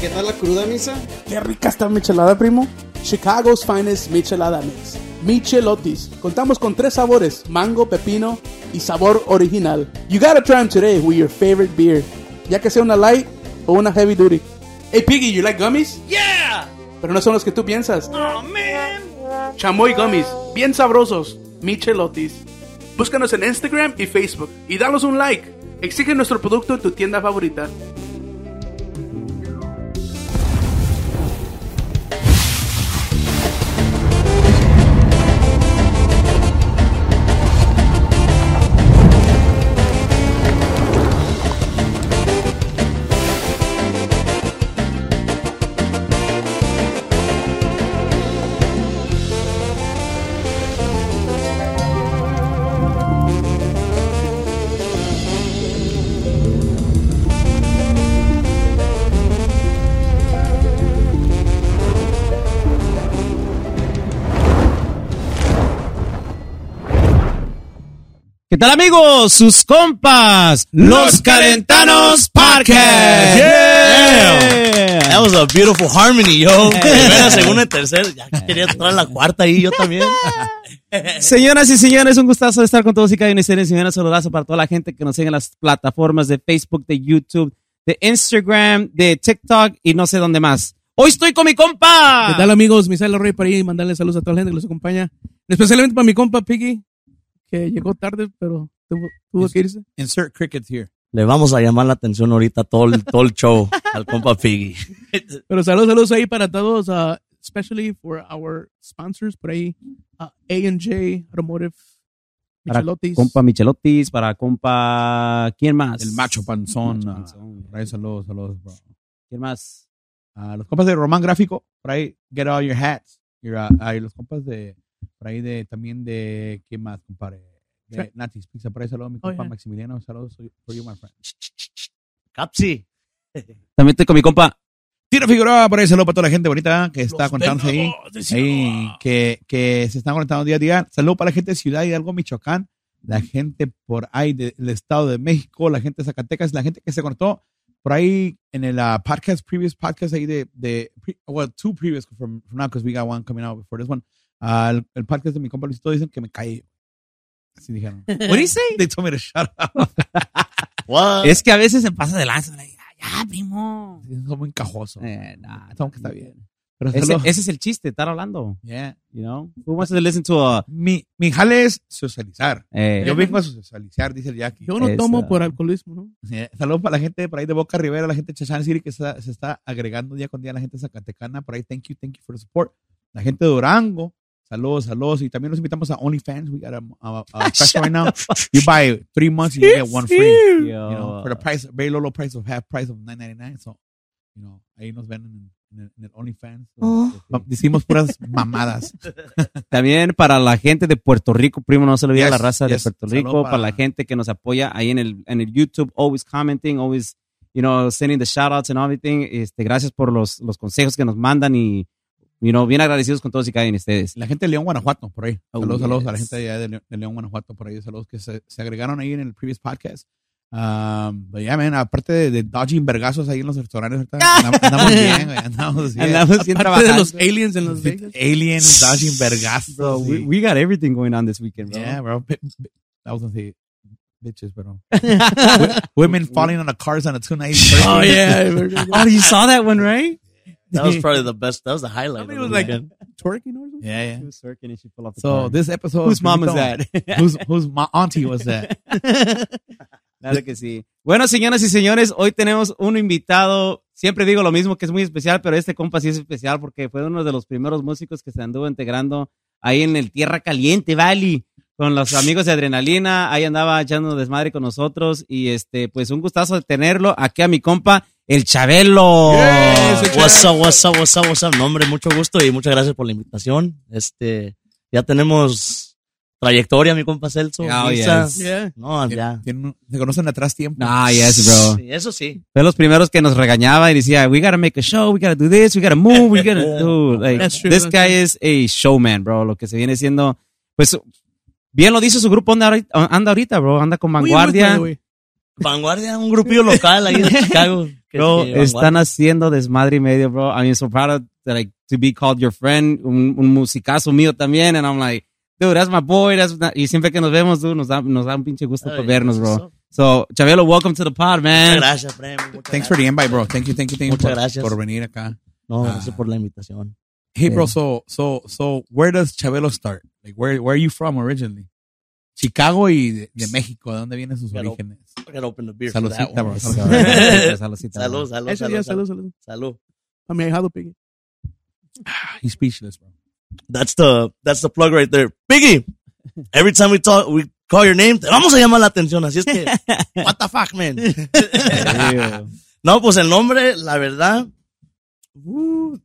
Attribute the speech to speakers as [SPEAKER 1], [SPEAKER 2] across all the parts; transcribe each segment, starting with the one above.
[SPEAKER 1] ¿Qué tal la cruda, misa?
[SPEAKER 2] Qué rica está michelada, primo. Chicago's finest michelada mix. Michelotis. Contamos con tres sabores: mango, pepino y sabor original. You gotta try them today with your favorite beer, ya que sea una light o una heavy duty. Hey Piggy, you like gummies?
[SPEAKER 1] Yeah!
[SPEAKER 2] Pero no son los que tú piensas.
[SPEAKER 1] Oh, man!
[SPEAKER 2] Chamoy gummies, bien sabrosos. Michelotis. Búscanos en Instagram y Facebook y danos un like. Exige nuestro producto en tu tienda favorita.
[SPEAKER 3] ¿Qué tal amigos? Sus compas, Los Calentanos Podcast. Yeah.
[SPEAKER 4] That was a beautiful harmony, yo. Primera, segunda, tercera. Ya quería entrar en la cuarta ahí, yo también.
[SPEAKER 3] Señoras y señores, un gustazo estar con todos y cada uno de ustedes. Señoras, saludazo para toda la gente que nos sigue en las plataformas de Facebook, de YouTube, de Instagram, de TikTok y no sé dónde más. Hoy estoy con mi compa.
[SPEAKER 5] ¿Qué tal amigos? Misael Rey para ahí mandarle saludos a toda la gente que los acompaña. Especialmente para mi compa Piggy, que llegó tarde, pero tuvo, tuvo que irse.
[SPEAKER 2] Insert cricket here.
[SPEAKER 4] Le vamos a llamar la atención ahorita todo el, todo el show al compa Figgy.
[SPEAKER 5] Pero saludos, saludos ahí para todos, uh, especially for our sponsors por ahí, uh, A&J, Automotive,
[SPEAKER 3] Para
[SPEAKER 5] Michelotis.
[SPEAKER 3] compa Michelotis, para compa... ¿Quién más?
[SPEAKER 6] El macho panzón.
[SPEAKER 3] Macho
[SPEAKER 6] ah,
[SPEAKER 3] panzón.
[SPEAKER 6] por ahí, saludos, saludos, bro.
[SPEAKER 3] ¿Quién más?
[SPEAKER 6] Ah, los compas de Román Gráfico, por ahí, get all your hats. Your, ah, ah, y los compas de, por ahí de, también de, ¿qué más, compadre? De
[SPEAKER 5] Sure.
[SPEAKER 6] Nazis Pizza, por ahí, saludos a mi
[SPEAKER 5] Oh,
[SPEAKER 6] compa
[SPEAKER 5] yeah.
[SPEAKER 6] Maximiliano, saludos for you- for you, my friend.
[SPEAKER 4] Capsi.
[SPEAKER 3] También estoy con mi compa.
[SPEAKER 6] Tiro Figueroa, por ahí, saludos para toda la gente bonita que está
[SPEAKER 5] Los
[SPEAKER 6] contándose ahí.
[SPEAKER 5] Venados de
[SPEAKER 6] ahí,
[SPEAKER 5] Sinaloa.
[SPEAKER 6] que, que se están conectando día a día. Saludos para la gente de Ciudad Hidalgo, Michoacán, la gente por ahí de- del Estado de México, la gente de Zacatecas, la gente que se conectó por ahí en el ah, podcast, previous podcast ahí de, de pre- well, two previous from, from now, because we got one coming out before this one. Ah, el, el podcast de mi compa Luisito dicen que me caí. Así dijeron.
[SPEAKER 3] What do you say?
[SPEAKER 6] They told me to shut up.
[SPEAKER 4] What?
[SPEAKER 3] Es que a veces se pasa de lanza. ¿no? Ya, ya, primo. Pues
[SPEAKER 6] Son muy encajoso.
[SPEAKER 3] Eh, nah,
[SPEAKER 6] Son que está bien. Pero
[SPEAKER 3] Ese,
[SPEAKER 6] saludos.
[SPEAKER 3] ese es el chiste, estar hablando.
[SPEAKER 6] Yeah.
[SPEAKER 3] You know? Who wants to listen to a...
[SPEAKER 6] Mi, mi jale es socializar.
[SPEAKER 3] eh,
[SPEAKER 6] Yo vengo a socializar, dice el Jackie.
[SPEAKER 5] Yo no
[SPEAKER 3] Esa.
[SPEAKER 5] tomo por alcoholismo, ¿no?
[SPEAKER 6] Eh, Saludos para la gente por ahí de Boca Rivera, la gente de Chachán City que está- se está agregando día con día, la gente zacatecana por ahí. Thank you, thank you for the support. La gente de Durango, saludos, saludos. Y también los invitamos a OnlyFans. We got a, a, a special right now. You buy three months, you get one free. You
[SPEAKER 3] yo-
[SPEAKER 6] know, for the price, very low, low price of half price of 9.99. So, you know, ahí nos ven en, en el, en el OnlyFans. So,
[SPEAKER 5] Oh.
[SPEAKER 6] va- Decimos puras mamadas.
[SPEAKER 3] También para la gente de Puerto Rico, primo, no se olvide
[SPEAKER 6] Yes,
[SPEAKER 3] la raza de
[SPEAKER 6] yes.
[SPEAKER 3] Puerto
[SPEAKER 6] Saludo
[SPEAKER 3] Rico, para...
[SPEAKER 6] para-
[SPEAKER 3] la gente que nos apoya ahí en el, en el YouTube, always commenting, always, you know, sending the shout outs and everything. Este, gracias por los, los consejos que nos mandan y, you know, bien agradecidos con todos y cada uno de ustedes.
[SPEAKER 6] La gente de León, Guanajuato, por ahí.
[SPEAKER 3] Oh,
[SPEAKER 6] Saludos, saludos a la
[SPEAKER 3] yes.
[SPEAKER 6] gente de, allá de León, de León, Guanajuato, por ahí. Saludos que se, se agregaron ahí en el previous podcast. Um, but yeah, man, aparte de, de dodging vergazos ahí en los restaurantes, ahorita andam- andamos bien, güey, andamos bien.
[SPEAKER 3] Andamos bien
[SPEAKER 5] Aparte de
[SPEAKER 3] trabajando.
[SPEAKER 5] los aliens en Las Vegas.
[SPEAKER 6] Alien dodging vergazos.
[SPEAKER 3] Bro, we,
[SPEAKER 6] y-
[SPEAKER 3] we got everything going on this weekend, bro.
[SPEAKER 6] yeah, bro. Bi- bi- I was gonna say bitches, pero. Wi- Women falling on the cars on a 290.
[SPEAKER 5] Oh, yeah.
[SPEAKER 3] Oh, you saw that one, right?
[SPEAKER 4] That was probably the best. That was the highlight.
[SPEAKER 5] I mean,
[SPEAKER 4] of
[SPEAKER 5] it
[SPEAKER 4] the
[SPEAKER 5] was like-
[SPEAKER 4] weekend.
[SPEAKER 5] Twerking or something.
[SPEAKER 6] Yeah,
[SPEAKER 3] She
[SPEAKER 6] yeah.
[SPEAKER 3] was twerking and she fell off the
[SPEAKER 6] So
[SPEAKER 3] car.
[SPEAKER 6] this episode.
[SPEAKER 3] Whose mom is
[SPEAKER 6] Pepito,
[SPEAKER 3] that?
[SPEAKER 6] Whose whose ma- auntie was that?
[SPEAKER 3] Claro que sí. Bueno, señoras y señores, hoy tenemos un invitado. Siempre digo lo mismo, que es muy especial, pero este compa sí es especial porque fue uno de los primeros músicos que se anduvo integrando ahí en el Tierra Caliente Valley con los amigos de Adrenalina. Ahí andaba echando desmadre con nosotros y este, pues un gustazo de tenerlo aquí a mi compa, el Chabelo.
[SPEAKER 5] eh,
[SPEAKER 4] What's up, what's up, what's up, what's up. No, hombre, mucho gusto y muchas gracias por la invitación. Este, ya tenemos trayectoria, mi compa Celso.
[SPEAKER 3] Oh,
[SPEAKER 4] Misa.
[SPEAKER 3] yes.
[SPEAKER 5] Yeah.
[SPEAKER 4] No, ya.
[SPEAKER 6] Tienen un- Se conocen atrás tiempo.
[SPEAKER 3] Ah, yes, bro.
[SPEAKER 4] Sí, eso sí.
[SPEAKER 3] Fue los primeros que nos regañaba y decía, we gotta make a show, we gotta do this, we gotta move, we gotta do. Like,
[SPEAKER 5] That's true,
[SPEAKER 3] this
[SPEAKER 5] that's
[SPEAKER 3] guy is a showman, bro. Lo que se viene siendo, pues, bien lo dice su grupo, anda ahorita, anda ahorita, bro. Anda con
[SPEAKER 5] Who you with, by
[SPEAKER 3] Vanguardia.
[SPEAKER 5] the way?
[SPEAKER 4] Vanguardia, un grupillo local ahí de Chicago. que
[SPEAKER 3] Bro,
[SPEAKER 4] que
[SPEAKER 3] están
[SPEAKER 4] vanguardia.
[SPEAKER 3] haciendo desmadre y medio, bro. I mean, so proud of, like, to be called your friend. Un, un musicazo mío también. And I'm like, dude, that's my boy. That's not- Y siempre que nos vemos, dude, nos da, nos da un pinche gusto
[SPEAKER 4] Ay,
[SPEAKER 3] por vernos, bro.
[SPEAKER 4] eso.
[SPEAKER 3] So, Chabelo, welcome to the pod,
[SPEAKER 4] Muchas
[SPEAKER 3] man.
[SPEAKER 4] gracias, Prem. muchas
[SPEAKER 6] Thanks for Ah. the invite, bro. Thank you, thank you, thank you
[SPEAKER 4] Muchas
[SPEAKER 6] por,
[SPEAKER 4] gracias.
[SPEAKER 6] por venir acá.
[SPEAKER 4] No, gracias por la invitación.
[SPEAKER 6] Hey, bro.
[SPEAKER 4] Yeah.
[SPEAKER 6] So, so, so, where does Chabelo start? Like, where, where are you from originally? Chicago y de, de México. ¿De dónde vienen sus
[SPEAKER 4] Pero-
[SPEAKER 6] orígenes?
[SPEAKER 4] I gotta open the beer for that
[SPEAKER 6] Saludcita,
[SPEAKER 4] one.
[SPEAKER 6] bro.
[SPEAKER 3] Saludcita, saludcita,
[SPEAKER 4] Salud, salud,
[SPEAKER 5] Eso
[SPEAKER 4] salud,
[SPEAKER 5] ya,
[SPEAKER 4] salud,
[SPEAKER 5] salud, salud.
[SPEAKER 4] salud.
[SPEAKER 5] A mi ahijado, Piggy.
[SPEAKER 6] He's speechless, bro.
[SPEAKER 4] That's the that's the plug right there. Piggy. Every time we talk, we call your name, te vamos a llamar la atención. Así es que, what the fuck, man.
[SPEAKER 3] bro.
[SPEAKER 4] No, pues el nombre, la verdad, uh,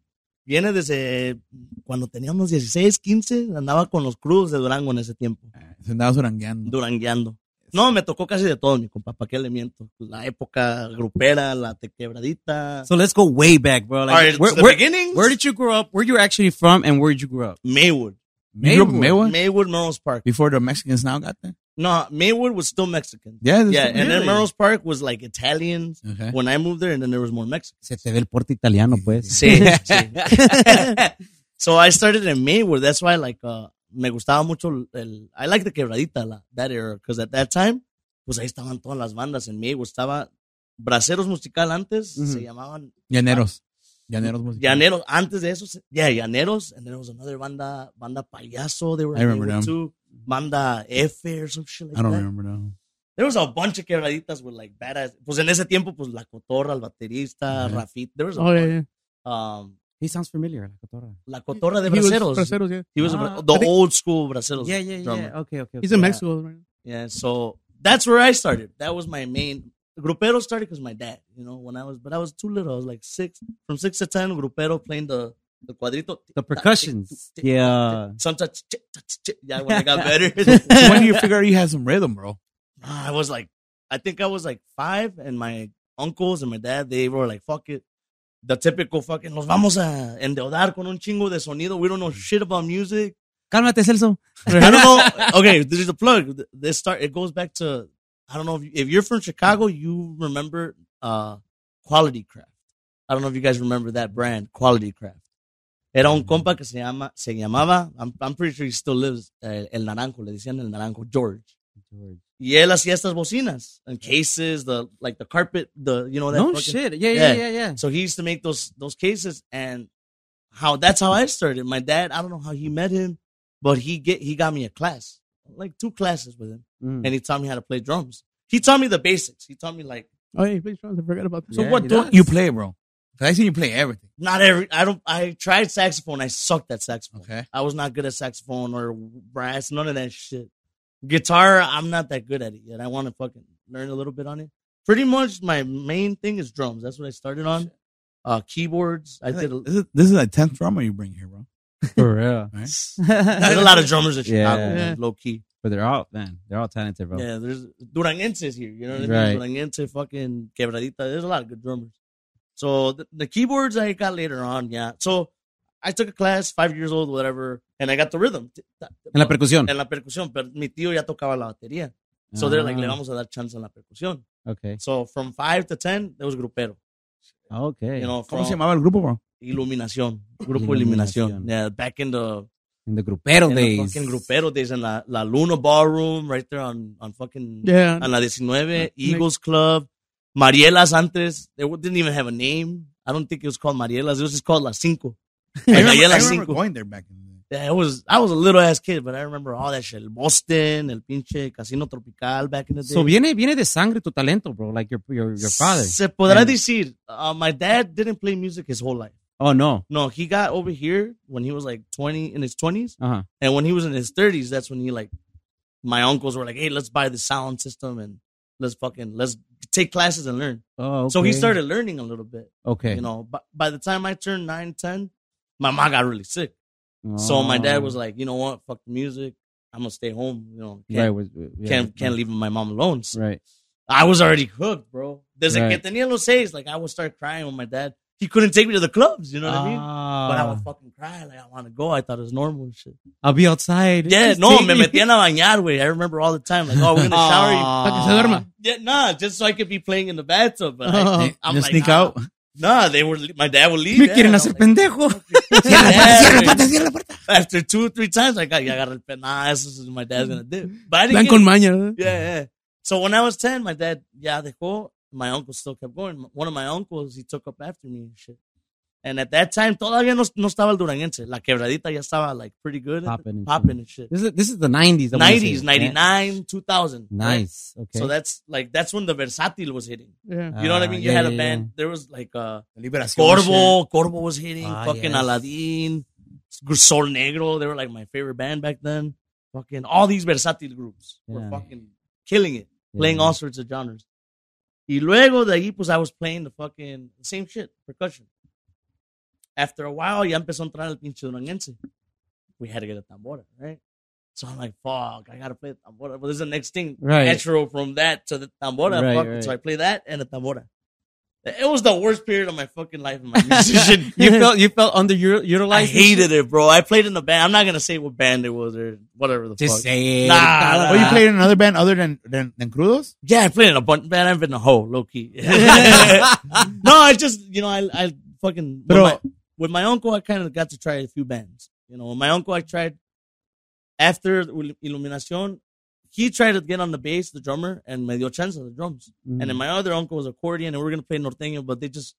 [SPEAKER 4] viene desde cuando teníamos 16, 15, andaba con los Cruz de Durango en ese tiempo,
[SPEAKER 6] Se andaba zorangueando.
[SPEAKER 4] durangueando. No, me tocó casi de todo, mi compa, ¿para qué le miento? La época grupera, la te quebradita.
[SPEAKER 3] So let's go way back, bro. Like,
[SPEAKER 4] All right,
[SPEAKER 3] where,
[SPEAKER 4] to the
[SPEAKER 3] where-
[SPEAKER 4] beginnings,
[SPEAKER 3] where did you grow up? Where you actually from and where did you grow up?
[SPEAKER 4] Maywood.
[SPEAKER 6] You grew up in
[SPEAKER 3] Maywood.
[SPEAKER 6] Maywood?
[SPEAKER 4] Maywood, Merrill's Park.
[SPEAKER 6] Before the Mexicans now got there?
[SPEAKER 4] No, Maywood was still Mexican.
[SPEAKER 6] Yeah.
[SPEAKER 4] Yeah,
[SPEAKER 6] that's-
[SPEAKER 4] and then
[SPEAKER 6] really?
[SPEAKER 4] Merrill's Park was like Italians
[SPEAKER 6] Okay.
[SPEAKER 4] when I moved there, and then there was more Mexicans.
[SPEAKER 3] Se te ve el porte italiano, pues.
[SPEAKER 4] Sí, sí. so I started in Maywood. That's why like uh, me gustaba mucho el I like the quebradita la, that era because at that time pues ahí estaban todas las bandas en Maywood estaba Braceros Musical antes
[SPEAKER 3] Ujú.
[SPEAKER 4] se llamaban
[SPEAKER 6] Llaneros. Llaneros musicales.
[SPEAKER 4] Llaneros antes de eso se- yeah Llaneros and there was another banda banda Payaso they were
[SPEAKER 6] I remember
[SPEAKER 4] Maywood
[SPEAKER 6] them.
[SPEAKER 4] too banda F or some shit like
[SPEAKER 6] I don't
[SPEAKER 4] that
[SPEAKER 6] remember now.
[SPEAKER 4] there was a bunch of quebraditas with like badass pues en ese tiempo pues La Cotorra el baterista
[SPEAKER 6] Ujú.
[SPEAKER 4] Rafit there was a
[SPEAKER 5] Oh, yeah, yeah.
[SPEAKER 4] um,
[SPEAKER 3] He sounds familiar, la cotorra.
[SPEAKER 4] La Cotorra de
[SPEAKER 5] He was
[SPEAKER 4] Braceros
[SPEAKER 5] Braceros, yeah.
[SPEAKER 4] He was a
[SPEAKER 3] Ah,
[SPEAKER 4] bra- the
[SPEAKER 5] I think-
[SPEAKER 4] old school Braceros.
[SPEAKER 3] Yeah, yeah, yeah.
[SPEAKER 4] drummer.
[SPEAKER 3] Okay, okay.
[SPEAKER 5] He's
[SPEAKER 3] okay.
[SPEAKER 5] in
[SPEAKER 4] Yeah.
[SPEAKER 5] Mexico right now.
[SPEAKER 4] Yeah, so that's where I started. That was my main. Grupero started because my dad, you know, when I was, but I was too little. I was like six, from six to ten. Grupero playing the the cuadrito.
[SPEAKER 3] The percussions. Yeah.
[SPEAKER 4] Sometimes, ch- ch- ch- yeah, when I got better, Ah,
[SPEAKER 6] when do you figure out you had some rhythm, bro?
[SPEAKER 4] I was like, I think I was like five, and my uncles and my dad they were like, "Fuck it." The typical fucking, nos vamos a endeudar con un chingo de sonido. We don't know shit about music.
[SPEAKER 3] Cálmate, Celso.
[SPEAKER 4] I don't know. Okay, there's a plug. This start. It goes back to I don't know if, you, if you're from Chicago, you remember uh, Quality Craft. I don't know if you guys remember that brand, Quality Craft. Era un compa que se llama se llamaba. I'm, I'm pretty sure he still lives. eh, el Naranjo le decían el Naranjo George. Y él hacía estas bocinas and cases, the like the carpet, the you know that.
[SPEAKER 3] No
[SPEAKER 4] Oh, fucking-
[SPEAKER 3] shit. Yeah, yeah,
[SPEAKER 4] Yeah.
[SPEAKER 3] yeah, yeah.
[SPEAKER 4] so he used to make those those cases, and how that's how I started. My dad, I don't know how he met him, but he get he got me a class, like two classes with him,
[SPEAKER 3] Mm.
[SPEAKER 4] and he taught me how to play drums. He taught me the basics. He taught me like
[SPEAKER 5] Oh, yeah, he plays drums. I forgot about that.
[SPEAKER 6] So
[SPEAKER 3] Yeah,
[SPEAKER 6] what
[SPEAKER 3] he
[SPEAKER 6] don't
[SPEAKER 3] does.
[SPEAKER 6] you play, bro? 'Cause I see you play everything.
[SPEAKER 4] not every. I don't. I tried saxophone. I sucked at saxophone.
[SPEAKER 6] Okay.
[SPEAKER 4] I was not good at saxophone or brass. None of that shit. Guitar, I'm not that good at it yet. I want to fucking learn a little bit on it. Pretty much, my main thing is drums. That's what I started on. Uh, keyboards. I did. A,
[SPEAKER 6] This is, this is a 10th drummer you bring here, bro.
[SPEAKER 3] For real.
[SPEAKER 6] Right?
[SPEAKER 4] there's a lot of drummers in Chicago,
[SPEAKER 3] Yeah.
[SPEAKER 4] man, low key.
[SPEAKER 3] But they're all, man, they're all talented, bro.
[SPEAKER 4] Yeah, there's Duranguenses here. You know what I
[SPEAKER 3] Right.
[SPEAKER 4] mean? Duranguense, fucking Quebradita. There's a lot of good drummers. So the, the keyboards I got later on, yeah. So I took a class, five years old, whatever, and I got the rhythm.
[SPEAKER 3] En la percusión.
[SPEAKER 4] En la percusión, pero mi tío ya tocaba la batería. So they're like,
[SPEAKER 3] Ah,
[SPEAKER 4] le vamos a dar chance en la percusión.
[SPEAKER 3] Okay.
[SPEAKER 4] So from five to ten, there was grupero.
[SPEAKER 3] Okay.
[SPEAKER 4] You know,
[SPEAKER 6] ¿Cómo se
[SPEAKER 4] from
[SPEAKER 6] llamaba el grupo, bro?
[SPEAKER 4] Iluminación. Grupo Iluminación.
[SPEAKER 3] Iluminación.
[SPEAKER 4] Yeah, back in the
[SPEAKER 3] in the grupero
[SPEAKER 4] in the
[SPEAKER 3] days.
[SPEAKER 4] fucking grupero days in la, la Luna Ballroom, right there on, on fucking
[SPEAKER 5] Yeah.
[SPEAKER 4] a la 19,
[SPEAKER 5] Yeah.
[SPEAKER 4] Eagles Club, Marielas antes. They didn't even have a name. I don't think it was called Marielas. It was just called Las Cinco.
[SPEAKER 6] I
[SPEAKER 4] Like,
[SPEAKER 6] remember,
[SPEAKER 4] Ayala
[SPEAKER 6] I remember
[SPEAKER 4] Cinco.
[SPEAKER 6] going there back in the day.
[SPEAKER 4] Yeah, it was, I was a little ass kid, but I remember all that shit. El Boston, el pinche Casino Tropical back in the day.
[SPEAKER 3] So viene, viene de sangre tu talento, bro. Like your, your, your father.
[SPEAKER 4] Se podrá
[SPEAKER 3] And-
[SPEAKER 4] decir, uh, my dad didn't play music his whole life.
[SPEAKER 3] Oh, no.
[SPEAKER 4] No, he got over here when he was like 20, in his 20s.
[SPEAKER 3] Uh-huh.
[SPEAKER 4] And when he was in his 30s, that's when he like, my uncles were like, hey, let's buy the sound system and let's fucking, let's take classes and learn.
[SPEAKER 3] Oh,
[SPEAKER 4] So he
[SPEAKER 3] okay.
[SPEAKER 4] started learning a little bit.
[SPEAKER 3] Okay.
[SPEAKER 4] You know, but by the time I turned 9, 10, my mom got really sick.
[SPEAKER 3] Oh.
[SPEAKER 4] So my
[SPEAKER 3] Ah.
[SPEAKER 4] dad was like, you know what? Fuck the music. I'm going to stay home. You know,
[SPEAKER 3] right,
[SPEAKER 4] can't,
[SPEAKER 3] was- yeah,
[SPEAKER 4] can't, can't leave my mom alone. So
[SPEAKER 3] Right.
[SPEAKER 4] I was already hooked, bro. Desde
[SPEAKER 3] Right.
[SPEAKER 4] que tenía los seis, like I would start crying when my dad, he couldn't take me to the clubs. You know what I mean? But I
[SPEAKER 3] Ah.
[SPEAKER 4] would fucking cry. Like, I want to go. I thought it was normal and shit.
[SPEAKER 3] I'll be outside.
[SPEAKER 4] Yeah,
[SPEAKER 3] Just
[SPEAKER 4] no,
[SPEAKER 3] take
[SPEAKER 4] me metían a bañar, güey. I remember all the time. Like, oh, we're going to shower. you.
[SPEAKER 3] Ah.
[SPEAKER 5] Para que se duerma.
[SPEAKER 4] Yeah, nah, just so I could be playing in the bathtub. But
[SPEAKER 3] Oh.
[SPEAKER 4] I, I'm
[SPEAKER 6] Just
[SPEAKER 4] like,
[SPEAKER 6] sneak
[SPEAKER 4] nah.
[SPEAKER 6] out.
[SPEAKER 4] Nah, they were, my dad would leave.
[SPEAKER 3] Me
[SPEAKER 4] yeah,
[SPEAKER 3] quieren
[SPEAKER 4] and I'm
[SPEAKER 3] hacer
[SPEAKER 4] like,
[SPEAKER 3] pendejo.
[SPEAKER 4] yeah, güey.
[SPEAKER 6] cierra la puerta.
[SPEAKER 4] After two or three times, I got, ya agarré el pe- nah, eso is what my dad's going to do. But I didn't
[SPEAKER 5] Plan
[SPEAKER 4] get
[SPEAKER 5] con maña. ¿verdad?
[SPEAKER 4] Yeah, yeah. So when I was 10, my dad, yeah, dejó. My uncle still kept going. One of my uncles, he took up after me and shit. And at that time, todavía no, no estaba el Duranguense. La quebradita ya estaba, like, pretty good.
[SPEAKER 3] Popping and
[SPEAKER 4] Popping and shit.
[SPEAKER 3] This is, this is the 90s. I wanna
[SPEAKER 4] 90s,
[SPEAKER 3] say.
[SPEAKER 4] 99, 2000. right?
[SPEAKER 3] Nice. Okay.
[SPEAKER 4] So that's, like, that's when the Versátil was hitting.
[SPEAKER 5] Yeah.
[SPEAKER 4] You know what I
[SPEAKER 3] Ah,
[SPEAKER 4] mean? You
[SPEAKER 3] yeah,
[SPEAKER 4] had a
[SPEAKER 3] yeah,
[SPEAKER 4] band. There was, like, uh,
[SPEAKER 6] Liberación.
[SPEAKER 4] Corvo. Corvo was hitting.
[SPEAKER 3] Ah,
[SPEAKER 4] fucking
[SPEAKER 3] yes.
[SPEAKER 4] Aladdin. Sol Negro. They were, like, my favorite band back then. Fucking all these Versátil groups were
[SPEAKER 3] Yeah.
[SPEAKER 4] fucking killing it
[SPEAKER 3] yeah.
[SPEAKER 4] playing all sorts of genres. Y luego de ahí, pues I was playing the fucking same shit, percussion. After a while, ya empezó a entrar el pinche duranguense. We had to get a tambora, right? So I'm like, fuck, I gotta play the tambora. But there's the next thing,
[SPEAKER 3] Right.
[SPEAKER 4] natural from that to the tambora.
[SPEAKER 3] Right,
[SPEAKER 4] fuck.
[SPEAKER 3] right.
[SPEAKER 4] So I play that and the tambora. It was the worst period of my fucking life in my musician.
[SPEAKER 3] you felt you felt underutilized.
[SPEAKER 4] I hated it, bro. I played in a band. I'm not gonna say what band it was or whatever the fuck.
[SPEAKER 3] Just say it.
[SPEAKER 4] Nah, nah,
[SPEAKER 6] Oh, you
[SPEAKER 4] nah.
[SPEAKER 6] played in another band other than than, than Crudos?
[SPEAKER 4] Yeah, I played in a bunch, man. I've been a hoe, low key. no, I just, you know, I, I fucking.
[SPEAKER 6] Pero-
[SPEAKER 4] with, my, with my uncle, I kind of got to try a few bands. You know, with my uncle, I tried after Il- Iluminacion. He tried to get on the bass, the drummer, and me dio chance on the drums. And
[SPEAKER 3] Hmm.
[SPEAKER 4] then my other uncle was accordion, and we were gonna play norteño, but they just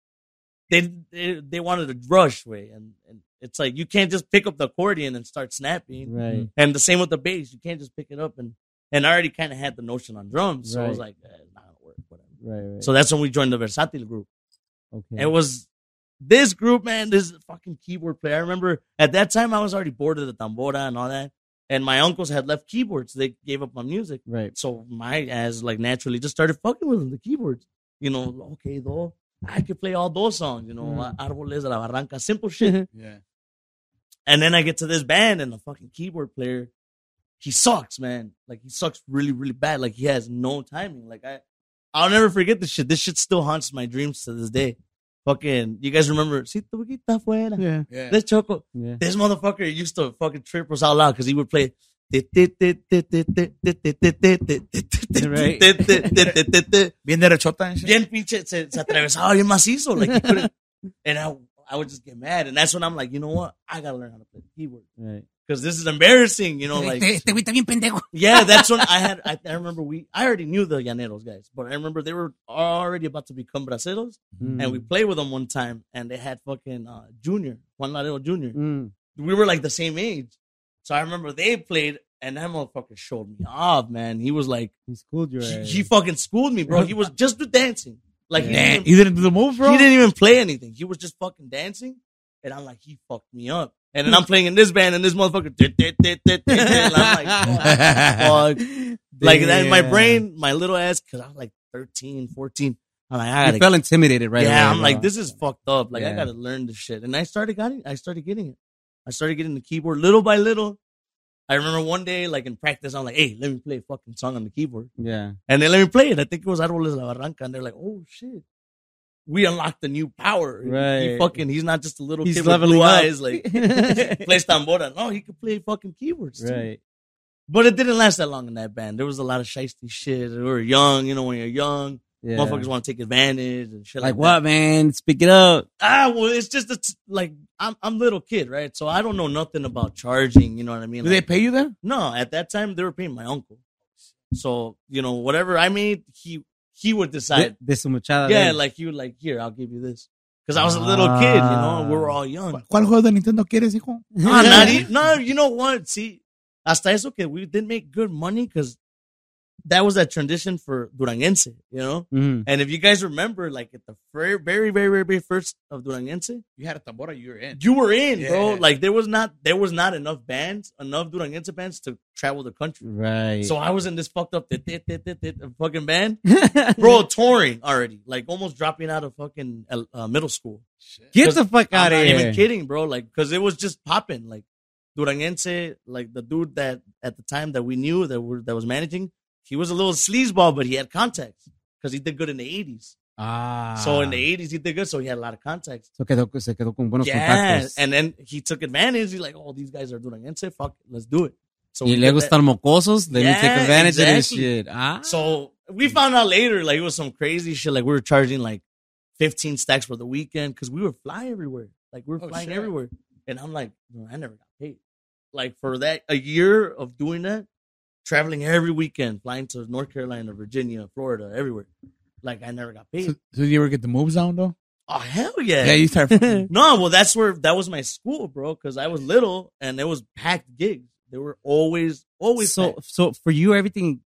[SPEAKER 4] they they, they wanted a rush way, and, and it's like you can't just pick up the accordion and start snapping.
[SPEAKER 3] Right.
[SPEAKER 4] And the same with the bass. You can't just pick it up and and I already kind of had the notion on drums, so I was
[SPEAKER 3] Right.
[SPEAKER 4] like, eh, it's not gonna work, whatever.
[SPEAKER 3] Right. Right.
[SPEAKER 4] So that's when we joined the Versatil group.
[SPEAKER 3] okay.
[SPEAKER 4] It was this group, man. This fucking keyboard player. I remember at that time I was already bored of the tambora and all that, and my uncles had left keyboards. They gave up on music,
[SPEAKER 3] right.
[SPEAKER 4] so my ass like naturally just started fucking with them, the keyboards. You know, okay, though I could play all those songs. You know, Arboles de la Barranca, simple shit.
[SPEAKER 6] Yeah.
[SPEAKER 4] And then I get to this band and the fucking keyboard player, he sucks, man. Like he sucks really, really bad. Like he has no timing. Like I I'll never forget this shit. This shit still haunts my dreams to this day. Fucking you guys remember Si tu boquita fuera
[SPEAKER 5] Yeah.
[SPEAKER 6] Yeah.
[SPEAKER 4] de choco.
[SPEAKER 3] Yeah.
[SPEAKER 4] This motherfucker used to fucking trip us out loud because he would play Bien
[SPEAKER 6] Bien derechota and shit.
[SPEAKER 4] pinche se, se atravesaba bien macizo. Like he couldn't- and I I would just get mad. And that's when I'm like, you know what? I gotta learn how to play the keyboard
[SPEAKER 3] Right.
[SPEAKER 4] because this is embarrassing, you know. Like, yeah, that's when I had. I, I remember we. I already knew the Llaneros guys, but I remember they were already about to become braceros,
[SPEAKER 3] Mm.
[SPEAKER 4] and we played with them one time, and they had fucking uh, Junior Juan Laredo Junior.
[SPEAKER 3] Mm.
[SPEAKER 4] We were like the same age, so I remember they played, and that motherfucker showed me off, man. He was like,
[SPEAKER 3] He schooled your
[SPEAKER 4] he,
[SPEAKER 3] ass.
[SPEAKER 4] he fucking schooled me, bro. He was just dancing, like he
[SPEAKER 6] Damn,
[SPEAKER 4] didn't-
[SPEAKER 6] you didn't do the move, bro.
[SPEAKER 4] he didn't even play anything. He was just fucking dancing. And I'm like, he fucked me up. And then I'm playing in this band and this motherfucker. dit, dit, dit, dit, dit, dit. And I'm like, fuck. Like that in my
[SPEAKER 3] Damn.
[SPEAKER 4] brain, my little ass, because I was like 13, 14. I'm like, I
[SPEAKER 3] You
[SPEAKER 4] gotta,
[SPEAKER 3] felt intimidated, right?
[SPEAKER 4] yeah,
[SPEAKER 3] away,
[SPEAKER 4] I'm like,
[SPEAKER 3] bro.
[SPEAKER 4] this is fucked up. Like, I
[SPEAKER 3] Yeah.
[SPEAKER 4] gotta learn this shit. And I started getting, I started getting it. I started getting the keyboard little by little. I remember one day, like in practice, I'm like, hey, let me play a fucking song on the keyboard.
[SPEAKER 3] Yeah.
[SPEAKER 4] And they let me play it. I think it was Árboles de la Barranca. And they're like, oh shit. We unlocked a new power. He- He
[SPEAKER 3] Right.
[SPEAKER 4] fucking, he's not just a little
[SPEAKER 3] He's
[SPEAKER 4] kid with
[SPEAKER 3] leveling
[SPEAKER 4] blue
[SPEAKER 3] up.
[SPEAKER 4] eyes. Like, plays tambora. No, he could play fucking keyboards. too.
[SPEAKER 3] right.
[SPEAKER 4] But it didn't last that long in that band. There was a lot of shisty shit. We were young, you know, when you're young,
[SPEAKER 3] Yeah.
[SPEAKER 4] motherfuckers want to take advantage and shit.
[SPEAKER 3] Like
[SPEAKER 4] Like, that.
[SPEAKER 3] what, man? Speak it up.
[SPEAKER 4] Ah, well, it's just, it's like, I'm, I'm little kid, right? So I don't know nothing about charging, you know what I mean?
[SPEAKER 6] Did
[SPEAKER 4] Like,
[SPEAKER 6] they pay you then?
[SPEAKER 4] no, at that time they were paying my uncle. So, you know, whatever I made, he, he would decide.
[SPEAKER 3] De su muchada.
[SPEAKER 4] Yeah,
[SPEAKER 3] de-
[SPEAKER 4] like you, were like here, I'll give you this because I was a little kid, you know, and we were all young.
[SPEAKER 6] ¿Cuál juego de Nintendo quieres, hijo?
[SPEAKER 3] Ah.
[SPEAKER 4] no, not e- no, you know what? See, hasta eso que we did make good money because that was that transition for Duranguense, you know.
[SPEAKER 3] Mhm.
[SPEAKER 4] And if you guys remember, like at the very, very, very, very, very first of Duranguense,
[SPEAKER 6] You had a tambora, you were in.
[SPEAKER 4] you were in, bro.
[SPEAKER 6] Yeah.
[SPEAKER 4] Like there was not, there was not enough bands, enough Duranguense bands to travel the country.
[SPEAKER 3] Right.
[SPEAKER 4] So I was in this fucked up tit- tit- tit- tit- tit- fucking band, bro, touring already, like almost dropping out of fucking uh, uh, middle school.
[SPEAKER 3] Get the fuck out
[SPEAKER 4] I'm
[SPEAKER 3] of
[SPEAKER 4] not
[SPEAKER 3] here.
[SPEAKER 4] even kidding, bro. Like, because it was just popping. Like, Duranguense, like the dude that at the time that we knew that were, that was managing, he was a little sleazeball, but he had contacts because he did good in the 80s.
[SPEAKER 6] Ah.
[SPEAKER 4] So in the 80s, he did good. So he had a lot of contacts.
[SPEAKER 3] So quedó- se quedó con buenos
[SPEAKER 4] Yeah.
[SPEAKER 3] contactos.
[SPEAKER 4] And then he took advantage. He's like, oh, these guys are doing against it. Fuck, let's do it. So
[SPEAKER 3] y
[SPEAKER 4] we
[SPEAKER 3] le
[SPEAKER 4] did that.
[SPEAKER 3] gustan mocosos. They
[SPEAKER 4] Yeah,
[SPEAKER 3] take advantage of this
[SPEAKER 4] exactly.
[SPEAKER 3] shit. Ah.
[SPEAKER 4] So we found out later, like, it was some crazy shit. Like, we were charging like 15 stacks for the weekend because we were flying everywhere. Like, we were
[SPEAKER 6] Oh,
[SPEAKER 4] flying
[SPEAKER 6] shit.
[SPEAKER 4] everywhere. And I'm like, "No, I never got paid. Like, for that, a year of doing that, traveling every weekend, flying to North Carolina, Virginia, Florida, everywhere. Like, I never got paid.
[SPEAKER 6] So, so you ever get the moves down though?
[SPEAKER 4] oh, hell yeah.
[SPEAKER 6] you start.
[SPEAKER 4] No, well, that's where that was my school, bro. Because I was little and it was packed gigs. They were always, always.
[SPEAKER 3] so,
[SPEAKER 4] packed.
[SPEAKER 3] so for you, everything,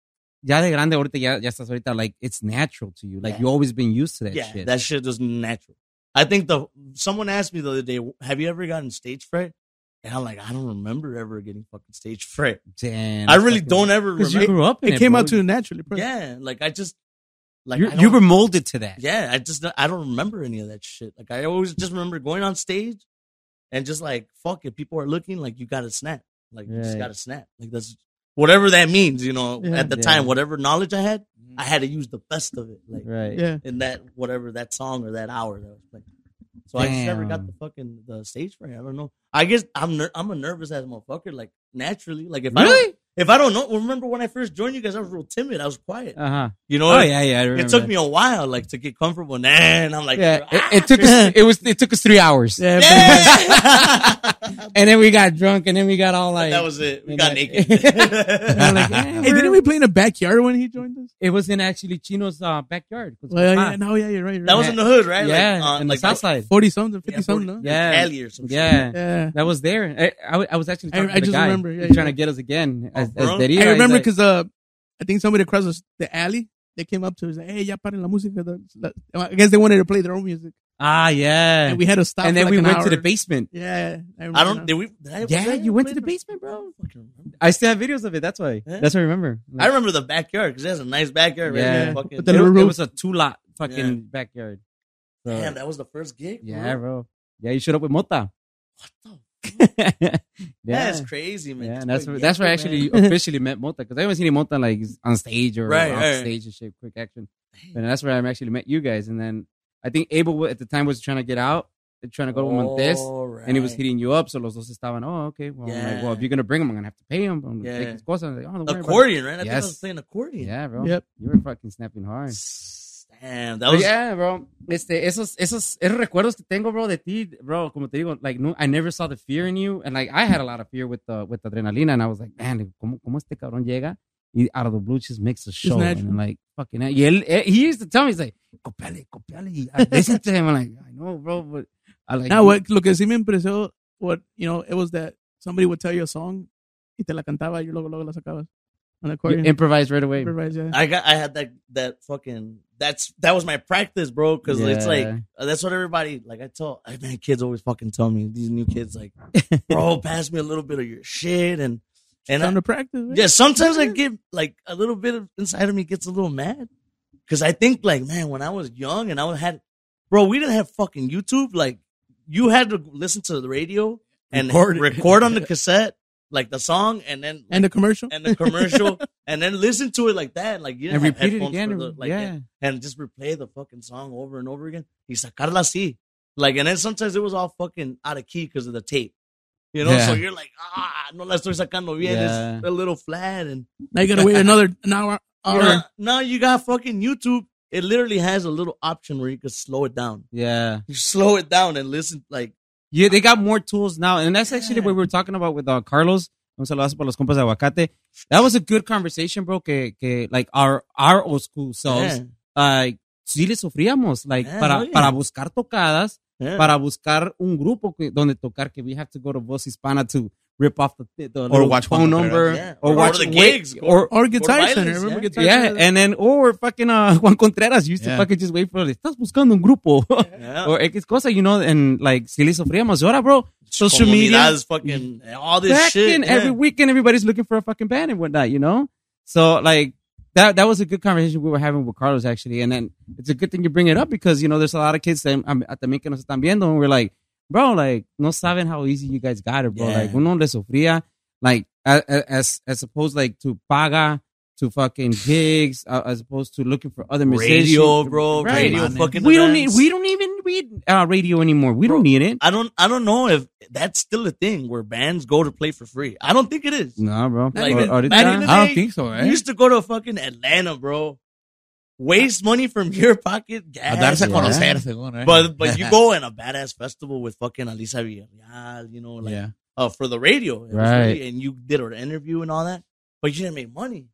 [SPEAKER 3] ya de grande ahorita, ya, ya estás ahorita, like, it's natural to you. Like,
[SPEAKER 4] Yeah.
[SPEAKER 3] you always been used to that
[SPEAKER 4] yeah,
[SPEAKER 3] shit.
[SPEAKER 4] that shit was natural. I think the someone asked me the other day, "Have you ever gotten stage fright?" And I'm like, I don't remember ever getting fucking stage fright.
[SPEAKER 3] Damn.
[SPEAKER 4] I really
[SPEAKER 3] fucking-
[SPEAKER 4] don't ever
[SPEAKER 5] Because
[SPEAKER 4] remember.
[SPEAKER 5] you
[SPEAKER 3] I grew up in
[SPEAKER 5] It
[SPEAKER 3] it,
[SPEAKER 5] came
[SPEAKER 3] bro.
[SPEAKER 5] out to you naturally. bro.
[SPEAKER 4] yeah, like I just like
[SPEAKER 3] You,
[SPEAKER 4] I
[SPEAKER 3] you
[SPEAKER 4] don't-
[SPEAKER 3] were molded to that.
[SPEAKER 4] Yeah, I just I don't remember any of that shit. Like I always just remember going on stage and just like fuck it, people are looking like you got to snap. Like you just
[SPEAKER 3] Right.
[SPEAKER 4] got to snap. Like that's whatever that means, you know,
[SPEAKER 5] Yeah.
[SPEAKER 4] at the
[SPEAKER 3] Yeah.
[SPEAKER 4] time whatever knowledge I had, I had to use the best of it like
[SPEAKER 3] Right.
[SPEAKER 5] Yeah.
[SPEAKER 4] in that whatever that song or that hour that I was playing. So I just never got
[SPEAKER 3] Damn.
[SPEAKER 4] the fucking the stage fright. I don't know. I guess I'm ner- I'm a nervous ass motherfucker like naturally. Like if I
[SPEAKER 3] Really?
[SPEAKER 4] don't, if I don't know, remember when I first joined you guys, I was real timid. I was quiet.
[SPEAKER 3] Uh-huh.
[SPEAKER 4] You know,
[SPEAKER 3] Oh, yeah, yeah. I remember
[SPEAKER 4] it took
[SPEAKER 3] that.
[SPEAKER 4] me a while, like, to get comfortable. And then I'm like,
[SPEAKER 3] Yeah,
[SPEAKER 4] ah,
[SPEAKER 3] it, it took us, it was it took us three hours,
[SPEAKER 5] Yeah.
[SPEAKER 4] yeah.
[SPEAKER 3] and then we got drunk, and then we got all like
[SPEAKER 4] that was it. We
[SPEAKER 3] and
[SPEAKER 4] got
[SPEAKER 3] I-
[SPEAKER 4] naked.
[SPEAKER 3] And I'm like, eh,
[SPEAKER 5] but- Hey, didn't we play in the backyard when he joined us?
[SPEAKER 3] It was in actually Chino's uh, backyard. Con su
[SPEAKER 5] Well,
[SPEAKER 3] papá.
[SPEAKER 5] yeah, no, uh, yeah, you're right. You're
[SPEAKER 4] that
[SPEAKER 5] right.
[SPEAKER 4] was in the hood, right?
[SPEAKER 3] yeah,
[SPEAKER 4] like, uh,
[SPEAKER 3] in
[SPEAKER 4] like
[SPEAKER 3] the south side.
[SPEAKER 5] 40 something, 50
[SPEAKER 4] Yeah,
[SPEAKER 5] something,
[SPEAKER 4] 40.
[SPEAKER 5] no?
[SPEAKER 3] Yeah.
[SPEAKER 4] Cali or some shit.
[SPEAKER 3] Yeah,
[SPEAKER 5] Yeah.
[SPEAKER 3] that was there. I, I, wa- I was actually
[SPEAKER 5] I-
[SPEAKER 3] talking
[SPEAKER 5] I
[SPEAKER 3] to the
[SPEAKER 5] just
[SPEAKER 3] guy.
[SPEAKER 5] remember, yeah,
[SPEAKER 3] He's trying
[SPEAKER 5] yeah.
[SPEAKER 3] to get us again. As,
[SPEAKER 4] Oh,
[SPEAKER 3] as
[SPEAKER 4] bro.
[SPEAKER 3] Deria,
[SPEAKER 5] I
[SPEAKER 3] he's
[SPEAKER 5] remember
[SPEAKER 3] like-
[SPEAKER 5] because uh, I think somebody across the, the alley, they came up to us like, hey, ya paren la música. the- the-" I guess they wanted to play their own music.
[SPEAKER 3] ah, yeah,
[SPEAKER 5] And we had to stop.
[SPEAKER 3] and then
[SPEAKER 5] for like
[SPEAKER 3] we
[SPEAKER 5] an
[SPEAKER 3] went to the
[SPEAKER 5] hour.
[SPEAKER 3] basement.
[SPEAKER 5] Yeah. remember now.
[SPEAKER 4] I don't, did we? Did I, was
[SPEAKER 3] Yeah,
[SPEAKER 4] I
[SPEAKER 3] you went to
[SPEAKER 4] playing
[SPEAKER 3] the
[SPEAKER 4] for-
[SPEAKER 3] basement, bro.
[SPEAKER 4] I fucking remember.
[SPEAKER 3] I still have videos of it. That's why.
[SPEAKER 4] Yeah.
[SPEAKER 3] That's what I remember.
[SPEAKER 4] I remember the backyard because it has a nice backyard, right?
[SPEAKER 3] Yeah.
[SPEAKER 4] Yeah. Fucking,
[SPEAKER 5] With
[SPEAKER 3] It,
[SPEAKER 5] the little
[SPEAKER 3] it
[SPEAKER 5] roof.
[SPEAKER 3] was a two lot fucking
[SPEAKER 4] Yeah.
[SPEAKER 3] backyard. So,
[SPEAKER 4] damn, that was the first gig.
[SPEAKER 3] yeah,
[SPEAKER 4] bro.
[SPEAKER 3] bro. Yeah, you showed up with Mota.
[SPEAKER 4] What
[SPEAKER 3] yeah,
[SPEAKER 4] the- That's crazy, man.
[SPEAKER 3] Yeah, and that's
[SPEAKER 4] quite
[SPEAKER 3] where, that's where I
[SPEAKER 4] young,
[SPEAKER 3] actually
[SPEAKER 4] man.
[SPEAKER 3] officially met Mota because I haven't seen Mota like on stage or
[SPEAKER 4] Right,
[SPEAKER 3] off
[SPEAKER 4] right.
[SPEAKER 3] stage and shit, quick action. And that's where I actually met you guys. And then I think Abel wa- at the time was trying to get out, trying to go to Montes,
[SPEAKER 4] Alright.
[SPEAKER 3] and he was hitting you up. So los dos estaban, oh, okay. Well, I'm like, well, if
[SPEAKER 4] Yeah.
[SPEAKER 3] you're gonna bring him, I'm gonna have to pay him. I'm gonna
[SPEAKER 4] Yeah.
[SPEAKER 3] take his cosas. I'm like, oh, don't worry about it.
[SPEAKER 4] accordion, right? I think I
[SPEAKER 3] Yes.
[SPEAKER 4] was playing accordion.
[SPEAKER 3] Yeah, bro.
[SPEAKER 5] Yep.
[SPEAKER 3] You were fucking snapping hard.
[SPEAKER 4] Damn, that
[SPEAKER 3] Pero
[SPEAKER 4] was
[SPEAKER 3] yeah, ah, bro. Este, esos, esos, esos recuerdos que tengo, bro, de ti, bro. Como te digo, like, no, I never saw the fear in you, and like, I had a lot of fear with the with the adrenalina, and I was like, man, cómo, cómo este cabrón llega y out of the blue just makes a show, and
[SPEAKER 5] natural.
[SPEAKER 3] I'm like, fucking. hell. Y él, eh, he used to tell me, he's like, copiale, copiale, y ah, listen to him. I'm like, I know, bro, but I like.
[SPEAKER 5] Now, what, lo que sí me impresionó, what, you know, it was that somebody would tell you a song y te la cantaba y luego, luego la sacabas. On the
[SPEAKER 3] you
[SPEAKER 5] accordion.
[SPEAKER 3] improvise right away.
[SPEAKER 5] Improvise, yeah.
[SPEAKER 4] I got I had that that fucking that's that was my practice, bro. Because it's like uh,
[SPEAKER 3] Yeah.
[SPEAKER 4] that's what everybody like. I tell I man, kids always fucking tell me these new kids like, bro, pass me a little bit of your shit and and I,
[SPEAKER 5] Time to practice. eh? right?
[SPEAKER 4] yeah. Sometimes I get like a little bit of inside of me gets a little mad because I think like man, when I was young and I was- had, bro, we didn't have fucking YouTube. Like you had to listen to the radio and
[SPEAKER 5] Record
[SPEAKER 4] record,
[SPEAKER 5] it.
[SPEAKER 4] on the cassette like the song and then
[SPEAKER 5] And the commercial.
[SPEAKER 4] and the commercial, and then listen to it like that, like you
[SPEAKER 3] And
[SPEAKER 4] didn't have
[SPEAKER 3] repeat it
[SPEAKER 4] headphones
[SPEAKER 3] again.
[SPEAKER 4] for the- like,
[SPEAKER 3] yeah.
[SPEAKER 4] and just replay the fucking song over and over again. Y sacarla así, like, and then sometimes it was all fucking out of key because of the tape, you know.
[SPEAKER 3] Yeah.
[SPEAKER 4] So you're like, ah, no la estoy sacando bien,
[SPEAKER 3] Yeah. Oh,
[SPEAKER 4] it's a little flat, and
[SPEAKER 5] Now you gotta wait another an hour. hour.
[SPEAKER 4] now, now you got fucking YouTube. It literally has a little option where you can slow it down.
[SPEAKER 3] Yeah.
[SPEAKER 4] You slow it down and listen, like,
[SPEAKER 3] Yeah, they got more tools now, and that's actually
[SPEAKER 4] Yeah.
[SPEAKER 3] what we were talking about with uh, Carlos. Un saludazo para los compas de aguacate. That was a good conversation, bro. Que, que like our our old school selves,
[SPEAKER 4] yeah,
[SPEAKER 3] like sí le sufríamos, like
[SPEAKER 4] Yeah,
[SPEAKER 3] para
[SPEAKER 4] hell yeah.
[SPEAKER 3] para buscar tocadas,
[SPEAKER 4] yeah.
[SPEAKER 3] para buscar un grupo que, donde tocar. Que we have to go to Voz Hispana to rip off the, the
[SPEAKER 6] Or
[SPEAKER 3] little
[SPEAKER 6] watch
[SPEAKER 3] phone
[SPEAKER 6] Juan
[SPEAKER 3] number
[SPEAKER 4] Contreras. Yeah.
[SPEAKER 3] or,
[SPEAKER 4] Or go
[SPEAKER 3] watch
[SPEAKER 4] to the
[SPEAKER 3] wait,
[SPEAKER 4] gigs, go-
[SPEAKER 3] or
[SPEAKER 5] Or Guitar
[SPEAKER 4] Or
[SPEAKER 5] Center.
[SPEAKER 4] violence,
[SPEAKER 5] Remember
[SPEAKER 4] yeah.
[SPEAKER 5] Guitar
[SPEAKER 3] yeah,
[SPEAKER 5] Center?
[SPEAKER 3] and then or fucking uh, Juan Contreras used
[SPEAKER 6] Yeah.
[SPEAKER 3] to fucking just wait for estás buscando un grupo
[SPEAKER 4] yeah.
[SPEAKER 3] or X cosa, you know, and like sí le sufríamos. Y ahora, bro, social media.
[SPEAKER 4] Comunidades, fucking all this
[SPEAKER 3] back
[SPEAKER 4] shit.
[SPEAKER 3] in
[SPEAKER 4] yeah.
[SPEAKER 3] every weekend everybody's looking for a fucking band and whatnot, you know? So like that that was a good conversation we were having with Carlos actually. And then it's a good thing you bring it up because you know there's a lot of kids that um, at the que nos están viendo and we're like, bro, like no saben how easy you guys got it, bro.
[SPEAKER 4] Yeah.
[SPEAKER 3] Like uno le sufría like a- a- as as opposed like to paga to fucking gigs uh, as opposed to looking for other musicians.
[SPEAKER 4] radio, bro.
[SPEAKER 3] Right.
[SPEAKER 4] Radio
[SPEAKER 6] Man,
[SPEAKER 4] fucking.
[SPEAKER 3] We don't need.
[SPEAKER 4] events.
[SPEAKER 3] We don't even read uh, radio anymore. We don't need it.
[SPEAKER 4] I don't. I don't know if that's still a thing where bands go to play for free. I don't think it is.
[SPEAKER 3] No, bro. Ahor-
[SPEAKER 4] Like, back in
[SPEAKER 3] ahorita-
[SPEAKER 4] the
[SPEAKER 6] I don't
[SPEAKER 4] day,
[SPEAKER 6] think so, eh?
[SPEAKER 4] You used to go to fucking Atlanta, bro. Waste money from your pocket, gas.
[SPEAKER 6] A darse a
[SPEAKER 3] Yeah.
[SPEAKER 6] conocer, según, eh?
[SPEAKER 4] But but you go in a badass festival with fucking Alisa Villarreal, you know, like
[SPEAKER 6] yeah.
[SPEAKER 4] uh, for the radio, It was
[SPEAKER 3] Right.
[SPEAKER 4] free, and you did an interview and all that, but you didn't make money.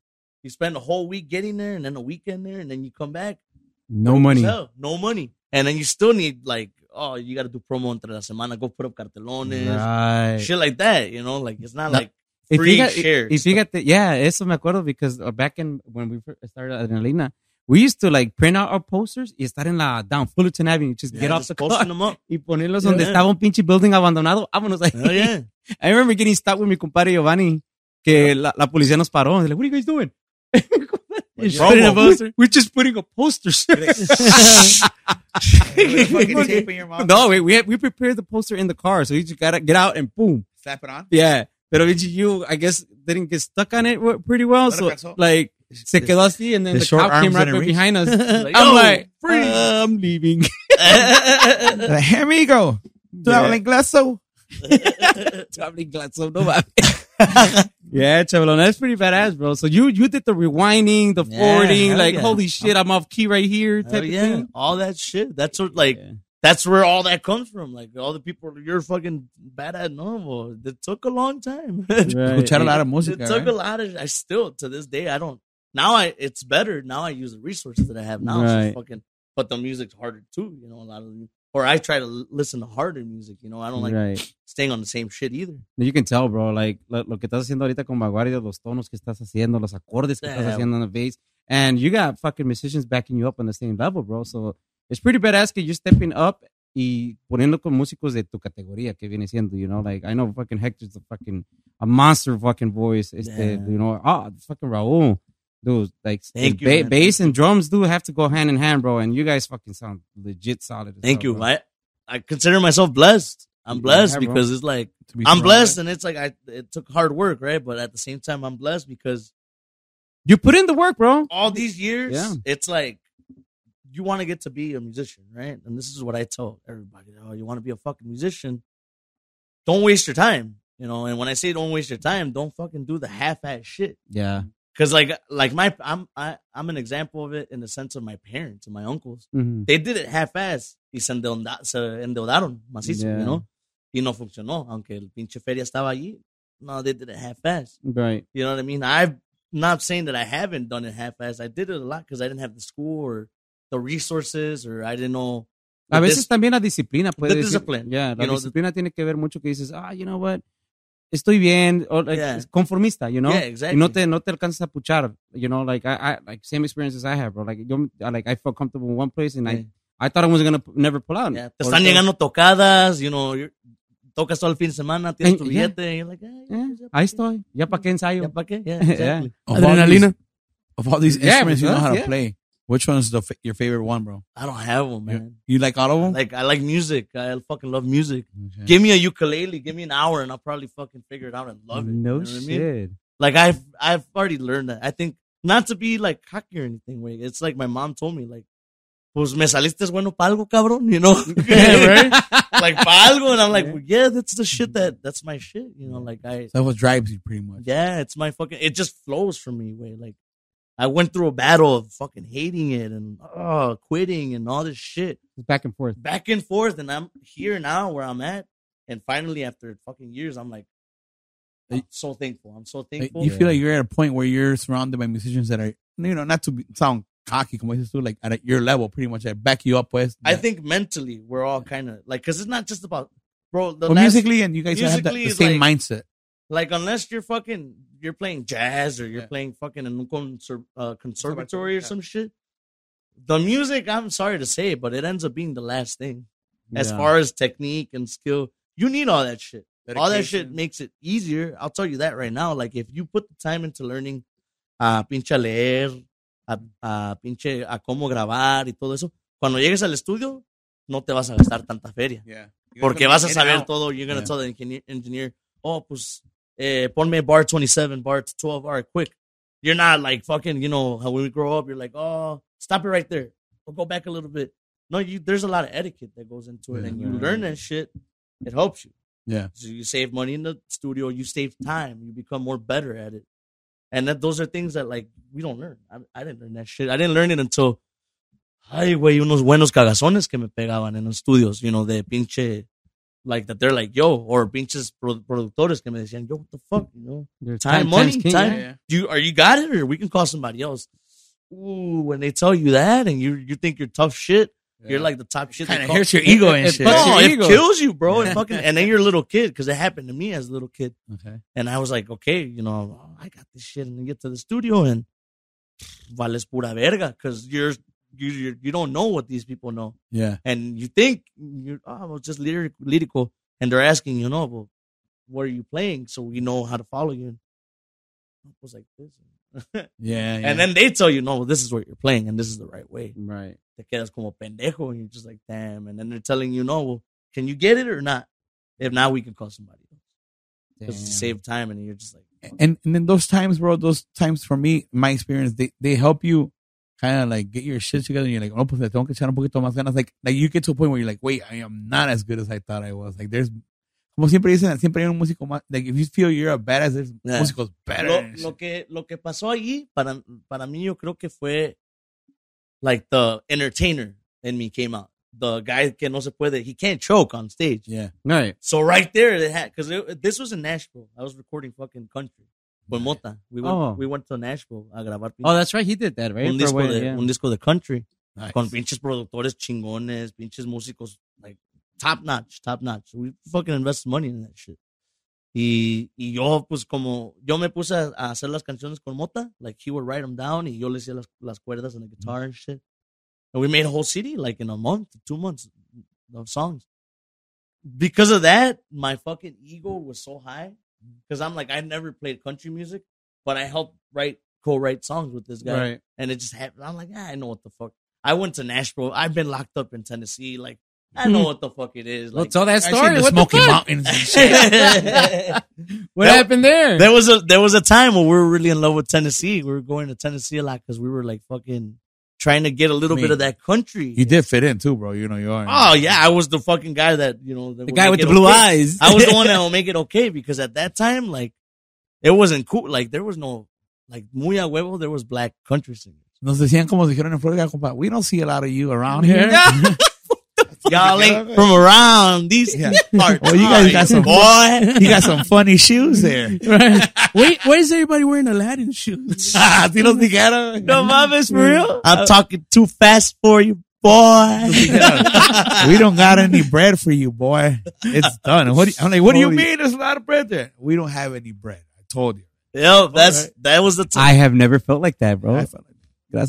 [SPEAKER 4] You spend a whole week getting there, and then a weekend there, and then you come back.
[SPEAKER 3] no money.
[SPEAKER 4] Hell, no money, and then you still need like, oh, you got to do promo entre la semana, go put up cartelones,
[SPEAKER 6] Right.
[SPEAKER 4] shit like that. You know, like it's not
[SPEAKER 6] No.
[SPEAKER 4] like
[SPEAKER 3] Y
[SPEAKER 4] free
[SPEAKER 3] fíjate-
[SPEAKER 4] share.
[SPEAKER 3] y fíjate, yeah, eso me acuerdo because uh, back in when we first started Adrenalina, we used to like print out our posters y estar en la down Fullerton Avenue, just get
[SPEAKER 4] Yeah,
[SPEAKER 3] off
[SPEAKER 4] just
[SPEAKER 3] the
[SPEAKER 4] posting
[SPEAKER 3] car
[SPEAKER 4] them up.
[SPEAKER 3] y ponerlos
[SPEAKER 4] Yeah.
[SPEAKER 3] donde estaba un pinche building abandonado. Vámonos ahí.
[SPEAKER 4] Hell yeah.
[SPEAKER 3] I remember getting stopped with mi compadre Giovanni que la, la policía nos paró. Like, what are you guys doing?
[SPEAKER 5] It's pretty
[SPEAKER 4] Promo.
[SPEAKER 5] above-
[SPEAKER 3] We're just putting up posters.
[SPEAKER 6] Fucking tape in your mouth.
[SPEAKER 3] no, we, we, had- we prepared the poster in the car, so you just gotta get out and boom.
[SPEAKER 6] Slap it on.
[SPEAKER 3] Yeah. Pero you, I guess, didn't get stuck on it w- pretty well.
[SPEAKER 6] No le
[SPEAKER 3] So,
[SPEAKER 6] alcanzó.
[SPEAKER 3] like, se quedó así, and then
[SPEAKER 6] the
[SPEAKER 3] the,
[SPEAKER 6] short
[SPEAKER 3] cop came
[SPEAKER 6] arms
[SPEAKER 3] right
[SPEAKER 6] didn't
[SPEAKER 3] back
[SPEAKER 6] reach.
[SPEAKER 3] behind us. Like,
[SPEAKER 4] Yo,
[SPEAKER 3] I'm like,
[SPEAKER 4] freeze.
[SPEAKER 3] "Uh, I'm leaving.
[SPEAKER 6] Hey, amigo. Tú hablas inglés, o?
[SPEAKER 3] Traveling glad, so no mames. yeah, chavalón, that's pretty badass, bro. So you you did the rewinding, the
[SPEAKER 4] Yeah,
[SPEAKER 3] forwarding,
[SPEAKER 4] hell
[SPEAKER 3] like
[SPEAKER 4] yeah.
[SPEAKER 3] holy shit, I'm off key right here,
[SPEAKER 4] Hell
[SPEAKER 3] type of
[SPEAKER 4] yeah,
[SPEAKER 3] thing.
[SPEAKER 4] all that shit. That's what like
[SPEAKER 3] Yeah.
[SPEAKER 4] that's where all that comes from. Like all the people you're fucking bad at novel. It took a long time.
[SPEAKER 6] Escuchar a lot of
[SPEAKER 4] it
[SPEAKER 6] música,
[SPEAKER 4] took a
[SPEAKER 6] right?
[SPEAKER 4] lot of. I still to this day I don't. Now I it's better. Now I use the resources that I have now. so
[SPEAKER 3] Right.
[SPEAKER 4] fucking, but the music's harder too. You know a lot of or I try to l- listen to harder music. You know I don't like
[SPEAKER 3] Right. Oh,
[SPEAKER 4] staying on the same shit either.
[SPEAKER 3] You can tell, bro, like lo, lo que estás haciendo ahorita con Vanguardia, los tonos que estás haciendo, los acordes que estás
[SPEAKER 4] Yeah.
[SPEAKER 3] haciendo on the bass, and you got fucking musicians backing you up on the same level, bro. So it's pretty badass que you're stepping up y poniendo con músicos de tu categoría que viene siendo, you know, like I know fucking Hector's a fucking a monster fucking voice, este,
[SPEAKER 4] Yeah.
[SPEAKER 3] you know, ah, fucking Raúl. Dude, like
[SPEAKER 4] Thank
[SPEAKER 3] the
[SPEAKER 4] you,
[SPEAKER 3] ba-
[SPEAKER 4] man.
[SPEAKER 3] bass and drums do have to go hand in hand, bro. And you guys fucking sound legit solid. as
[SPEAKER 4] Thank
[SPEAKER 3] hell,
[SPEAKER 4] you.
[SPEAKER 3] bro.
[SPEAKER 4] I I consider myself blessed. I'm
[SPEAKER 3] Yeah,
[SPEAKER 4] blessed
[SPEAKER 3] bro.
[SPEAKER 4] because it's like.
[SPEAKER 6] To be
[SPEAKER 4] I'm
[SPEAKER 6] sure.
[SPEAKER 4] blessed, and it's like I it took hard work, right? But at the same time, I'm blessed because
[SPEAKER 3] You put in the work, bro.
[SPEAKER 4] all these years,
[SPEAKER 3] Yeah.
[SPEAKER 4] it's like you want to get to be a musician, right? And this is what I tell everybody: oh, you want to be a fucking musician, don't waste your time, you know. And when I say don't waste your time, don't fucking do the half-ass shit.
[SPEAKER 3] Yeah.
[SPEAKER 4] Cause like like my I'm I, I'm an example of it in the sense of my parents and my uncles.
[SPEAKER 3] Mhm.
[SPEAKER 4] They did it half-ass y se, endeuda- se endeudaron macizo,
[SPEAKER 3] Yeah.
[SPEAKER 4] you know. Y no funcionó, aunque el pinche feria estaba allí. No, they did it half-ass.
[SPEAKER 3] Right.
[SPEAKER 4] You know what I mean? I'm not saying that I haven't done it half assed. I did it a lot because I didn't have the school or the resources or I didn't know.
[SPEAKER 3] A veces
[SPEAKER 4] this-
[SPEAKER 3] también la disciplina puede
[SPEAKER 4] the
[SPEAKER 3] decir-
[SPEAKER 4] discipline,
[SPEAKER 3] Yeah, la
[SPEAKER 4] you know,
[SPEAKER 3] disciplina tiene que ver mucho que dices, ah, you know what, estoy bien, or like,
[SPEAKER 4] Yeah.
[SPEAKER 3] es conformista, you know,
[SPEAKER 4] Yeah, exactly.
[SPEAKER 3] y no te no te alcanzas a puchar, you know, like I, I like same experiences I have, bro, like yo I, like I felt comfortable in one place and
[SPEAKER 4] Yeah.
[SPEAKER 3] I I thought I was gonna p- never pull out.
[SPEAKER 4] Yeah, te
[SPEAKER 3] Or-
[SPEAKER 4] están llegando tocadas, you know, you're- tocas todo el fin de semana, tienes
[SPEAKER 3] And-
[SPEAKER 4] tu
[SPEAKER 3] yeah.
[SPEAKER 4] billete, and you're like, eh,
[SPEAKER 3] Yeah, ahí estoy, ya para qué ensayo.
[SPEAKER 4] ¿Ya para qué? Yeah,
[SPEAKER 3] Yeah.
[SPEAKER 4] exactly.
[SPEAKER 6] Of all these-
[SPEAKER 5] Adrenalina.
[SPEAKER 6] Of all these
[SPEAKER 3] Yeah,
[SPEAKER 6] instruments you know
[SPEAKER 3] because,
[SPEAKER 6] how to
[SPEAKER 3] yeah.
[SPEAKER 6] play, which one's the fa- your favorite one, bro?
[SPEAKER 4] I don't have one, man.
[SPEAKER 6] You like all of them?
[SPEAKER 4] Like, I like music. I fucking love music.
[SPEAKER 6] Okay.
[SPEAKER 4] Give me a ukulele, give me an hour, and I'll probably fucking figure it out and love it. You
[SPEAKER 3] No
[SPEAKER 4] know what I mean?
[SPEAKER 3] shit.
[SPEAKER 4] Like I've I've already learned that. I think not to be like cocky or anything. Way it's like my mom told me like, pues me saliste bueno pa algo cabrón, you know? Like pa algo, and I'm like, well, yeah, that's the shit that that's my shit, you know? Like I
[SPEAKER 6] That's what drives you pretty much.
[SPEAKER 4] yeah, it's my fucking. It just flows from me. Way like I went through a battle of fucking hating it and oh quitting and all this shit
[SPEAKER 3] Back and forth.
[SPEAKER 4] back and forth, and I'm here now where I'm at, and finally after fucking years, I'm like. I'm so thankful. I'm so
[SPEAKER 6] Like,
[SPEAKER 4] thankful.
[SPEAKER 6] you feel like you're at a point where you're surrounded by musicians that are, you know, not to be, sound cocky, como dices tú, like at your level, pretty much, that back you up with.
[SPEAKER 4] I think mentally we're all kind of like because it's not just about bro. The
[SPEAKER 6] Well,
[SPEAKER 4] last-
[SPEAKER 6] musically, and you guys have that,
[SPEAKER 4] musically
[SPEAKER 6] the
[SPEAKER 4] is
[SPEAKER 6] same
[SPEAKER 4] like-
[SPEAKER 6] mindset.
[SPEAKER 4] like unless you're fucking you're playing jazz or you're
[SPEAKER 6] Yeah.
[SPEAKER 4] playing fucking in a conser- uh,
[SPEAKER 6] Conservatory,
[SPEAKER 4] conservatory or
[SPEAKER 6] yeah.
[SPEAKER 4] some shit. The music, I'm sorry to say, but it ends up being the last thing as
[SPEAKER 3] Yeah.
[SPEAKER 4] far as technique and skill. You need all that shit. All that shit
[SPEAKER 6] Dedication.
[SPEAKER 4] makes it easier. I'll tell you that right now. Like if you put the time into learning, a pinche a leer, a, a pinche a cómo grabar y todo eso, cuando llegues al estudio no te vas a gastar tanta feria.
[SPEAKER 6] Yeah.
[SPEAKER 4] Porque vas a saber todo. You're gonna
[SPEAKER 6] Yeah.
[SPEAKER 4] tell the engineer, engineer oh, pues, eh, ponme bar 27, bar 12, all right, quick. You're not like fucking, you know, how when we grow up, you're like, oh, stop it right there. Or go back a little bit. No, you there's a lot of etiquette that goes into it. And you learn that shit, it helps you.
[SPEAKER 6] Yeah.
[SPEAKER 4] So you save money in the studio, you save time, you become more better at it. And that those are things that like we don't learn. I, I didn't learn that shit. I didn't learn it until ay güey, unos buenos cagazones que me pegaban en los estudios, you know, de pinche like that they're like, yo, or pinches pro- productores que me decían, yo, what the fuck, you know?
[SPEAKER 3] Your
[SPEAKER 4] Time,
[SPEAKER 3] time's
[SPEAKER 4] money,
[SPEAKER 3] king,
[SPEAKER 4] time.
[SPEAKER 3] yeah.
[SPEAKER 4] Do you, are you got it or we can call somebody else? Ooh, when they tell you that and you you think you're tough shit, you're like the top shit. they
[SPEAKER 7] Kind of
[SPEAKER 4] call-
[SPEAKER 7] hurts your ego and
[SPEAKER 3] It-
[SPEAKER 7] shit.
[SPEAKER 3] but-
[SPEAKER 4] no,
[SPEAKER 3] your
[SPEAKER 4] it
[SPEAKER 3] ego.
[SPEAKER 4] kills you, bro. It fucking, and then you're a little kid because it happened to me as a little kid.
[SPEAKER 6] Okay.
[SPEAKER 4] And I was like, okay, you know, I got this shit, and you get to the studio and vales pura verga because you're you you're, you don't know what these people know,
[SPEAKER 6] Yeah.
[SPEAKER 4] and you think you're oh, I was just lyric, lyrical, and they're asking you know, well, what are you playing? So we know how to follow you. And I was like this,
[SPEAKER 6] Yeah.
[SPEAKER 4] and then they tell you, no, well, this is what you're playing, and this is the right way
[SPEAKER 3] Right.
[SPEAKER 4] te quedas como pendejo and you're just like damn and then they're telling you no well, can you get it or not if not we can call somebody else just to save time and you're just like
[SPEAKER 6] and and then those times, bro, those times for me, my experience, they, they help you kind of like get your shit together. And you're like, oh, pues le tengo que echar un poquito más ganas. Like, like you get to a point where you're like, wait, I am not as good as I thought I was. Like, there's como siempre dicen, siempre hay un músico más. Like, if you feel you're a badass, there's
[SPEAKER 4] Yeah.
[SPEAKER 6] músicos better.
[SPEAKER 4] lo,
[SPEAKER 6] and
[SPEAKER 4] lo
[SPEAKER 6] shit.
[SPEAKER 4] que lo que pasó allí para para mí yo creo que fue like the entertainer in me came out the guy que no se puede he can't choke on stage
[SPEAKER 6] yeah,
[SPEAKER 3] Right.
[SPEAKER 4] so right there they had because this was in Nashville I was recording fucking country with Mota we went
[SPEAKER 3] Oh.
[SPEAKER 4] we went to Nashville a grabar
[SPEAKER 3] Oh, that's right. He did that, right?
[SPEAKER 4] un
[SPEAKER 3] For a
[SPEAKER 4] disco
[SPEAKER 3] while,
[SPEAKER 4] de
[SPEAKER 3] yeah.
[SPEAKER 4] un disco de country
[SPEAKER 6] nice.
[SPEAKER 4] con pinches productores chingones, pinches músicos, like top notch, top notch. We fucking invested money in that shit. Y, y yo, pues como, yo me puse a, a hacer las canciones con Mota, like he would write them down y yo le hacía las, las cuerdas and the guitar and shit. And we made a whole city, like in a month, two months of songs. Because of that, my fucking ego was so high. Because I'm like, I've never played country music, but I helped write, co write songs with this guy.
[SPEAKER 6] right.
[SPEAKER 4] And it just happened. I'm like, ah, I know what the fuck. I went to Nashville. I've been locked up in Tennessee. Like, I know what the fuck it is.
[SPEAKER 7] Hmm. Well,
[SPEAKER 4] Like,
[SPEAKER 7] tell that
[SPEAKER 6] I've seen
[SPEAKER 7] story.
[SPEAKER 6] the
[SPEAKER 7] What
[SPEAKER 6] Smoky
[SPEAKER 7] the fuck?
[SPEAKER 6] Mountains. and shit.
[SPEAKER 4] there
[SPEAKER 7] What
[SPEAKER 4] That-
[SPEAKER 7] happened there?
[SPEAKER 4] was a there was a time when we were really in love with Tennessee. We were going to Tennessee a lot because we were like fucking trying to get a little
[SPEAKER 6] I
[SPEAKER 4] bit
[SPEAKER 6] mean,
[SPEAKER 4] of that country.
[SPEAKER 6] You did fit in too, bro. You know you are.
[SPEAKER 4] Oh yeah, I was the fucking guy that you know that
[SPEAKER 7] the
[SPEAKER 4] would
[SPEAKER 7] guy
[SPEAKER 4] make
[SPEAKER 7] with
[SPEAKER 4] it
[SPEAKER 7] the blue
[SPEAKER 4] okay.
[SPEAKER 7] eyes.
[SPEAKER 4] I was the one that will make it okay because at that time, like, it wasn't cool. Like there was no like muy a huevo. There was black country singers.
[SPEAKER 6] Nos decían como dijeron en Florida, compa, we don't see a lot of you around here.
[SPEAKER 4] Y'all ain't from around these
[SPEAKER 6] Yeah.
[SPEAKER 4] parts.
[SPEAKER 6] Well, you guys got some-
[SPEAKER 4] boy.
[SPEAKER 6] you got some funny shoes there.
[SPEAKER 5] Right. Wait, why is everybody wearing Aladdin shoes?
[SPEAKER 6] ah, si nos dijeron.
[SPEAKER 4] No mames, for real.
[SPEAKER 6] Uh,
[SPEAKER 4] I'm talking too fast for you, boy.
[SPEAKER 6] we don't got any bread for you, boy. It's done. What do you- I'm like, what do you
[SPEAKER 5] Holy-
[SPEAKER 6] mean? There's a lot of bread there. We don't have any bread. I told you.
[SPEAKER 4] Yo, that's that was the time.
[SPEAKER 3] I have never felt like that, bro.
[SPEAKER 6] I felt like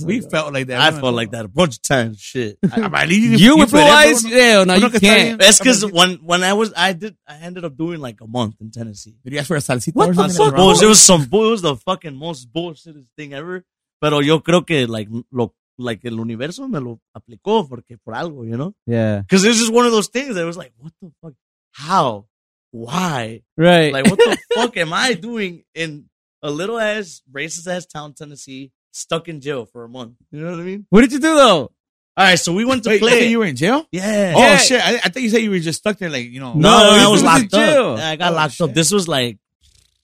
[SPEAKER 6] we felt like that.
[SPEAKER 4] I, felt like that a bunch of times. Shit.
[SPEAKER 6] I, I, you
[SPEAKER 3] you with blue
[SPEAKER 6] fit in,
[SPEAKER 3] eyes?
[SPEAKER 6] bro.
[SPEAKER 3] Yeah, no,
[SPEAKER 6] Uno
[SPEAKER 3] you
[SPEAKER 6] que está bien.
[SPEAKER 3] can't.
[SPEAKER 4] That's because when when I was I did I ended up doing like a month in Tennessee.
[SPEAKER 6] Did you ask for a salsita
[SPEAKER 3] What
[SPEAKER 6] or
[SPEAKER 3] the
[SPEAKER 6] something?
[SPEAKER 3] fuck?
[SPEAKER 6] Bro,
[SPEAKER 4] Bull- it was some bull- it was the fucking most bullshitest thing ever. Pero yo creo que like lo like el universo me lo aplicó porque por algo, you know?
[SPEAKER 3] Yeah.
[SPEAKER 4] Because it was just one of those things that was like, what the fuck? How? Why?
[SPEAKER 3] Right.
[SPEAKER 4] Like, what the fuck am I doing in a little ass, racist ass town, Tennessee, stuck in jail for a month? You know what I mean?
[SPEAKER 3] what did you do though?
[SPEAKER 4] All right, so we went to
[SPEAKER 6] Wait, you
[SPEAKER 4] play.
[SPEAKER 6] said you were in jail?
[SPEAKER 4] yeah.
[SPEAKER 6] Oh shit! I, I thought you said you were just stuck there, like you know.
[SPEAKER 4] no,
[SPEAKER 3] no,
[SPEAKER 4] I
[SPEAKER 3] you
[SPEAKER 4] was
[SPEAKER 3] went to
[SPEAKER 4] locked
[SPEAKER 3] jail.
[SPEAKER 4] up. I got
[SPEAKER 6] Oh,
[SPEAKER 4] locked
[SPEAKER 6] shit.
[SPEAKER 4] up. This was like,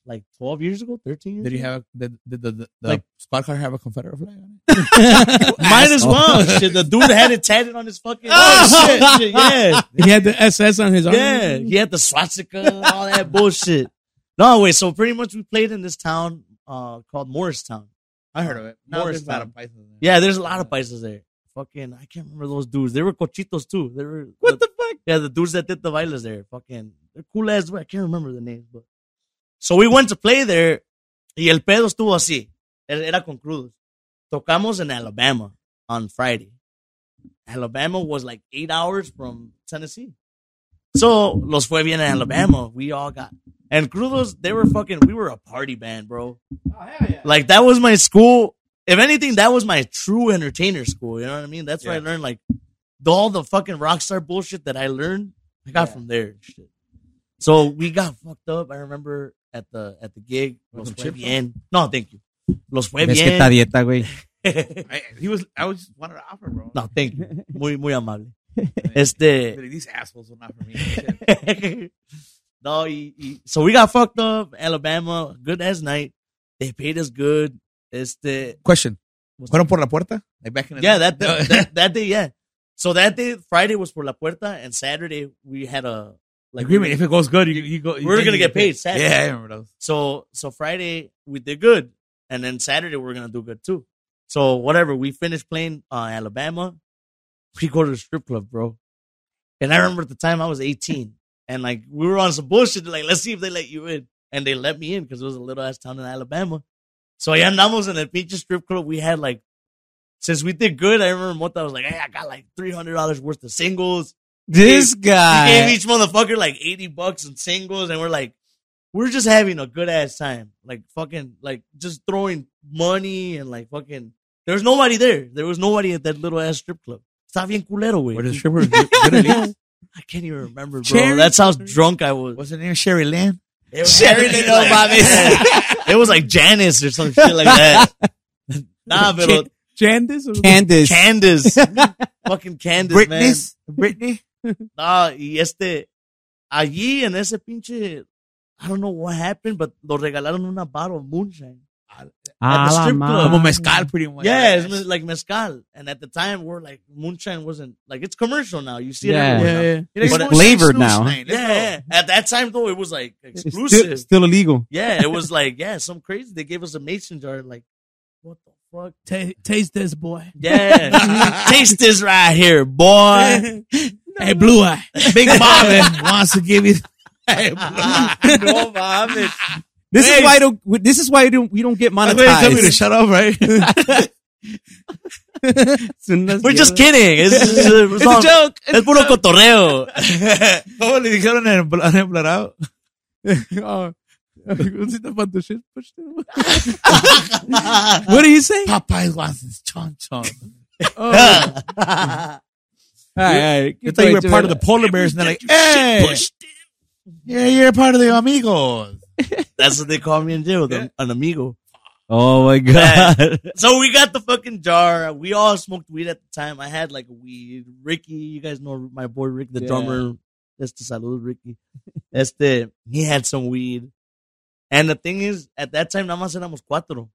[SPEAKER 4] like 12 years ago, 13 years
[SPEAKER 6] Did you
[SPEAKER 4] ago?
[SPEAKER 6] have did, did the, the, the
[SPEAKER 4] Like-
[SPEAKER 6] squad car have a Confederate flag on
[SPEAKER 4] Might as well. shit, the dude had it tatted on his fucking. Oh, shit, shit, yeah.
[SPEAKER 5] He had the SS on his arm.
[SPEAKER 4] Yeah, he had the swastika, all that bullshit. No, wait. So pretty much we played in this town uh, called Morristown.
[SPEAKER 6] I heard of it.
[SPEAKER 4] No, there's not a
[SPEAKER 6] paisas.
[SPEAKER 4] Yeah, there's a lot of paisas there. Fucking, I can't remember those dudes. They were cochitos too. They were what the, fuck? Yeah, the dudes that did the bailes there. Fucking, they're cool ass. I can't remember the names, but so we went to play there. Y el pedo estuvo así. Era era con crudos. Tocamos in Alabama on Friday. Alabama was like eight hours from Tennessee. So los fue bien en Alabama. We all got and crudos. They were fucking. We were a party band, bro. Like that was my school. If anything, that was my true entertainer school. You know what I mean? That's where I learned like the- all the fucking rock star bullshit that I learned. I got from there. and Shit. So we got fucked up. I remember at the at the gig. Los fue bien. No, thank you. los fue
[SPEAKER 3] Es que está a
[SPEAKER 4] bien.
[SPEAKER 3] dieta, güey.
[SPEAKER 6] I, he was, I was just wanted to offer, bro.
[SPEAKER 4] No, thank you. Muy, muy amable. Este.
[SPEAKER 6] But these assholes will not for me.
[SPEAKER 4] no, y, y- so we got fucked up. Alabama, good as night. They paid us good. Este.
[SPEAKER 6] Question.
[SPEAKER 4] what's-
[SPEAKER 6] ¿Fueron por la puerta? Like back in the
[SPEAKER 4] Yeah, that, that, that that day, yeah. So that day, Friday was por la puerta, and Saturday we had a like
[SPEAKER 6] agreement. If it goes good, you, you go. you
[SPEAKER 4] We're
[SPEAKER 6] then
[SPEAKER 4] gonna
[SPEAKER 6] you
[SPEAKER 4] get paid Saturday.
[SPEAKER 6] Yeah, I remember those.
[SPEAKER 4] So so Friday we did good, and then Saturday we are gonna do good too. So whatever, we finished playing uh, Alabama, we go to the strip club, bro. And I remember at the time I was 18, and like we were on some bullshit, like let's see if they let you in, and they let me in because it was a little ass town in Alabama. So I andamos in the beach strip club. We had like since we did good, I remember Mota was like, hey, I got like three hundred dollars worth of singles.
[SPEAKER 3] This
[SPEAKER 4] He gave
[SPEAKER 3] guy.
[SPEAKER 4] each motherfucker like 80 bucks in singles, and we're like, we're just having a good ass time. Like, fucking, like, just throwing money and like, fucking, there was nobody there. There was nobody at that little ass strip club. Está bien culero, güey.
[SPEAKER 6] Were the strippers good, good at least?
[SPEAKER 4] I can't even remember, bro.
[SPEAKER 5] Cherry?
[SPEAKER 4] That's how drunk I was.
[SPEAKER 6] What's her name? Sherry Lynn?
[SPEAKER 4] It was, like, it was like Janice or some shit like that. nah, pero
[SPEAKER 5] Chandis. o-
[SPEAKER 3] Candice.
[SPEAKER 4] Candace. fucking Candace, man.
[SPEAKER 6] Britney? Britney?
[SPEAKER 4] No, y este, allí en ese pinche, I don't know what happened, but lo regalaron una bottle of moonshine.
[SPEAKER 3] Ah,
[SPEAKER 4] At the
[SPEAKER 3] la
[SPEAKER 4] strip
[SPEAKER 3] madre.
[SPEAKER 4] club.
[SPEAKER 6] Como mezcal, pretty
[SPEAKER 5] Oh
[SPEAKER 6] much.
[SPEAKER 4] yeah, it's mez- like mezcal. And at the time, we're like, moonshine wasn't, like, it's commercial now. You see it
[SPEAKER 3] Yeah.
[SPEAKER 4] everywhere.
[SPEAKER 5] Yeah, yeah.
[SPEAKER 6] It is
[SPEAKER 4] But-
[SPEAKER 6] more
[SPEAKER 3] flavored
[SPEAKER 6] sexual
[SPEAKER 3] now.
[SPEAKER 6] tonight. Let's
[SPEAKER 4] Yeah,
[SPEAKER 6] go.
[SPEAKER 4] yeah. At that time, though, it was like
[SPEAKER 3] It's
[SPEAKER 4] exclusive.
[SPEAKER 3] still, still illegal.
[SPEAKER 4] yeah, it was like, yeah, some crazy. They gave us a mason jar, like, what the fuck?
[SPEAKER 5] Ta- taste this, boy.
[SPEAKER 4] Yeah. Taste this right here, boy.
[SPEAKER 5] Hey, Blue Eye.
[SPEAKER 6] Big Bob wants to give you. Hey,
[SPEAKER 3] no mames. This is why don't we- this is why we don't, we don't get
[SPEAKER 6] I'm gonna tell me to
[SPEAKER 3] monetized.
[SPEAKER 6] shut up, right?
[SPEAKER 4] We're just kidding. It's, it's, it's, all-
[SPEAKER 3] joke.
[SPEAKER 4] es puro cotorreo.
[SPEAKER 6] ¿Cómo le dijeron en el en el emplorado?
[SPEAKER 5] oh. Was it about the shit pushed in? what do you say?
[SPEAKER 6] Popeye wants his chon chon.
[SPEAKER 5] Oh,
[SPEAKER 6] You thought you were part of the polar bears, and they're like, hey, yeah, you're part of the amigos.
[SPEAKER 4] That's what they call me in jail, the, an amigo.
[SPEAKER 3] Oh my god.
[SPEAKER 4] So we got the fucking jar. We all smoked weed at the time. I had like a weed. Ricky, you guys know my boy Rick, the
[SPEAKER 3] Yeah.
[SPEAKER 4] drummer. That's the salud, Ricky. That's the he had some weed. And the thing is, at that time, nada más éramos cuatro.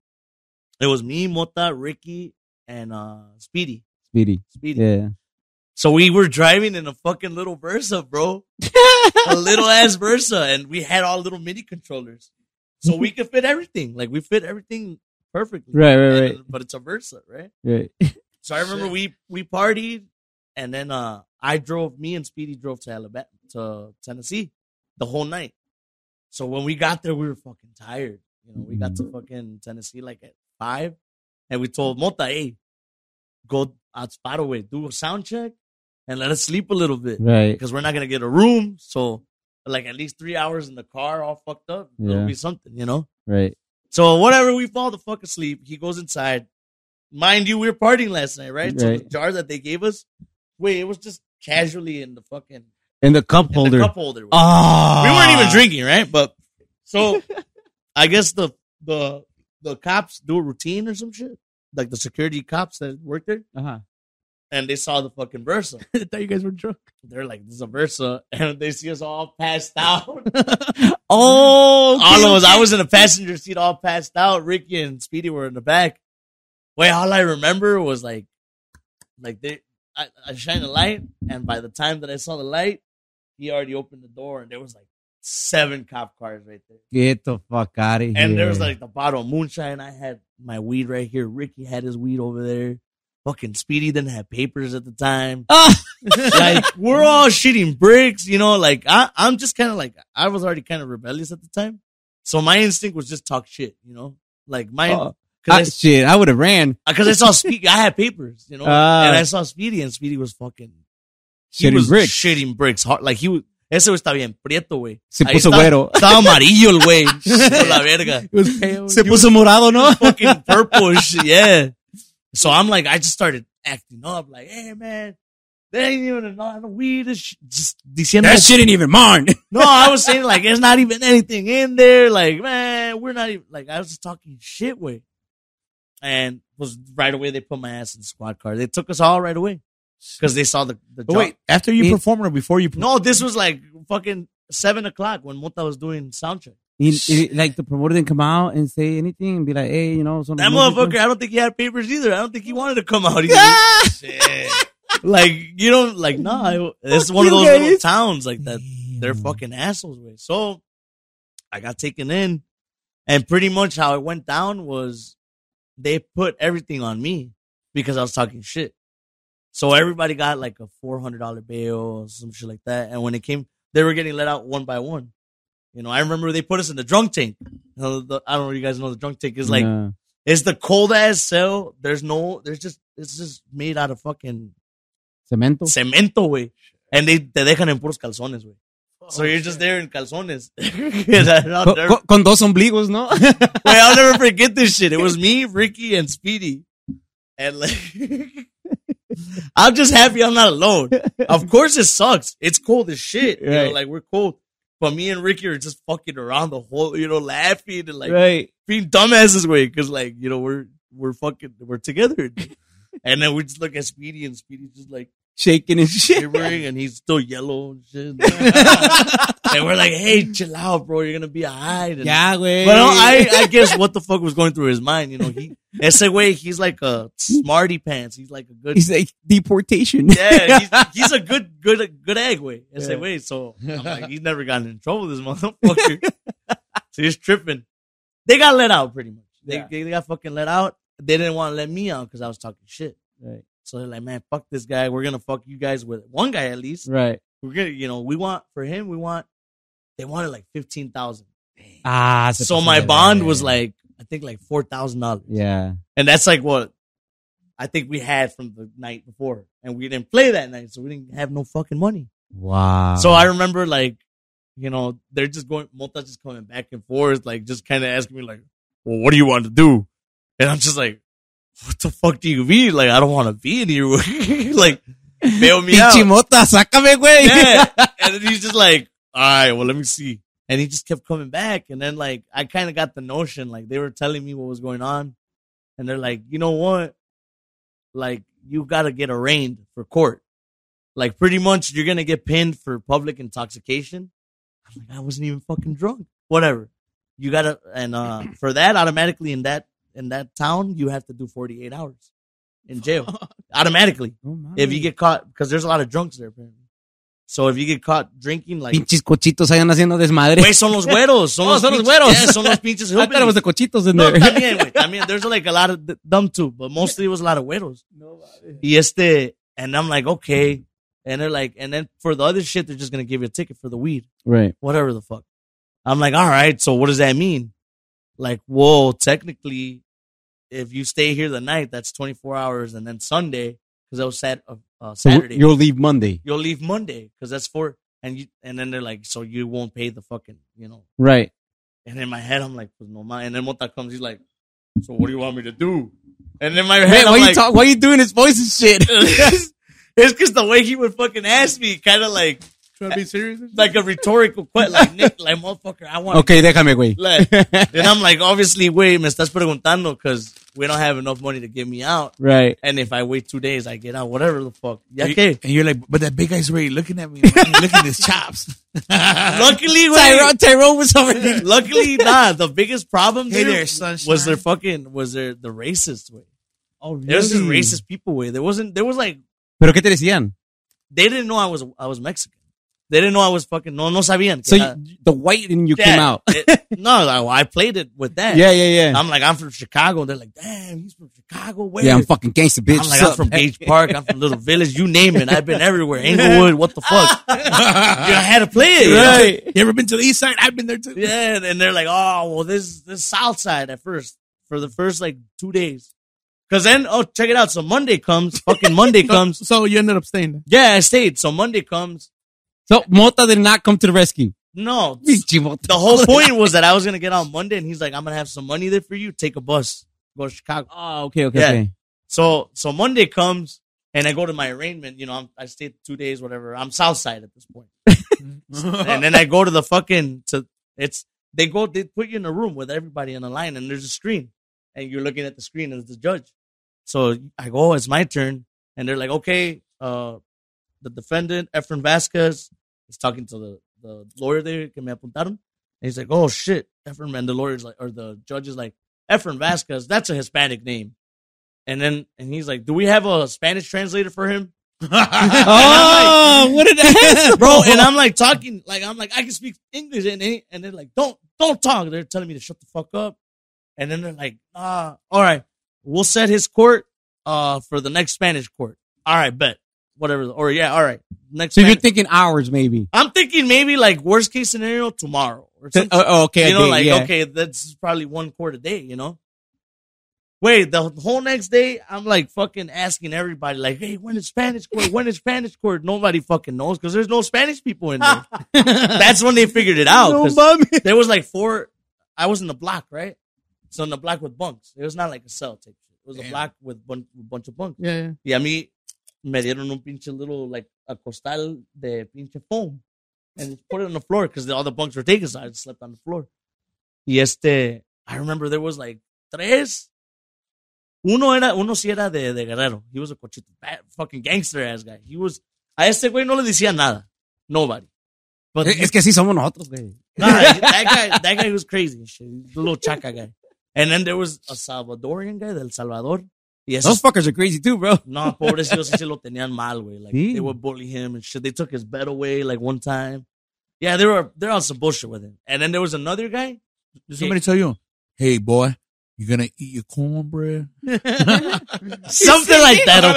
[SPEAKER 4] It was me, Mota, Ricky, and uh, Speedy.
[SPEAKER 3] Speedy.
[SPEAKER 4] Speedy.
[SPEAKER 3] Yeah.
[SPEAKER 4] So we were driving in a fucking little Versa, bro. a little ass Versa, and we had all little MIDI controllers, so we could fit everything. Like we fit everything perfectly.
[SPEAKER 3] Right, right,
[SPEAKER 4] And-
[SPEAKER 3] right.
[SPEAKER 4] But it's a Versa, right?
[SPEAKER 3] Right.
[SPEAKER 4] So I remember we we partied, and then uh I drove. Me and Speedy drove to Alabama to Tennessee the whole night. So when we got there, we were fucking tired. You know, we got to fucking Tennessee like at five, and we told Mota, "Hey, go out way, do a sound check, and let us sleep a little bit."
[SPEAKER 3] Right.
[SPEAKER 4] because we're not gonna get a room. So like at least three hours in the car, all fucked up.
[SPEAKER 3] Yeah.
[SPEAKER 4] It'll be something, you know.
[SPEAKER 3] Right.
[SPEAKER 4] So whatever, we fall the fuck asleep. He goes inside. Mind you, we were partying last night, right? So the
[SPEAKER 3] Right.
[SPEAKER 4] jar that they gave us, wait, it was just casually in the fucking
[SPEAKER 3] In the cup
[SPEAKER 4] in the
[SPEAKER 3] holder.
[SPEAKER 4] cup holder.
[SPEAKER 3] Ah.
[SPEAKER 4] We weren't even drinking, right? But so I guess the the the cops do a routine or some shit, like the security cops that work there,
[SPEAKER 3] Uh-huh.
[SPEAKER 4] and they saw the fucking Versa.
[SPEAKER 5] I thought you guys were drunk.
[SPEAKER 4] They're like, "This is a Versa," and they see us all passed out.
[SPEAKER 3] Oh,
[SPEAKER 4] all of us. I was in the passenger seat, all passed out. Ricky and Speedy were in the back. Wait, all I remember was like, like they, I, I shined a light, and by the time that I saw the light, he already opened the door, and there was like seven cop cars right there.
[SPEAKER 3] Get the fuck out of here.
[SPEAKER 4] And there was like the bottle of moonshine. I had my weed right here. Ricky had his weed over there. Fucking Speedy didn't have papers at the time.
[SPEAKER 3] Ah.
[SPEAKER 4] like we're all shitting bricks, you know. Like I, I'm just kind of like I was already kind of rebellious at the time, so my instinct was just talk shit, you know. Like my
[SPEAKER 3] Oh, I,
[SPEAKER 4] because
[SPEAKER 3] shit, I would have ran.
[SPEAKER 4] I, 'cause I saw Speedy, I had papers, you know,
[SPEAKER 3] Ah.
[SPEAKER 4] and I saw Speedy, and Speedy was fucking he
[SPEAKER 3] Shit
[SPEAKER 4] was
[SPEAKER 3] was brick.
[SPEAKER 4] shitting bricks hard. Like he was. Ese güey está bien prieto, güey.
[SPEAKER 3] Se
[SPEAKER 4] Ahí
[SPEAKER 3] puso
[SPEAKER 4] estaba-
[SPEAKER 3] güero.
[SPEAKER 4] Estaba amarillo el güey. Por la verga
[SPEAKER 5] It was pale.
[SPEAKER 3] puso morado, ¿no?
[SPEAKER 4] fucking purplish. Yeah. So I'm like, I just started acting up, like, hey man, they ain't even a lot of weed. It's sh- Just diciendo.
[SPEAKER 3] ain't even mine.
[SPEAKER 4] no, I was saying like, there's not even anything in there. Like, man, we're not even like, I was just talking shit way. and was right away they put my ass in the squad car. They took us all right away because they saw the, the
[SPEAKER 6] But
[SPEAKER 4] job.
[SPEAKER 6] wait, after you
[SPEAKER 3] Me-
[SPEAKER 6] perform or before you perform?
[SPEAKER 4] No, this was like fucking seven o'clock when Mota was doing sound check.
[SPEAKER 3] He- he- like the promoter didn't come out and say anything and be like, hey, you know, some
[SPEAKER 4] That
[SPEAKER 3] músico.
[SPEAKER 4] motherfucker, I don't think he had papers either. I don't think he wanted to come out either. Shit. Like you don't like nah. I- It's one of
[SPEAKER 3] you
[SPEAKER 4] those little
[SPEAKER 3] guys.
[SPEAKER 4] towns like that. They're fucking assholes. Way. So I got taken in, and pretty much how it went down was they put everything on me because I was talking shit. So everybody got like a four hundred dollar bail or some shit like that. And when it came, they were getting let out one by one. You know, I remember they put us in the drunk tank. You know, the- I don't know if you guys know the drunk tank is like
[SPEAKER 3] Yeah.
[SPEAKER 4] it's the cold ass cell. There's no. There's just. It's just made out of fucking
[SPEAKER 3] cemento.
[SPEAKER 4] cemento, güey. And they te dejan en puros calzones, güey. So you're just there in calzones. And I'll
[SPEAKER 3] Oh, Co-
[SPEAKER 4] never-
[SPEAKER 3] co- con dos ombligos, ¿no?
[SPEAKER 4] Wait, I'll never forget this shit. It was me, Ricky, and Speedy. And like, I'm just happy I'm not alone. Of course, it sucks. It's cold as shit. You know,
[SPEAKER 3] Right.
[SPEAKER 4] like we're cold. But me and Ricky are just fucking around the whole, you know, laughing and like
[SPEAKER 3] right.
[SPEAKER 4] being dumbasses way because like you know we're we're fucking we're together and then we just look at speedy and speedy's just like
[SPEAKER 3] Shaking and shit.
[SPEAKER 4] shivering and he's still yellow and shit and we're like hey chill out bro you're gonna be alright And-
[SPEAKER 3] Ya, güey.
[SPEAKER 4] but I, I guess what the fuck was going through his mind you know he ese way he's like a smarty pants he's like a good
[SPEAKER 3] He's like deportation.
[SPEAKER 4] yeah, he's, he's a good, good, good egg, way. Ese way. So I'm like, he's never gotten in trouble, this motherfucker. so he's tripping. They got let out pretty much. They,
[SPEAKER 3] Yeah.
[SPEAKER 4] they, they got fucking let out. They didn't want to let me out because I was talking shit.
[SPEAKER 3] Right.
[SPEAKER 4] So they're like, man, fuck this guy. We're gonna fuck you guys with one guy at least.
[SPEAKER 3] Right.
[SPEAKER 4] We're gonna, you know, we want for him. We want. They wanted like fifteen thousand.
[SPEAKER 3] Ah, se
[SPEAKER 4] So
[SPEAKER 3] pasó
[SPEAKER 4] my
[SPEAKER 3] de
[SPEAKER 4] bond
[SPEAKER 3] verga.
[SPEAKER 4] was like, I think like four thousand dollars.
[SPEAKER 3] Yeah.
[SPEAKER 4] And that's like what I think we had from the night before. And we didn't play that night, so we didn't have no fucking money.
[SPEAKER 3] Wow.
[SPEAKER 4] So I remember like, you know, they're just going Mota's just coming back and forth, like just kinda asking me like, Well, what do you want to do? And I'm just like, What the fuck do you mean? Like I don't wanna be in here like bail me out.
[SPEAKER 3] Pichimota, sácame, güey.
[SPEAKER 4] Yeah. and then he's just like, all right, well, let me see. And he just kept coming back. And then, like, I kind of got the notion, like, they were telling me what was going on. And they're like, you know what? Like, you got to get arraigned for court. Like, pretty much, you're going to get pinned for public intoxication. I'm like, I wasn't even fucking drunk. Whatever. You got to, and uh, for that, automatically in that, in that town, you have to do 48 hours in jail. automatically
[SPEAKER 3] No mames.
[SPEAKER 4] if you get caught because there's a lot of drunks there apparently. So if you get caught drinking, like
[SPEAKER 3] Pinches cochitos hayan haciendo desmadre.
[SPEAKER 4] wait, son los güeros, son,
[SPEAKER 3] Oh,
[SPEAKER 4] los,
[SPEAKER 3] son los
[SPEAKER 4] pinches-
[SPEAKER 3] güeros.
[SPEAKER 4] yeah, son los pinches
[SPEAKER 3] I thought it was the
[SPEAKER 4] hillbillies.
[SPEAKER 3] cochitos in
[SPEAKER 4] No,
[SPEAKER 3] there.
[SPEAKER 4] también, güey, también. There's like a lot of th- them too, but mostly it was a lot of güeros. Y este, and I'm like, okay, and they're like, and then for the other shit, they're just gonna give you a ticket for the weed,
[SPEAKER 3] Right.
[SPEAKER 4] whatever the fuck. I'm like, all right, so what does that mean? Like, whoa, technically, if you stay here the night, that's 24 hours, and then Sunday, because that was sat- uh, uh,
[SPEAKER 3] So
[SPEAKER 4] Saturday
[SPEAKER 3] you'll leave Monday.
[SPEAKER 4] you'll leave Monday because that's four. And you and then they're like, so you won't pay the fucking, you know.
[SPEAKER 3] Right.
[SPEAKER 4] And in my head, I'm like, pues no ma. And then Mota comes, he's like, so what do you want me to do? And in my head,
[SPEAKER 3] Wait,
[SPEAKER 4] I'm
[SPEAKER 3] why you
[SPEAKER 4] like,
[SPEAKER 3] talk, why you doing his voice and shit?
[SPEAKER 4] it's because the way he would fucking ask me, kind of like,
[SPEAKER 5] Trying
[SPEAKER 3] eh,
[SPEAKER 5] to be serious.
[SPEAKER 4] like a rhetorical question, like Nick, like motherfucker, I want.
[SPEAKER 3] okay, déjame, güey.
[SPEAKER 4] Like, and I'm like, obviously, wait, me estás preguntando because we don't have enough money to get me out.
[SPEAKER 3] Right.
[SPEAKER 4] And if I wait two days, I get out, whatever the fuck. Yeah,
[SPEAKER 6] And you-
[SPEAKER 4] okay.
[SPEAKER 6] And you're like, but that big guy's already looking at me. man. Look at his chops.
[SPEAKER 4] Luckily, wait.
[SPEAKER 3] Tyrone, Tyrone was already.
[SPEAKER 4] Luckily, nah. The biggest problem
[SPEAKER 6] Hey
[SPEAKER 4] there,
[SPEAKER 6] there, sunshine.
[SPEAKER 4] was their fucking was their the racist way.
[SPEAKER 3] Oh,
[SPEAKER 4] There was just racist people way. There wasn't. There was like
[SPEAKER 3] Pero qué te decían?
[SPEAKER 4] they didn't know I was I was Mexican. They didn't know I was fucking no no sabían. que
[SPEAKER 3] So
[SPEAKER 4] era-
[SPEAKER 3] you, the white in you
[SPEAKER 4] Uh, Yeah, Uh,
[SPEAKER 3] came out.
[SPEAKER 4] it- no, I, I played it with that.
[SPEAKER 3] Yeah, yeah, yeah.
[SPEAKER 4] I'm like I'm from Chicago. They're like, damn, he's from Chicago. Where?
[SPEAKER 3] yeah, I'm fucking gangster, bitch.
[SPEAKER 4] I'm like I'm
[SPEAKER 3] Sup?
[SPEAKER 4] from Gage Park. I'm from Little Village. You name it. I've been everywhere. Inglewood. What the fuck? you know, I had to play it. you know?
[SPEAKER 3] Right.
[SPEAKER 6] You ever been to the east side? I've been there too.
[SPEAKER 4] Yeah, and- and they're like, oh, well, this this South Side at first for the first like two days, because then oh, check it out. So Monday comes, fucking Monday comes.
[SPEAKER 5] So you ended up staying.
[SPEAKER 4] Yeah, I stayed. So Monday comes.
[SPEAKER 3] So Mota did not come to the rescue.
[SPEAKER 4] No,
[SPEAKER 3] Pinche Mota.
[SPEAKER 4] the whole point was that I was gonna get on Monday, and he's like, I'm gonna have some money there for you. Take a bus, go to Chicago.
[SPEAKER 3] Oh, okay, okay,
[SPEAKER 4] Yeah.
[SPEAKER 3] okay.
[SPEAKER 4] So so Monday comes, and I go to my arraignment. You know, I'm, I stayed two days, whatever. I'm South Side at this point, and then I go to the fucking to it's. They go, they put you in a room with everybody in a line, and there's a screen, and you're looking at the screen as the judge. So I go, it's my turn, and they're like, okay, uh, the defendant Efren Vasquez is talking to the, the lawyer there que me apuntaron, and he's like, oh shit, Efren, and the lawyer's like, or the judge is like, Efren Vasquez, that's a Hispanic name, and then and he's like, do we have a Spanish translator for him? And I'm like,
[SPEAKER 3] Oh, what an asshole.
[SPEAKER 4] bro. And I'm like talking, like I'm like I can speak English, and they, and they're like, don't don't talk. They're telling me to shut the fuck up, and then they're like, ah, all right, we'll set his court uh for the next Spanish court. All right, bet whatever. Or yeah, all right, next.
[SPEAKER 3] So you're
[SPEAKER 4] Spanish-
[SPEAKER 3] thinking hours, maybe.
[SPEAKER 4] I'm thinking maybe like worst case scenario tomorrow or
[SPEAKER 3] Oh,
[SPEAKER 4] something.
[SPEAKER 3] oh, okay,
[SPEAKER 4] you know,
[SPEAKER 3] okay,
[SPEAKER 4] like
[SPEAKER 3] yeah.
[SPEAKER 4] okay, that's probably one court a day. You know. Wait, the whole next day, I'm like fucking asking everybody, like, hey, when is Spanish court? When is Spanish court? Nobody fucking knows because there's no Spanish people in there. That's when they figured it out. 'cause there was like four. I was in the block, right? So in the block with bunks. It was not like a cell type shit. It was a block with bun- a bunch of bunks.
[SPEAKER 5] Yeah, yeah.
[SPEAKER 4] Y a mí me dieron un pinche little, like, a costal de pinche foam. And put it on the floor because all the bunks were taken, so I just slept on the floor. Y este, I remember there was like tres. Uno era, uno sí era de, de Guerrero. He was a cochito, bad, fucking gangster ass guy. He was, a este güey no le decía nada. Nobody. But
[SPEAKER 3] Eh, Es que sí somos nosotros, güey.
[SPEAKER 4] Nah, that guy, that guy was crazy and shit. The little chaca guy. And then there was a Salvadorian guy, del Salvador. Y esos
[SPEAKER 3] Those fuckers are crazy too, bro.
[SPEAKER 4] no, pobrecitos sí se lo tenían mal, güey. Like
[SPEAKER 3] Sí.
[SPEAKER 4] they would bully him and shit. They took his bed away like one time. Yeah, they were they're on some bullshit with him. And then there was another guy.
[SPEAKER 6] Did somebody tell you, hey, boy, you're going to eat your cornbread?
[SPEAKER 4] Something like that, of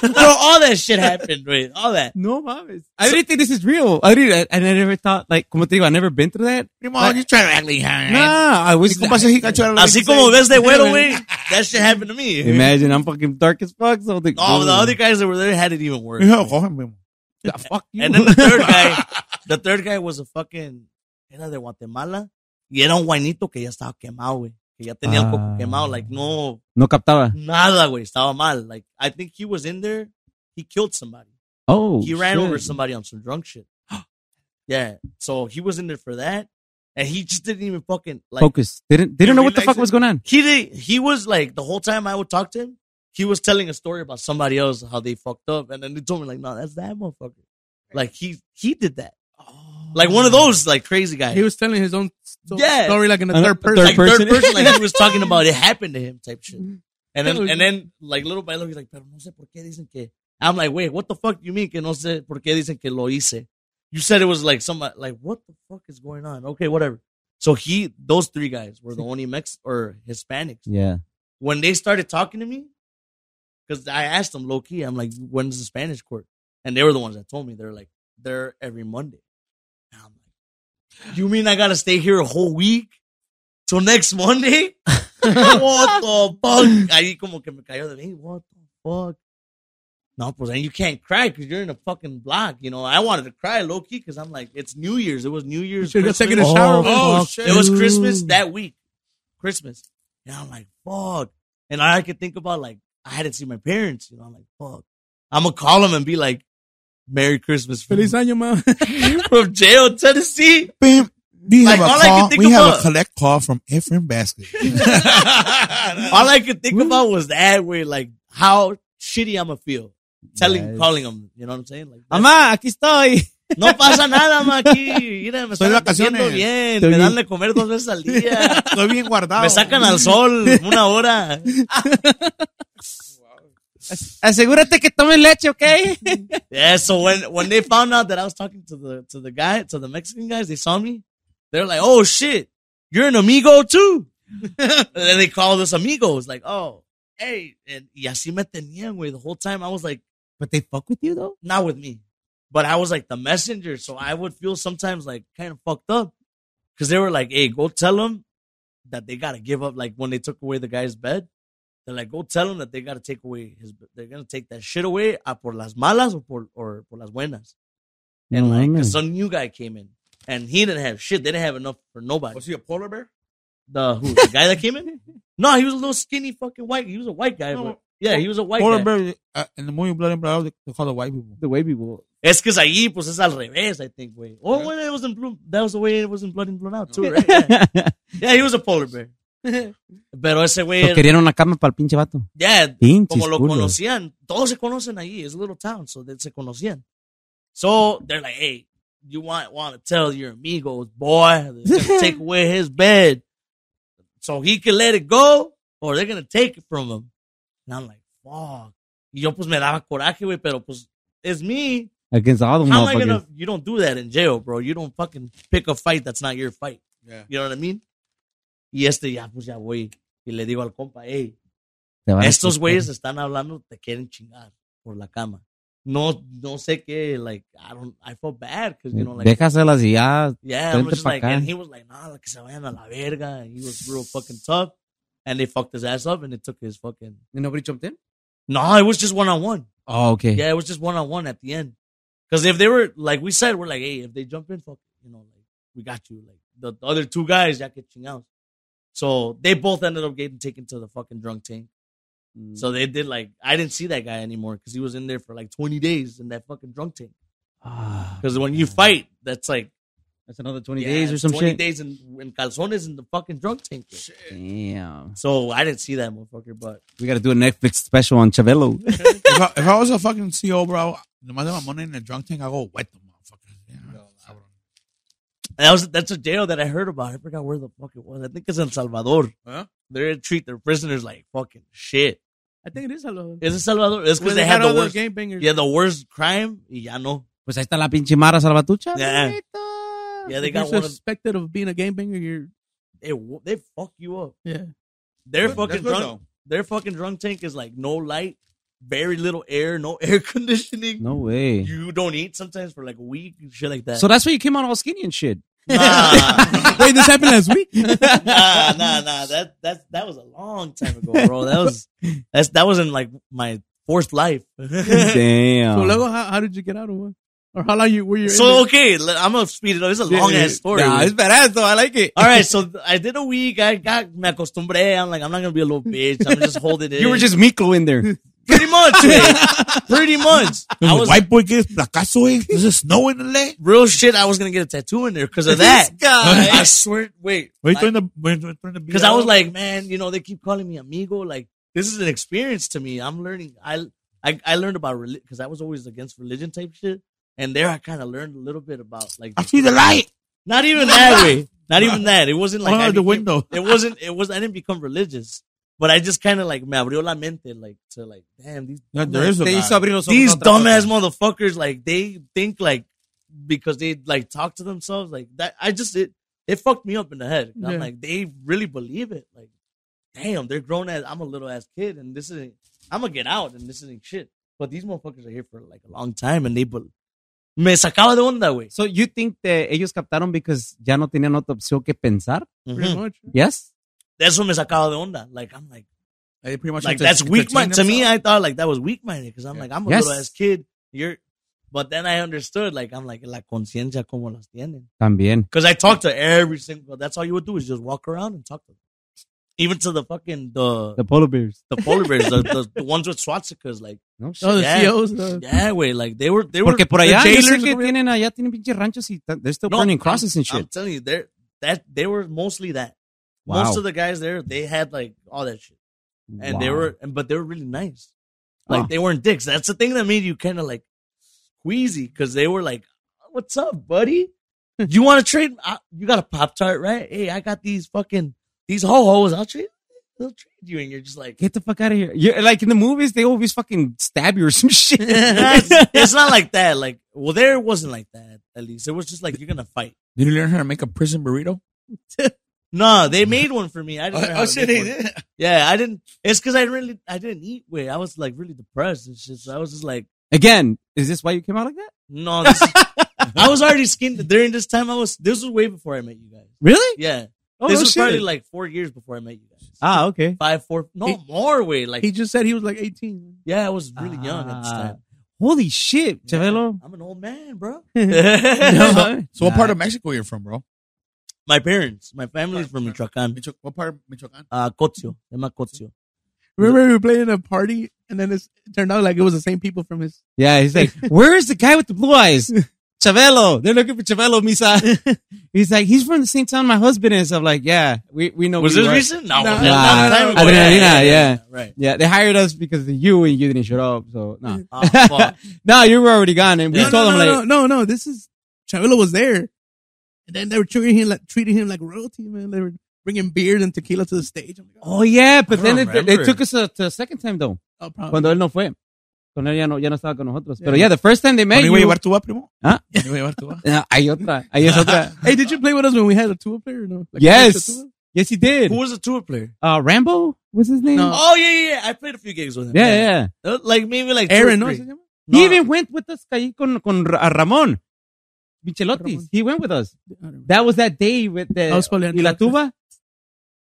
[SPEAKER 4] course. Bro, all that shit happened, right? All that.
[SPEAKER 3] No mames. I didn't think this is real. I didn't. I, I never thought, like, como te digo, I never been through that.
[SPEAKER 6] Primo, you trying to act like
[SPEAKER 3] Nah, I was.
[SPEAKER 4] Así como ves de güero, güey, that shit happened to me.
[SPEAKER 3] Imagine I'm fucking dark as fuck. So the,
[SPEAKER 4] All the other guys that were there had it even worse.
[SPEAKER 6] Yeah, go ahead, primo.
[SPEAKER 3] Ah, fuck you.
[SPEAKER 4] And then the third guy, the third guy was a fucking, era de Guatemala, y era un guainito que ya estaba quemado, güey. Que ya tenía el coco
[SPEAKER 3] Ah.
[SPEAKER 4] quemado, like, no,
[SPEAKER 3] no captaba.
[SPEAKER 4] nada, güey, estaba mal. Like, I think he was in there, he killed somebody.
[SPEAKER 3] Oh,
[SPEAKER 4] he ran
[SPEAKER 3] shit.
[SPEAKER 4] over somebody on some drunk shit. yeah, so he was in there for that, and he just didn't even fucking, like,
[SPEAKER 3] Focus. Didn't didn't know what the
[SPEAKER 4] relax
[SPEAKER 3] fuck
[SPEAKER 4] it.
[SPEAKER 3] was going on.
[SPEAKER 4] he did, he was like, the whole time I would talk to him, he was telling a story about somebody else, how they fucked up, and then they told me, like, no, that's that motherfucker. Like, he, he did that. Like one of those like crazy guys.
[SPEAKER 5] Oh. He was telling his own sto-
[SPEAKER 4] Yeah.
[SPEAKER 5] story like in the
[SPEAKER 3] Uh,
[SPEAKER 5] third person.
[SPEAKER 3] third
[SPEAKER 4] like
[SPEAKER 3] person. Mm-hmm.
[SPEAKER 4] third person, like he was talking about it happened to him type shit. And then and then like little by little he's like, pero no sé por qué dicen que. I'm like, wait, what the fuck you mean que no sé por qué dicen que lo hice? You said it was like some like what the fuck is going on? Okay, whatever. So he, those three guys were the only Mex or Hispanics
[SPEAKER 3] Yeah.
[SPEAKER 4] when they started talking to me, because I asked them low key, I'm like, when's the Spanish court? And they were the ones that told me. They're like, they're every Monday. And I'm like, you mean I gotta stay here a whole week till next Monday? what the fuck? Ahí como que me cayó de mí, what the fuck? No, pues, and you can't cry because you're in a fucking block. You know, I wanted to cry low key because I'm like, it's New Year's. It was New Year's.
[SPEAKER 5] Should have
[SPEAKER 4] Christmas.
[SPEAKER 5] taken a shower.
[SPEAKER 6] Oh,
[SPEAKER 5] fuck.
[SPEAKER 6] shit.
[SPEAKER 4] It was Christmas that week. Christmas. And I'm like, fuck. And all I could think about, like, I hadn't seen my parents. You know, I'm like, fuck. I'm going to call them and be like, Merry Christmas from,
[SPEAKER 5] Feliz año, man.
[SPEAKER 4] from jail, Tennessee.
[SPEAKER 6] Bim, we
[SPEAKER 4] Like,
[SPEAKER 6] have,
[SPEAKER 4] all I
[SPEAKER 6] a,
[SPEAKER 4] can
[SPEAKER 6] call,
[SPEAKER 4] think
[SPEAKER 6] we have
[SPEAKER 4] about-
[SPEAKER 6] a collect call from Efren Basket.
[SPEAKER 4] all I could think about was that way, like, how shitty I'm going to feel. Telling,
[SPEAKER 3] Nice.
[SPEAKER 4] calling them, you know what I'm saying? Like,
[SPEAKER 3] Mamá, aquí estoy.
[SPEAKER 4] no pasa nada, ma, aquí. Mira, me
[SPEAKER 6] Estoy
[SPEAKER 4] están
[SPEAKER 6] de
[SPEAKER 4] atendiendo
[SPEAKER 6] vacaciones.
[SPEAKER 4] bien,
[SPEAKER 3] Estoy
[SPEAKER 4] me dan
[SPEAKER 3] bien.
[SPEAKER 4] de comer dos veces al día.
[SPEAKER 6] Estoy bien guardado.
[SPEAKER 4] Me sacan al sol una hora.
[SPEAKER 3] Asegúrate que tomes leche, ¿ok?
[SPEAKER 4] Yeah, so when when they found out that I was talking to the to the guy to the Mexican guys, they saw me. They're like, "Oh shit, you're an amigo too." and then they called us amigos. Like, "Oh, hey," and y así me tenían, güey. The whole time I was like,
[SPEAKER 3] But they fuck with you though.
[SPEAKER 4] not with me, but I was like the messenger, so I would feel sometimes like kind of fucked up because they were like, "Hey, go tell them that they gotta give up." Like when they took away the guy's bed, they're like, "Go tell them that they gotta take away his. They're gonna take that shit away a por las malas or por or por las buenas." And like, 'cause some new guy came in and he didn't have shit. They didn't have enough for nobody.
[SPEAKER 6] he a polar bear?
[SPEAKER 4] The who? The guy that came in? No, he was a little skinny fucking white. He was a white guy.
[SPEAKER 6] No.
[SPEAKER 4] but- yeah, he was a white
[SPEAKER 6] Polar
[SPEAKER 4] guy.
[SPEAKER 6] bear, uh, in the movie Blood and Blood, they, they call the white people.
[SPEAKER 3] the way people.
[SPEAKER 4] Es que es ahí, pues es al revés, I think, güey. Oh,
[SPEAKER 6] Yeah.
[SPEAKER 4] well, it was in Bloom. That was the way it was in Blood and Blown Out, too, right? Yeah. Yeah, he was a polar bear. Pero ese güey,
[SPEAKER 3] Lo querían una cama para el pinche vato.
[SPEAKER 4] yeah,
[SPEAKER 3] Pinches
[SPEAKER 4] como lo
[SPEAKER 3] culos.
[SPEAKER 4] conocían, todos se conocen ahí, es a little town, so they, se conocían. So they're like, hey, you want want to tell your amigos, boy, they're gonna take away his bed, so he can let it go, or they're gonna take it from him. And I'm like, fuck. Y yo pues me daba coraje, güey, pero pues es me.
[SPEAKER 3] Against all the
[SPEAKER 4] How am I
[SPEAKER 3] motherfuckers.
[SPEAKER 4] gonna? You don't do that in jail, bro. You don't fucking pick a fight that's not your fight.
[SPEAKER 6] Yeah.
[SPEAKER 4] You know what I mean? Y este ya pues ya voy y le digo al compa, hey.
[SPEAKER 3] Te van a
[SPEAKER 4] Estos
[SPEAKER 3] chingar.
[SPEAKER 4] güeyes están hablando, te quieren chingar por la cama. No, no sé qué, like, I don't, I felt bad, because, you know, like,
[SPEAKER 3] Déjaselas y ya.
[SPEAKER 4] yeah, I'm
[SPEAKER 3] vente
[SPEAKER 4] just
[SPEAKER 3] pa'
[SPEAKER 4] like,
[SPEAKER 3] acá.
[SPEAKER 4] and he was like, nah, que se vayan a la verga, and he was real fucking tough, and they fucked his ass up, and they took his fucking,
[SPEAKER 3] nobody jumped in?
[SPEAKER 4] no, it was just one-on-one.
[SPEAKER 3] Oh, okay.
[SPEAKER 4] Yeah, it was just one-on-one at the end. Because if they were, like we said, we're like, hey, if they jump in, fuck, you know, like, we got you. Like, the, the other two guys, ya que chingados. So, they both ended up getting taken to the fucking drunk tank.
[SPEAKER 3] Mm.
[SPEAKER 4] So they did like I didn't see that guy anymore because he was in there for like 20 days in that fucking drunk tank.
[SPEAKER 3] Ah,
[SPEAKER 4] Because when you fight, that's like
[SPEAKER 3] that's another 20
[SPEAKER 4] yeah,
[SPEAKER 3] days or some
[SPEAKER 4] 20
[SPEAKER 3] shit.
[SPEAKER 4] days in, in calzones in the fucking drunk tank. bro.
[SPEAKER 3] Damn.
[SPEAKER 4] So I didn't see that motherfucker, but
[SPEAKER 3] We gotta do a Netflix special on Chabelo.
[SPEAKER 6] if, I, if I was a fucking CEO, bro, nomás de mamona en el drunk tank, I go wet the motherfuckers. Yeah, cabrón.
[SPEAKER 4] that was that's a jail that I heard about. I forgot where the fuck it was. I think it's in Salvador.
[SPEAKER 6] Huh?
[SPEAKER 4] They treat their prisoners like fucking shit.
[SPEAKER 5] I think it is a lo-
[SPEAKER 4] Is it Salvador? It's
[SPEAKER 5] Where
[SPEAKER 4] because they
[SPEAKER 5] they got
[SPEAKER 4] had the
[SPEAKER 5] all the
[SPEAKER 4] worst.
[SPEAKER 5] gangbangers.
[SPEAKER 4] Yeah, the worst crime. Yeah, no.
[SPEAKER 3] pues ahí está la pinche Mara Salvatucha.
[SPEAKER 4] Yeah, yeah. They
[SPEAKER 5] If you're
[SPEAKER 4] got one. Of,
[SPEAKER 5] suspected of being a gangbanger, you're
[SPEAKER 4] they, they fuck you up.
[SPEAKER 5] yeah.
[SPEAKER 4] They're
[SPEAKER 6] But
[SPEAKER 4] fucking
[SPEAKER 6] that's good,
[SPEAKER 4] drunk.
[SPEAKER 6] though.
[SPEAKER 4] their fucking drunk tank is like no light, very little air, no air conditioning.
[SPEAKER 3] No way.
[SPEAKER 4] You don't eat sometimes for like a week, and shit like that.
[SPEAKER 3] So that's why you came out all skinny and shit.
[SPEAKER 4] nah,
[SPEAKER 5] Wait, this happened last week.
[SPEAKER 4] nah, nah, nah. That that that was a long time ago, bro. That was that's that was in like my fourth life.
[SPEAKER 3] Damn.
[SPEAKER 5] So luego, how, how did you get out of one? Or how long you were you? in
[SPEAKER 4] so
[SPEAKER 5] there?
[SPEAKER 4] okay, le- I'm gonna speed it up. It's a long ass story.
[SPEAKER 3] Nah,
[SPEAKER 4] bro.
[SPEAKER 3] it's badass though. I like it.
[SPEAKER 4] All right, so th- I did a week. I got me acostumbré. I'm like, I'm not gonna be a little bitch. I'm gonna just hold it in.
[SPEAKER 3] You were just Miklo in there.
[SPEAKER 4] pretty much, man. pretty much. I was
[SPEAKER 6] White boy gets placazo, eh? There's a snow in the leg.
[SPEAKER 4] real shit. I was gonna get a tattoo in there because of that. I swear. Wait,
[SPEAKER 6] Wait,
[SPEAKER 4] because
[SPEAKER 6] the, wait, the
[SPEAKER 4] I was like, man, you know, they keep calling me amigo. Like, this is an experience to me. I'm learning. I I, I learned about religion because I was always against religion type shit, and there I kind of learned a little bit about like
[SPEAKER 6] I see the light.
[SPEAKER 4] not even that way, not even that. It wasn't like
[SPEAKER 6] Oh,
[SPEAKER 4] I
[SPEAKER 6] the
[SPEAKER 4] became-
[SPEAKER 6] window.
[SPEAKER 4] It wasn't. It was. I didn't become religious, but I just kind of like me abrió la mente, like to like, damn, these
[SPEAKER 6] Yeah, there is a
[SPEAKER 3] Te
[SPEAKER 6] light.
[SPEAKER 3] hizo abrir los ojos
[SPEAKER 4] these
[SPEAKER 3] a otra cosa.
[SPEAKER 4] dumbass motherfuckers like they think like because they like talk to themselves like that i just it it fucked me up in the head
[SPEAKER 5] Yeah.
[SPEAKER 4] i'm like they really believe it like damn they're grown ass i'm a little ass kid and this isn't i'm gonna get out and this isn't shit but these motherfuckers are here for like a long time and they bel- me sacaba de onda güey
[SPEAKER 3] So you think that ellos captaron because ya no tenían otra opción que pensar?
[SPEAKER 6] Mm-hmm.
[SPEAKER 5] Pretty much.
[SPEAKER 3] Yes.
[SPEAKER 4] that's what me sacaba de onda like i'm like
[SPEAKER 6] They pretty much
[SPEAKER 4] like
[SPEAKER 6] enter-
[SPEAKER 4] that's weak
[SPEAKER 6] entertain
[SPEAKER 4] minded to me.
[SPEAKER 6] themselves.
[SPEAKER 4] I thought like that was weak minded because I'm like I'm a
[SPEAKER 3] Yes.
[SPEAKER 4] little ass kid. You're, but then I understood like I'm like la conciencia como las tienen
[SPEAKER 3] También.
[SPEAKER 4] because I talked to every single. That's all you would do is just walk around and talk to them, even to the fucking the
[SPEAKER 3] The polar bears.
[SPEAKER 4] the polar bears, the, the, the ones with swastikas. Like
[SPEAKER 3] No
[SPEAKER 5] Oh, the
[SPEAKER 4] Yeah.
[SPEAKER 5] CEOs. uh,
[SPEAKER 4] yeah, way like they were they were
[SPEAKER 3] Porque por allá
[SPEAKER 4] the
[SPEAKER 3] Ah, yo sé
[SPEAKER 4] jailers
[SPEAKER 3] que
[SPEAKER 4] and everything.
[SPEAKER 3] tienen allá tienen pinches ranchos y ta- they're still
[SPEAKER 4] No, ah,
[SPEAKER 3] burning crosses and
[SPEAKER 4] I'm
[SPEAKER 3] shit.
[SPEAKER 4] telling you, they're that they were mostly that.
[SPEAKER 3] Wow.
[SPEAKER 4] Most of the guys there, they had like all that shit. and they
[SPEAKER 3] Wow.
[SPEAKER 4] were and but they were really nice like
[SPEAKER 3] Oh.
[SPEAKER 4] they weren't dicks that's the thing that made you kind of like queasy because they were like what's up buddy you want to trade I, you got a pop tart right hey i got these fucking these ho hos i'll trade they'll trade you and you're just like
[SPEAKER 3] Get the fuck out of here. You're, like in the movies, they always fucking stab you or some shit.
[SPEAKER 4] it's, it's not like that like well there wasn't like that at least it was just like you're gonna fight
[SPEAKER 6] Did you learn how to make a prison burrito?
[SPEAKER 4] no they made one for me i
[SPEAKER 3] Oh,
[SPEAKER 4] didn't know how to make one.
[SPEAKER 6] did.
[SPEAKER 4] yeah i didn't it's because i really i didn't eat way i was like really depressed and shit so i was just like
[SPEAKER 3] Again, is this why you came out like that?
[SPEAKER 4] No, this is- I was already skinned during this time. I was this was way before I met you guys.
[SPEAKER 3] Really?
[SPEAKER 4] Yeah,
[SPEAKER 3] Oh,
[SPEAKER 4] this
[SPEAKER 3] no
[SPEAKER 4] was
[SPEAKER 3] shit.
[SPEAKER 4] probably like four years before I met you guys.
[SPEAKER 3] ah, okay.
[SPEAKER 4] Five, four, no
[SPEAKER 5] He-
[SPEAKER 4] more way. Like
[SPEAKER 5] He just said he was like 18.
[SPEAKER 4] yeah, I was really young at this
[SPEAKER 3] Ah.
[SPEAKER 4] time.
[SPEAKER 3] Holy shit, Chabelo. Uh-huh.
[SPEAKER 4] I'm an old man, bro. Uh-huh.
[SPEAKER 6] So, so what
[SPEAKER 3] Nah.
[SPEAKER 6] part of Mexico are you from, bro?
[SPEAKER 4] my parents, my family's from Michoacan.
[SPEAKER 6] Micho- what part of Michoacan?
[SPEAKER 4] Uh, Cozio, they're my Cozio.
[SPEAKER 5] Remember, we were playing a party, and then it's, it turned out like it was the same people from his.
[SPEAKER 3] Yeah, he's like, where is the guy with the blue eyes? Chabelo. They're looking for Chabelo, Misa. he's like, he's from the same town my husband is. I'm like, yeah, we, we know.
[SPEAKER 4] Was
[SPEAKER 3] where
[SPEAKER 4] this
[SPEAKER 3] you are."
[SPEAKER 4] recent? No,
[SPEAKER 5] No,
[SPEAKER 4] that-
[SPEAKER 5] no,
[SPEAKER 4] that
[SPEAKER 3] no,
[SPEAKER 4] time
[SPEAKER 3] no,
[SPEAKER 4] ago.
[SPEAKER 3] Adrenalina, yeah.
[SPEAKER 4] Right.
[SPEAKER 3] Yeah, they hired us because of you and you didn't show up. So, no.
[SPEAKER 4] Ah, fuck.
[SPEAKER 3] no, you were already gone. And we
[SPEAKER 5] No,
[SPEAKER 3] told
[SPEAKER 5] no,
[SPEAKER 3] him,
[SPEAKER 5] no,
[SPEAKER 3] like,
[SPEAKER 5] no, no, no. This is Chavelo was there, and then they were treating him like treating him like royalty, man. They were bringing beer and tequila to the stage. I'm like,
[SPEAKER 3] oh, yeah. But
[SPEAKER 4] I
[SPEAKER 3] then
[SPEAKER 4] don't
[SPEAKER 3] they, they
[SPEAKER 4] remember.
[SPEAKER 3] took us uh, to the second time, though.
[SPEAKER 5] oh, probably.
[SPEAKER 3] Cuando él no fue. Cuando él ya no, ya no estaba con nosotros. Pero, yeah, the first time they met
[SPEAKER 6] ¿Dónde iba a
[SPEAKER 3] you.
[SPEAKER 6] llevar tu va, primo?
[SPEAKER 3] ¿Ah?
[SPEAKER 6] ¿Dónde iba a llevar tu va?
[SPEAKER 3] Ah, Hay otra. Ahí es otra.
[SPEAKER 5] Hey, did you play with us when we had a tour player? or No. Like,
[SPEAKER 3] Yes.
[SPEAKER 5] Tua?
[SPEAKER 3] Yes, he did.
[SPEAKER 4] Who was the tour player?
[SPEAKER 3] Uh, Rambo was his name?
[SPEAKER 5] No.
[SPEAKER 4] Oh yeah, yeah, yeah. I played a few gigs with him.
[SPEAKER 3] Yeah, yeah.
[SPEAKER 4] Uh, Like maybe like two
[SPEAKER 5] Aaron,
[SPEAKER 4] or
[SPEAKER 5] ¿no?
[SPEAKER 4] three.
[SPEAKER 5] ¿Se llama?
[SPEAKER 4] No,
[SPEAKER 3] He even went with us ahí con, con Ra- a Ramón. Michelotis.
[SPEAKER 5] Ramón.
[SPEAKER 3] He went with us.
[SPEAKER 5] I don't remember.
[SPEAKER 3] That was that day with the.
[SPEAKER 5] I was probably on
[SPEAKER 3] ¿Y la
[SPEAKER 5] drugs.
[SPEAKER 3] tuba?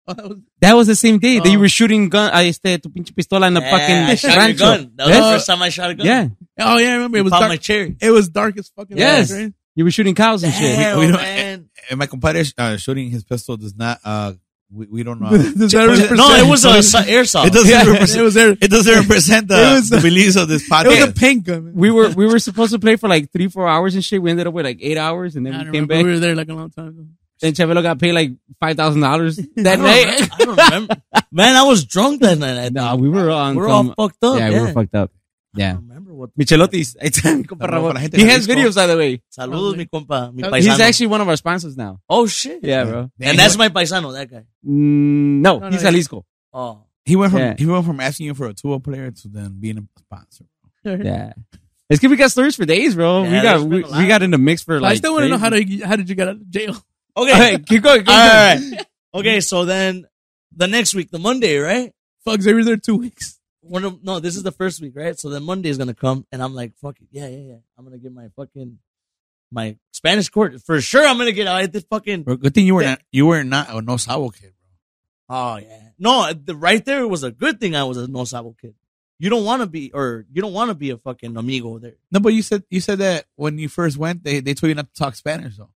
[SPEAKER 5] Oh, that was-
[SPEAKER 3] That was the same day that you
[SPEAKER 5] Oh.
[SPEAKER 3] were shooting gun, uh, este, tu pinche pistola in the
[SPEAKER 4] yeah, I
[SPEAKER 3] fucking
[SPEAKER 4] shot your
[SPEAKER 3] rancho.
[SPEAKER 4] gun. That was the
[SPEAKER 3] Yes.
[SPEAKER 4] first time I shot a gun.
[SPEAKER 3] Yeah.
[SPEAKER 5] Oh, yeah, I remember. It
[SPEAKER 4] it
[SPEAKER 5] was
[SPEAKER 4] popped my
[SPEAKER 5] dark.
[SPEAKER 4] cherry.
[SPEAKER 5] It was dark as fucking.
[SPEAKER 3] Yes.
[SPEAKER 5] dark, right?
[SPEAKER 3] You were shooting cows and shit.
[SPEAKER 4] Damn,
[SPEAKER 6] we don't-
[SPEAKER 4] man.
[SPEAKER 5] Eh,
[SPEAKER 6] And my compadre uh, shooting his pistol does not, uh, we, we don't know.
[SPEAKER 5] Does that represent-
[SPEAKER 4] No, it was a s- airsoft.
[SPEAKER 6] It doesn't
[SPEAKER 5] It
[SPEAKER 6] represent,
[SPEAKER 5] was there. It
[SPEAKER 6] it doesn't represent the,
[SPEAKER 5] It was-
[SPEAKER 6] the beliefs of this podcast.
[SPEAKER 5] was a pink gun. man.
[SPEAKER 3] We were we were supposed to play for like three four hours and shit. We ended up with like eight hours and
[SPEAKER 5] I
[SPEAKER 3] then
[SPEAKER 5] don't
[SPEAKER 3] we came
[SPEAKER 5] remember.
[SPEAKER 3] back.
[SPEAKER 5] We were there like a long time ago.
[SPEAKER 3] And Chabelo got paid like five thousand dollars
[SPEAKER 4] I
[SPEAKER 3] that
[SPEAKER 4] don't
[SPEAKER 3] night.
[SPEAKER 4] remember. I don't remember. Man, I was drunk that night. I
[SPEAKER 3] no,
[SPEAKER 4] think.
[SPEAKER 3] we were on.
[SPEAKER 4] we're
[SPEAKER 3] some-
[SPEAKER 4] all fucked up.
[SPEAKER 3] yeah,
[SPEAKER 4] Yeah,
[SPEAKER 3] we were fucked up.
[SPEAKER 4] I
[SPEAKER 3] Yeah.
[SPEAKER 4] don't remember what.
[SPEAKER 3] Michelotis. Compa
[SPEAKER 6] Saludos
[SPEAKER 3] Ramón.
[SPEAKER 6] para la gente de
[SPEAKER 3] He has
[SPEAKER 6] Jalisco.
[SPEAKER 3] videos, by the way.
[SPEAKER 4] Saludos, mi compa, mi
[SPEAKER 5] He's
[SPEAKER 4] paisano.
[SPEAKER 3] He's actually one of our sponsors now.
[SPEAKER 4] oh shit.
[SPEAKER 3] Yeah, bro.
[SPEAKER 4] And that's my paisano, that guy.
[SPEAKER 3] Mm,
[SPEAKER 5] No,
[SPEAKER 3] no,
[SPEAKER 5] no,
[SPEAKER 3] he's
[SPEAKER 5] he's-
[SPEAKER 3] Jalisco.
[SPEAKER 4] Oh,
[SPEAKER 6] He went from
[SPEAKER 3] Yeah.
[SPEAKER 6] he went from asking you for a tour player to then being a sponsor.
[SPEAKER 3] Yeah. It's good. We got stories for days, bro.
[SPEAKER 4] Yeah,
[SPEAKER 3] we
[SPEAKER 4] there's
[SPEAKER 3] got
[SPEAKER 4] been
[SPEAKER 3] we,
[SPEAKER 4] a lot.
[SPEAKER 3] we got in the mix for like.
[SPEAKER 5] I still want to know
[SPEAKER 3] days.
[SPEAKER 5] how to how did you get out of jail?
[SPEAKER 4] okay.
[SPEAKER 3] All right, keep going. Keep
[SPEAKER 4] All
[SPEAKER 3] going.
[SPEAKER 4] right, all right. Okay, so then the next week, the Monday, right?
[SPEAKER 5] Fuck, they were there two weeks.
[SPEAKER 4] One of, no, this is the first week, right? So then Monday is gonna come, and I'm like, fuck it, yeah, yeah, yeah. I'm gonna get my fucking my Spanish court for sure. I'm gonna get out of this fucking.
[SPEAKER 6] Bro, good thing you were not you were not a no sabo kid,
[SPEAKER 4] Oh yeah, no, the, right there was a good thing. I was a no sabo kid. You don't want to be, or you don't want to be a fucking amigo there.
[SPEAKER 6] No, but you said you said that when you first went, they, they told you not to talk Spanish though.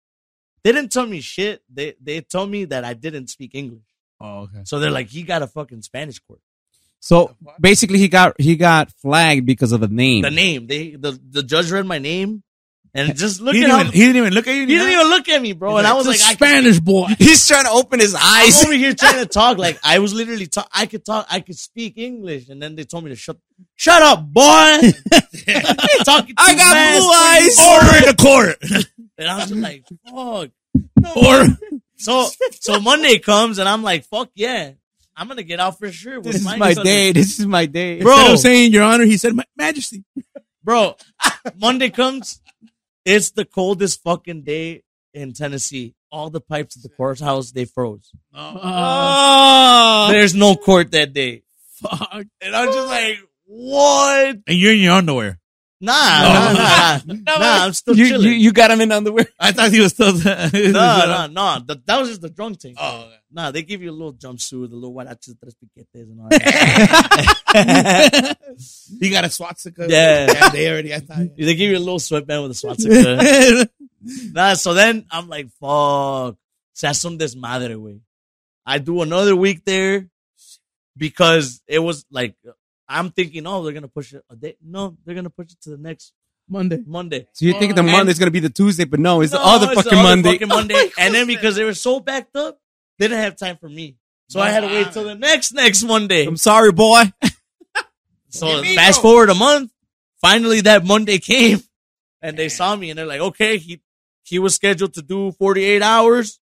[SPEAKER 4] They didn't tell me shit. They they told me that I didn't speak English.
[SPEAKER 6] Oh, okay.
[SPEAKER 4] So they're like, he got a fucking Spanish court.
[SPEAKER 3] So basically, he got he got flagged because of the name.
[SPEAKER 4] The name, they the the judge read my name, and just look
[SPEAKER 6] He
[SPEAKER 4] at
[SPEAKER 6] didn't,
[SPEAKER 4] how
[SPEAKER 6] even, he didn't even look at you.
[SPEAKER 4] He didn't even look at me, bro. And I was like, I,
[SPEAKER 5] Spanish boy.
[SPEAKER 3] He's trying to open his
[SPEAKER 4] I'm
[SPEAKER 3] eyes.
[SPEAKER 4] over here trying to talk. Like I was literally talk. I could talk. I could speak English, and then they told me to shut. Shut up, boy. Talking
[SPEAKER 3] I
[SPEAKER 4] too
[SPEAKER 3] got
[SPEAKER 4] fast.
[SPEAKER 3] blue eyes.
[SPEAKER 6] Order in the court.
[SPEAKER 4] and I was just like, fuck. So so Monday comes, and I'm like, fuck yeah, I'm gonna get out for sure. with
[SPEAKER 3] This is
[SPEAKER 4] mine.
[SPEAKER 3] my
[SPEAKER 4] So-
[SPEAKER 3] day. This is my day.
[SPEAKER 4] Bro.
[SPEAKER 5] Instead of saying Your Honor, he said "Ma- Majesty.
[SPEAKER 4] bro. Monday comes. It's the coldest fucking day in Tennessee. All the pipes at the courthouse they froze.
[SPEAKER 5] Uh,
[SPEAKER 6] Oh.
[SPEAKER 4] There's no court that day.
[SPEAKER 5] fuck.
[SPEAKER 4] And I'm just like, what?
[SPEAKER 6] and you're in your underwear.
[SPEAKER 4] Nah, nah, nah, nah, nah. I'm still
[SPEAKER 3] you, you
[SPEAKER 4] chilling.
[SPEAKER 3] you got him in underwear.
[SPEAKER 6] I thought he was still. no,
[SPEAKER 4] no, no, no. Th- That was just the drunk thing.
[SPEAKER 6] Oh,
[SPEAKER 4] Nah, they give you a little jumpsuit, a little guaraches, tres piquetes, and all that.
[SPEAKER 6] he got a swastika.
[SPEAKER 4] Yeah.
[SPEAKER 6] they already. I thought.
[SPEAKER 4] they give you a little sweatband with a swastika. nah, so then I'm like, fuck. Se hace un desmadre, güey. I do another week there because it was like, I'm thinking, oh, they're going to push it a day. No, they're going to push it to the next
[SPEAKER 5] Monday.
[SPEAKER 4] Monday.
[SPEAKER 3] So you think the
[SPEAKER 4] And-
[SPEAKER 3] Monday's gonna be the Tuesday, but no, it's the
[SPEAKER 4] No,
[SPEAKER 3] other
[SPEAKER 4] it's the
[SPEAKER 3] fucking Monday. Oh
[SPEAKER 4] fucking Monday. and then because they were so backed up, they didn't have time for me. So I had to wait till the next next Monday.
[SPEAKER 3] I'm sorry, boy.
[SPEAKER 4] So fast forward a month, finally that Monday came, and they saw me, and they're like, "Okay, he he was scheduled to do 48 hours.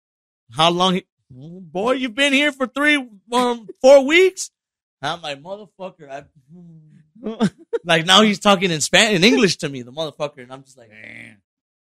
[SPEAKER 4] How long? He, "Oh, boy, you've been here for three, um, four weeks." I'm like, motherfucker. I, like now he's talking in Spanish, in English to me, the motherfucker, and I'm just like,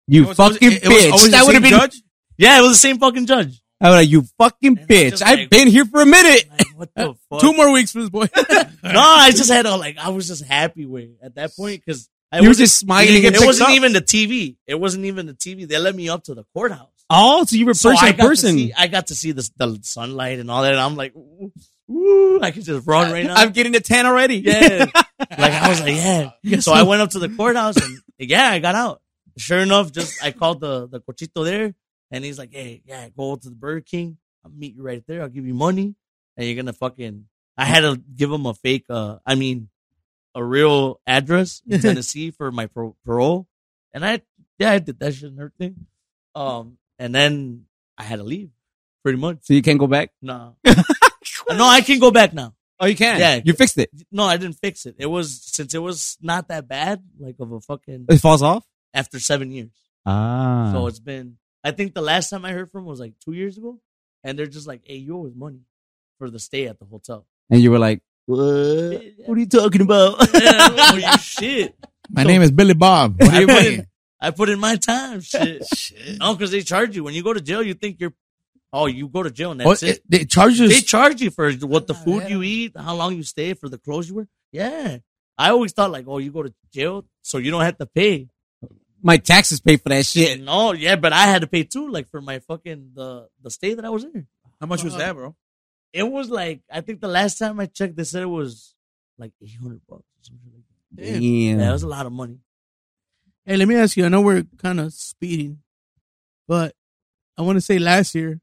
[SPEAKER 3] You
[SPEAKER 4] Oh,
[SPEAKER 6] was always-
[SPEAKER 3] fucking
[SPEAKER 6] it- it was
[SPEAKER 3] bitch.
[SPEAKER 6] always the
[SPEAKER 3] that would have
[SPEAKER 6] same
[SPEAKER 3] been.
[SPEAKER 6] judge?
[SPEAKER 4] yeah, it was the same fucking judge.
[SPEAKER 3] I was like, you fucking
[SPEAKER 4] And I'm
[SPEAKER 3] bitch.
[SPEAKER 4] just
[SPEAKER 3] I've
[SPEAKER 4] like-
[SPEAKER 3] been here for a minute.
[SPEAKER 4] Like, what the fuck?
[SPEAKER 5] Two more weeks for this boy.
[SPEAKER 4] No, I just had a like I was just happy with it at that point because I
[SPEAKER 3] You were
[SPEAKER 4] wasn't-
[SPEAKER 3] just smiling.
[SPEAKER 4] It
[SPEAKER 3] and
[SPEAKER 4] wasn't
[SPEAKER 3] picked up.
[SPEAKER 4] even the TV. It wasn't even the TV. They let me up to the courthouse.
[SPEAKER 3] Oh, so you were
[SPEAKER 4] So
[SPEAKER 3] person
[SPEAKER 4] I
[SPEAKER 3] to
[SPEAKER 4] got
[SPEAKER 3] person.
[SPEAKER 4] To see, uh, I got to see the, the sunlight and all that. And I'm like, ooh, ooh, I can just run right now.
[SPEAKER 3] I'm getting a ten already.
[SPEAKER 4] yeah. like I was like, yeah. So I went up to the courthouse and yeah, I got out. Sure enough, just I called the the cochito there, and he's like, hey, yeah, go to the Burger King. I'll meet you right there. I'll give you money, and you're gonna fucking. I had to give him a fake. uh I mean, a real address in Tennessee for my pro- parole, and I yeah, I did that shit and everything. Um, and then I had to leave, pretty much.
[SPEAKER 3] So you can't go back?
[SPEAKER 4] No, no, I can go back now.
[SPEAKER 3] Oh, you can.
[SPEAKER 4] Yeah.
[SPEAKER 3] You fixed it.
[SPEAKER 4] No, I didn't fix it. It was since it was not that bad, like of a fucking
[SPEAKER 3] It falls off.
[SPEAKER 4] after seven years.
[SPEAKER 3] Ah.
[SPEAKER 4] So it's been. I think the last time I heard from was like two years ago, and they're just like, "Hey, you owe us money for the stay at the hotel."
[SPEAKER 3] and you were like,
[SPEAKER 4] Uh, What are you talking about? you shit.
[SPEAKER 6] My name is Billy Bob.
[SPEAKER 4] I put, in, I put in my time. Shit. No, because they charge you when you go to jail. You think you're, oh, you go to jail and
[SPEAKER 7] Oh,
[SPEAKER 4] that's
[SPEAKER 7] it,
[SPEAKER 4] it.
[SPEAKER 7] they charge
[SPEAKER 4] They
[SPEAKER 7] us.
[SPEAKER 4] charge you for what the food you eat, how long you stay, for the clothes you wear. Yeah, I always thought like, oh, you go to jail, so you don't have to pay.
[SPEAKER 3] my taxes pay for that shit.
[SPEAKER 4] No, yeah, but I had to pay too, like for my fucking the the stay that I was in.
[SPEAKER 6] How much was that, bro?
[SPEAKER 4] It was like I think the last time I checked, they said it was like eight hundred bucks. or something like
[SPEAKER 3] Damn.
[SPEAKER 4] that. Yeah, it was a lot of money.
[SPEAKER 5] Hey, let me ask you. I know we're kind of speeding, but I want to say last year,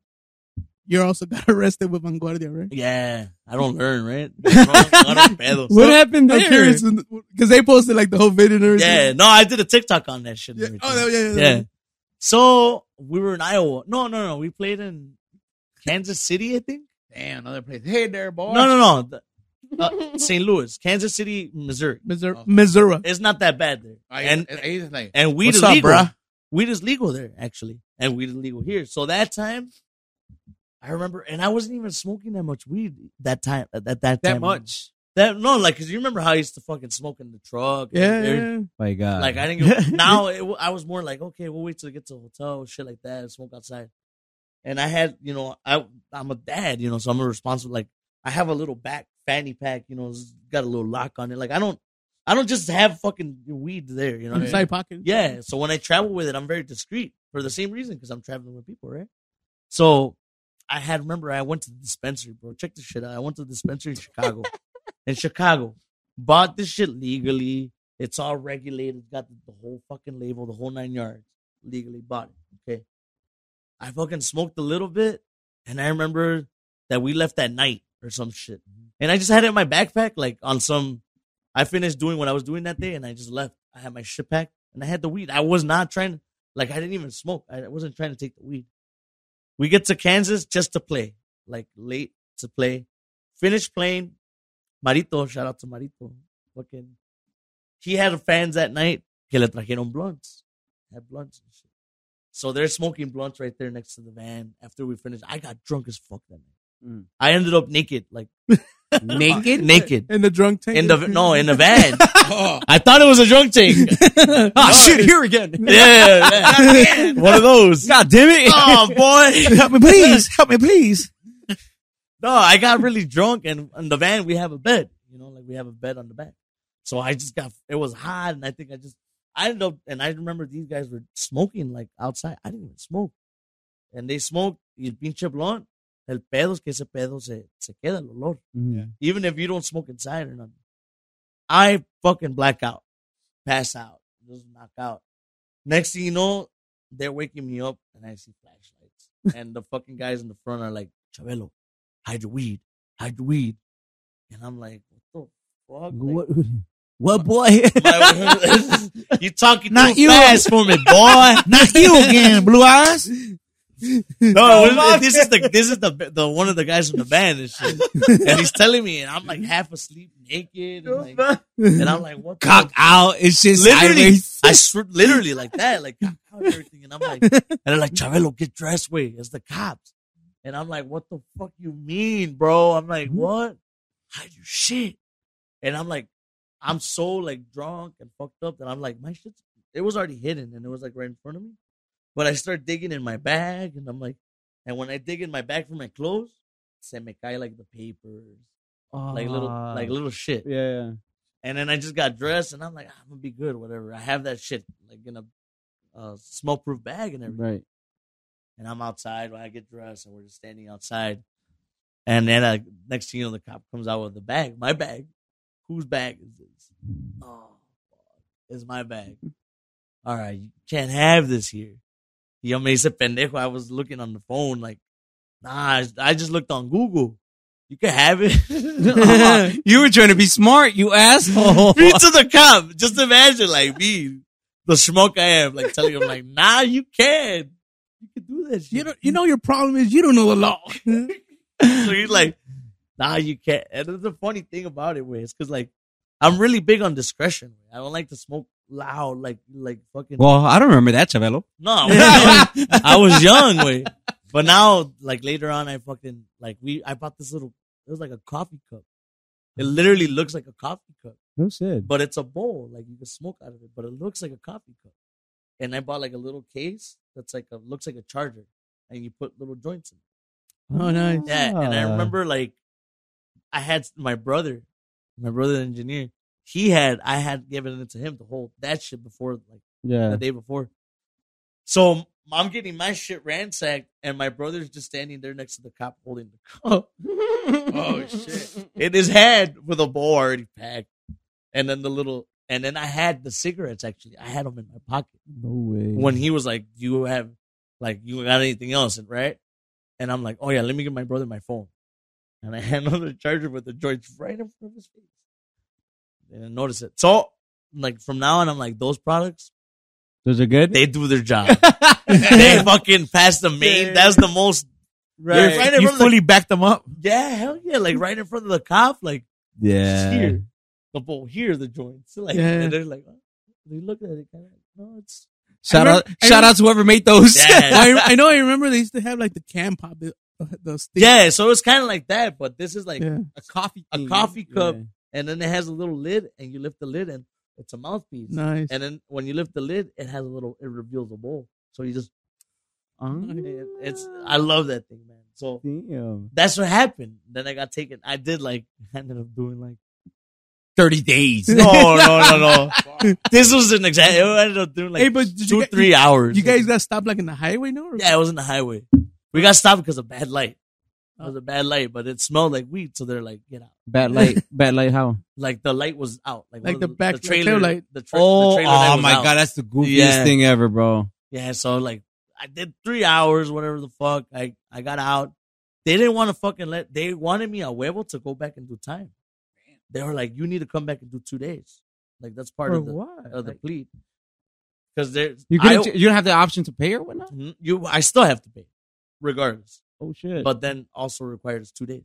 [SPEAKER 5] you also got arrested with Vanguardia, right?
[SPEAKER 4] Yeah, I don't learn, right? What a pedo.
[SPEAKER 5] What happened
[SPEAKER 3] there?
[SPEAKER 5] I'm curious because they posted like the whole video. And everything.
[SPEAKER 4] Yeah, no, I did a TikTok on that shit. and
[SPEAKER 5] Yeah.
[SPEAKER 4] everything.
[SPEAKER 5] Oh, yeah, yeah, yeah.
[SPEAKER 4] Yeah. So we were in Iowa. No, no, no. We played in Kansas City, I think.
[SPEAKER 6] Damn, another place. Hey there, boy.
[SPEAKER 4] No, no, no. The- uh, St. Louis, Kansas City, Missouri.
[SPEAKER 6] Oh.
[SPEAKER 5] Missouri. Missouri.
[SPEAKER 4] It's not that bad there. And
[SPEAKER 6] he's like,
[SPEAKER 4] and weed
[SPEAKER 6] What's
[SPEAKER 4] is
[SPEAKER 6] up,
[SPEAKER 4] legal.
[SPEAKER 6] bruh?
[SPEAKER 4] Weed is legal there, actually, and weed is legal here. So that time, I remember, and I wasn't even smoking that much weed that time. At that, that time,
[SPEAKER 3] much.
[SPEAKER 4] That no, like, cause you remember how I used to fucking smoke in the truck. and
[SPEAKER 5] Yeah,
[SPEAKER 4] everything.
[SPEAKER 5] yeah.
[SPEAKER 3] My God.
[SPEAKER 4] Like I didn't. Give, now it, I was more like, okay, we'll wait till we get to the hotel, shit like that, and smoke outside. And I had, you know, I I'm a dad, you know, so I'm a responsible. Like I have a little back fanny pack, you know, it's got a little lock on it. Like I don't, I don't just have fucking weed there, you know. what I mean?
[SPEAKER 5] Inside pocket.
[SPEAKER 4] Yeah. So when I travel with it, I'm very discreet for the same reason because I'm traveling with people, right? So I had remember I went to the dispensary, bro. Check this shit out. I went to the dispensary in Chicago. in Chicago, bought this shit legally. It's all regulated. Got the, the whole fucking label, the whole nine yards. Legally bought it. Okay. I fucking smoked a little bit, and I remember that we left that night or some shit, and I just had it in my backpack, like on some. I finished doing what I was doing that day, and I just left. I had my shit packed, and I had the weed. I was not trying, like I didn't even smoke. I wasn't trying to take the weed. We get to Kansas just to play, like late to play. Finish playing. Marito, shout out to Marito. Fucking, he had fans that night que le trajeron blunts. Had blunts and shit. So they're smoking blunts right there next to the van. After we finished, I got drunk as fuck that night.
[SPEAKER 3] Mm.
[SPEAKER 4] I ended up naked, like
[SPEAKER 3] naked?
[SPEAKER 4] naked
[SPEAKER 5] In the drunk tank.
[SPEAKER 4] in the no in the van. I thought it was a drunk tank.
[SPEAKER 3] Ah, shit, here again.
[SPEAKER 4] Yeah, yeah. one of those.
[SPEAKER 3] God damn it.
[SPEAKER 4] Oh boy!
[SPEAKER 6] help me, please. Help me, please.
[SPEAKER 4] No, I got really drunk, and in the van we have a bed. You know, like we have a bed on the back. So I just got. It was hot, and I think I just. I ended up, and I remember these guys were smoking like outside. I didn't even smoke, and they smoked. Y el pinche blunt, el pedo es que ese pedo se se queda el olor. even if you don't smoke inside or nothing. I fucking black out, pass out, just knock out. Next thing you know, they're waking me up and I see flashlights. and the fucking guys in the front are like, Chabelo, hide your weed, hide your weed. And I'm like, what the fuck? Like,
[SPEAKER 3] What boy?
[SPEAKER 4] my- you talking
[SPEAKER 6] Not
[SPEAKER 4] too
[SPEAKER 6] you.
[SPEAKER 4] fast for me, boy.
[SPEAKER 6] Not you again, Blue Eyes.
[SPEAKER 4] No, it was- this is the this is the the one of the guys from the band and shit, and he's telling me, and I'm like half asleep, naked, and, like, and I'm like, what? the
[SPEAKER 3] Cock out. It's just
[SPEAKER 4] literally,
[SPEAKER 3] sideways.
[SPEAKER 4] I sw- literally like that, like cock out and everything, and I'm like, and they're like, Chavelo, get dressed, way, it's the cops, and I'm like, what the fuck you mean, bro? I'm like,
[SPEAKER 3] Mm-hmm.
[SPEAKER 4] what? Hide your shit, and I'm like, I'm so like drunk and fucked up that I'm like, my shit's it was already hidden and it was like right in front of me, but I start digging in my bag and I'm like, and when I dig in my bag for my clothes, se me cae like the papers, like little like little shit.
[SPEAKER 3] Ah. Yeah.
[SPEAKER 4] And then I just got dressed, and I'm like, "Ah, I'm gonna be good, whatever. I have that shit like in a uh, smoke-proof bag and everything.
[SPEAKER 3] Right.
[SPEAKER 4] And I'm outside when I get dressed, and we're just standing outside. And then I, next thing you know, the cop comes out with the bag, my bag. Whose bag is this? Oh, fuck. it's my bag. All right, you can't have this here. Yo me dice pendejo. I was looking on the phone, like, nah, I- I just looked on Google. You can have it.
[SPEAKER 3] you were trying to be smart, you asshole.
[SPEAKER 4] me to the cop. Just imagine, like me the smoke I am. Like telling him, like, nah, you can. You can do this.
[SPEAKER 5] You, don't- you know your problem is you don't know the law.
[SPEAKER 4] so he's like, nah, you can't. And that's the funny thing about it, way. It's because, like, I'm really big on discretion. güey. I don't like to smoke loud, like, like fucking.
[SPEAKER 3] Well, I don't remember that, Chabelo.
[SPEAKER 4] no, I was young. I was young, wait. But now, like, later on, I fucking, like, we, I bought this little, it was like a coffee cup. It literally looks like a coffee cup.
[SPEAKER 3] No shit.
[SPEAKER 4] but it's a bowl. Like you can smoke out of it, but it looks like a coffee cup. And I bought like a little case that's like a looks like a charger, and you put little joints in.
[SPEAKER 5] Oh, nice.
[SPEAKER 4] it. Yeah, and I
[SPEAKER 3] Ah,
[SPEAKER 4] remember like I had my brother, my brother the engineer. He had I had given it to him to hold that shit before like
[SPEAKER 3] Yeah.
[SPEAKER 4] the day before. So I'm getting my shit ransacked, and my brother's just standing there next to the cop holding the cup. oh shit! In his hand with a bowl already packed, and then the little, and then I had the cigarettes. Actually, I had them in my pocket
[SPEAKER 3] No way.
[SPEAKER 4] when he was like, "Do you have, like, you got anything else?" Right? And I'm like, "Oh yeah, let me give my brother my phone." And I hand him the charger with the joints right in front of his face. They didn't notice it. So, like from now on, I'm like, those products
[SPEAKER 3] Those are good.
[SPEAKER 4] they do their job. they fucking pass the main. That's the most. You're right in
[SPEAKER 6] you
[SPEAKER 4] front of
[SPEAKER 6] fully backed them up.
[SPEAKER 4] the, yeah, hell yeah. Like right in front of the cop, like
[SPEAKER 3] yeah.
[SPEAKER 4] here. The bull here, the joints. Like,
[SPEAKER 5] Yeah.
[SPEAKER 4] and they're like, oh. they look at it. Kind of, no, it's.
[SPEAKER 3] Shout
[SPEAKER 5] I
[SPEAKER 3] out,
[SPEAKER 5] remember- I
[SPEAKER 3] shout out to whoever made those.
[SPEAKER 4] Yeah.
[SPEAKER 5] I, I know. I remember they used to have like the can pop, the, the stick.
[SPEAKER 4] yeah, so it's kind of like that, but this is like
[SPEAKER 5] Yeah.
[SPEAKER 4] a coffee a coffee cup, and then it has a little lid, and you lift the lid, and it's a mouthpiece.
[SPEAKER 5] Nice.
[SPEAKER 4] And then when you lift the lid, it has a little, it reveals a bowl. So you just,
[SPEAKER 5] Mm.
[SPEAKER 4] it- it's, I love that thing, man. So
[SPEAKER 3] Oh, Damn.
[SPEAKER 4] that's what happened. Then I got taken. I did like I ended up doing like
[SPEAKER 3] 30 days.
[SPEAKER 4] no, no, no, no. this was an exact. I ended up doing like
[SPEAKER 5] Hey, but did
[SPEAKER 4] two,
[SPEAKER 5] you guys-
[SPEAKER 4] three hours.
[SPEAKER 5] you guys got stopped like in the highway now? or-
[SPEAKER 4] yeah, it was in the highway. We got stopped because of bad light. It
[SPEAKER 5] Oh.
[SPEAKER 4] was a bad light, but it smelled like weed, so they're like, get out.
[SPEAKER 3] Bad light. Bad light how?
[SPEAKER 4] Like the light was out, like,
[SPEAKER 5] Like
[SPEAKER 4] one
[SPEAKER 5] the
[SPEAKER 4] of
[SPEAKER 5] back-
[SPEAKER 4] the
[SPEAKER 5] the
[SPEAKER 4] trailer,
[SPEAKER 5] tail light.
[SPEAKER 4] The tra-
[SPEAKER 3] Oh,
[SPEAKER 4] the trailer light
[SPEAKER 3] oh
[SPEAKER 4] was
[SPEAKER 3] my
[SPEAKER 4] out.
[SPEAKER 3] God. That's the goofiest
[SPEAKER 4] Yeah.
[SPEAKER 3] thing ever, bro.
[SPEAKER 4] Yeah, so like I did three hours, whatever the fuck. I I got out. They didn't want to fucking let. They wanted me a huevo to go back and do time. They were like, you need to come back and do two days. Like that's part of the of the plea. Because there's
[SPEAKER 3] You,
[SPEAKER 4] I,
[SPEAKER 3] couldn't- you don't have the option to pay or whatnot?
[SPEAKER 4] Mhm. you I still have to pay, regardless.
[SPEAKER 3] Oh, shit.
[SPEAKER 4] But then also requires two days.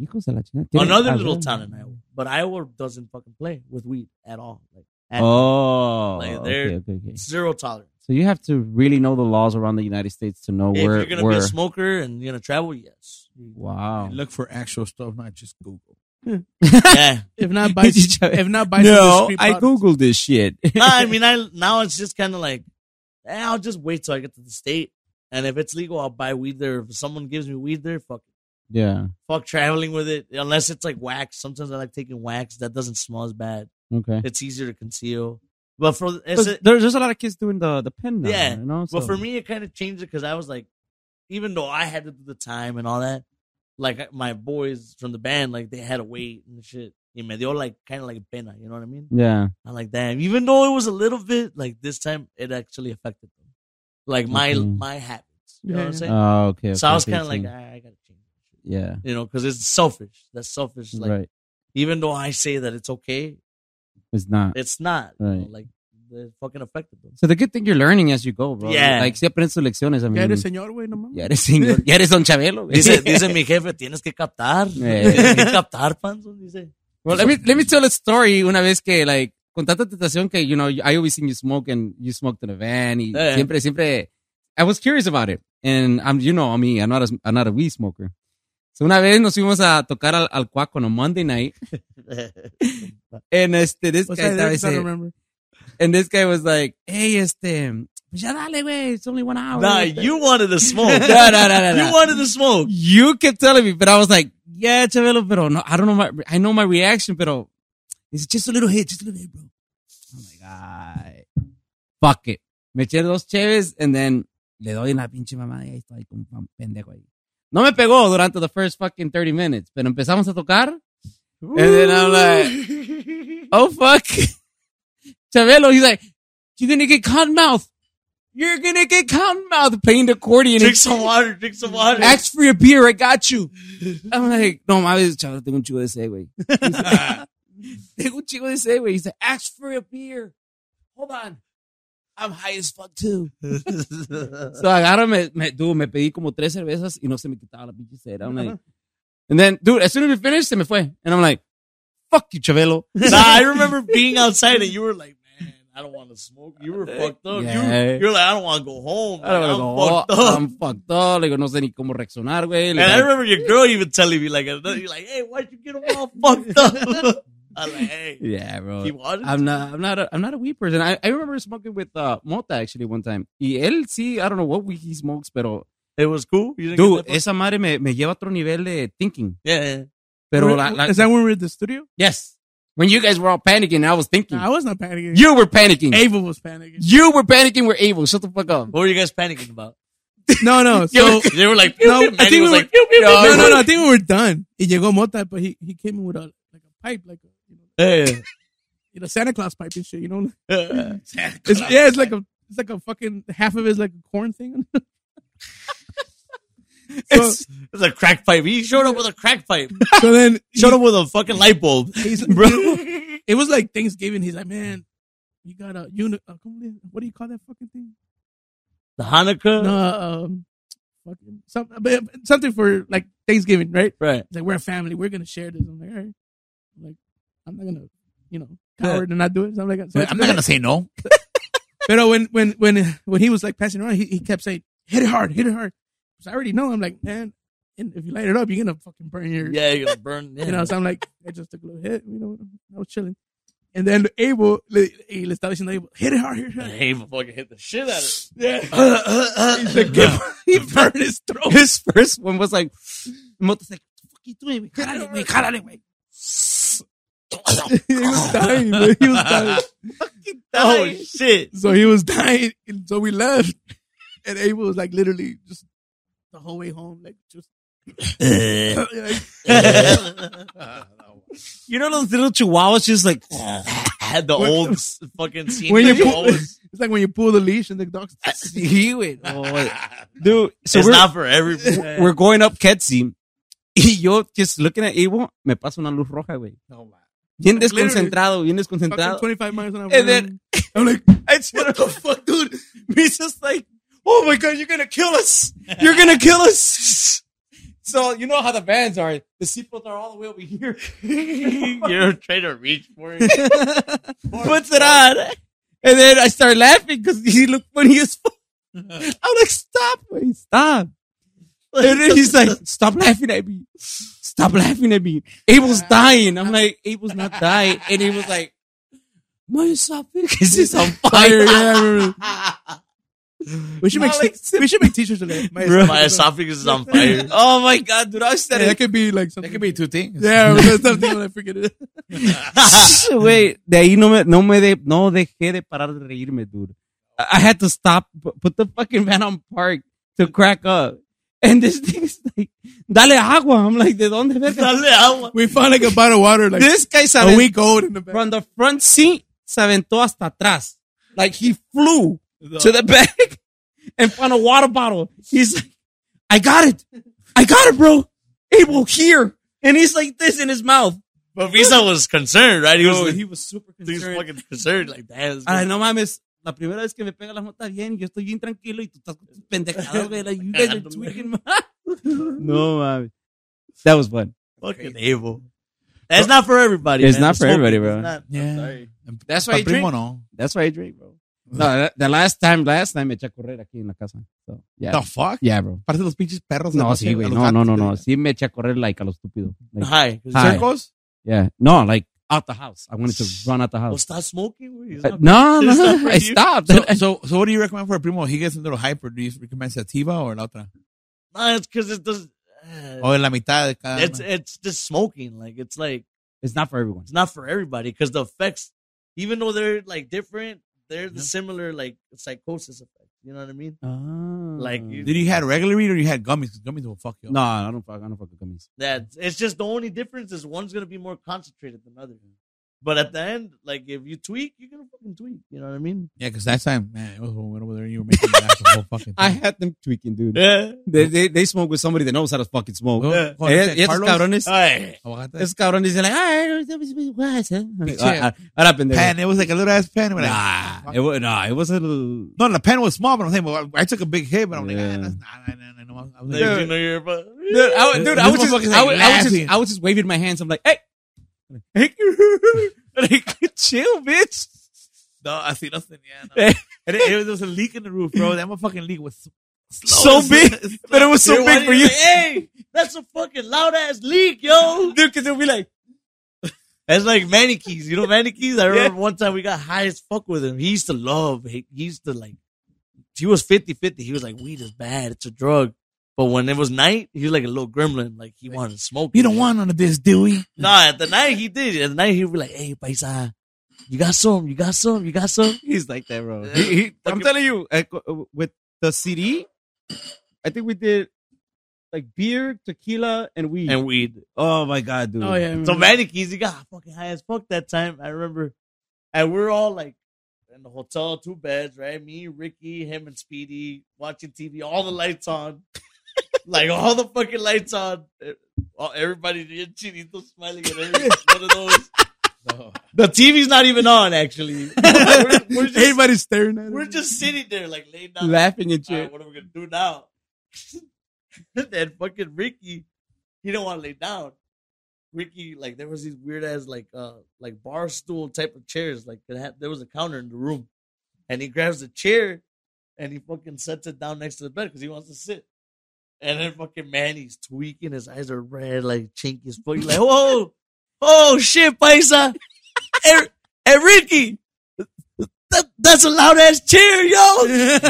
[SPEAKER 3] Hijos de la chingada.
[SPEAKER 4] Another
[SPEAKER 3] Tienen-
[SPEAKER 4] little
[SPEAKER 3] Ah,
[SPEAKER 4] town in Iowa, but Iowa doesn't fucking play with weed at all. Like at
[SPEAKER 3] Oh.
[SPEAKER 4] Like, they're-
[SPEAKER 3] okay, okay, okay.
[SPEAKER 4] zero tolerance.
[SPEAKER 3] So you have to really know the laws around the United States to know
[SPEAKER 4] If
[SPEAKER 3] where.
[SPEAKER 4] you're gonna
[SPEAKER 3] where.
[SPEAKER 4] be a smoker and you're gonna travel, yes.
[SPEAKER 3] wow.
[SPEAKER 6] Look for actual stuff, not just Google.
[SPEAKER 4] yeah.
[SPEAKER 5] If not buy,
[SPEAKER 3] Did you-
[SPEAKER 5] if not buy,
[SPEAKER 3] No,
[SPEAKER 5] street
[SPEAKER 3] I
[SPEAKER 5] products.
[SPEAKER 3] googled this shit.
[SPEAKER 4] no, I mean, I now it's just kind of like, eh, I'll just wait till I get to the state, and if it's legal, I'll buy weed there. If someone gives me weed there, fuck, it.
[SPEAKER 3] yeah.
[SPEAKER 4] fuck traveling with it. Unless it's like wax. Sometimes I like taking wax. That doesn't smell as bad.
[SPEAKER 3] Okay.
[SPEAKER 4] It's easier to conceal. But for it's
[SPEAKER 3] But
[SPEAKER 4] a,
[SPEAKER 3] there's just a lot of kids doing the the pen now.
[SPEAKER 4] Yeah.
[SPEAKER 3] You know?
[SPEAKER 4] but
[SPEAKER 3] so-
[SPEAKER 4] for me, it kind of changed it because I was like, even though I had to do the time and all that, like my boys from the band, like they had to wait and shit. Y me dio like kind of like pena, you know what I mean?
[SPEAKER 3] Yeah.
[SPEAKER 4] I'm like, damn. Even though it was a little bit, like this time it actually affected them, like my
[SPEAKER 3] Okay.
[SPEAKER 4] my habits. You know
[SPEAKER 5] Yeah,
[SPEAKER 4] what I'm
[SPEAKER 5] yeah.
[SPEAKER 4] saying?
[SPEAKER 3] Oh, okay.
[SPEAKER 4] so
[SPEAKER 3] okay,
[SPEAKER 4] I was
[SPEAKER 3] okay,
[SPEAKER 4] kind of like, "Ah,
[SPEAKER 3] so-
[SPEAKER 4] I, I gotta change,
[SPEAKER 3] yeah.
[SPEAKER 4] you know, because it's selfish. That's selfish. Like,
[SPEAKER 3] right.
[SPEAKER 4] even though I say that it's okay,
[SPEAKER 3] It's not.
[SPEAKER 4] it's not. you know,
[SPEAKER 3] Right.
[SPEAKER 4] like, it fucking affected them.
[SPEAKER 3] So the good thing you're learning as you go, bro.
[SPEAKER 4] Yeah.
[SPEAKER 3] Like si aprendes tus lecciones. I
[SPEAKER 6] Mm.
[SPEAKER 3] mean,
[SPEAKER 5] Ya eres señor, güey, no mames.
[SPEAKER 3] ya eres señor- ya eres don Chabelo. güey.
[SPEAKER 4] Dice, dice mi jefe, tienes que captar,
[SPEAKER 3] Eh.
[SPEAKER 4] tienes que captar, panzo. Dice,
[SPEAKER 3] Well, let me let me tell a story. Una vez que like con tanta tentación que you know I always seen you smoke and you smoked in a van. Y
[SPEAKER 4] Yeah.
[SPEAKER 3] siempre siempre I was curious about it and I'm you know me I'm not a, I'm not a weed smoker. So una vez nos fuimos a tocar al, al Cuaco on a Monday night and este this
[SPEAKER 5] Was
[SPEAKER 3] guy
[SPEAKER 5] I there?
[SPEAKER 3] estaba
[SPEAKER 5] 'Cause I don't
[SPEAKER 3] ese-
[SPEAKER 5] remember.
[SPEAKER 3] and this guy was like hey este pues ya dale güey it's only one hour.
[SPEAKER 4] nah,
[SPEAKER 3] Este.
[SPEAKER 4] you wanted to smoke.
[SPEAKER 3] No, no, no, no,
[SPEAKER 4] You
[SPEAKER 3] no.
[SPEAKER 4] wanted to smoke.
[SPEAKER 3] you kept telling me, but I was like, yeah, Chabelo, pero no, I don't know my, I know my reaction, pero it's just a little hit, just a little hit, bro. I'm like, ay, fuck it. Me eché dos cheves and then le doy una pinche mamada y ahí estoy como un pendejo ahí. No me pegó durante the first fucking 30 minutes, pero empezamos a tocar. And then I'm like, oh fuck. Chabelo, he's like, you're gonna get cotton mouth. You're gonna get cotton mouth playing the accordion.
[SPEAKER 4] Drink some water, drink some water.
[SPEAKER 3] Ask for your beer. I got you. I'm like, no mames, chaval, tengo un chico de ese, güey. He's like, Tengo un chico de ese, güey. He's like, ask for a beer. Hold on.
[SPEAKER 5] I'm high as fuck too.
[SPEAKER 3] So agárrame, me, dude, me pedí como tres cervezas y no se me quitaba la pinche cera. I'm like, and then, dude, as soon as we finished, se me fue. And I'm like, fuck you, Chabelo.
[SPEAKER 4] Nah, I remember being outside and you were like, man, I don't want to smoke. You were fucked up.
[SPEAKER 3] Eh, Yeah.
[SPEAKER 4] You, you're like, I don't want to go home.
[SPEAKER 3] I don't
[SPEAKER 4] man.
[SPEAKER 3] wanna
[SPEAKER 4] I'm
[SPEAKER 3] go, oh,
[SPEAKER 4] fucked up.
[SPEAKER 3] I'm fucked up. Le digo, no sé ni cómo reaccionar, güey. Le
[SPEAKER 4] and I
[SPEAKER 3] digo,
[SPEAKER 4] remember your girl even telling me like, another- you're like, hey, why'd you get them all fucked up? I was like, hey,
[SPEAKER 3] yeah, bro.
[SPEAKER 4] he wanted.
[SPEAKER 3] I'm not, I'm not, a, I'm not a weed person. I, I remember smoking with uh, Mota actually one time. Y él sí, I don't know what weed he smokes, pero,
[SPEAKER 4] it was cool. You didn't get
[SPEAKER 3] dude,
[SPEAKER 4] that fucked-
[SPEAKER 3] esa madre me, me lleva a otro nivel de thinking.
[SPEAKER 4] yeah, yeah.
[SPEAKER 3] Pero
[SPEAKER 5] Were-
[SPEAKER 3] la, la-
[SPEAKER 5] is that when we were at the studio?
[SPEAKER 6] Mm.
[SPEAKER 3] yes. When you guys were all panicking, I was thinking.
[SPEAKER 5] Nah, I was not panicking.
[SPEAKER 3] you were panicking.
[SPEAKER 5] Abel was panicking.
[SPEAKER 3] You were panicking. We're able. Shut the fuck up.
[SPEAKER 4] What were you guys panicking about?
[SPEAKER 5] No, no. So
[SPEAKER 4] they were like,
[SPEAKER 5] No,
[SPEAKER 4] no,
[SPEAKER 5] I think
[SPEAKER 4] he was
[SPEAKER 5] we
[SPEAKER 4] like, pew, pew,
[SPEAKER 5] no,
[SPEAKER 4] pew,
[SPEAKER 5] no,
[SPEAKER 4] pew.
[SPEAKER 5] no. I think we were done. He llegó Mota, but he, he came in with a like a pipe, like a you know,
[SPEAKER 4] Hey.
[SPEAKER 5] you know, Santa Claus pipe and shit. You know,
[SPEAKER 4] Uh,
[SPEAKER 5] it's, yeah, it's like a it's like a fucking half of it is like a corn thing. so,
[SPEAKER 4] it's, it's a crack pipe. He showed up with a crack pipe.
[SPEAKER 5] so then
[SPEAKER 4] showed up with a fucking light bulb.
[SPEAKER 5] he's bro. It was like Thanksgiving. He's like, man, you got a uni- uh, come on, What do you call that fucking thing?
[SPEAKER 4] The Hanukkah.
[SPEAKER 5] No, um, fucking some, but- but something for like Thanksgiving, right?
[SPEAKER 4] Right.
[SPEAKER 5] He's like, we're a family. We're gonna share this. I'm like, all right. I'm like, I'm not gonna, you know, coward and not do it. So I'm like, so
[SPEAKER 6] I'm not gonna say no.
[SPEAKER 5] But when when when when he was like passing around, he, he kept saying, "Hit it hard, hit it hard." 'Cause I already know. I'm like, man, and if you light it up, you're gonna fucking burn your.
[SPEAKER 4] Yeah, you're gonna burn. Yeah.
[SPEAKER 5] You know, so I'm like, I just took a little hit. You know, I was chilling. And then Abel le, y le estaba diciendo, a Abel, hit it hard, hit it hard.
[SPEAKER 4] Hey, but fucking hit the shit out of it.
[SPEAKER 5] Yeah.
[SPEAKER 3] Uh,
[SPEAKER 4] He's like,
[SPEAKER 5] he burned his throat.
[SPEAKER 3] His first one was like, Mota's like, fuck you doing? güey? Jálale, güey, jálale, güey.
[SPEAKER 5] he was dying, man. He was dying.
[SPEAKER 4] oh shit!
[SPEAKER 5] So he was dying. And so we left. And Abel was like literally just the whole way home, like just like,
[SPEAKER 3] You know those little chihuahuas just like,
[SPEAKER 4] had the old s- fucking scene.
[SPEAKER 5] When you
[SPEAKER 4] that
[SPEAKER 5] pull-
[SPEAKER 4] always-
[SPEAKER 5] it's like when you pull the leash and the dog's
[SPEAKER 3] he went, oh, wait. Dude, so
[SPEAKER 4] it's
[SPEAKER 3] we're,
[SPEAKER 4] not for everybody.
[SPEAKER 3] we're going up Ketzi. Y yo, just looking at Evo, me pasa una luz roja, güey. Bien desconcentrado, bien
[SPEAKER 5] fucking
[SPEAKER 3] desconcentrado.
[SPEAKER 5] 25 miles an hour.
[SPEAKER 3] And then-
[SPEAKER 5] I'm like,
[SPEAKER 3] I just, what the fuck, dude? He's just like, oh my god, you're gonna kill us. You're gonna kill us. So, you know how the vans are. The seatbelts are all the way over here.
[SPEAKER 4] You're trying to reach for it.
[SPEAKER 3] puts it on. And then I start laughing because he looked funny as fuck. I'm like, stop, wait, stop. And then he's like, stop laughing at me. Stop laughing at me. Abel's dying. I'm like, Abel's not dying. And he was like, no, you stop it because he's on fire.
[SPEAKER 5] we should make
[SPEAKER 3] Alex-
[SPEAKER 5] we should make t-shirts of that. My
[SPEAKER 4] My esophagus is on fire.
[SPEAKER 3] Oh my God, dude. I said
[SPEAKER 5] Yeah, that
[SPEAKER 3] it.
[SPEAKER 5] could be like something.
[SPEAKER 6] That could be two things.
[SPEAKER 5] yeah, that's something when I forget it.
[SPEAKER 3] Wait, de ahí no me, no me de, no dejé de parar de reírme, dude. I I had to stop, pu- put the fucking van on park to crack up. And this thing's like, dale agua. I'm like, ¿de dónde verga?
[SPEAKER 4] Dale agua.
[SPEAKER 5] We found like a bottle of water like
[SPEAKER 3] this guy se
[SPEAKER 5] a
[SPEAKER 3] aventó-
[SPEAKER 5] week old in the back.
[SPEAKER 3] from the front seat se aventó hasta atrás. Like he flew to the back and found a water bottle. He's like, I got it. I got it, bro. Abel here. And he's like this in his mouth.
[SPEAKER 4] But Visa was concerned, right? He was, Oh, he
[SPEAKER 3] was super
[SPEAKER 4] was fucking concerned, like damn. this
[SPEAKER 3] Ay,
[SPEAKER 4] guy-
[SPEAKER 3] no mames. La primera vez que me pega la mota bien, yo estoy bien tranquilo y tú estás con tus pendejadas, güey. Like, you guys are tweaking, man. No mames. That was fun.
[SPEAKER 4] Fucking evil. That's not for everybody.
[SPEAKER 3] It's
[SPEAKER 4] man.
[SPEAKER 3] not
[SPEAKER 4] The
[SPEAKER 3] for
[SPEAKER 4] smoking
[SPEAKER 3] everybody,
[SPEAKER 4] is
[SPEAKER 3] bro.
[SPEAKER 4] not-
[SPEAKER 6] Yeah.
[SPEAKER 3] That's
[SPEAKER 6] Pa' primo no.
[SPEAKER 3] That's why I drink, bro. No, that- the last time, last time me eché a correr aquí en la casa. So, yeah.
[SPEAKER 6] The fuck.
[SPEAKER 3] Yeah, bro.
[SPEAKER 6] Parte de los pinches perros.
[SPEAKER 3] No, sí, güey. No, no, no, no. Sí me eché a correr like a lo estúpido. Like,
[SPEAKER 4] Hi.
[SPEAKER 3] Hi.
[SPEAKER 6] Circos.
[SPEAKER 3] yeah. No, like out the house. I wanted to run out the
[SPEAKER 4] Well,
[SPEAKER 3] house.
[SPEAKER 4] stop oh, smoking. güey. It's
[SPEAKER 3] Uh,
[SPEAKER 4] not-
[SPEAKER 3] no, no,
[SPEAKER 4] it's not
[SPEAKER 3] no.
[SPEAKER 4] for
[SPEAKER 3] I
[SPEAKER 4] you.
[SPEAKER 3] stopped.
[SPEAKER 6] So, so, so, what do you recommend for a primo? He gets a little hyper. Do you recommend sativa or la otra?
[SPEAKER 4] No, it's because it does. Oh,
[SPEAKER 6] O en la mitad de cada.
[SPEAKER 4] It's
[SPEAKER 6] una?
[SPEAKER 4] it's just smoking. Like it's like
[SPEAKER 3] it's not for everyone.
[SPEAKER 4] it's not for everybody because the effects, even though they're like different, they're the similar like psychosis effect. You know what I mean? Like, you-
[SPEAKER 6] Did you had regular weed or you had gummies? 'Cause gummies will fuck you. up.
[SPEAKER 3] No, I don't fuck. I don't fuck with gummies.
[SPEAKER 4] That it's just the only difference is one's gonna be more concentrated than the other. But at the end, like if you tweak, you're gonna fucking tweak. You know what I mean?
[SPEAKER 6] Yeah, because last time, man, it was when over there you were making an asshole. whole fucking
[SPEAKER 3] I
[SPEAKER 6] thing.
[SPEAKER 3] had them tweaking, dude.
[SPEAKER 4] Yeah.
[SPEAKER 3] They, they, they smoke with somebody that knows how to fucking smoke.
[SPEAKER 6] Luego, cuando
[SPEAKER 3] Eh,
[SPEAKER 6] dice
[SPEAKER 3] y esos
[SPEAKER 6] Carlos,
[SPEAKER 3] cabrones,
[SPEAKER 4] Ay.
[SPEAKER 6] aguacate.
[SPEAKER 3] esos cabrones dicen, like, "Ay, that was- was- was-
[SPEAKER 6] Pinche-
[SPEAKER 3] ah, ah, ahora pendejo.
[SPEAKER 6] pen. It was like a little ass pen. We're like,
[SPEAKER 3] Nah, it, wa- nah, it was a little.
[SPEAKER 6] No, the pen was small, but I'm saying, well, I took a big hit, but I'm like,
[SPEAKER 3] Yeah.
[SPEAKER 6] ah, that's not. I, I, I, know. I was
[SPEAKER 4] Like, you
[SPEAKER 6] like,
[SPEAKER 4] know, you're about-
[SPEAKER 3] Dude, I, dude, I was just,
[SPEAKER 6] This motherfucker's,
[SPEAKER 3] I,
[SPEAKER 6] like,
[SPEAKER 3] was, I was
[SPEAKER 6] laughing.
[SPEAKER 3] just, I was just waving my hands. I'm like, hey, hey, like, chill, bitch.
[SPEAKER 6] no, I see nothing. Yeah, no. and it, it was, there was a leak in the roof, bro. That motherfucking leak was slow.
[SPEAKER 3] So big, but it was so
[SPEAKER 4] Dude, why
[SPEAKER 3] big for
[SPEAKER 4] did
[SPEAKER 3] you,
[SPEAKER 4] Hey, that's a fucking loud ass leak, yo.
[SPEAKER 3] dude. Because they'll be like,
[SPEAKER 4] That's like Manikies. You know Manikies? I remember one time we got high as fuck with him. He used to love, he, he used to like, he was 50 50. He was like, weed is bad. It's a drug. But when it was night, he was like a little gremlin. Like he wanted to smoke.
[SPEAKER 6] You don't want none of this, do we?
[SPEAKER 4] Nah, at the night he did. At the night he'd be like, hey, paisa, you got some, you got some, you got some.
[SPEAKER 3] he's like that, bro.
[SPEAKER 4] Yeah.
[SPEAKER 3] He- he- I'm
[SPEAKER 4] Fucking-
[SPEAKER 3] telling you, uh, co- with the CD, I think we did like beer, tequila, and weed.
[SPEAKER 4] And weed.
[SPEAKER 3] oh my god, dude.
[SPEAKER 5] Oh, yeah.
[SPEAKER 4] So
[SPEAKER 5] man.
[SPEAKER 4] Manikies, he got fucking high as fuck that time. I remember. And we're all like in the hotel, two beds, right? Me, Ricky, him, and Speedy watching TV, all the lights on. like all the fucking lights on. Eh, All, everybody, the chinito smiling at every one of those. The TV's not even on, actually. we're, we're just,
[SPEAKER 5] Everybody's staring at
[SPEAKER 4] we're
[SPEAKER 5] it.
[SPEAKER 4] just sitting there, like laid down.
[SPEAKER 3] laughing at
[SPEAKER 4] All
[SPEAKER 3] you.
[SPEAKER 4] right, what are we gonna do now? then fucking Ricky, he don't want to lay down. Ricky, like there was these weird ass like uh like bar stool type of chairs. Like it had, there was a counter in the room, and he grabs the chair, and he fucking sets it down next to the bed because he wants to sit. And then fucking Manny's tweaking, his eyes are red, like chink his foot. He's like, whoa, oh shit, paisa, hey, hey Ricky, that, that's a loud ass chair, yo.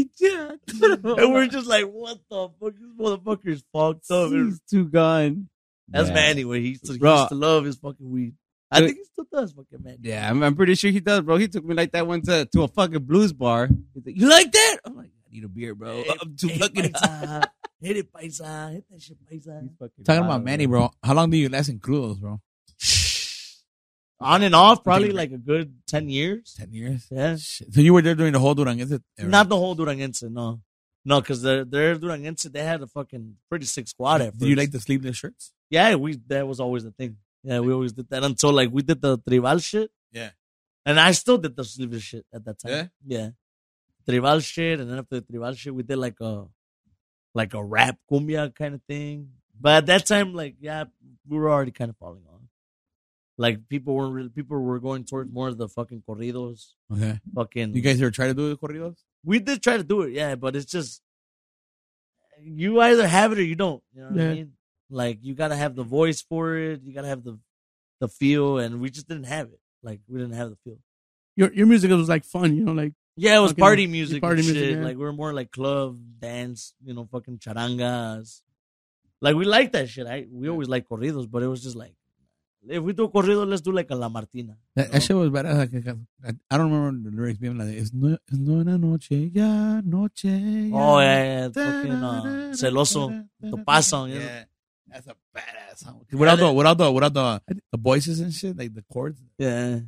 [SPEAKER 4] and we're just like, what the fuck? This motherfucker's fucked up. And
[SPEAKER 3] He's too gone.
[SPEAKER 4] That's
[SPEAKER 3] Yeah.
[SPEAKER 4] Manny where he used, to, he
[SPEAKER 3] Bro.
[SPEAKER 4] used to love his fucking weed. I
[SPEAKER 3] Dude.
[SPEAKER 4] think he still does fucking Manny.
[SPEAKER 3] Yeah, I'm, I'm pretty sure he does, bro. He took me like that one to, to a fucking blues bar. He's like,
[SPEAKER 4] You like that? I'm like,
[SPEAKER 3] I need a beer, bro.
[SPEAKER 4] hey,
[SPEAKER 3] I'm too
[SPEAKER 4] hey,
[SPEAKER 3] fucking
[SPEAKER 4] paisa. Hit it, paisa. Hit that shit, paisa.
[SPEAKER 6] Talking about Manny, bro. How long do you last in crudos, bro?
[SPEAKER 4] On and off, probably like a good 10 years.
[SPEAKER 6] Ten years.
[SPEAKER 4] Yeah.
[SPEAKER 6] Shit. So you were there during the whole Duranguense era?
[SPEAKER 4] Not the whole Durangense, no. No, because their, their Durangense, they had a fucking pretty sick squad at first.
[SPEAKER 6] Do you like the sleeveless shirts?
[SPEAKER 4] Yeah, we that was always the thing. Yeah, we always did that until like we did the tribal shit.
[SPEAKER 6] Yeah.
[SPEAKER 4] And I still did the sleeper shit at that
[SPEAKER 6] Yeah?
[SPEAKER 4] time. Yeah. Tribal shit, and then after the tribal shit, we did like a like a rap cumbia kind of thing. But at that time, like, yeah, we were already kind of falling off. Like people weren't really people were going towards more of the fucking corridos.
[SPEAKER 6] Okay.
[SPEAKER 4] Fucking
[SPEAKER 6] You guys ever try to do the corridos?
[SPEAKER 4] we did try to do it, yeah, but it's just you either have it or you don't. You know what
[SPEAKER 5] Yeah.
[SPEAKER 4] I mean? Like you gotta have the voice for it, you gotta have the the feel, and we just didn't have it. Like we didn't have the feel.
[SPEAKER 5] Your, your music was like fun, you know, like
[SPEAKER 4] Yeah, it was
[SPEAKER 5] Fucking
[SPEAKER 4] party music,
[SPEAKER 5] party
[SPEAKER 4] and shit.
[SPEAKER 5] music, yeah.
[SPEAKER 4] Like we were more like club dance, you know, fucking charangas. Like we like that shit. I we always like corridos, but it was just like if we do corrido, let's do like a La Martina.
[SPEAKER 6] That,
[SPEAKER 4] you
[SPEAKER 6] that
[SPEAKER 4] know?
[SPEAKER 6] shit was badass. Like, I, I don't remember the lyrics being like, it's no, it's no una noche, ya noche. Ya.
[SPEAKER 4] Oh yeah, yeah, fucking uh, celoso, Topazo, you know?
[SPEAKER 6] Yeah, that's a badass song. Without
[SPEAKER 4] Yeah,
[SPEAKER 6] the, without the, without the, the voices and shit, like the chords.
[SPEAKER 4] Yeah,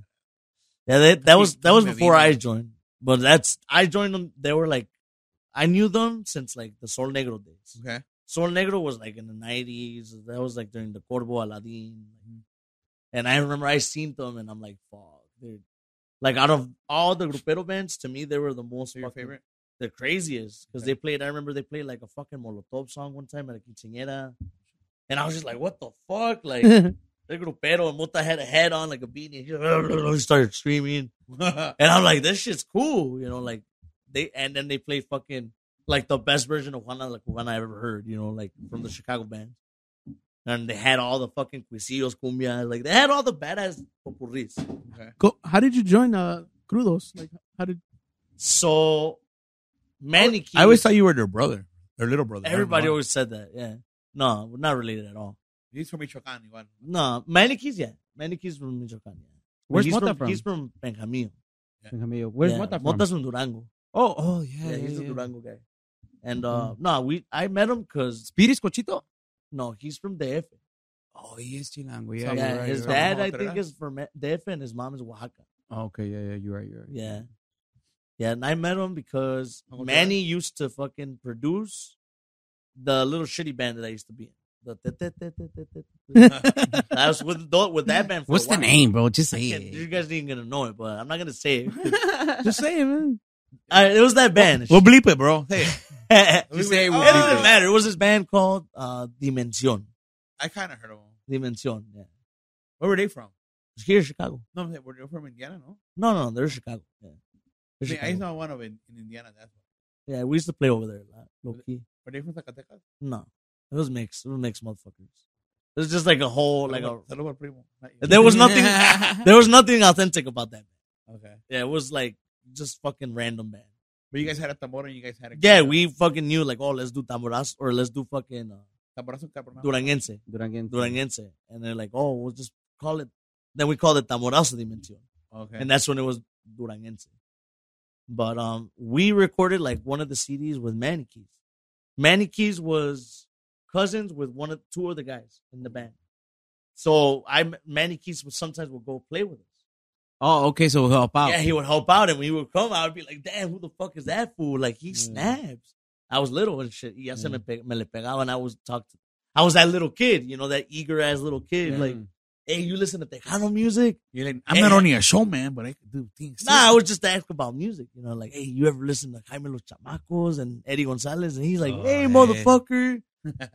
[SPEAKER 4] yeah. That, that was
[SPEAKER 6] think
[SPEAKER 4] that was
[SPEAKER 6] maybe-
[SPEAKER 4] before I joined, but that's I joined them. They were like, I knew them since like the Sol Negro days.
[SPEAKER 6] Okay.
[SPEAKER 4] Sol Negro was like in the nineties. That was like during the Corvo Aladdin, and I remember I seen them, and I'm like, fuck, dude. Like out of all the grupero bands, to me they were the most
[SPEAKER 6] Your
[SPEAKER 4] fucking-
[SPEAKER 6] favorite?
[SPEAKER 4] the craziest because they played. I remember they played like a fucking Molotov song one time at a quinceañera, and I was just like, "What the fuck?" Like the grupero and Mota had a hat on like a beanie. He started screaming, and I'm like, "This shit's cool," you know. Like they and then they played fucking like the best version of Juana La Cubana I ever heard, you know, like from the Chicago band. And they had all the fucking cuisillos, cumbia, like they had all the badass popurris.
[SPEAKER 5] go, how did you join uh Crudos? Like how did
[SPEAKER 4] So, Manic.
[SPEAKER 6] I always thought you were their brother, their little brother.
[SPEAKER 4] Everybody
[SPEAKER 6] always.
[SPEAKER 4] always said that. Yeah. No, we're not related at all.
[SPEAKER 6] He's from Michoacan, igual.
[SPEAKER 4] No, Maniquis, yeah. Maniquis from Michoacan, yeah.
[SPEAKER 3] Where's
[SPEAKER 4] he's
[SPEAKER 3] Mota
[SPEAKER 4] from,
[SPEAKER 3] from?
[SPEAKER 4] He's from Benjamín.
[SPEAKER 3] Where's
[SPEAKER 4] yeah.
[SPEAKER 3] Mota from?
[SPEAKER 4] Mota's from Durango.
[SPEAKER 3] Oh, oh, yeah.
[SPEAKER 4] Yeah, he's a
[SPEAKER 3] yeah. Mm-hmm.
[SPEAKER 4] Durango guy. And uh, no, we I met him because
[SPEAKER 3] Spiris Cochito?
[SPEAKER 4] no, he's from DF.
[SPEAKER 3] Oh, he is chilango. Yeah,
[SPEAKER 6] Yeah,
[SPEAKER 4] yeah,
[SPEAKER 6] you're right,
[SPEAKER 4] his
[SPEAKER 6] you're right.
[SPEAKER 4] E, dad I think is from DF and his mom is Oaxaca.
[SPEAKER 3] Oh, okay, yeah, yeah, you're right, you're right.
[SPEAKER 4] Yeah, Yeah, and I met him because Manny used to fucking produce the little shitty band that I used to be in. The te- te- te- te- te- te- te- I was with tho- with that band. For a
[SPEAKER 3] What's the
[SPEAKER 4] while.
[SPEAKER 3] name, bro? Just
[SPEAKER 4] I
[SPEAKER 3] say
[SPEAKER 4] can't- You
[SPEAKER 3] it.
[SPEAKER 4] guys ain't gonna know it, but I'm not gonna say it.
[SPEAKER 5] Just saying, man.
[SPEAKER 4] I, it was that band.
[SPEAKER 6] We'll bleep it, bro. Hey,
[SPEAKER 4] it
[SPEAKER 6] we say
[SPEAKER 4] doesn't matter. It was this band called uh, Dimension.
[SPEAKER 6] I kind of heard of them.
[SPEAKER 4] Dimension. Yeah,
[SPEAKER 6] Where were they from?
[SPEAKER 4] it's here in Chicago.
[SPEAKER 6] No, they were they from Indiana, no?
[SPEAKER 4] No, no, they're Chicago. Yeah,
[SPEAKER 6] I,
[SPEAKER 4] They're
[SPEAKER 6] mean, I
[SPEAKER 4] Chicago.
[SPEAKER 6] know one of it in Indiana. That's why.
[SPEAKER 4] yeah, we used to play over there a lot. Low key.
[SPEAKER 6] Were they from Zacatecas?
[SPEAKER 4] No, it was mixed. It was mixed, motherfuckers. It was just like a whole like a.
[SPEAKER 6] Saludo al primo. Not you.
[SPEAKER 4] There was nothing. there was nothing authentic about that.
[SPEAKER 6] Okay.
[SPEAKER 4] Yeah, it was like just fucking random band.
[SPEAKER 6] But you guys had a tambor and you guys had a
[SPEAKER 4] Yeah, we fucking knew like, oh, let's do tamborazo or let's do fucking uh,
[SPEAKER 6] tamborazo cabronado.
[SPEAKER 4] duranguense,
[SPEAKER 3] Duranguense.
[SPEAKER 4] duranguense, and they're like, oh, we'll just call it. Then we called it tamborazo dimension,
[SPEAKER 6] Okay.
[SPEAKER 4] and that's when it was duranguense. But um, we recorded like one of the CDs with Manny Keys. Manny Keys was cousins with one of two other guys in the band. So I Manny Keys would sometimes would go play with us.
[SPEAKER 3] Oh, okay, so help out.
[SPEAKER 4] Yeah, he would help out, and when he would come, I would be like, "Damn, who the fuck is that fool?" Like he snaps. I was little and shit. Y se me, pe- me le pegaba, and I was talk to. I was that little kid, you know, that eager ass little kid. Like, hey, you listen to Tejano music?
[SPEAKER 6] You're like, I'm not
[SPEAKER 4] Eh.
[SPEAKER 6] only a showman, but I can do things.
[SPEAKER 4] Nah, I was just asked about music, you know, like, hey, you ever listen to Jaime Los Chamacos and Eddie Gonzalez? And he's like,
[SPEAKER 6] Oh,
[SPEAKER 4] hey,
[SPEAKER 6] yeah.
[SPEAKER 4] motherfucker,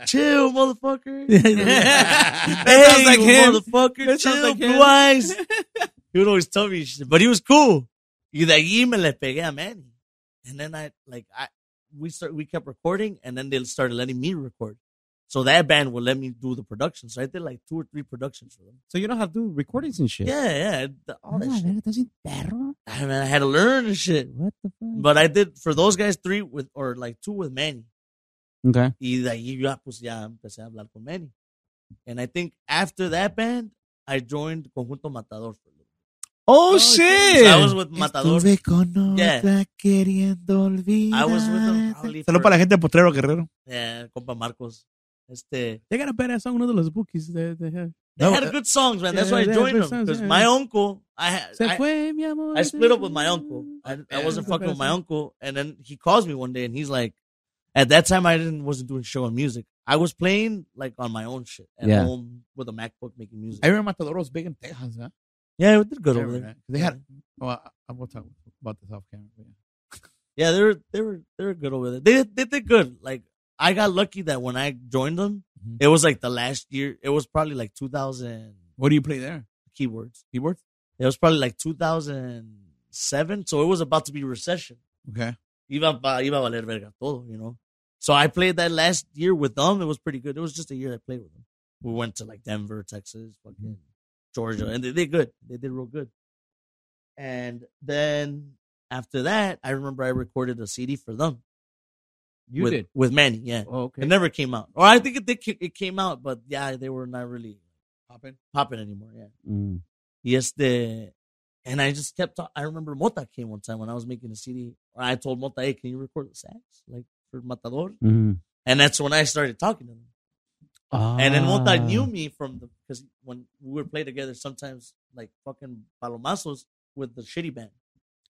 [SPEAKER 4] chill, motherfucker.
[SPEAKER 3] That
[SPEAKER 4] hey,
[SPEAKER 3] sounds like him.
[SPEAKER 4] motherfucker,
[SPEAKER 3] That
[SPEAKER 4] chill,
[SPEAKER 3] sounds like
[SPEAKER 4] blue
[SPEAKER 3] him.
[SPEAKER 4] eyes. he would always tell me shit, but he was cool. Y de allí me le pegué a Manny. And then I, like, I, we start, we kept recording and then they started letting me record. So that band would let me do the productions. So I did like two or three productions for them.
[SPEAKER 3] So you don't have to do recordings and shit.
[SPEAKER 4] Yeah, yeah. the- all that shit.
[SPEAKER 3] Oh, ¿Estás bien perro?
[SPEAKER 4] I, mean, I had to learn and shit.
[SPEAKER 3] What the fuck?
[SPEAKER 4] But I did for those guys three with or like two with Manny.
[SPEAKER 3] Okay.
[SPEAKER 4] Y de ahí ya pues ya empecé a hablar con Manny. And I think after that band, I joined Conjunto Matador for a little
[SPEAKER 3] Oh,
[SPEAKER 4] Oh,
[SPEAKER 3] shit.
[SPEAKER 4] So I was with Matador.
[SPEAKER 6] Estuve con
[SPEAKER 4] Yeah.
[SPEAKER 6] otra queriendo olvidar.
[SPEAKER 4] I was with them probably
[SPEAKER 6] Salud
[SPEAKER 4] for-
[SPEAKER 6] para la gente de Potrero Guerrero.
[SPEAKER 4] Yeah, eh, compa Marcos. Este,
[SPEAKER 5] They got a badass song, uno de los bookies. They, they have. eh,
[SPEAKER 4] they
[SPEAKER 6] No,
[SPEAKER 4] had good songs, man. That's
[SPEAKER 5] yeah,
[SPEAKER 4] why I
[SPEAKER 5] they had
[SPEAKER 4] joined
[SPEAKER 5] good
[SPEAKER 4] them.
[SPEAKER 5] songs,
[SPEAKER 4] Because
[SPEAKER 5] yeah.
[SPEAKER 4] my uncle, I, had-
[SPEAKER 5] Se
[SPEAKER 4] I
[SPEAKER 5] fue, mi
[SPEAKER 6] Oh,
[SPEAKER 5] amor.
[SPEAKER 4] I split up with my uncle. I, I
[SPEAKER 6] Yeah.
[SPEAKER 4] wasn't fucking with my uncle, and then he calls me one day, and he's like, "At that time, I didn't wasn't doing show and music. I was playing like on my own shit at
[SPEAKER 3] Yeah.
[SPEAKER 4] home with a MacBook making music.
[SPEAKER 6] I remember Matador was big in Texas, huh?
[SPEAKER 4] yeah, we did good
[SPEAKER 6] Yeah,
[SPEAKER 4] over there.
[SPEAKER 6] right. They had. Oh, I, I will talk about this off camera. but yeah.
[SPEAKER 4] Yeah, they were they were they were good over there. They did- they did good. Like I got lucky that when I joined them,
[SPEAKER 6] Mhm.
[SPEAKER 4] it was like the last year. It was probably like 2000
[SPEAKER 6] What do you play there?
[SPEAKER 4] keywords.
[SPEAKER 6] Keyboards?
[SPEAKER 4] It was probably like 2007, so it was about to be recession.
[SPEAKER 6] Okay.
[SPEAKER 4] iba, pa- iba a valer verga todo, you know. So I played that last year with them. It was pretty good. It was just a year I played with them. We went to like Denver, Texas, fucking
[SPEAKER 3] Mm-hmm.
[SPEAKER 4] Georgia, and they did good. They did real good. And then after that, I remember I recorded a CD for them
[SPEAKER 3] You
[SPEAKER 4] with,
[SPEAKER 3] did.
[SPEAKER 4] with Manny. Yeah,
[SPEAKER 3] Oh, okay.
[SPEAKER 4] it never came out, or I think it did. ca- It came out, but yeah, they were not really
[SPEAKER 6] Poppin'.
[SPEAKER 4] popping anymore. Yeah.
[SPEAKER 3] Mm.
[SPEAKER 4] Yes, the and I just kept. ta- I remember Mota came one time when I was making a CD. Or I told Mota, "Hey, can you record the sax like for Matador?"
[SPEAKER 3] Mm.
[SPEAKER 4] And that's when I started talking to him.
[SPEAKER 3] Mm-hmm.
[SPEAKER 4] And then Mota
[SPEAKER 3] Ah.
[SPEAKER 4] knew me from the because when we would play together, sometimes like fucking palomazos with the shitty band.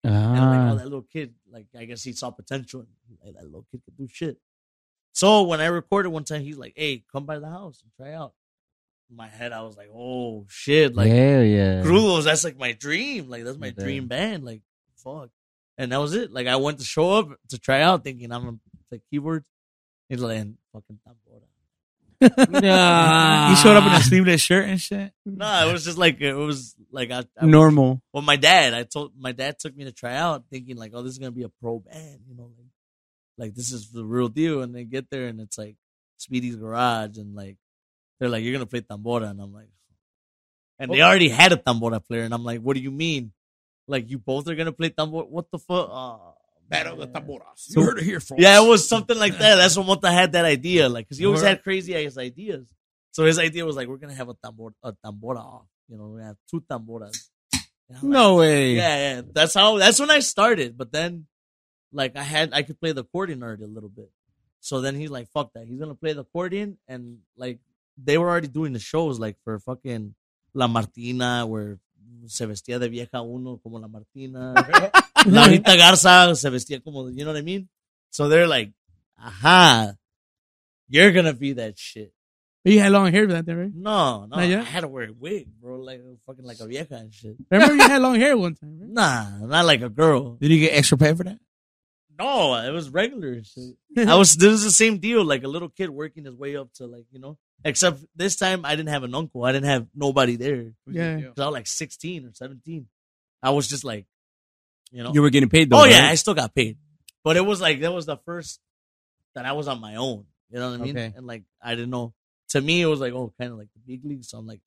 [SPEAKER 4] And I'm like, oh,
[SPEAKER 3] Ah.
[SPEAKER 4] that little kid, like I guess he saw potential. And he's like, that little kid could do shit. So when I recorded one time, he's like, "Hey, come by the house and try out." In my head, I was like, "Oh shit!" Like
[SPEAKER 3] Hell yeah.
[SPEAKER 4] Crudos, that's like my dream. Like that's my
[SPEAKER 3] Yeah.
[SPEAKER 4] dream band. Like fuck. And that was it. Like I went to show up to try out thinking I'm gonna play keyboards. It's like and fucking tambora.
[SPEAKER 3] Nah.
[SPEAKER 6] He showed up in a sleeveless shirt and shit.
[SPEAKER 4] No, it was just like it was like I, I
[SPEAKER 3] normal.
[SPEAKER 4] Well, my dad, I told my dad took me to try out thinking like, oh, this is gonna be a pro band, you know, like like this is the real deal. And they get there and it's like Speedy's garage and like they're like, You're gonna play tambora and I'm like And they already had a tambora player and I'm like, What do you mean? Like you both are gonna play tambora what the fuck? Oh,
[SPEAKER 6] Battle of
[SPEAKER 4] man.
[SPEAKER 6] the Tamboras. You heard it here first.
[SPEAKER 4] Yeah, it was something like that. That's when Mota had that idea, like, because he always
[SPEAKER 6] Alright.
[SPEAKER 4] had crazy ass ideas. So his idea was like, we're gonna have a tambor, a tambora off. You know, we have two tamboras. And I'm like,
[SPEAKER 3] No way.
[SPEAKER 4] yeah, yeah. That's how. That's when I started. But then, like, I had I could play the accordion already a little bit. So then he's like, "Fuck that." He's gonna play the accordion, and like they were already doing the shows like for fucking La Martina, where se vestía de vieja uno como la Martina. Laurita Garza se vestía como, you know what I mean? So they're like, aha, you're gonna be that shit.
[SPEAKER 5] You had long hair back then, right?
[SPEAKER 4] No, no,
[SPEAKER 5] Not
[SPEAKER 4] I
[SPEAKER 5] yet?
[SPEAKER 4] had to wear a wig, bro, like fucking like a vieja and shit.
[SPEAKER 5] Remember you had long hair one time, right?
[SPEAKER 4] Nah, not like a girl.
[SPEAKER 6] Did you get extra pay for that?
[SPEAKER 4] No, it was regular and shit. I was this is the same deal, like a little kid working his way up to like, you know. Except this time I didn't have an uncle. I didn't have nobody there.
[SPEAKER 5] Yeah.
[SPEAKER 4] I was like sixteen or seventeen. I was just like, you know.
[SPEAKER 3] You were getting paid though.
[SPEAKER 4] oh yeah, I
[SPEAKER 3] right?
[SPEAKER 4] still got paid, but it was like that was the first that I was on my own. You know what I mean?
[SPEAKER 6] Okay.
[SPEAKER 4] And like I didn't know. To me, it was like oh, kind of like the big league. So I'm like,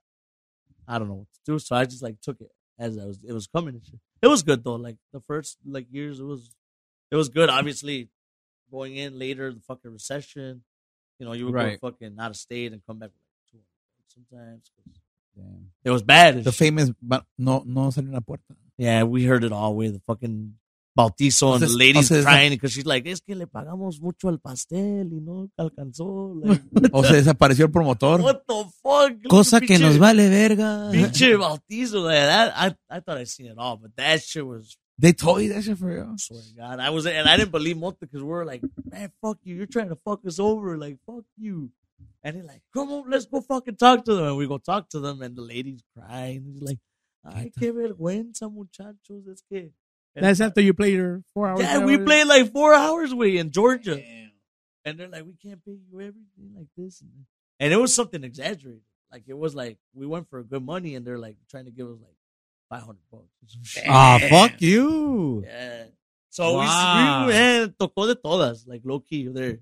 [SPEAKER 4] I don't know what to do. So I just like took it as I was. It was coming. and shit. It was good though. Like the first like years, it was it was good. Obviously, going in later, the fucking recession. You know, you were
[SPEAKER 3] Right.
[SPEAKER 4] going fucking out of state and come back with like two sometimes. It was bad. as
[SPEAKER 6] The
[SPEAKER 4] shit.
[SPEAKER 6] famous ba- no no salió en la puerta.
[SPEAKER 4] Yeah, we heard it all with the fucking bautizo and the
[SPEAKER 6] Entonces-
[SPEAKER 4] ladies
[SPEAKER 6] entonces-
[SPEAKER 4] crying because she's like, es que le pagamos mucho al pastel y no alcanzó. Like,
[SPEAKER 6] O se desapareció el promotor.
[SPEAKER 4] what the fuck?
[SPEAKER 6] Cosa que
[SPEAKER 4] Pinche-
[SPEAKER 6] nos vale verga.
[SPEAKER 4] Pinche bautizo. Like, that, I, I thought I'd seen it all, but that shit was,
[SPEAKER 6] They told you that shit for real.
[SPEAKER 4] I swear to God. I was, and I didn't believe Mota because we were like, man, fuck you. You're trying to fuck us over. Like, fuck you. And he's like, come on, let's go fucking talk to them. And we go talk to them, and the ladies crying. He's like, ay, qué vergüenza, muchachos. Es que.
[SPEAKER 5] That's after you play your four hours.
[SPEAKER 4] Yeah,
[SPEAKER 5] five
[SPEAKER 4] we
[SPEAKER 5] hours.
[SPEAKER 4] played like four hours away in Georgia. And they're like, we can't pay you everything like this. And, and it was something exaggerated. Like, it was like, we went for good money and they're like trying to give us like 500 bucks. or some
[SPEAKER 6] Eh.
[SPEAKER 4] shit.
[SPEAKER 3] Ah, fuck you.
[SPEAKER 4] Yeah. So
[SPEAKER 3] Wow.
[SPEAKER 4] we, we eh, tocó de todas, like low key there.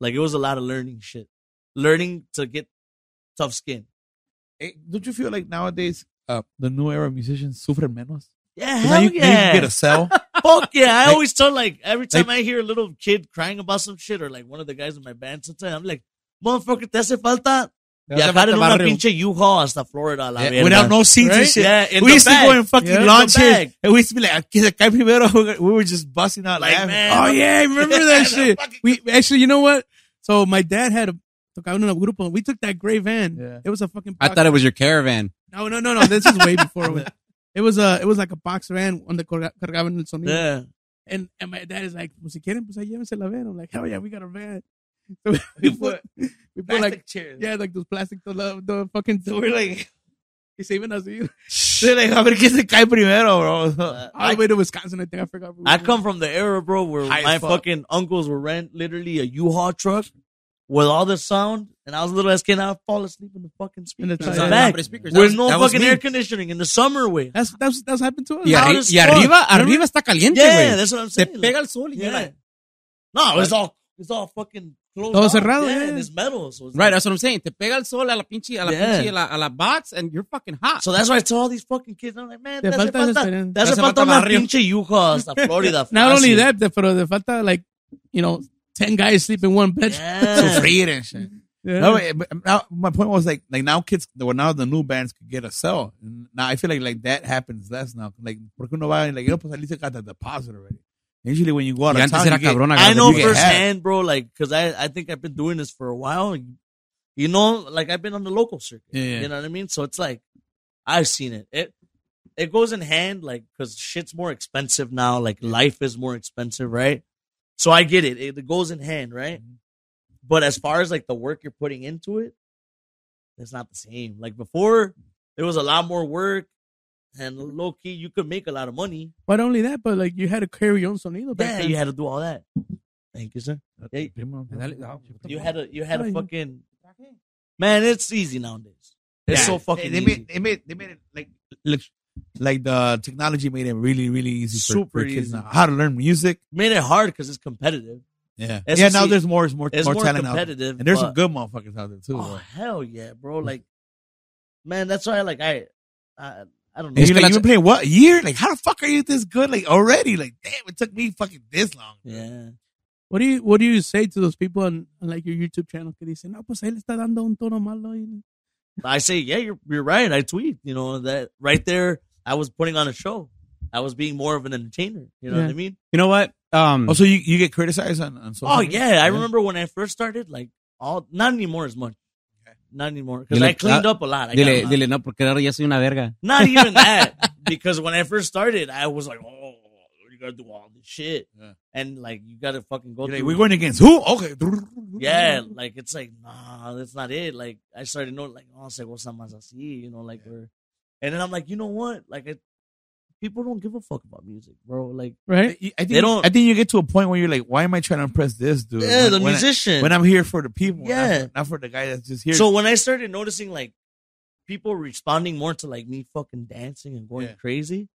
[SPEAKER 4] Like, it was a lot of learning shit. Learning to get tough skin.
[SPEAKER 6] Eh, Don't you feel like nowadays uh, the new era musicians sufren menos?
[SPEAKER 4] Yeah,
[SPEAKER 6] 'Cause now
[SPEAKER 4] hell
[SPEAKER 6] you, now you
[SPEAKER 4] yeah. Ah,
[SPEAKER 6] get a sell.
[SPEAKER 4] Fuck yeah! I always tell like every time I hear a little kid crying about some shit or like one of the guys in my band, sometimes I'm like, motherfucker, te hace falta viajar en una pinche U-Haul hasta Florida, a la
[SPEAKER 6] Yeah,
[SPEAKER 4] verga.
[SPEAKER 6] Eh, without no seats and
[SPEAKER 4] Right?
[SPEAKER 6] shit.
[SPEAKER 4] Yeah, in
[SPEAKER 6] we
[SPEAKER 4] the
[SPEAKER 6] used
[SPEAKER 4] bag.
[SPEAKER 6] to go in fucking
[SPEAKER 4] Yeah, in the
[SPEAKER 6] launches.
[SPEAKER 4] bag.
[SPEAKER 6] And we used to be like, "Que se cae primero." We were just busting out
[SPEAKER 4] Like,
[SPEAKER 6] laughing.
[SPEAKER 4] man,
[SPEAKER 5] Oh
[SPEAKER 6] oh,
[SPEAKER 5] yeah,
[SPEAKER 6] yeah.
[SPEAKER 5] I remember that shit. We actually, you know what? So my dad had a tocaba en un grupo. We took that gray van.
[SPEAKER 6] Yeah.
[SPEAKER 5] It was a fucking.
[SPEAKER 3] I thought it was your caravan.
[SPEAKER 5] No, no, no, no. This is way before. it was- It was a, it was like a box van on the cargaban el sonido.
[SPEAKER 4] Yeah.
[SPEAKER 5] And, and my dad is like, pues si quieren, pues ahí llévense la van. I'm like, hell yeah, we got a van. So we put, we put like,
[SPEAKER 4] chairs.
[SPEAKER 5] yeah, like those plastic, the, the fucking, so we're like, y se iban así,
[SPEAKER 6] They're like, a ver qué se cae primero, bro.
[SPEAKER 4] Uh,
[SPEAKER 5] all the
[SPEAKER 4] I,
[SPEAKER 5] way to Wisconsin, I think, I forgot. where we
[SPEAKER 4] I
[SPEAKER 5] were.
[SPEAKER 4] come from the era, bro, where
[SPEAKER 6] High as
[SPEAKER 4] my
[SPEAKER 6] fuck.
[SPEAKER 4] fucking uncles were rent literally a U-Haul truck with all the sound, and I was a little ass kid, and I would fall asleep in the fucking
[SPEAKER 5] In
[SPEAKER 4] speakers.
[SPEAKER 5] the
[SPEAKER 4] In the
[SPEAKER 5] truck.
[SPEAKER 4] back.
[SPEAKER 3] speakers.
[SPEAKER 4] With no
[SPEAKER 6] that was
[SPEAKER 4] fucking
[SPEAKER 6] me.
[SPEAKER 4] air conditioning in the summer, way.
[SPEAKER 5] That's, that's, that's happened to us.
[SPEAKER 3] Y, arri-
[SPEAKER 4] Loud as
[SPEAKER 3] y
[SPEAKER 4] fuck.
[SPEAKER 3] arriba, arriba está caliente,
[SPEAKER 4] Yeah,
[SPEAKER 3] güey.
[SPEAKER 4] that's what I'm
[SPEAKER 3] Se
[SPEAKER 4] saying. like-
[SPEAKER 3] pega el sol y
[SPEAKER 4] Yeah.
[SPEAKER 3] you're like-
[SPEAKER 4] No, it's all it's all fucking closed.
[SPEAKER 5] Todo
[SPEAKER 4] off.
[SPEAKER 5] cerrado,
[SPEAKER 4] yeah,
[SPEAKER 5] yeah.
[SPEAKER 4] and it's metal. So, it's
[SPEAKER 3] Right,
[SPEAKER 4] like-
[SPEAKER 3] that's what I'm saying. Te pega el sol a la pinche, a la
[SPEAKER 4] Yeah.
[SPEAKER 3] pinche, a la, a la box, and you're fucking hot.
[SPEAKER 4] so that's why I tell all these fucking kids, I'm like, man,
[SPEAKER 5] Te
[SPEAKER 4] that's
[SPEAKER 5] falta
[SPEAKER 4] falta, falta,
[SPEAKER 5] experiencia.
[SPEAKER 4] that's
[SPEAKER 3] Te
[SPEAKER 4] falta,
[SPEAKER 3] falta
[SPEAKER 4] una
[SPEAKER 3] barrio.
[SPEAKER 4] pinche yuca hasta Florida.
[SPEAKER 5] Not only
[SPEAKER 4] fácil.
[SPEAKER 5] that, the- pero de falta, like, you know, 10 guys sleep in one bed.
[SPEAKER 4] Yeah.
[SPEAKER 6] Sufrir and shit.
[SPEAKER 5] Yeah.
[SPEAKER 6] No, eh, but, but now, my point was like, like now kids, well, now the new bands could get a sell. Now I feel like like that happens less now. Like, porque uno va and like, you know, pues at least I got the deposit already. Usually when you go out
[SPEAKER 3] Y
[SPEAKER 6] of
[SPEAKER 3] antes
[SPEAKER 6] town,
[SPEAKER 3] era
[SPEAKER 6] you get-
[SPEAKER 3] cabrón
[SPEAKER 4] I
[SPEAKER 3] agarrar-
[SPEAKER 4] know
[SPEAKER 6] you get
[SPEAKER 4] firsthand, bro. Like, cause I I think I've been doing this for a while. and, You know, like I've been on the local circuit.
[SPEAKER 6] Yeah, yeah.
[SPEAKER 4] You know what I mean? So it's like I've seen it. It it goes in hand, like, cause shit's more expensive now. Like life is more expensive, right? So I get it. It, it goes in hand, right?
[SPEAKER 6] Mm-hmm.
[SPEAKER 4] But as far as like the work you're putting into it, it's not the same. Like before, there was a lot more work, and low key you could make a lot of money.
[SPEAKER 5] But only that, but like, you had to carry your own sonido back
[SPEAKER 4] Yeah,
[SPEAKER 5] then.
[SPEAKER 4] you had to do all that. Thank you, sir. Yeah. You had a you had
[SPEAKER 5] Oh,
[SPEAKER 4] a
[SPEAKER 5] yeah.
[SPEAKER 4] fucking man. It's easy nowadays. It's
[SPEAKER 6] Yeah.
[SPEAKER 4] so
[SPEAKER 6] They,
[SPEAKER 4] fucking
[SPEAKER 6] they
[SPEAKER 4] easy.
[SPEAKER 6] made, they made, they made it like, like, like the technology made it really, really easy for,
[SPEAKER 4] Super
[SPEAKER 6] for kids
[SPEAKER 4] easy.
[SPEAKER 6] now. How to learn music.
[SPEAKER 4] Made it hard because it's competitive.
[SPEAKER 6] Yeah.
[SPEAKER 4] It's-
[SPEAKER 6] yeah. Now
[SPEAKER 4] see,
[SPEAKER 6] there's more, there's more,
[SPEAKER 4] It's
[SPEAKER 6] more
[SPEAKER 4] more
[SPEAKER 6] talent out there.
[SPEAKER 4] competitive.
[SPEAKER 6] And there's some
[SPEAKER 4] but-
[SPEAKER 6] good Mm. motherfuckers out there too.
[SPEAKER 4] Oh
[SPEAKER 6] bro.
[SPEAKER 4] hell yeah, bro! Like, man, that's why. Like, I, I, I don't know.
[SPEAKER 6] And you're
[SPEAKER 4] Yeah,
[SPEAKER 6] like,
[SPEAKER 3] las-
[SPEAKER 6] you've been playing what a year? Like, how the fuck are you this good? Like, already? Like, damn, it took me fucking this long.
[SPEAKER 5] What do you What do you say to those people on, on like your YouTube channel que dicen, no, pues él está dando un tono malo. y-"
[SPEAKER 4] I say, yeah, you're you're right. I tweet, you know that right there. I was putting on a show. I was being more of an entertainer. You know
[SPEAKER 5] Yeah.
[SPEAKER 4] what I mean?
[SPEAKER 3] You know what? Um,
[SPEAKER 6] Oh, so you, you get criticized on, on social
[SPEAKER 4] Oh
[SPEAKER 6] media?
[SPEAKER 4] yeah, I remember when I first started. Like all, not anymore as much. Not anymore. Because
[SPEAKER 3] Dile-
[SPEAKER 4] I cleaned
[SPEAKER 3] ah,
[SPEAKER 4] up a lot. I got a
[SPEAKER 3] Dile,
[SPEAKER 4] lot.
[SPEAKER 3] dile, no, porque ahora ya soy una verga.
[SPEAKER 4] Not even that. Because when I first started, I was like, oh, you gotta do all this shit.
[SPEAKER 6] Yeah.
[SPEAKER 4] And like, you gotta fucking go
[SPEAKER 6] Like,
[SPEAKER 4] through.
[SPEAKER 6] We're going against who? Okay.
[SPEAKER 4] yeah, like it's like, nah, that's not it. Like I started knowing, like, oh, se goza más así, you know, like we're. And then I'm like, you know what? Like, I, people don't give a fuck about music, bro. Like,
[SPEAKER 5] Right?
[SPEAKER 6] I think,
[SPEAKER 4] They don't-
[SPEAKER 6] I think you get to a point where you're like, why am I trying to impress this dude?
[SPEAKER 4] yeah,
[SPEAKER 6] When-
[SPEAKER 4] the
[SPEAKER 6] when I-
[SPEAKER 4] musician.
[SPEAKER 6] when I'm here for the people.
[SPEAKER 4] Yeah.
[SPEAKER 6] Not for, not for the guy that's just here.
[SPEAKER 4] So when I started noticing like people responding more to like me fucking dancing and going
[SPEAKER 6] Yeah.
[SPEAKER 4] crazy,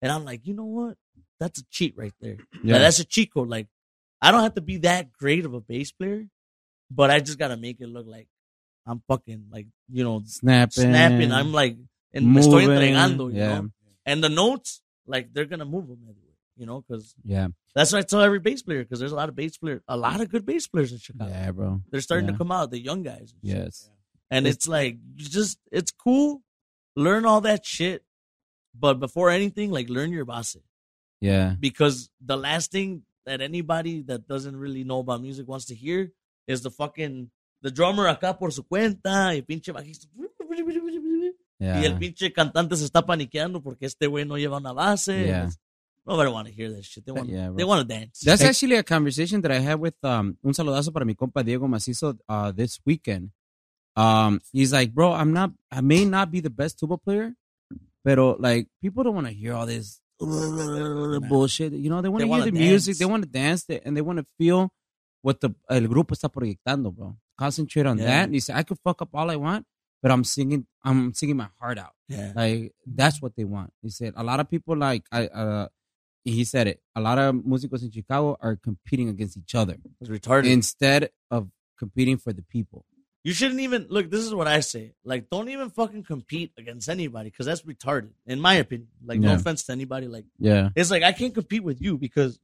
[SPEAKER 4] and I'm like, you know what? That's a cheat right there.
[SPEAKER 3] Yeah.
[SPEAKER 4] Like, that's a cheat code. Like, I don't have to be that great of a bass player, but I just gotta make it look like I'm fucking like you know
[SPEAKER 3] Snapping.
[SPEAKER 4] snapping. I'm like and me estoy
[SPEAKER 3] moving.
[SPEAKER 4] entregando, you
[SPEAKER 3] Yeah.
[SPEAKER 4] know. And the notes, like they're gonna move them everywhere, you know, because
[SPEAKER 3] Yeah,
[SPEAKER 4] that's what I tell every bass player. Because there's a lot of bass player, a lot of good bass players in Chicago.
[SPEAKER 3] yeah, bro.
[SPEAKER 4] They're starting
[SPEAKER 3] Yeah.
[SPEAKER 4] to come out, the young guys. and oh, shit.
[SPEAKER 3] Yes.
[SPEAKER 4] And it's like you just it's cool. Learn all that shit. But before anything, like learn your base.
[SPEAKER 3] Yeah.
[SPEAKER 4] Because the last thing that anybody that doesn't really know about music wants to hear is the fucking the drummer acá por su cuenta y pinche bajista.
[SPEAKER 3] Yeah.
[SPEAKER 4] Y el pinche cantante se está paniqueando porque este güey no lleva una base.
[SPEAKER 3] Yeah.
[SPEAKER 4] Nobody want to hear that shit. They want
[SPEAKER 3] Yeah, bro.
[SPEAKER 4] they want to dance.
[SPEAKER 3] That's actually a conversation that I had with um un saludazo para mi compa Diego Macizo uh this weekend. Um he's like, "Bro, I'm not I may not be the best tuba player, but like people don't want to hear all this bullshit. You know, they want
[SPEAKER 4] They
[SPEAKER 3] to hear
[SPEAKER 4] wanna
[SPEAKER 3] the
[SPEAKER 4] dance.
[SPEAKER 3] music, they want to dance they- and they want to feel what the el grupo está proyectando, bro. Concentrate on
[SPEAKER 4] Yeah.
[SPEAKER 3] that." And he said, "I could fuck up all I want, but I'm singing I'm singing my heart out."
[SPEAKER 4] Yeah.
[SPEAKER 3] Like that's what they want. He said a lot of people like I uh he said it. A lot of músicos in Chicago are competing against each other
[SPEAKER 4] It's retarded.
[SPEAKER 3] instead of competing for the people.
[SPEAKER 4] You shouldn't even look. This is what I say. Like, don't even fucking compete against anybody because that's retarded, in my opinion. Like, no
[SPEAKER 3] Yeah.
[SPEAKER 4] offense to anybody. Like,
[SPEAKER 3] Yeah.
[SPEAKER 4] it's like I can't compete with you because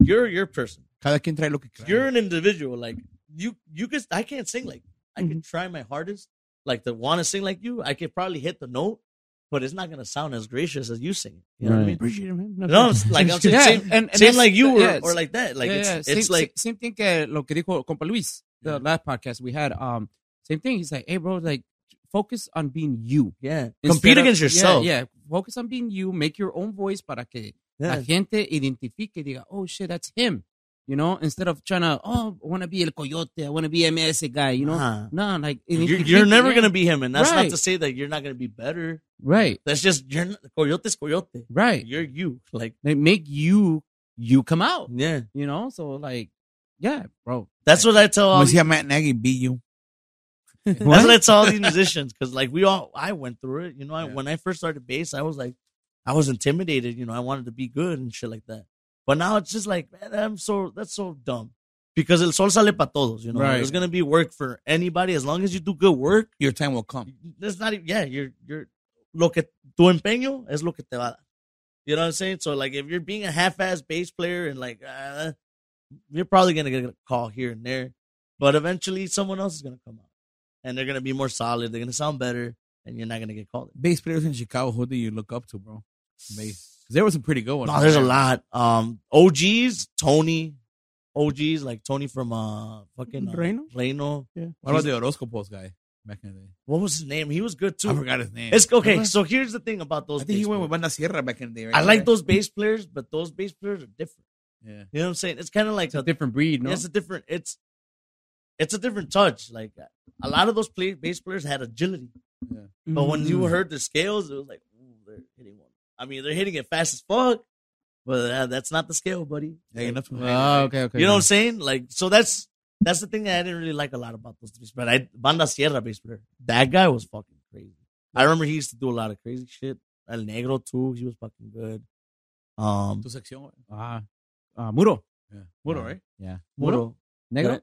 [SPEAKER 4] you're your person.
[SPEAKER 6] Cada quien trae lo que quiera.
[SPEAKER 4] You're an individual. Like, you, you can. I can't sing like. I
[SPEAKER 3] Mm-hmm.
[SPEAKER 4] can try my hardest. Like to want to sing like you, I could probably hit the note, but it's not gonna sound as gracious as you sing. it. You know
[SPEAKER 3] Right.
[SPEAKER 4] what
[SPEAKER 5] Appreciate it, man.
[SPEAKER 4] I mean? No, it's like I'm saying, same, same
[SPEAKER 3] that's-
[SPEAKER 4] like you or,
[SPEAKER 3] yeah,
[SPEAKER 4] or like that. Like
[SPEAKER 3] yeah,
[SPEAKER 4] it's,
[SPEAKER 3] yeah.
[SPEAKER 4] it's
[SPEAKER 3] same,
[SPEAKER 4] like
[SPEAKER 3] same, same thing que lo que dijo compa Luis the
[SPEAKER 4] Yeah.
[SPEAKER 3] last podcast we had. Um, same thing. He's like, hey, bro, like focus on being you.
[SPEAKER 4] yeah,
[SPEAKER 3] Instead
[SPEAKER 4] compete
[SPEAKER 3] of-
[SPEAKER 4] against
[SPEAKER 3] yeah,
[SPEAKER 4] yourself.
[SPEAKER 3] Yeah, focus on being you. Make your own voice para que
[SPEAKER 4] yeah.
[SPEAKER 3] la gente identifique y diga, oh shit, that's him. You know, instead of trying to, oh, I want to be el coyote, I want to be MS guy, you know?
[SPEAKER 4] Uh-huh.
[SPEAKER 3] No, like,
[SPEAKER 4] You're,
[SPEAKER 3] identifique,
[SPEAKER 4] you're never
[SPEAKER 3] yeah.
[SPEAKER 4] gonna be him, and that's not
[SPEAKER 3] Right.
[SPEAKER 4] to say that you're not gonna be better.
[SPEAKER 3] Right,
[SPEAKER 4] That's just you're not, coyote's coyote.
[SPEAKER 3] right.
[SPEAKER 4] You're you, like
[SPEAKER 3] Like, make you, you come out,
[SPEAKER 4] yeah.
[SPEAKER 3] you know? So, like, yeah, bro.
[SPEAKER 4] That's what I tell. All,
[SPEAKER 6] Como
[SPEAKER 4] that's
[SPEAKER 6] decía Matt Nagy, beat you.
[SPEAKER 4] what I tell all these musicians because like we all, I went through it. You know, I,
[SPEAKER 6] Yeah.
[SPEAKER 4] when I first started bass, I was like, I was intimidated. You know, I wanted to be good and shit like that. But now it's just like, man, I'm so that's so dumb because el sol sale para todos. You know,
[SPEAKER 6] Right.
[SPEAKER 4] there's gonna be work for anybody as long as you do good work.
[SPEAKER 6] Your time will come.
[SPEAKER 4] There's not even yeah. You're you're lo que tu empeño es lo que te va. a dar. You know what I'm saying? So like, if you're being a half-ass bass player and like, uh, you're probably gonna get a call here and there, but eventually someone else is gonna come out, and they're gonna be more solid. They're gonna sound better, and you're not gonna get called.
[SPEAKER 6] Bass players in Chicago, who do you look up to, bro? Bass. 'Cause There was some pretty good ones.
[SPEAKER 4] No, there's a lot. Um, OGs, Tony, OGs like Tony from uh fucking uh,
[SPEAKER 5] Reno?
[SPEAKER 4] Plano.
[SPEAKER 6] What about the Orozco Post guy back in the day?
[SPEAKER 4] What was his name? He was good
[SPEAKER 6] I
[SPEAKER 4] too.
[SPEAKER 6] forgot his name.
[SPEAKER 4] It's okay.
[SPEAKER 6] Remember?
[SPEAKER 4] So here's the thing about
[SPEAKER 6] I
[SPEAKER 4] those.
[SPEAKER 6] think he
[SPEAKER 4] bass
[SPEAKER 6] went with
[SPEAKER 4] players.
[SPEAKER 6] Banda Sierra back in the day. right?
[SPEAKER 4] I like those bass players, but those bass players are different.
[SPEAKER 6] Yeah.
[SPEAKER 4] You know what I'm saying? It's kind of like
[SPEAKER 3] It's a different breed, no?
[SPEAKER 4] It's a different. It's it's a different touch. Like a lot of those play, bass players had agility, but when
[SPEAKER 3] Mm-hmm.
[SPEAKER 4] you
[SPEAKER 3] Mm.
[SPEAKER 4] heard the scales, it was like ooh, they're hitting one. I mean, they're hitting it fast as fuck, but uh, that's not the scale, buddy.
[SPEAKER 6] Yeah, you left him
[SPEAKER 3] Oh, okay, okay.
[SPEAKER 4] You know what I'm
[SPEAKER 3] okay.
[SPEAKER 4] saying? Like, so that's that's the thing that I didn't really like a lot about those bass But I Banda Sierra bass player, that guy was fucking crazy. I remember he used to do a lot of crazy shit. El Negro too, he was fucking good. Um,
[SPEAKER 6] Tu sección.
[SPEAKER 3] Ah, ah, Muro.
[SPEAKER 6] Yeah. Muro,
[SPEAKER 3] Yeah.
[SPEAKER 6] right?
[SPEAKER 3] Yeah.
[SPEAKER 4] Muro,
[SPEAKER 3] Negro?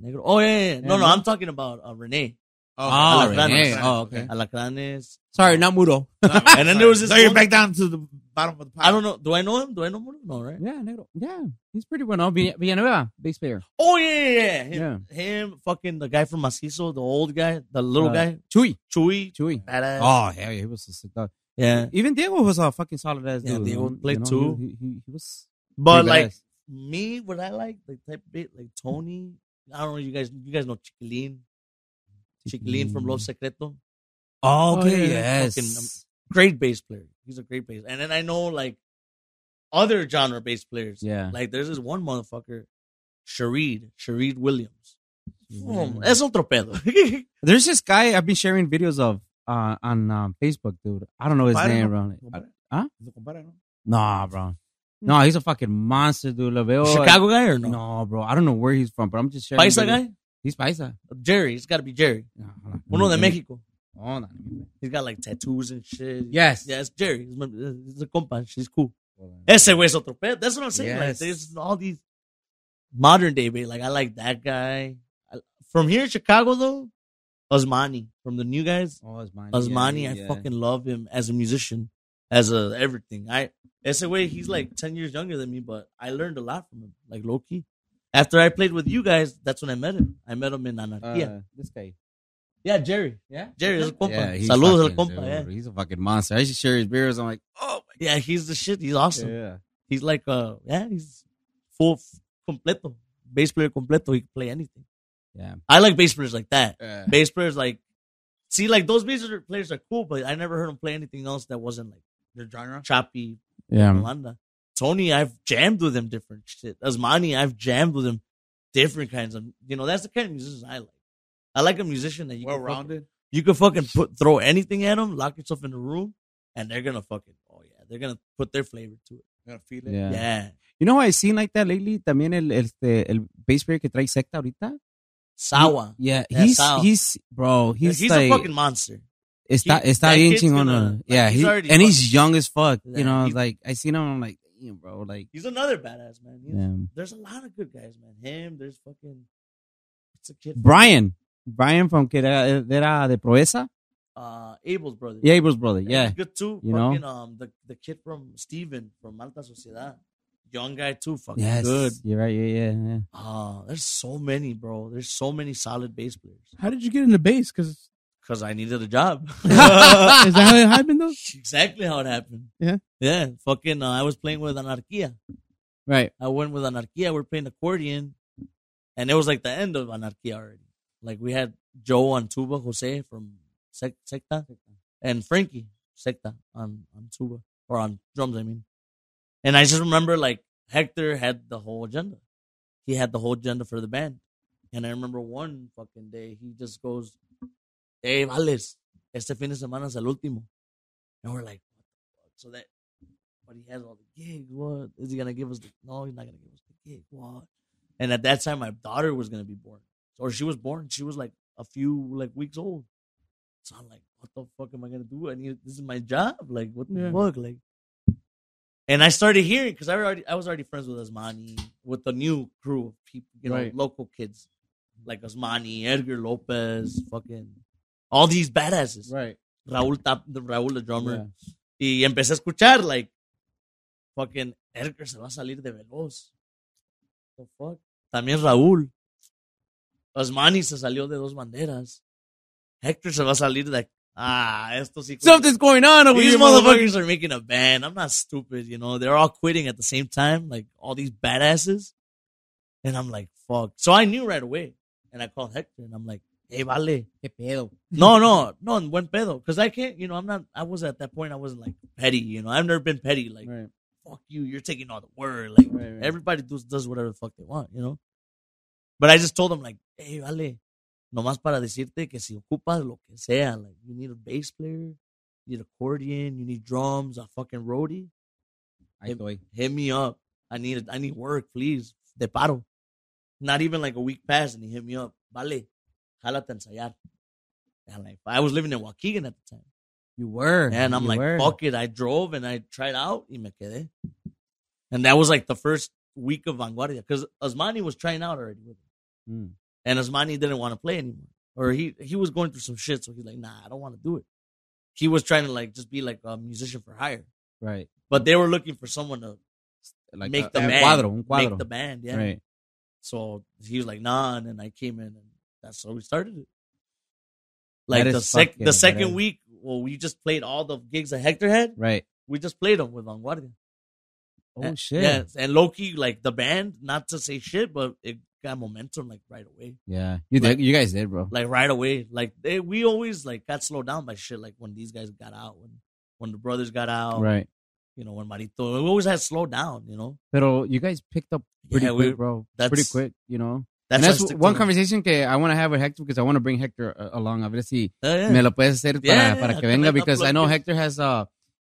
[SPEAKER 4] Negro. Oh yeah, yeah, yeah. no,
[SPEAKER 3] Yeah,
[SPEAKER 4] no,
[SPEAKER 3] no.
[SPEAKER 4] I'm talking about uh, Renee.
[SPEAKER 6] Ah,
[SPEAKER 3] Oh,
[SPEAKER 4] Alejandro.
[SPEAKER 3] Renee. Oh, okay.
[SPEAKER 4] Alacranes.
[SPEAKER 3] Sorry, not Muro.
[SPEAKER 4] And then there was this
[SPEAKER 6] So you're
[SPEAKER 4] one-
[SPEAKER 6] back down to the bottom of the pile.
[SPEAKER 4] I don't know. Do I know him? Do I know him? No, right?
[SPEAKER 3] Yeah, Negro. Yeah, he's pretty well known. Vill- Villanueva, bass player.
[SPEAKER 4] Oh yeah, yeah, yeah.
[SPEAKER 3] Yeah.
[SPEAKER 4] Him, him, fucking the guy from Macizo, the old guy, the little
[SPEAKER 3] Uh,
[SPEAKER 4] guy,
[SPEAKER 3] Chuy.
[SPEAKER 4] Chuy,
[SPEAKER 3] Chuy.
[SPEAKER 4] badass.
[SPEAKER 3] Oh, hell yeah, he was a sick dog.
[SPEAKER 4] yeah.
[SPEAKER 3] Even Diego was a fucking solid ass
[SPEAKER 4] Yeah,
[SPEAKER 3] dude.
[SPEAKER 4] Diego
[SPEAKER 3] man.
[SPEAKER 4] played
[SPEAKER 3] You know,
[SPEAKER 4] too.
[SPEAKER 3] He, he, he was
[SPEAKER 4] But
[SPEAKER 3] pretty
[SPEAKER 4] like
[SPEAKER 3] badass.
[SPEAKER 4] me, what I like, like type bit, like Tony. I don't know. You guys, you guys know Chiquilin. Chiquilin from Love Secreto.
[SPEAKER 3] Oh,
[SPEAKER 5] okay,
[SPEAKER 4] yes. Great bass player. He's a great bass. And then I know like other genre bass players.
[SPEAKER 3] Yeah.
[SPEAKER 4] Like there's this one motherfucker, Shareed, Shareed Williams. Mm. Es otro pedo.
[SPEAKER 3] There's this guy I've been sharing videos of uh, on um, Facebook, dude. I don't know his
[SPEAKER 6] Compadre,
[SPEAKER 3] name,
[SPEAKER 6] ¿no?
[SPEAKER 3] bro.
[SPEAKER 6] Compadre.
[SPEAKER 3] Huh?
[SPEAKER 6] Lo compara, ¿no?
[SPEAKER 3] Nah, bro. No, he's a fucking monster, dude. Lo veo.
[SPEAKER 4] Chicago guy or no?
[SPEAKER 3] Oh, No, bro. I don't know where he's from, but I'm just sharing.
[SPEAKER 4] Paisa
[SPEAKER 3] videos.
[SPEAKER 4] guy?
[SPEAKER 3] He's paisa.
[SPEAKER 4] Jerry. It's got to be Jerry. Uno
[SPEAKER 3] Mm,
[SPEAKER 4] de Mexico.
[SPEAKER 3] Hold on.
[SPEAKER 4] He's got like tattoos and shit.
[SPEAKER 3] Yes.
[SPEAKER 4] Yeah, it's Jerry. He's, my, he's a compa. She's cool. Ese güey's otro pedo. That's what I'm saying. Like,
[SPEAKER 3] Yes.
[SPEAKER 4] there's all these modern day, babe. Like, I like that guy. I- from here in Chicago, though, Osmani. From the new guys,
[SPEAKER 3] Oh, Osmani.
[SPEAKER 4] Osmani,
[SPEAKER 3] yeah,
[SPEAKER 4] I
[SPEAKER 3] yeah.
[SPEAKER 4] fucking love him as a musician, as a everything. I Ese way he's like 10 years younger than me, but I learned a lot from him. Like, Loki. After I played with you guys, that's when I met him. I met him in
[SPEAKER 3] Uh,
[SPEAKER 4] Anarquía.
[SPEAKER 3] This guy.
[SPEAKER 4] yeah, Jerry.
[SPEAKER 3] Yeah.
[SPEAKER 4] Jerry is a compa.
[SPEAKER 3] Yeah, he's
[SPEAKER 4] Saludos
[SPEAKER 3] fucking-
[SPEAKER 4] al compa.
[SPEAKER 3] dude,
[SPEAKER 4] Yeah. Oh
[SPEAKER 3] He's a fucking monster. I used to share his beers. I'm like,
[SPEAKER 4] yeah, he's the shit. He's awesome.
[SPEAKER 3] yeah.
[SPEAKER 4] He's like uh yeah, he's full f- completo. Bass player completo. He can play anything.
[SPEAKER 3] Yeah.
[SPEAKER 4] I like bass players like that.
[SPEAKER 3] Yeah.
[SPEAKER 4] Bass players like see like those bass players are cool, but I never heard him play anything else that wasn't like
[SPEAKER 6] Their genre.
[SPEAKER 4] choppy
[SPEAKER 3] Yeah.
[SPEAKER 4] Yolanda. Tony, I've jammed with him different shit. Asmani, I've jammed with him different kinds of you know, that's the kind of musician I like. I like a musician that you can fucking-
[SPEAKER 6] Well-rounded.
[SPEAKER 4] you can fucking put throw anything at them, lock yourself in a room, and they're gonna fucking oh yeah, they're gonna put their flavor to it.
[SPEAKER 6] Gotta feel it.
[SPEAKER 3] Yeah.
[SPEAKER 4] Yeah.
[SPEAKER 3] You know, who I've seen like that lately. También el, este, el bass player que trae secta ahorita.
[SPEAKER 4] Sawa.
[SPEAKER 3] Yeah,
[SPEAKER 4] Yeah,
[SPEAKER 3] he's
[SPEAKER 4] Sal.
[SPEAKER 3] he's bro,
[SPEAKER 4] He's,
[SPEAKER 3] he's
[SPEAKER 4] a
[SPEAKER 3] like
[SPEAKER 4] fucking monster.
[SPEAKER 3] está
[SPEAKER 4] he-
[SPEAKER 3] está
[SPEAKER 4] that
[SPEAKER 3] bien
[SPEAKER 4] kid's
[SPEAKER 3] chingón.
[SPEAKER 4] gonna-
[SPEAKER 3] uh,
[SPEAKER 4] like,
[SPEAKER 3] yeah,
[SPEAKER 4] he's
[SPEAKER 3] he-
[SPEAKER 4] already
[SPEAKER 3] and
[SPEAKER 4] fucking-
[SPEAKER 3] he's young as fuck.
[SPEAKER 4] Yeah,
[SPEAKER 3] you know,
[SPEAKER 4] he's-
[SPEAKER 3] like I seen him, I'm like, damn, bro, like
[SPEAKER 4] He's another badass man. He's-
[SPEAKER 3] yeah.
[SPEAKER 4] There's a lot of good guys, man. Him, there's fucking what's a kid?
[SPEAKER 3] Brian, Brian from que era, era de Proeza,
[SPEAKER 4] Uh, Abel's brother.
[SPEAKER 3] yeah, Abel's brother,
[SPEAKER 4] He's
[SPEAKER 3] yeah,
[SPEAKER 4] good too.
[SPEAKER 3] You know?
[SPEAKER 4] fucking um, the the kid from Steven from Alta Sociedad, young guy too. Fucking
[SPEAKER 3] yes,
[SPEAKER 4] good.
[SPEAKER 3] you're right, yeah, yeah, yeah.
[SPEAKER 4] Ah, there's so many, bro. There's so many solid bass players.
[SPEAKER 5] How did you get into bass? Because is
[SPEAKER 4] Cause I needed a job.
[SPEAKER 5] that how it happened though?
[SPEAKER 4] exactly how it happened.
[SPEAKER 5] Yeah.
[SPEAKER 4] yeah. Fucking, uh, I was playing with Anarquía.
[SPEAKER 3] right,
[SPEAKER 4] I went with Anarquía. We are playing accordion, and it was like the end of Anarquía already. Like we had Joe on tuba, Jose from Sec- Secta, and Frankie Secta on on tuba or on drums. I mean, and I just remember like Hector had the whole agenda. He had the whole agenda for the band, and I remember one fucking day he just goes, "Hey, Vales, este fin de semana es el último," and we're like, "What the fuck?" So that but he has all the gigs. What is he gonna give us? The, no, he's not gonna give us the gig. What? And at that time, my daughter was gonna be born, or she was born. She was like a few like weeks old. So I'm like, what the fuck am I gonna do? I need this is my job. Like, what the
[SPEAKER 5] Yeah.
[SPEAKER 4] fuck? Like, and I started hearing because I already I was already friends with Asmani with the new crew of people, you know,
[SPEAKER 5] Right.
[SPEAKER 4] local kids like Asmani, Edgar Lopez, fucking all these badasses.
[SPEAKER 5] Right.
[SPEAKER 4] Raúl, Tap- Raúl the drummer. Y empecé a escuchar, like, fucking Edgar se va a salir de veloz. The fuck? También Raúl. Osmani se salió de dos banderas. Hector se va a salir de. Ah, estos hijos.
[SPEAKER 5] Something's going on over
[SPEAKER 4] These
[SPEAKER 5] here, motherfucker.
[SPEAKER 4] motherfuckers are making a band. I'm not stupid, you know. They're all quitting at the same time, like all these badasses. And I'm like, fuck. So I knew right away. And I called Hector and I'm like, hey, vale.
[SPEAKER 3] qué pedo,
[SPEAKER 4] No, no, no, en buen pedo. Because I can't, you know, I'm not, I was at that point, I wasn't like petty, you know, I've never been petty. Like,
[SPEAKER 3] Right.
[SPEAKER 4] fuck you, you're taking all the word. Like, everybody does, does whatever the fuck they want, you know? But I just told them, like, hey, vale, nomás para decirte que si ocupas lo que sea, like, you need a bass player, you need accordion, you need drums, a fucking roadie,
[SPEAKER 3] ahí estoy,
[SPEAKER 4] hit me up. I need, I need work, please. De paro. Not even like a week passed, and he hit me up. Vale, jálate a ensayar. And like, I was living in Waukegan at the time.
[SPEAKER 3] you were,
[SPEAKER 4] And I'm
[SPEAKER 3] you
[SPEAKER 4] like,
[SPEAKER 3] were.
[SPEAKER 4] fuck it. I drove and I tried out y me quedé. And that was like the first week of Vanguardia because Osmani was trying out already with
[SPEAKER 3] Mm.
[SPEAKER 4] him. And Osmani didn't want to play anymore. Or he, he was going through some shit. So he's like, nah, I don't want to do it. He was trying to like just be like a musician for hire.
[SPEAKER 3] right,
[SPEAKER 4] But they were looking for someone to
[SPEAKER 3] like uh,
[SPEAKER 4] make
[SPEAKER 3] a-
[SPEAKER 4] the
[SPEAKER 3] un
[SPEAKER 4] band.
[SPEAKER 3] cuadro, un cuadro,
[SPEAKER 4] Make the band, yeah.
[SPEAKER 3] right,
[SPEAKER 4] So he was like, nah. And then I came in and that's how we started it. Like
[SPEAKER 3] That
[SPEAKER 4] the,
[SPEAKER 3] is
[SPEAKER 4] sec-
[SPEAKER 3] fucking
[SPEAKER 4] the second
[SPEAKER 3] badass.
[SPEAKER 4] week, well, we just played all the gigs that Hector had.
[SPEAKER 3] right,
[SPEAKER 4] We just played them with Vanguardia.
[SPEAKER 3] oh shit,
[SPEAKER 4] Yes, and Loki, like the band, not to say shit, but it got momentum like right away.
[SPEAKER 3] Yeah, you
[SPEAKER 4] Like-
[SPEAKER 3] did, you guys did, bro.
[SPEAKER 4] Like right away. Like they, we always like got slowed down by shit. Like when these guys got out, when when the brothers got out,
[SPEAKER 3] Right.
[SPEAKER 4] you know, when Marito, we always had slowed down. You know,
[SPEAKER 3] Pero you guys picked up pretty
[SPEAKER 4] Yeah, we-
[SPEAKER 3] quick, bro.
[SPEAKER 4] that's-
[SPEAKER 3] Pretty quick, you know.
[SPEAKER 4] that's,
[SPEAKER 3] and
[SPEAKER 4] why I
[SPEAKER 3] that's
[SPEAKER 4] stick to
[SPEAKER 3] one
[SPEAKER 4] them.
[SPEAKER 3] conversation que I want to have with Hector because I want to bring Hector uh, along. A ver si
[SPEAKER 4] Yeah, yeah.
[SPEAKER 3] me lo puedes hacer para,
[SPEAKER 4] Yeah,
[SPEAKER 3] para que
[SPEAKER 4] yeah,
[SPEAKER 3] venga
[SPEAKER 4] también, no,
[SPEAKER 3] because I know
[SPEAKER 4] platiques.
[SPEAKER 3] Hector has uh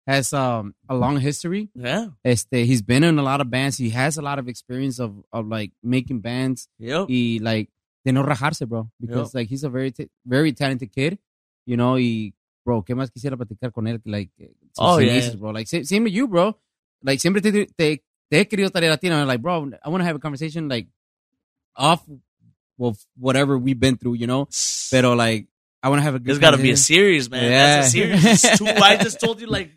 [SPEAKER 3] has um a long history.
[SPEAKER 4] yeah.
[SPEAKER 3] Este, he's been in a lot of bands. He has a lot of experience of of like making bands
[SPEAKER 4] Yep.
[SPEAKER 3] y like de no rajarse, bro. Because like he's a very ta- very talented kid, you know. Y bro, qué más quisiera platicar con él, like eh, sus
[SPEAKER 4] Oh, yeah,
[SPEAKER 3] inicios,
[SPEAKER 4] yeah.
[SPEAKER 3] bro. Like si- same with you, bro. Like siempre te te, te he querido traer a ti, and I'm like, bro, I want to have a conversation like off of whatever we've been through, you know. Pero like I want to have a good.
[SPEAKER 4] There's got to be a
[SPEAKER 3] conversation.
[SPEAKER 4] series, man. That's a
[SPEAKER 3] Yeah.
[SPEAKER 4] series. It's Two, I just told you like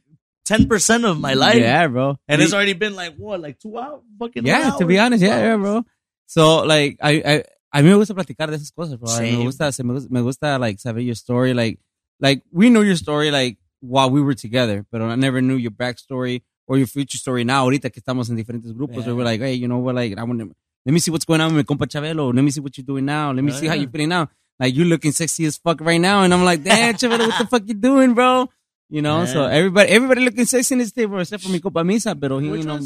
[SPEAKER 4] ten percent of my life,
[SPEAKER 3] Yeah, bro.
[SPEAKER 4] and
[SPEAKER 3] it's
[SPEAKER 4] it's already been like what, like two hours, fucking
[SPEAKER 3] Yeah,
[SPEAKER 4] one
[SPEAKER 3] to be
[SPEAKER 4] hour?
[SPEAKER 3] honest, yeah, yeah, bro. So, like, I, I, a mí me gusta platicar de esas cosas, bro. Me
[SPEAKER 4] Same.
[SPEAKER 3] gusta, se me gusta, me gusta, like, saber your story. Like, like, we know your story, like, while we were together, but I never knew your backstory or your future story now, ahorita que estamos en diferentes grupos.
[SPEAKER 4] Yeah.
[SPEAKER 3] Where we're like, hey, you know what, like, I want to, let me see what's going on with my compa Chabelo. Let me see what you're doing now. Let me see how
[SPEAKER 4] Yeah.
[SPEAKER 3] you're feeling now. Like, you're looking sexy as fuck right now. And I'm like, damn, Chabelo, what the fuck you doing, bro? You know, so
[SPEAKER 4] Yeah.
[SPEAKER 3] everybody, everybody looking sexy in this day, bro, except for mi compa Misa, pero he, you know,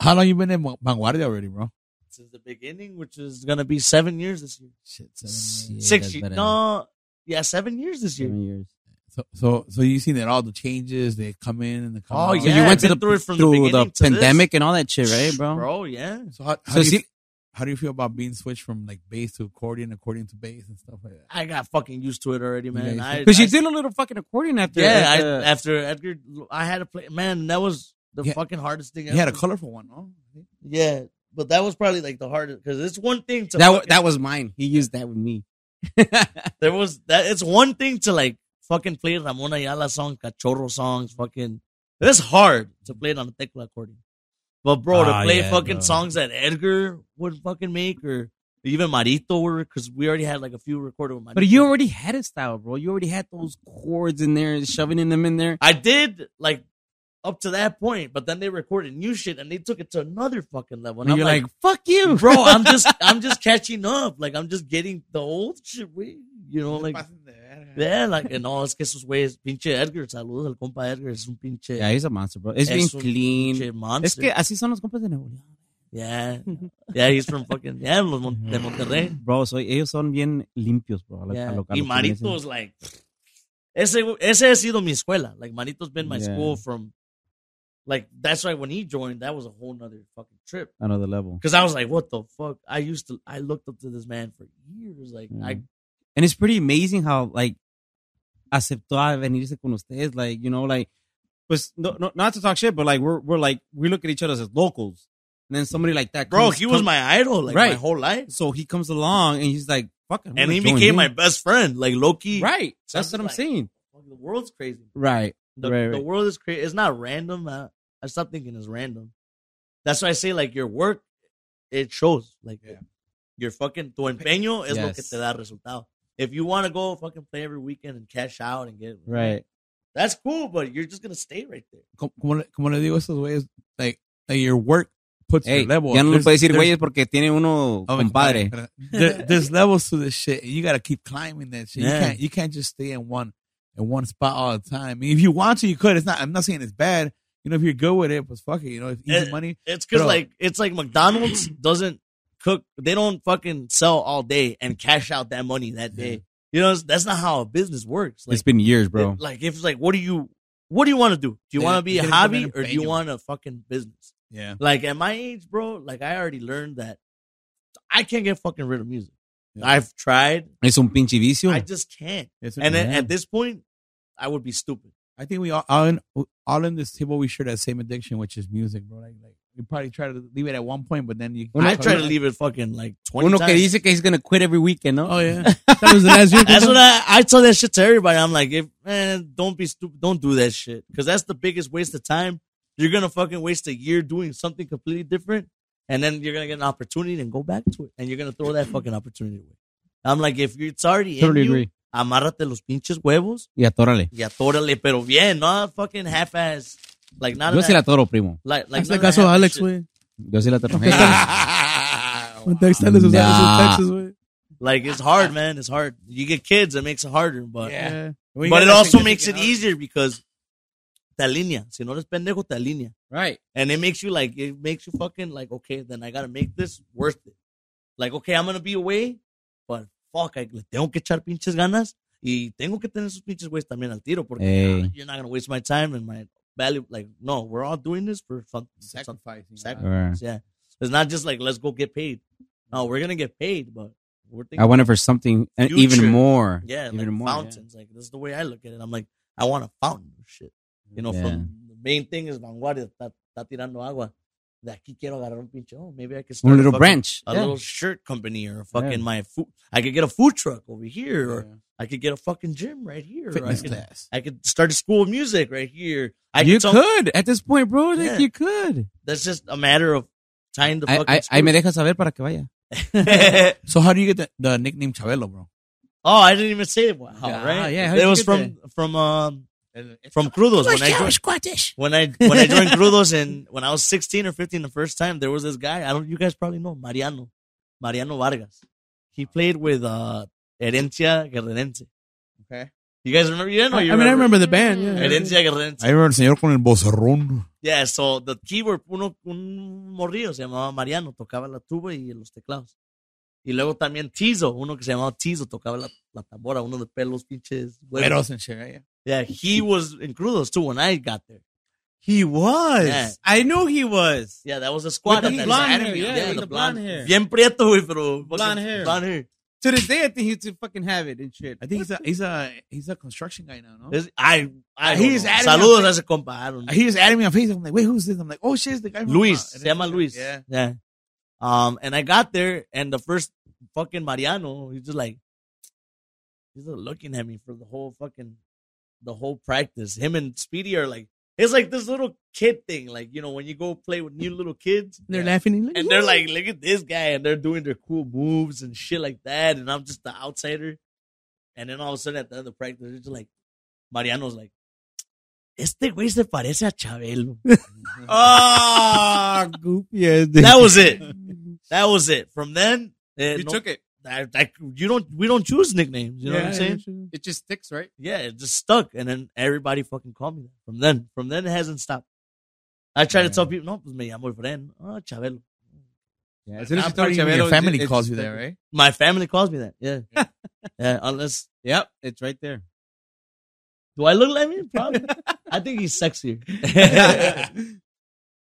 [SPEAKER 6] How long you been in Van- Vanguardia already, bro?
[SPEAKER 4] Since the beginning, which is gonna be seven years this year,
[SPEAKER 6] Shit,
[SPEAKER 4] six years, no, yeah, seven years this year.
[SPEAKER 3] seven years.
[SPEAKER 6] So, so, so you seen that all the changes they come in and they come
[SPEAKER 4] Oh,
[SPEAKER 6] out.
[SPEAKER 3] So
[SPEAKER 4] yeah.
[SPEAKER 3] you went to
[SPEAKER 4] I've
[SPEAKER 3] the
[SPEAKER 4] been through it from the
[SPEAKER 3] through the,
[SPEAKER 4] beginning to this.
[SPEAKER 3] pandemic and all that shit, right, bro?
[SPEAKER 4] Bro, yeah,
[SPEAKER 6] So how, how
[SPEAKER 3] So
[SPEAKER 6] do you,
[SPEAKER 3] see-
[SPEAKER 6] how do you feel about being switched from like bass to accordion, accordion to bass and stuff like that?
[SPEAKER 4] I got fucking used to it already, man.
[SPEAKER 6] Yeah,
[SPEAKER 4] I-
[SPEAKER 3] Because you
[SPEAKER 4] I-
[SPEAKER 3] did a little fucking accordion after.
[SPEAKER 4] yeah. I,
[SPEAKER 3] after-
[SPEAKER 4] after Edgar, I had to play, man. That was the
[SPEAKER 6] Yeah.
[SPEAKER 4] fucking hardest thing.
[SPEAKER 6] You had a
[SPEAKER 4] ever.
[SPEAKER 6] colorful one, no?
[SPEAKER 4] Yeah, but that was probably like the hardest because it's one thing to
[SPEAKER 3] that wa-
[SPEAKER 4] fucking-
[SPEAKER 3] that was mine. He used that with me.
[SPEAKER 4] there was that. It's one thing to like fucking play Ramon Ayala songs, Cachorro songs, fucking. It's hard to play it on a tecla accordion, but bro, to
[SPEAKER 6] Ah,
[SPEAKER 4] play
[SPEAKER 6] yeah,
[SPEAKER 4] fucking
[SPEAKER 6] bro.
[SPEAKER 4] songs that Edgar would fucking make or even Marito were because we already had like a few recorded with Marito.
[SPEAKER 3] but you already had a style, bro. You already had those chords in there, shoving in them in there.
[SPEAKER 4] I did like up to that point, but then they recorded new shit and they took it to another fucking level. And
[SPEAKER 3] And
[SPEAKER 4] I'm
[SPEAKER 3] you're
[SPEAKER 4] like,
[SPEAKER 3] like, fuck you,
[SPEAKER 4] bro, I'm just I'm just catching up. Like I'm just getting the old shit. We, you know, like Yeah, like, eh, no, es que esos güeyes, pinche Edgar, saludos al compa Edgar, es un pinche,
[SPEAKER 3] Yeah, he's a monster, bro. It's
[SPEAKER 4] Es
[SPEAKER 3] being
[SPEAKER 4] un
[SPEAKER 3] clean.
[SPEAKER 4] pinche monster.
[SPEAKER 3] Es que así son los compas de Nuevo León.
[SPEAKER 4] yeah, yeah, he's from fucking, yeah, los Mon- de Monterrey.
[SPEAKER 3] Bro, soy, ellos son bien limpios, bro. a lo- a lo-
[SPEAKER 4] Yeah.
[SPEAKER 3] a
[SPEAKER 4] y
[SPEAKER 3] lo que viene
[SPEAKER 4] Marito's like, ese, ese ha sido mi escuela. Like, Marito's been my
[SPEAKER 3] Yeah.
[SPEAKER 4] school from, like, that's why when he joined, that was a whole nother fucking trip.
[SPEAKER 3] siendo Another level.
[SPEAKER 4] Cause I was like, what the fuck? I used to, I looked up to this man for years. Like,
[SPEAKER 3] Yeah.
[SPEAKER 4] I,
[SPEAKER 3] And it's pretty amazing how like aceptó a venirse con ustedes, like you know, like pues no, no, not to talk shit, but like we're we're like we look at each other as locals, and then somebody like that,
[SPEAKER 4] bro,
[SPEAKER 3] comes-
[SPEAKER 4] he was
[SPEAKER 3] comes-
[SPEAKER 4] my idol, like, my
[SPEAKER 3] Right.
[SPEAKER 4] whole life.
[SPEAKER 3] so he comes along and he's like, fuck, it, I'm
[SPEAKER 4] And
[SPEAKER 3] gonna
[SPEAKER 4] he
[SPEAKER 3] join
[SPEAKER 4] became
[SPEAKER 3] you.
[SPEAKER 4] my best friend, like, Loki.
[SPEAKER 3] right.
[SPEAKER 4] So
[SPEAKER 3] That's
[SPEAKER 4] I'm
[SPEAKER 3] what I'm
[SPEAKER 4] like-
[SPEAKER 3] saying,
[SPEAKER 4] The world's crazy.
[SPEAKER 3] right?
[SPEAKER 4] The,
[SPEAKER 3] Right,
[SPEAKER 4] the
[SPEAKER 3] right.
[SPEAKER 4] world is crazy. It's not random. I, I stopped thinking it's random. That's why I say like your work, it shows. Like
[SPEAKER 6] Yeah.
[SPEAKER 4] your fucking tu empeño es lo que
[SPEAKER 3] Yes.
[SPEAKER 4] te da resultado. If you want to go fucking play every weekend and cash out and get
[SPEAKER 3] Right.
[SPEAKER 4] that's cool. But you're just gonna stay right there.
[SPEAKER 6] Como, como, le, como le digo a esos güeyes, like, like your work puts
[SPEAKER 3] Hey,
[SPEAKER 6] your level.
[SPEAKER 3] ya no le
[SPEAKER 6] There's-
[SPEAKER 3] puedes decir
[SPEAKER 6] there's-
[SPEAKER 3] güeyes porque tiene uno
[SPEAKER 6] Oh,
[SPEAKER 3] compadre.
[SPEAKER 6] espera, espera. There- there's levels to this shit, and you gotta keep climbing that shit.
[SPEAKER 4] Yeah.
[SPEAKER 6] You can't you can't just stay in one in one spot all the time. I mean, if you want to, you could. It's not. I'm not saying it's bad. You know, if you're good with it, but fuck it. You know, it's easy
[SPEAKER 4] Eh,
[SPEAKER 6] money.
[SPEAKER 4] It's because
[SPEAKER 6] Bro.
[SPEAKER 4] like it's like McDonald's doesn't cook. They don't fucking sell all day and cash out that money that
[SPEAKER 6] Yeah.
[SPEAKER 4] day. You know that's not how a business works. Like,
[SPEAKER 3] it's been years, bro.
[SPEAKER 4] It- like if it's like, what do you, what do you want to do? Do you
[SPEAKER 6] Yeah,
[SPEAKER 4] want to be
[SPEAKER 6] you
[SPEAKER 4] a
[SPEAKER 6] gotta
[SPEAKER 4] hobby
[SPEAKER 6] put
[SPEAKER 4] or
[SPEAKER 6] that
[SPEAKER 4] do you
[SPEAKER 6] empeño.
[SPEAKER 4] want a fucking business?
[SPEAKER 6] Yeah.
[SPEAKER 4] Like at my age, bro, like I already learned that I can't get fucking rid of music.
[SPEAKER 6] Yeah.
[SPEAKER 4] I've tried,
[SPEAKER 3] es un pinche vicio.
[SPEAKER 4] I just can't.
[SPEAKER 6] It's-
[SPEAKER 4] And then
[SPEAKER 6] yeah.
[SPEAKER 4] at this point, I would be stupid.
[SPEAKER 6] I think we all all in, all in this table we share that same addiction, which is music, bro. Like, like we probably try to leave it at one point, but then you.
[SPEAKER 3] Uno-
[SPEAKER 4] I try to leave it fucking like twenty
[SPEAKER 3] Uno que
[SPEAKER 4] times.
[SPEAKER 3] dice que he's gonna quit every weekend, ¿no?
[SPEAKER 5] Oh, yeah. That was the last year.
[SPEAKER 4] That's what I, I tell that shit to everybody. I'm like, if man, don't be stupid, don't do that shit, because that's the biggest waste of time. You're gonna fucking waste a year doing something completely different, and then you're gonna get an opportunity and go back to it, and you're gonna throw that fucking opportunity away. I'm like, if it's already
[SPEAKER 3] Totally
[SPEAKER 4] in
[SPEAKER 3] agree.
[SPEAKER 4] you, amárrate los pinches huevos
[SPEAKER 3] Y atórale.
[SPEAKER 4] y atórale, pero bien, not fucking half ass, like not
[SPEAKER 3] Yo
[SPEAKER 4] an
[SPEAKER 3] sí la
[SPEAKER 4] ass-
[SPEAKER 3] atoro, primo.
[SPEAKER 4] like like
[SPEAKER 5] Hasta
[SPEAKER 4] not an
[SPEAKER 5] caso
[SPEAKER 4] half-ass
[SPEAKER 5] Alex,
[SPEAKER 4] shit.
[SPEAKER 5] güey.
[SPEAKER 3] Yo sí la tatué.
[SPEAKER 5] Contextales sus sus
[SPEAKER 3] Nah.
[SPEAKER 5] taxes, güey.
[SPEAKER 4] like it's hard, man. It's hard. You get kids, it makes it harder, but
[SPEAKER 5] Yeah.
[SPEAKER 4] but it also makes it easier because te alinea. Si no eres pendejo, te alinea.
[SPEAKER 3] Right.
[SPEAKER 4] And it makes you like it makes you fucking like okay, then I gotta make this worth it. Like okay, I'm gonna be away, but fuck, I le tengo que echar pinches ganas y tengo que tener esos pinches güeyes también al tiro porque
[SPEAKER 3] Ey.
[SPEAKER 4] you're not gonna waste my time and my value. Like no, we're all doing this for fun. Sacrifice. sacrifice. Yeah, it's not just like let's go get paid. No, we're gonna get paid, but we're thinking.
[SPEAKER 3] I wanted for something and even
[SPEAKER 4] Future.
[SPEAKER 3] more.
[SPEAKER 4] Yeah,
[SPEAKER 3] even
[SPEAKER 4] like
[SPEAKER 3] more.
[SPEAKER 4] fountains. Like this is the way I look at it. I'm like, I want a fountain of shit. You know,
[SPEAKER 3] Yeah.
[SPEAKER 4] from the main thing is vanguardia está, está tirando agua. De aquí quiero agarrar un pinche. Oh, maybe I could
[SPEAKER 3] Yeah.
[SPEAKER 4] start
[SPEAKER 3] One
[SPEAKER 4] a
[SPEAKER 3] little
[SPEAKER 4] fucking-
[SPEAKER 3] branch.
[SPEAKER 4] a
[SPEAKER 3] Yeah.
[SPEAKER 4] little shirt company or a fucking my food. I could get a food truck over here, or I could get a fucking gym right here. or I
[SPEAKER 6] Fitness
[SPEAKER 4] could,
[SPEAKER 6] class.
[SPEAKER 4] I could start a school of music right here. I
[SPEAKER 3] you
[SPEAKER 4] could. tell-
[SPEAKER 3] could at this point, bro. like,
[SPEAKER 4] Yeah.
[SPEAKER 3] you could.
[SPEAKER 4] that's just a matter of tying the
[SPEAKER 3] I,
[SPEAKER 4] fucking.
[SPEAKER 3] I, I me dejas saber para que vaya.
[SPEAKER 4] screws.
[SPEAKER 6] So how do you get the, the nickname Chabelo, bro?
[SPEAKER 4] Oh, I didn't even say it. Wow,
[SPEAKER 3] Yeah,
[SPEAKER 4] right?
[SPEAKER 3] yeah, how'd
[SPEAKER 4] it
[SPEAKER 3] you
[SPEAKER 4] was
[SPEAKER 3] get
[SPEAKER 4] from from um from Crudos when I joined, when I when I joined Crudos and when I was sixteen or fifteen the first time there was this guy I don't you guys probably know Mariano Mariano Vargas. He played with uh Herencia Guerrerense.
[SPEAKER 6] Okay.
[SPEAKER 4] You guys remember? You didn't know.
[SPEAKER 5] I
[SPEAKER 4] You
[SPEAKER 5] mean, I remember the band, yeah.
[SPEAKER 4] Herencia Guerrerense.
[SPEAKER 6] I remember el señor con el bozarrón.
[SPEAKER 4] Yeah, so the keyboard, uno, un morrillo se llamaba Mariano, tocaba la tuba y los teclados. Y luego también Tizo, uno que se llamaba Tizo, tocaba la, la tambora, uno de pelos pinches. güeros.
[SPEAKER 6] Güeros and shit, right? Yeah.
[SPEAKER 4] Yeah, he was in Crudos too when I got there.
[SPEAKER 3] He was.
[SPEAKER 4] Yeah.
[SPEAKER 3] I knew he was.
[SPEAKER 4] Yeah, that was a squad.
[SPEAKER 3] With
[SPEAKER 4] at
[SPEAKER 3] the
[SPEAKER 4] that
[SPEAKER 3] blonde
[SPEAKER 4] time.
[SPEAKER 3] hair, yeah, with the blonde hair.
[SPEAKER 4] Bien prieto, güey, pero. fucking
[SPEAKER 3] Blonde hair.
[SPEAKER 4] Blonde hair.
[SPEAKER 3] To this day, I think he should fucking have it and shit.
[SPEAKER 6] I think he's a he's a he's a construction guy now, no?
[SPEAKER 4] It's- I, I don't
[SPEAKER 6] He's
[SPEAKER 4] know.
[SPEAKER 6] adamant.
[SPEAKER 4] Saludos a ese compa. I don't know.
[SPEAKER 6] He just added me on Facebook. I'm like, wait, who's this? I'm like, oh shit, it's the guy. From,
[SPEAKER 4] Luis.
[SPEAKER 6] uh,
[SPEAKER 4] Se llama Luis.
[SPEAKER 6] Yeah.
[SPEAKER 4] Yeah. Um, and I got there, and the first fucking Mariano, he's just like, he's just looking at me for the whole fucking, the whole practice. Him and Speedy are like, it's like this little kid thing. Like, you know, when you go play with new little kids,
[SPEAKER 5] They're laughing.
[SPEAKER 4] and they're like, look at this guy, and they're doing their cool moves and shit like that, and I'm just the outsider. And then all of a sudden at the end of practice, it's just like Mariano's like, este güey se parece a Chabelo.
[SPEAKER 3] oh, goofy. ass dude.
[SPEAKER 4] that was it. That was it. From then, eh,
[SPEAKER 3] You took it.
[SPEAKER 4] I, I- you don't we don't choose nicknames. You know what I'm saying?
[SPEAKER 3] It just sticks, right?
[SPEAKER 4] Yeah, it just stuck, and then everybody fucking called me that. From then, from then it hasn't stopped. I try to tell people, no, pues me llamo Efraín. Oh, Chabelo.
[SPEAKER 3] Yeah.
[SPEAKER 6] Now probably even your family calls you that, right?
[SPEAKER 4] My family calls me that. Yeah, yeah. Unless
[SPEAKER 3] Yep, it's right there.
[SPEAKER 4] Do I look like me? Probably. I think he's sexier.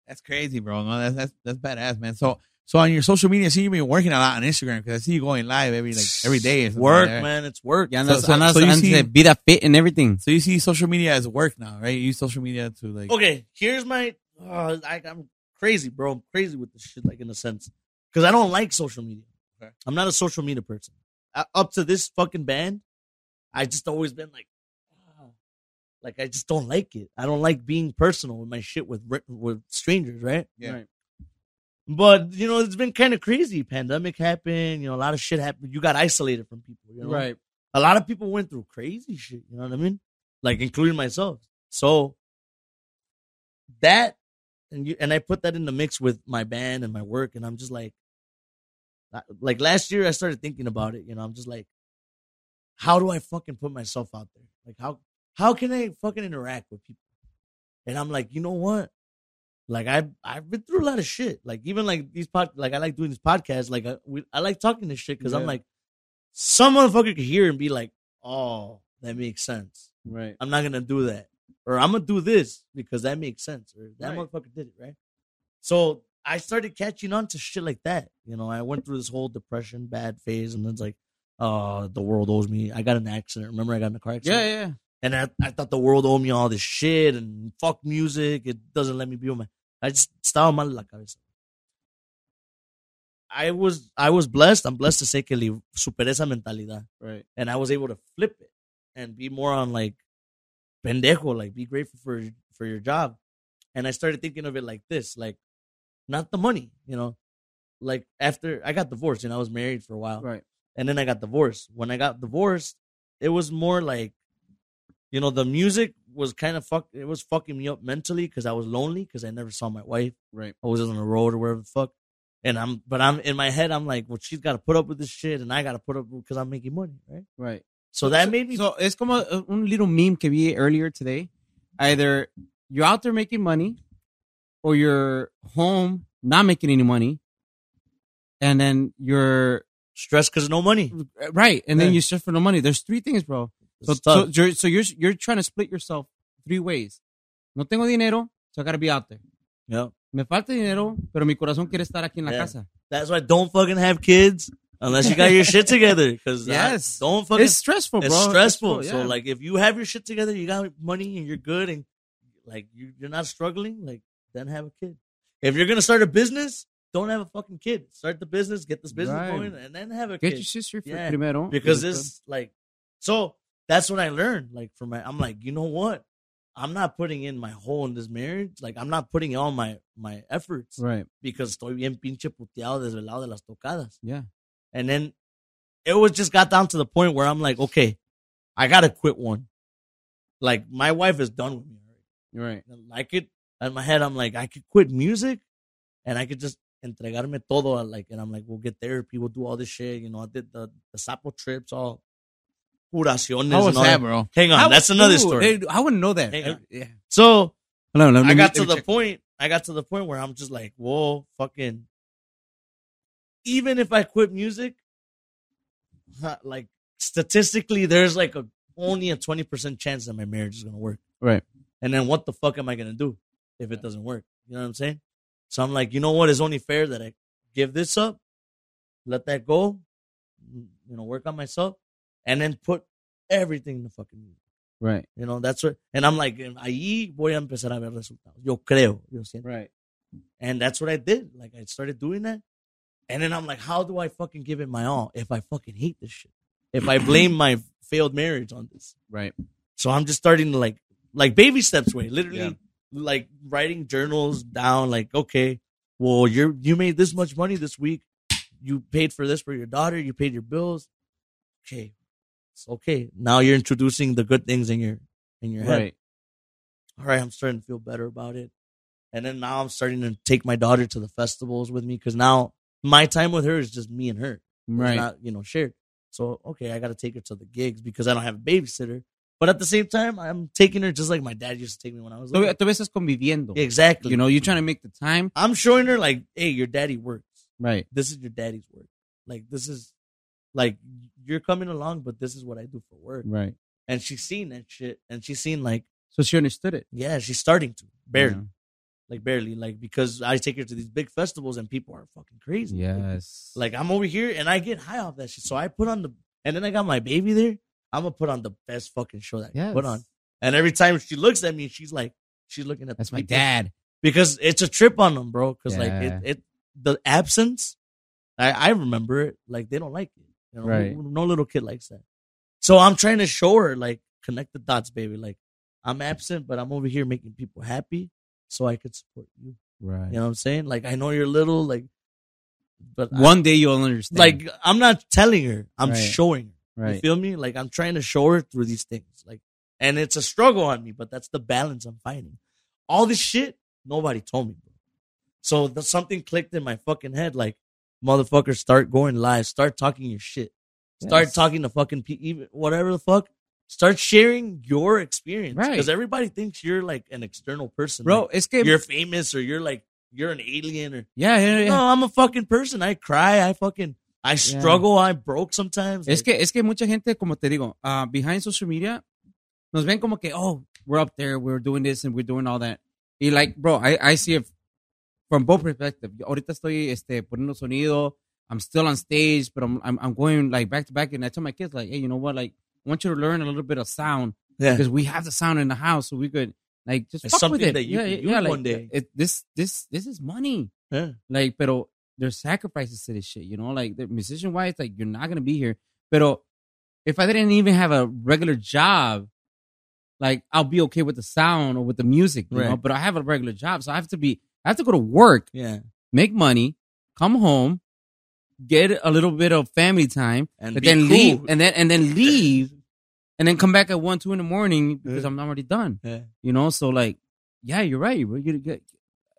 [SPEAKER 6] That's crazy, bro. No, that's that's that's badass, man. So so on your social media, I see you've been working a lot on Instagram because I see you going live every like every day. or something
[SPEAKER 4] work,
[SPEAKER 6] like that.
[SPEAKER 4] man. It's work.
[SPEAKER 3] Yeah,
[SPEAKER 6] So-
[SPEAKER 3] so,
[SPEAKER 6] so- so you see-
[SPEAKER 3] vida fit and everything.
[SPEAKER 6] So you see social media as work now, right? You use social media to like
[SPEAKER 4] Okay, here's my. Uh, I, I'm crazy, bro. I'm crazy with this shit, like in a sense, because I don't like social media. I'm not a social media person. Uh, up to this fucking band, I just always been like, ah, like I just don't like it. I don't like being personal with my shit with ri- with strangers, right?
[SPEAKER 6] Yeah.
[SPEAKER 3] Right.
[SPEAKER 4] But you know, it's been kind of crazy. Pandemic happened. You know, a lot of shit happened. You got isolated from people. You know?
[SPEAKER 3] Right.
[SPEAKER 4] a lot of people went through crazy shit. You know what I mean? Like including myself. So that and you and I put that in the mix with my band and my work, and I'm just like, I- like last year I started thinking about it. You know, I'm just like, how do I fucking put myself out there? Like how how can I fucking interact with people? And I'm like, you know what? Like I I've been through a lot of shit. Like even like these pod like I like doing this podcast. Like I we, I like talking this shit because I'm
[SPEAKER 3] Yeah.
[SPEAKER 4] like some motherfucker could hear and be like, oh, that makes sense.
[SPEAKER 3] Right.
[SPEAKER 4] I'm not gonna do that. Or I'm gonna do this because that makes sense. Or that
[SPEAKER 3] Right.
[SPEAKER 4] motherfucker did it, right? So I started catching on to shit like that. You know, I went through this whole depression, bad phase, and then it's like, oh, the world owes me. I got in an accident. Remember I got in a car accident?
[SPEAKER 3] Yeah, yeah.
[SPEAKER 4] And I, I thought the world owed me all this shit and fuck music. It doesn't let me be with my. I just estaba mal en la cabeza. I was I was blessed. I'm blessed to say que li- superé esa mentalidad,
[SPEAKER 3] Right.
[SPEAKER 4] and I was able to flip it and be more on like pendejo, like be grateful for for your job. And I started thinking of it like this, like not the money, you know. Like after I got divorced, and I was married for a while,
[SPEAKER 3] Right.
[SPEAKER 4] and then I got divorced. When I got divorced, it was more like, you know, the music was kind of fuck. It was fucking me up mentally because I was lonely because I never saw my wife.
[SPEAKER 3] Right.
[SPEAKER 4] I was on the road or wherever the fuck. And I'm, but I'm in my head. I'm like, well, she's got to put up with this shit, and I got to put up because I'm making money, right?
[SPEAKER 3] Right.
[SPEAKER 4] So that made me.
[SPEAKER 3] So it's como uh, un little meme que vi earlier today. Either you're out there making money or you're home not making any money. And then you're uh,
[SPEAKER 4] stressed because no money.
[SPEAKER 3] right, and then
[SPEAKER 4] Yeah.
[SPEAKER 3] you search for no money. There's three things, bro. So,
[SPEAKER 4] It's
[SPEAKER 3] so
[SPEAKER 4] tough.
[SPEAKER 3] you're so you're you're trying to split yourself three ways. No tengo dinero, so I gotta be out there.
[SPEAKER 4] yeah.
[SPEAKER 3] Me falta dinero, pero mi corazón quiere estar aquí en la
[SPEAKER 4] Yeah.
[SPEAKER 3] casa.
[SPEAKER 4] That's why don't fucking have kids unless you got your shit together. Because
[SPEAKER 3] Yes.
[SPEAKER 4] don't fucking.
[SPEAKER 3] it's stressful, bro.
[SPEAKER 4] it's stressful.
[SPEAKER 3] yeah.
[SPEAKER 4] So like, if you have your shit together, you got money and you're good, and like you, you're not struggling. Like, then have a kid. If you're gonna start a business, don't have a fucking kid. Start the business, get this business
[SPEAKER 3] Right.
[SPEAKER 4] going, and then have a
[SPEAKER 3] get
[SPEAKER 4] kid.
[SPEAKER 3] your sister fir-
[SPEAKER 4] Yeah.
[SPEAKER 3] primero
[SPEAKER 4] because
[SPEAKER 3] y después-
[SPEAKER 4] it's like, so that's what I learned. Like from my, I'm like, you know what? I'm not putting in my whole in this marriage. Like, I'm not putting all my my efforts
[SPEAKER 3] right.
[SPEAKER 4] because estoy bien pinche puteado desvelado de las tocadas.
[SPEAKER 3] Yeah.
[SPEAKER 4] And then it was just got down to the point where I'm like, okay, I gotta quit one. Like my wife is done with me.
[SPEAKER 3] Right.
[SPEAKER 4] I could in my head I'm like, I could quit music and I could just entregarme todo like and I'm like, we'll get therapy, we'll do all this shit, you know, I did the the sapo trips, all curaciones.
[SPEAKER 6] How was
[SPEAKER 4] and all
[SPEAKER 6] that, bro?
[SPEAKER 4] Hang on,
[SPEAKER 3] I-
[SPEAKER 4] that's another
[SPEAKER 3] Ooh,
[SPEAKER 4] story.
[SPEAKER 3] eh, I wouldn't know that.
[SPEAKER 4] Hang on.
[SPEAKER 3] Yeah.
[SPEAKER 4] so
[SPEAKER 3] Hold on, let
[SPEAKER 4] I
[SPEAKER 3] me-
[SPEAKER 4] got
[SPEAKER 3] let
[SPEAKER 4] to
[SPEAKER 3] me
[SPEAKER 4] the
[SPEAKER 3] check.
[SPEAKER 4] point. I got to the point where I'm just like, whoa, fucking. Even if I quit music, huh, like statistically, there's like a only a twenty percent chance that my marriage is gonna work.
[SPEAKER 3] Right.
[SPEAKER 4] And then what the fuck am I gonna do if it doesn't work? You know what I'm saying? So I'm like, you know what? It's only fair that I give this up, let that go, you know, work on myself, and then put everything in the fucking music.
[SPEAKER 3] Right.
[SPEAKER 4] You know, that's what, and I'm like, ahí voy a empezar a ver resultados. Yo creo, yo siento.
[SPEAKER 3] Right.
[SPEAKER 4] And that's what I did. Like, I started doing that. And then I'm like, how do I fucking give it my all if I fucking hate this shit? If I blame my failed marriage on this.
[SPEAKER 3] Right.
[SPEAKER 4] So I'm just starting to like, like baby steps way, literally
[SPEAKER 6] Yeah.
[SPEAKER 4] like writing journals down, like, okay, well, you're, you made this much money this week. You paid for this for your daughter. You paid your bills. Okay. It's okay. Now you're introducing the good things in your, in your head
[SPEAKER 3] Right.
[SPEAKER 4] all right, I'm starting to feel better about it. And then now I'm starting to take my daughter to the festivals with me because now my time with her is just me and her. It's
[SPEAKER 3] Right.
[SPEAKER 4] not, you know, shared. So, okay, I got to take her to the gigs because I don't have a babysitter. But at the same time, I'm taking her just like my dad used to take me when I was
[SPEAKER 3] Todavía
[SPEAKER 4] little.
[SPEAKER 3] todavía estás conviviendo.
[SPEAKER 4] Exactly.
[SPEAKER 3] You know, you're trying to make the time.
[SPEAKER 4] I'm showing her like, hey, your daddy works.
[SPEAKER 3] Right.
[SPEAKER 4] This is your daddy's work. Like, this is like you're coming along, but this is what I do for work.
[SPEAKER 3] Right.
[SPEAKER 4] And she's seen that shit. And she's seen like,
[SPEAKER 3] So she understood it.
[SPEAKER 4] yeah, she's starting to barely.
[SPEAKER 3] Yeah.
[SPEAKER 4] like barely like because i take her to these big festivals and people are fucking crazy
[SPEAKER 3] Yes.
[SPEAKER 4] like i'm over here and i get high off that shit so i put on the and then i got my baby there i'm gonna put on the best fucking show that i
[SPEAKER 3] Yes.
[SPEAKER 4] can put on and every time she looks at me she's like she's looking at
[SPEAKER 3] That's
[SPEAKER 4] the
[SPEAKER 3] my
[SPEAKER 4] people.
[SPEAKER 3] dad.
[SPEAKER 4] because it's a trip on them bro because like
[SPEAKER 3] Yeah.
[SPEAKER 4] it, it the absence I, I remember it like they don't like it you know
[SPEAKER 3] Right.
[SPEAKER 4] no little kid likes that so i'm trying to show her like connect the dots baby like i'm absent but i'm over here making people happy so i could support you
[SPEAKER 3] Right.
[SPEAKER 4] you know what I'm saying? Like I know you're little, like, but I-
[SPEAKER 3] One day you'll understand.
[SPEAKER 4] like I'm not telling her. I'm
[SPEAKER 3] Right.
[SPEAKER 4] showing her. You
[SPEAKER 3] right.
[SPEAKER 4] feel me? Like I'm trying to show her through these things. Like, and it's a struggle on me, but that's the balance I'm finding. All this shit nobody told me. Bro. So the, something clicked in my fucking head. Like, motherfucker, start going live. Start talking your shit. Start
[SPEAKER 3] Yes.
[SPEAKER 4] talking to fucking pe- even whatever the fuck. Start sharing your experience
[SPEAKER 3] Right.
[SPEAKER 4] because everybody thinks you're like an external person,
[SPEAKER 3] Bro,
[SPEAKER 4] Like,
[SPEAKER 3] es que.
[SPEAKER 4] you're famous or you're like you're an alien or
[SPEAKER 3] yeah, yeah, yeah.
[SPEAKER 4] no, I'm a fucking person. I cry. I fucking. I struggle. I broke sometimes.
[SPEAKER 3] Es
[SPEAKER 4] Like,
[SPEAKER 3] que, es que mucha gente, como te digo, ah, behind social media, nos ven como que, oh, we're up there, we're doing this and we're doing all that. Y like, bro, I, I see it from both perspectives. Ahorita estoy este, poniendo sonido, I'm still on stage, but I'm, I'm, I'm going like back to back. And I tell my kids, like, hey, you know what? Like, I want you to learn a little bit of sound
[SPEAKER 4] yeah.
[SPEAKER 3] because we have the sound in the house, so we could like just
[SPEAKER 4] It's
[SPEAKER 3] fuck with
[SPEAKER 4] something
[SPEAKER 3] it.
[SPEAKER 4] that you
[SPEAKER 3] yeah,
[SPEAKER 4] can
[SPEAKER 3] yeah,
[SPEAKER 4] use
[SPEAKER 3] like,
[SPEAKER 4] one day.
[SPEAKER 3] It, this, this, this is money.
[SPEAKER 4] Yeah.
[SPEAKER 3] Like, pero there's sacrifices to this shit, you know. Like, the musician wise, like you're not gonna be here. Pero if I didn't even have a regular job, like I'll be okay with the sound or with the music, you
[SPEAKER 4] Right.
[SPEAKER 3] know. But I have a regular job, so I have to be, I have to go to work,
[SPEAKER 4] yeah.
[SPEAKER 3] make money, come home, get a little bit of family time,
[SPEAKER 4] And
[SPEAKER 3] but
[SPEAKER 4] be
[SPEAKER 3] then
[SPEAKER 4] cool.
[SPEAKER 3] leave, and then and then leave and then come back at one, two in the morning because I'm already done.
[SPEAKER 4] Yeah.
[SPEAKER 3] You know, so like, yeah, you're right. Bro. You, you,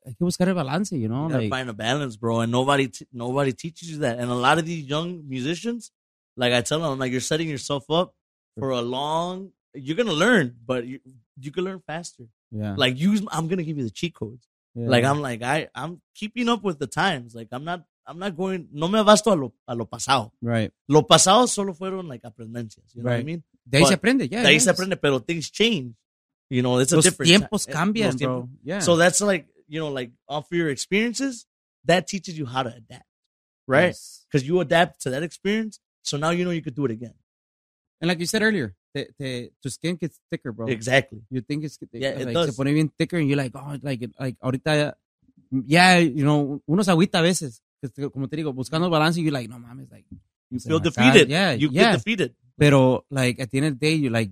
[SPEAKER 3] hay que buscar el balance, you know,
[SPEAKER 4] You gotta
[SPEAKER 3] like,
[SPEAKER 4] find a balance, bro. And nobody, t- nobody teaches you that. And a lot of these young musicians, like I tell them, I'm like, you're setting yourself up for a long. You're gonna learn, but you, you can learn faster.
[SPEAKER 3] yeah,
[SPEAKER 4] Like you, I'm gonna give you the cheat codes.
[SPEAKER 3] yeah.
[SPEAKER 4] Like I'm like I, I'm keeping up with the times. Like I'm not, I'm not going. No me abasto a lo, a lo pasado.
[SPEAKER 3] right.
[SPEAKER 4] Lo pasado solo fueron like aprendencias. You know what I
[SPEAKER 3] Right.
[SPEAKER 4] mean?
[SPEAKER 3] De ahí se
[SPEAKER 4] But
[SPEAKER 3] aprende, yeah.
[SPEAKER 4] De ahí
[SPEAKER 3] yes.
[SPEAKER 4] se aprende, pero things change. You know, it's a
[SPEAKER 3] Los
[SPEAKER 4] different.
[SPEAKER 3] tiempos
[SPEAKER 4] ti-
[SPEAKER 3] cambian,
[SPEAKER 4] los tiempos-
[SPEAKER 3] bro. Yeah.
[SPEAKER 4] so that's like, you know, like off your experiences, that teaches you how to adapt, right?
[SPEAKER 3] Yes.
[SPEAKER 4] Because you adapt to that experience. So now you know you could do it again.
[SPEAKER 3] And like you said earlier, the, the, tu skin gets thicker, bro.
[SPEAKER 4] Exactly.
[SPEAKER 3] You think it's
[SPEAKER 4] Yeah, it
[SPEAKER 3] like, se
[SPEAKER 4] does.
[SPEAKER 3] pone bien thicker and you're like, oh, like, like ahorita, yeah, you know, uno se agüita a veces. que te- Como te digo, buscando el balance, you're like, no mames, like,
[SPEAKER 4] You
[SPEAKER 3] se
[SPEAKER 4] feel
[SPEAKER 3] me acaba-
[SPEAKER 4] defeated.
[SPEAKER 3] Yeah,
[SPEAKER 4] You
[SPEAKER 3] yeah.
[SPEAKER 4] get defeated.
[SPEAKER 3] Pero like at the end of the day, you like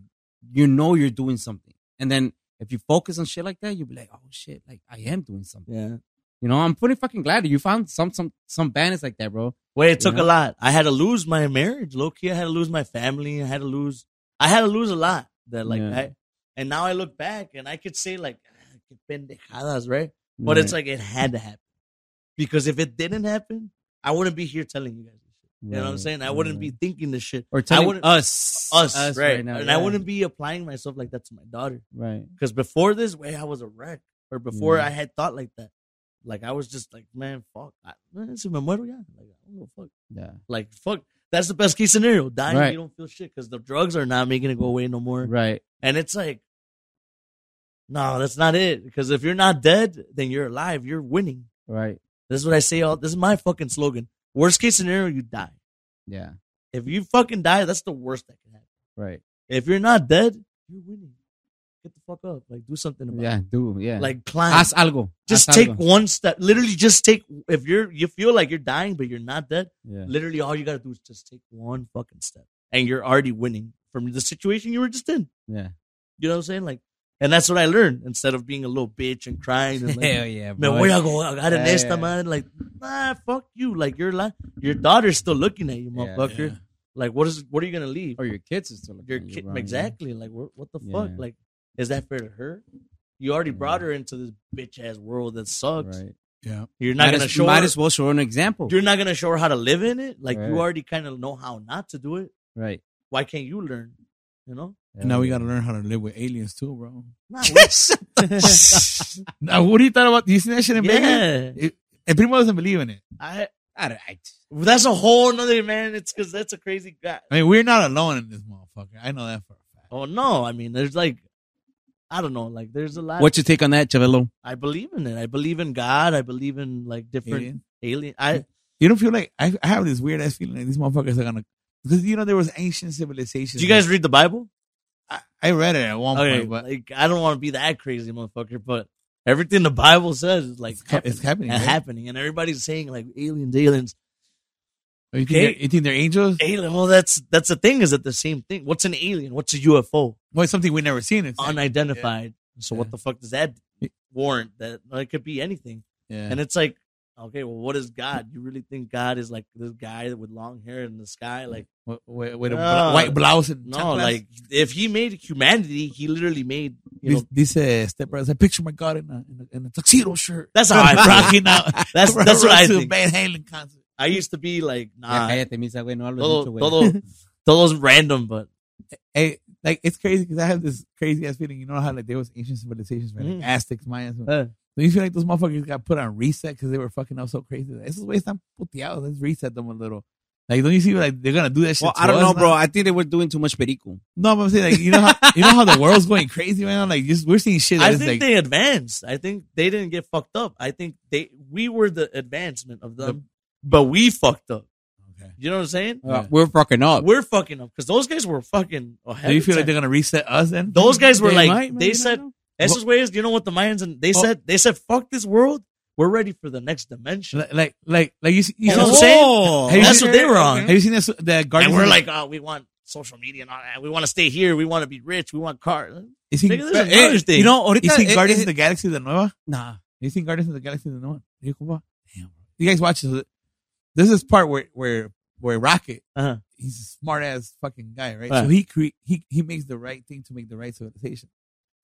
[SPEAKER 3] you know you're doing something, and then if you focus on shit like that, you'll be like, oh shit, like I am doing something.
[SPEAKER 4] Yeah.
[SPEAKER 3] You know, I'm pretty fucking glad that you found some some some bandits like that, bro.
[SPEAKER 4] Well, it took
[SPEAKER 3] Yeah.
[SPEAKER 4] a lot. I had to lose my marriage, low key. I had to lose my family. I had to lose. I had to lose a lot. That like,
[SPEAKER 3] Yeah.
[SPEAKER 4] I, and now I look back and I could say like, "Ah, qué pendejadas, right? But it's like it had to happen because if it didn't happen, I wouldn't be here telling you guys. This shit. You know what I'm
[SPEAKER 3] Right,
[SPEAKER 4] saying? I
[SPEAKER 3] right,
[SPEAKER 4] wouldn't
[SPEAKER 3] right.
[SPEAKER 4] be thinking this shit.
[SPEAKER 3] or
[SPEAKER 4] I
[SPEAKER 3] telling
[SPEAKER 4] wouldn't-
[SPEAKER 3] us
[SPEAKER 4] Us, right?
[SPEAKER 3] now,
[SPEAKER 4] and
[SPEAKER 3] yeah.
[SPEAKER 4] I wouldn't be applying myself like that to my daughter
[SPEAKER 3] right.
[SPEAKER 4] because before this, way I was a wreck, or before
[SPEAKER 3] Yeah.
[SPEAKER 4] I had thought like that. Like I was just like, man, fuck, I, man, si me muero ya, like I don't give a fuck.
[SPEAKER 3] Yeah,
[SPEAKER 4] Like fuck, that's the best case scenario. Dying,
[SPEAKER 3] Right.
[SPEAKER 4] you don't feel shit because the drugs are not making it go away no more.
[SPEAKER 3] right.
[SPEAKER 4] And it's like, no, that's not it. Because if you're not dead, then you're alive. You're winning.
[SPEAKER 3] Right.
[SPEAKER 4] This is what I say. All this is my fucking slogan. Worst case scenario, you die.
[SPEAKER 3] Yeah.
[SPEAKER 4] If you fucking die, that's the worst that can happen.
[SPEAKER 3] Right.
[SPEAKER 4] If you're not dead, you're winning. Get the fuck up. Like do something about
[SPEAKER 3] Yeah.
[SPEAKER 4] it.
[SPEAKER 3] Do. Yeah.
[SPEAKER 4] Like climb.
[SPEAKER 3] haz algo.
[SPEAKER 4] just
[SPEAKER 3] haz
[SPEAKER 4] take
[SPEAKER 3] algo.
[SPEAKER 4] one step. Literally, just take. If you're you feel like you're dying, but you're not dead.
[SPEAKER 3] Yeah.
[SPEAKER 4] Literally, all you gotta do is just take one fucking step, and you're already winning from the situation you were just in.
[SPEAKER 3] Yeah.
[SPEAKER 4] You know what I'm saying? Like, and that's what I learned. Instead of being a little bitch and crying and like,
[SPEAKER 3] Hell yeah,
[SPEAKER 4] me
[SPEAKER 3] bro.
[SPEAKER 4] voy a go- a agarrar en
[SPEAKER 3] Yeah,
[SPEAKER 4] esta
[SPEAKER 3] yeah.
[SPEAKER 4] man. Like, nah, fuck you. Like, your li- your daughter's still looking at you,
[SPEAKER 3] Yeah,
[SPEAKER 4] motherfucker.
[SPEAKER 3] yeah.
[SPEAKER 4] Like, what is? What are you gonna leave?
[SPEAKER 3] Or Oh, your kids is still looking
[SPEAKER 4] Your
[SPEAKER 3] at you,
[SPEAKER 4] kid,
[SPEAKER 3] bro, yeah.
[SPEAKER 4] exactly. Like, what, what the fuck?
[SPEAKER 3] Yeah.
[SPEAKER 4] Like, is that fair to her? You already
[SPEAKER 3] Yeah.
[SPEAKER 4] brought her into this bitch ass world that sucks.
[SPEAKER 3] Right.
[SPEAKER 4] You're not
[SPEAKER 3] might
[SPEAKER 4] gonna
[SPEAKER 3] as,
[SPEAKER 4] show.
[SPEAKER 3] might
[SPEAKER 4] her,
[SPEAKER 3] as well show an example.
[SPEAKER 4] You're not gonna show her how to live in it. Like,
[SPEAKER 3] Right.
[SPEAKER 4] you already kind of know how not to do it.
[SPEAKER 3] Right.
[SPEAKER 4] Why can't you learn? You know.
[SPEAKER 6] And now we got to learn how to live with aliens too, bro.
[SPEAKER 4] Nah, we-
[SPEAKER 6] Now, what do you thought about? You seen that shit in Vegas?
[SPEAKER 4] yeah,
[SPEAKER 6] El primo doesn't believe in it.
[SPEAKER 4] I,
[SPEAKER 3] All right.
[SPEAKER 4] that's a whole nother man. It's because that's a crazy guy.
[SPEAKER 6] I mean, we're not alone in this motherfucker. I know that for a fact.
[SPEAKER 4] Oh no! I mean, there's like, I don't know. Like, there's a lot.
[SPEAKER 3] What's your take on that, Chavelo?
[SPEAKER 4] I believe in it. I believe in God. I believe in like different alien.
[SPEAKER 6] Alien.
[SPEAKER 4] I
[SPEAKER 6] You don't feel like I, I have this weird ass feeling like these motherfuckers are gonna because you know there was ancient civilizations.
[SPEAKER 4] do you guys read the Bible?
[SPEAKER 6] I, I read it at one
[SPEAKER 4] Okay,
[SPEAKER 6] point, but
[SPEAKER 4] like I don't want to be that crazy motherfucker, but everything the Bible says is like
[SPEAKER 6] it's, hap-
[SPEAKER 4] happening,
[SPEAKER 6] it's happening.
[SPEAKER 4] and
[SPEAKER 6] right?
[SPEAKER 4] happening, and everybody's saying like aliens, aliens,
[SPEAKER 6] Oh, You, think
[SPEAKER 4] Okay.
[SPEAKER 6] they're- you think they're angels?
[SPEAKER 4] alien. Well, that's that's the thing. Is that the same thing? What's an alien? What's a UFO?
[SPEAKER 6] Well, it's something we never seen. It's
[SPEAKER 4] Unidentified. So what
[SPEAKER 6] Yeah.
[SPEAKER 4] the fuck does that warrant? That like, it could be anything.
[SPEAKER 6] yeah.
[SPEAKER 4] And it's like, okay, well, what is God? You really think God is like this guy with long hair in the
[SPEAKER 6] Mm-hmm.
[SPEAKER 4] sky? Like,
[SPEAKER 6] with, with, with a
[SPEAKER 4] No.
[SPEAKER 6] bla- white blouse and
[SPEAKER 4] no,
[SPEAKER 6] sunglasses.
[SPEAKER 4] like if he made humanity, he literally made, you know,
[SPEAKER 6] This- this uh, step brothers. I picture my god in a, in a, in a tuxedo shirt.
[SPEAKER 4] that's how I rock.
[SPEAKER 6] rocking out.
[SPEAKER 4] That's, that's what I
[SPEAKER 6] to a
[SPEAKER 4] think.
[SPEAKER 6] Van Halen concert.
[SPEAKER 4] I used to be like,
[SPEAKER 3] Ya
[SPEAKER 4] nah,
[SPEAKER 3] cállate, misa, güey. No hables mucho,
[SPEAKER 4] Ah. todo,
[SPEAKER 3] güey.
[SPEAKER 4] todo, todo's random, but
[SPEAKER 6] Hey, like it's crazy because I have this crazy ass feeling. You know how like there was ancient civilizations, right? Like
[SPEAKER 4] Mhm.
[SPEAKER 6] Aztecs, Mayas.
[SPEAKER 4] Uh.
[SPEAKER 6] Do you feel like those motherfuckers got put on reset because they were fucking up so crazy? Like, Esos güeyes están puteados. Let's reset them a little. Like, don't you see like they're gonna do that shit?
[SPEAKER 3] Well,
[SPEAKER 6] to
[SPEAKER 3] I don't
[SPEAKER 6] us
[SPEAKER 3] know,
[SPEAKER 6] now?
[SPEAKER 3] bro. I think they were doing too much perico.
[SPEAKER 6] No, but I'm saying like you know how you know how the world's going crazy right now. Like, just we're seeing shit.
[SPEAKER 4] I
[SPEAKER 6] that's,
[SPEAKER 4] think
[SPEAKER 6] like,
[SPEAKER 4] they advanced. I think they didn't get fucked up. I think they, we were the advancement of them, but we fucked up.
[SPEAKER 6] Okay.
[SPEAKER 4] You know what I'm saying?
[SPEAKER 6] Yeah.
[SPEAKER 3] Uh, We're fucking up.
[SPEAKER 4] We're fucking up because those guys were fucking. ahead
[SPEAKER 6] Do you
[SPEAKER 4] of
[SPEAKER 6] feel like
[SPEAKER 4] time.
[SPEAKER 6] they're gonna reset us then?
[SPEAKER 4] Those guys were
[SPEAKER 6] They
[SPEAKER 4] like,
[SPEAKER 6] might, man,
[SPEAKER 4] they
[SPEAKER 6] you
[SPEAKER 4] said,
[SPEAKER 6] never know.
[SPEAKER 4] Esos güeyes, you know what the Mayans and they
[SPEAKER 6] Oh.
[SPEAKER 4] said they said fuck this world. We're ready for the next dimension.
[SPEAKER 6] Like- like like like you. see- you
[SPEAKER 4] You know
[SPEAKER 6] see-
[SPEAKER 4] what I'm saying?
[SPEAKER 6] Have you
[SPEAKER 4] That's
[SPEAKER 6] seen-
[SPEAKER 4] what they were on.
[SPEAKER 6] Have you seen this? The Guardians.
[SPEAKER 4] And we're
[SPEAKER 6] of the-
[SPEAKER 4] like, oh, we want social media and all that. We want to stay here. We want to be rich. We want cars.
[SPEAKER 6] you seen,
[SPEAKER 4] Nigga, there's another thing.
[SPEAKER 6] you know,
[SPEAKER 3] ahorita-
[SPEAKER 6] you seen
[SPEAKER 3] eh,
[SPEAKER 6] Guardians
[SPEAKER 3] eh,
[SPEAKER 6] of the Galaxy the nueva?
[SPEAKER 3] Nah.
[SPEAKER 6] You seen Guardians of the Galaxy the nueva? You, compa? Damn. You guys watch this. This is part where where where Rocket
[SPEAKER 4] Uh-huh.
[SPEAKER 6] he's a smart ass fucking guy, right?
[SPEAKER 3] Right.
[SPEAKER 6] So he cre- he he makes the right thing to make the right civilization.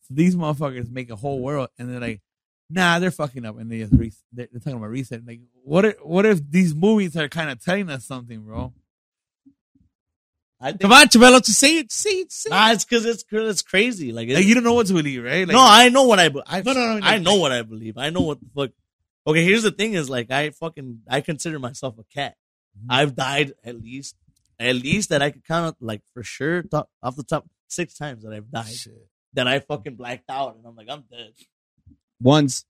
[SPEAKER 6] So these motherfuckers make a whole world, and they're like, nah, they're fucking up, and they just re- they're, they're talking about reset. Like, what if what if these movies are kind of telling us something, bro?
[SPEAKER 4] I think,
[SPEAKER 3] Come on, Chabelo, just say it, say it, say it.
[SPEAKER 4] Nah, it's because it's, 'cause it's crazy. Like,
[SPEAKER 6] Like,
[SPEAKER 4] it's-
[SPEAKER 6] you don't know what to believe, right? Like,
[SPEAKER 4] no, I know what I, be- I
[SPEAKER 6] No, no, no, no.
[SPEAKER 4] I know what I believe. I know what the fuck. Okay, here's the thing: is like I fucking I consider myself a cat. I've died at least, at least that I could count like for sure top, off the top six times that I've died. That I fucking blacked out, and I'm like I'm dead.
[SPEAKER 3] Once.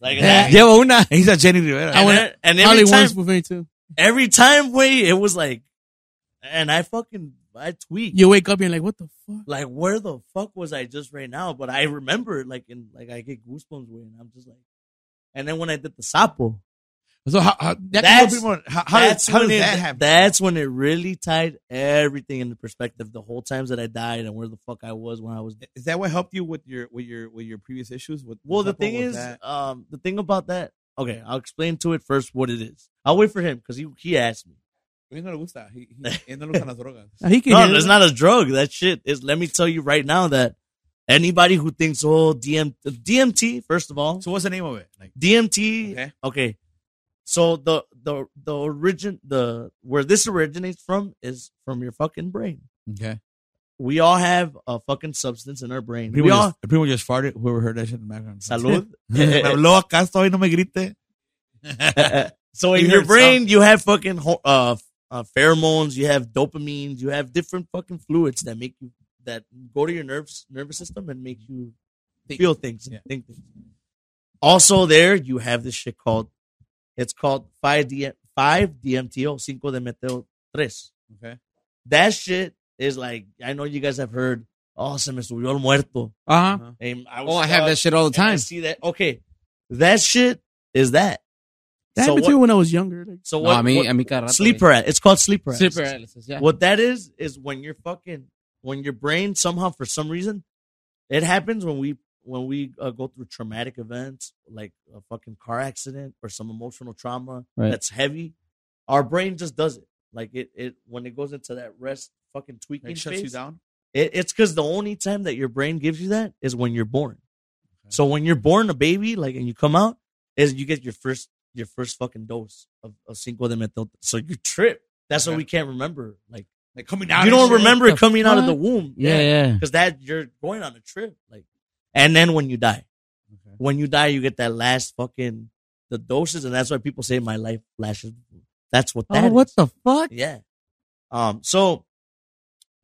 [SPEAKER 4] Like that.
[SPEAKER 3] Llevo una.
[SPEAKER 6] and he's a Jenny Rivera.
[SPEAKER 4] And,
[SPEAKER 5] went-
[SPEAKER 4] and every
[SPEAKER 5] Probably
[SPEAKER 4] time,
[SPEAKER 5] once with me too.
[SPEAKER 4] every time, way it was like, and I fucking I tweet.
[SPEAKER 5] You wake up and you're like, what the fuck?
[SPEAKER 4] like where the fuck was I just right now? But I remember like in like I get goosebumps way and I'm just like and then when I did the sapo,
[SPEAKER 6] so how, how,
[SPEAKER 4] That's-
[SPEAKER 6] how, how, how does
[SPEAKER 4] that's when it,
[SPEAKER 6] that happen?
[SPEAKER 4] That's when it really tied everything into perspective. The whole times that I died and where the fuck I was when I was
[SPEAKER 6] Is that what helped you with your with your with your previous issues? With
[SPEAKER 4] Well, the
[SPEAKER 6] with
[SPEAKER 4] thing
[SPEAKER 6] Apple, with
[SPEAKER 4] is,
[SPEAKER 6] that?
[SPEAKER 4] um, the thing about that. Okay, I'll explain to it first what it is. I'll wait for him because he he asked me.
[SPEAKER 6] A mí no le gusta. He- he- él no le gustan las drogas.
[SPEAKER 5] Ah, He can
[SPEAKER 4] No,
[SPEAKER 5] handle
[SPEAKER 4] it's
[SPEAKER 5] it.
[SPEAKER 4] not a drug. That shit is. Let me tell you right now that anybody who thinks oh DM DMT first of all
[SPEAKER 6] So what's the name of it? Like
[SPEAKER 4] DMT.
[SPEAKER 6] Okay.
[SPEAKER 4] Okay. So the the the origin the where this originates from is from your fucking brain.
[SPEAKER 6] okay.
[SPEAKER 4] We all have a fucking substance in our brain.
[SPEAKER 6] Primo
[SPEAKER 4] We all
[SPEAKER 6] just, el primo just farted. Whoever heard that shit in the background.
[SPEAKER 4] salud.
[SPEAKER 6] me habló acá, estoy no me grite.
[SPEAKER 4] so
[SPEAKER 6] You
[SPEAKER 4] in your
[SPEAKER 6] heard
[SPEAKER 4] brain you have fucking ho- uh, uh pheromones, you have dopamines, you have different fucking fluids that make you that go to your nerves nervous system and make you feel things and
[SPEAKER 6] Yeah.
[SPEAKER 4] think things. Also there you have this shit called it's called 5 D 5 DMTO, 5 de meteo 3.
[SPEAKER 6] Okay.
[SPEAKER 4] That shit is like I know you guys have heard oh se me subió el muerto.
[SPEAKER 3] Ajá.
[SPEAKER 4] And I was
[SPEAKER 3] Oh, I have that
[SPEAKER 4] stuck,
[SPEAKER 3] shit all the
[SPEAKER 4] and I
[SPEAKER 3] time.
[SPEAKER 4] see that. Okay. That shit is that.
[SPEAKER 5] That
[SPEAKER 4] so
[SPEAKER 5] happened
[SPEAKER 4] what-
[SPEAKER 5] to me when I was younger. Like,
[SPEAKER 4] So
[SPEAKER 3] No,
[SPEAKER 4] what,
[SPEAKER 3] a mí,
[SPEAKER 4] what-
[SPEAKER 3] a mí cada rato.
[SPEAKER 4] sleep paralysis. It's called sleep paralysis.
[SPEAKER 3] yeah.
[SPEAKER 4] What that is is when you're fucking when your brain somehow for some reason it happens when we when we uh, go through traumatic events like a fucking car accident or some emotional trauma
[SPEAKER 3] Right.
[SPEAKER 4] that's heavy. Our brain just does it. Like it it when it goes into that rest fucking tweaking
[SPEAKER 6] Like shuts you
[SPEAKER 4] phase,
[SPEAKER 6] down.
[SPEAKER 4] it, it's because the only time that your brain gives you that is when you're born. So when you're born a baby, like, and you come out, is you get your first your first fucking dose of, of cinco de metal. So you trip. That's why
[SPEAKER 6] Okay.
[SPEAKER 4] we can't remember. Like
[SPEAKER 6] Like coming out.
[SPEAKER 4] you
[SPEAKER 6] and
[SPEAKER 4] don't
[SPEAKER 6] shit.
[SPEAKER 4] remember
[SPEAKER 3] the
[SPEAKER 4] it coming out of the
[SPEAKER 3] fuck?
[SPEAKER 4] womb.
[SPEAKER 3] Yeah, yeah.
[SPEAKER 4] Because that you're going on a trip. Like, and then when you die,
[SPEAKER 6] Okay.
[SPEAKER 4] when you die, you get that last fucking the doses, and that's why people say my life flashes. That's what that
[SPEAKER 3] Oh, what
[SPEAKER 4] is.
[SPEAKER 3] the fuck?
[SPEAKER 4] Yeah. Um, so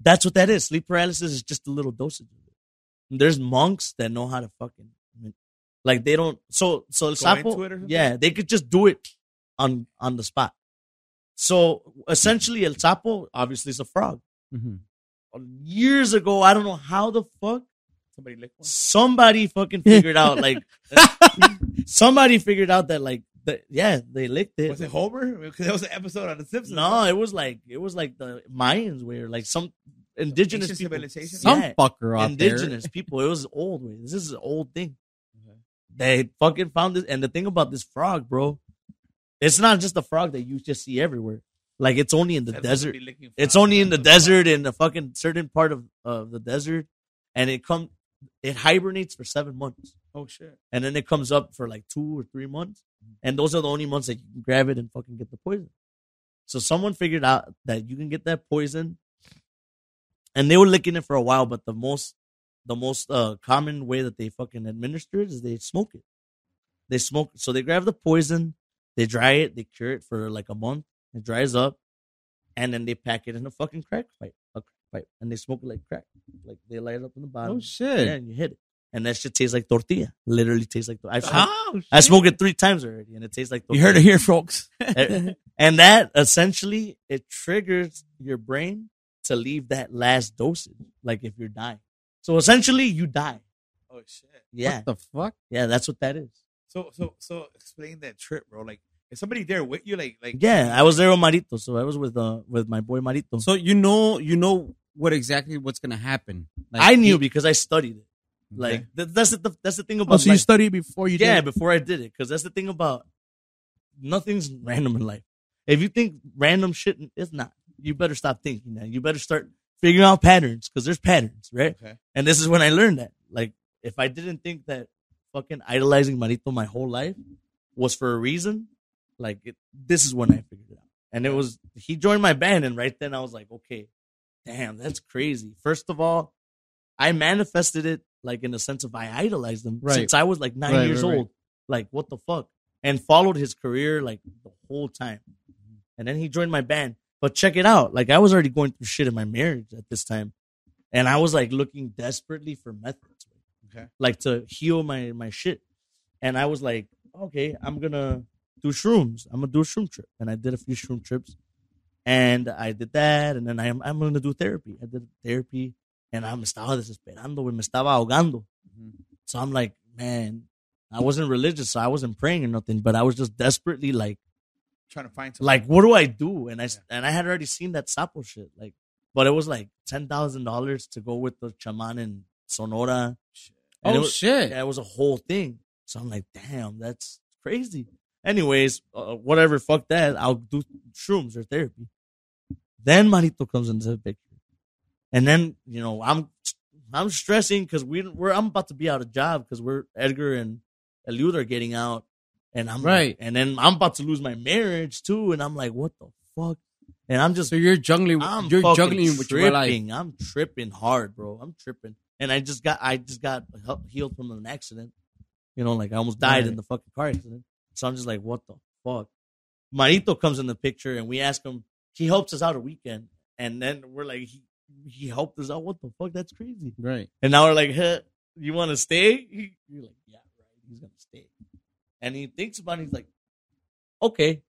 [SPEAKER 4] that's what that is. Sleep paralysis is just a little dosage of it. There's monks that know how to fucking like they don't so so el
[SPEAKER 6] Go into
[SPEAKER 4] sapo-
[SPEAKER 6] it or something?
[SPEAKER 4] yeah, they could just do it on on the spot. So essentially el sapo obviously is a frog.
[SPEAKER 6] Mm-hmm.
[SPEAKER 3] Mhm.
[SPEAKER 4] Years ago, I don't know how the fuck
[SPEAKER 6] Somebody lick one.
[SPEAKER 4] somebody fucking figured out like somebody figured out that like the, yeah, they licked it.
[SPEAKER 6] Was it Homer? Because that was an episode on The Simpsons.
[SPEAKER 4] No, it was like it was like the Mayans were like some indigenous
[SPEAKER 6] Ancient
[SPEAKER 4] people.
[SPEAKER 6] civilization?
[SPEAKER 3] Some
[SPEAKER 4] Yeah,
[SPEAKER 3] fucker out
[SPEAKER 4] indigenous people. It was old. Way. This is an old thing. They fucking found this, and the thing about this frog, bro, it's not just a frog that you just see everywhere. Like it's only in the
[SPEAKER 6] That
[SPEAKER 4] desert.
[SPEAKER 6] somebody licking
[SPEAKER 4] It's
[SPEAKER 6] frogs.
[SPEAKER 4] only in the desert in the fucking certain part of of the desert, and it come it hibernates for seven months,
[SPEAKER 6] Oh shit. Mm-hmm.
[SPEAKER 4] and then it comes up for like two or three months, and those are the only months that you can grab it and fucking get the poison. So someone figured out that you can get that poison, and they were licking it for a while. But the most, the most uh, common way that they fucking administer it is they smoke it. They smoke, so they grab the poison, they dry it, they cure it for like a month. It dries up, and then they pack it in a fucking crack pipe, a crack pipe, and they smoke it like crack, like they light it up in the
[SPEAKER 3] there. Oh,
[SPEAKER 4] bottom. Yeah,
[SPEAKER 3] shit.
[SPEAKER 4] and you hit it, and that shit tastes like tortilla. Literally tastes like. tor- I've smoked-
[SPEAKER 6] Oh, shit.
[SPEAKER 4] I smoked it three times already, and it tastes like
[SPEAKER 6] You heard it here, folks.
[SPEAKER 4] it. Eh, and that essentially it triggers your brain to leave that last dosage, like if you're dying. So essentially, you die.
[SPEAKER 6] Oh shit.
[SPEAKER 4] Yeah,
[SPEAKER 3] What the fuck?
[SPEAKER 4] yeah, that's what that is.
[SPEAKER 6] So so so explain that trip, bro. Like is somebody there with you? Like like
[SPEAKER 4] Yeah, I was there with Marito, so I was with uh with my boy Marito.
[SPEAKER 3] So you know, you know what exactly what's gonna happen. Like,
[SPEAKER 4] I knew
[SPEAKER 3] he-
[SPEAKER 4] because I studied it. Like
[SPEAKER 6] Okay.
[SPEAKER 4] th- that's the that's the thing about
[SPEAKER 5] oh, so you
[SPEAKER 4] like-
[SPEAKER 5] study before you
[SPEAKER 4] yeah
[SPEAKER 5] did.
[SPEAKER 4] before I did it because that's the thing about nothing's random in life. If you think random shit, it's not. you better stop thinking that. You better start figuring out patterns because there's patterns, right?
[SPEAKER 6] Okay.
[SPEAKER 4] And this is when I learned that. Like, if I didn't think that fucking idolizing Marito my whole life was for a reason, like, it, this is when I figured it out. And it was, he joined my band, and right then I was like, okay, damn, that's crazy. First of all, I manifested it, like, in the sense of I idolized him
[SPEAKER 6] Right.
[SPEAKER 4] since I was like nine
[SPEAKER 6] Right,
[SPEAKER 4] years
[SPEAKER 6] right, right.
[SPEAKER 4] old. Like, what the fuck? And followed his career, like, the whole time. And then he joined my band. But check it out. Like, I was already going through shit in my marriage at this time and I was like looking desperately for methods,
[SPEAKER 6] Okay.
[SPEAKER 4] like to heal my my shit. And I was like, okay, I'm gonna do shrooms. I'm gonna do a shroom trip, and I did a few shroom trips, and I did that, and then I'm I'm gonna do therapy. I did therapy, and I me estaba desesperando, güey, me estaba ahogando. So I'm like, man, I wasn't religious, so I wasn't praying or nothing, but I was just desperately like
[SPEAKER 6] Trying to find
[SPEAKER 4] like what do I do? And I s- and I had already seen that Sapo shit, like, but it was like ten thousand dollars to go with the chaman in Sonora. And it
[SPEAKER 7] Oh
[SPEAKER 4] was,
[SPEAKER 7] shit.
[SPEAKER 4] yeah, it was a whole thing. So I'm like, damn, that's crazy. Anyways, uh, whatever, fuck that. I'll do shrooms or therapy. Then Marito comes into the picture, and then you know I'm I'm stressing because we we're I'm about to be out of job because we're Edgar and Eliud are getting out, and I'm
[SPEAKER 7] Right.
[SPEAKER 4] and then I'm about to lose my marriage too, and I'm like, what the fuck? And I'm just
[SPEAKER 7] So you're juggling.
[SPEAKER 4] I'm
[SPEAKER 7] you're
[SPEAKER 4] fucking
[SPEAKER 7] juggling with
[SPEAKER 4] tripping.
[SPEAKER 7] your life.
[SPEAKER 4] I'm tripping hard, bro. I'm tripping, and I just got I just got help, healed from an accident. You know, like I almost died in
[SPEAKER 7] Right.
[SPEAKER 4] the fucking car accident. So I'm just like, what the fuck? Marito comes in the picture, and we ask him. He helps us out a weekend, and then we're like, he he helped us out. What the fuck? That's crazy.
[SPEAKER 7] Right.
[SPEAKER 4] And now we're like, huh, you want to stay? He- You're like, yeah, right. He's gonna stay. And he thinks about it. He's like, okay.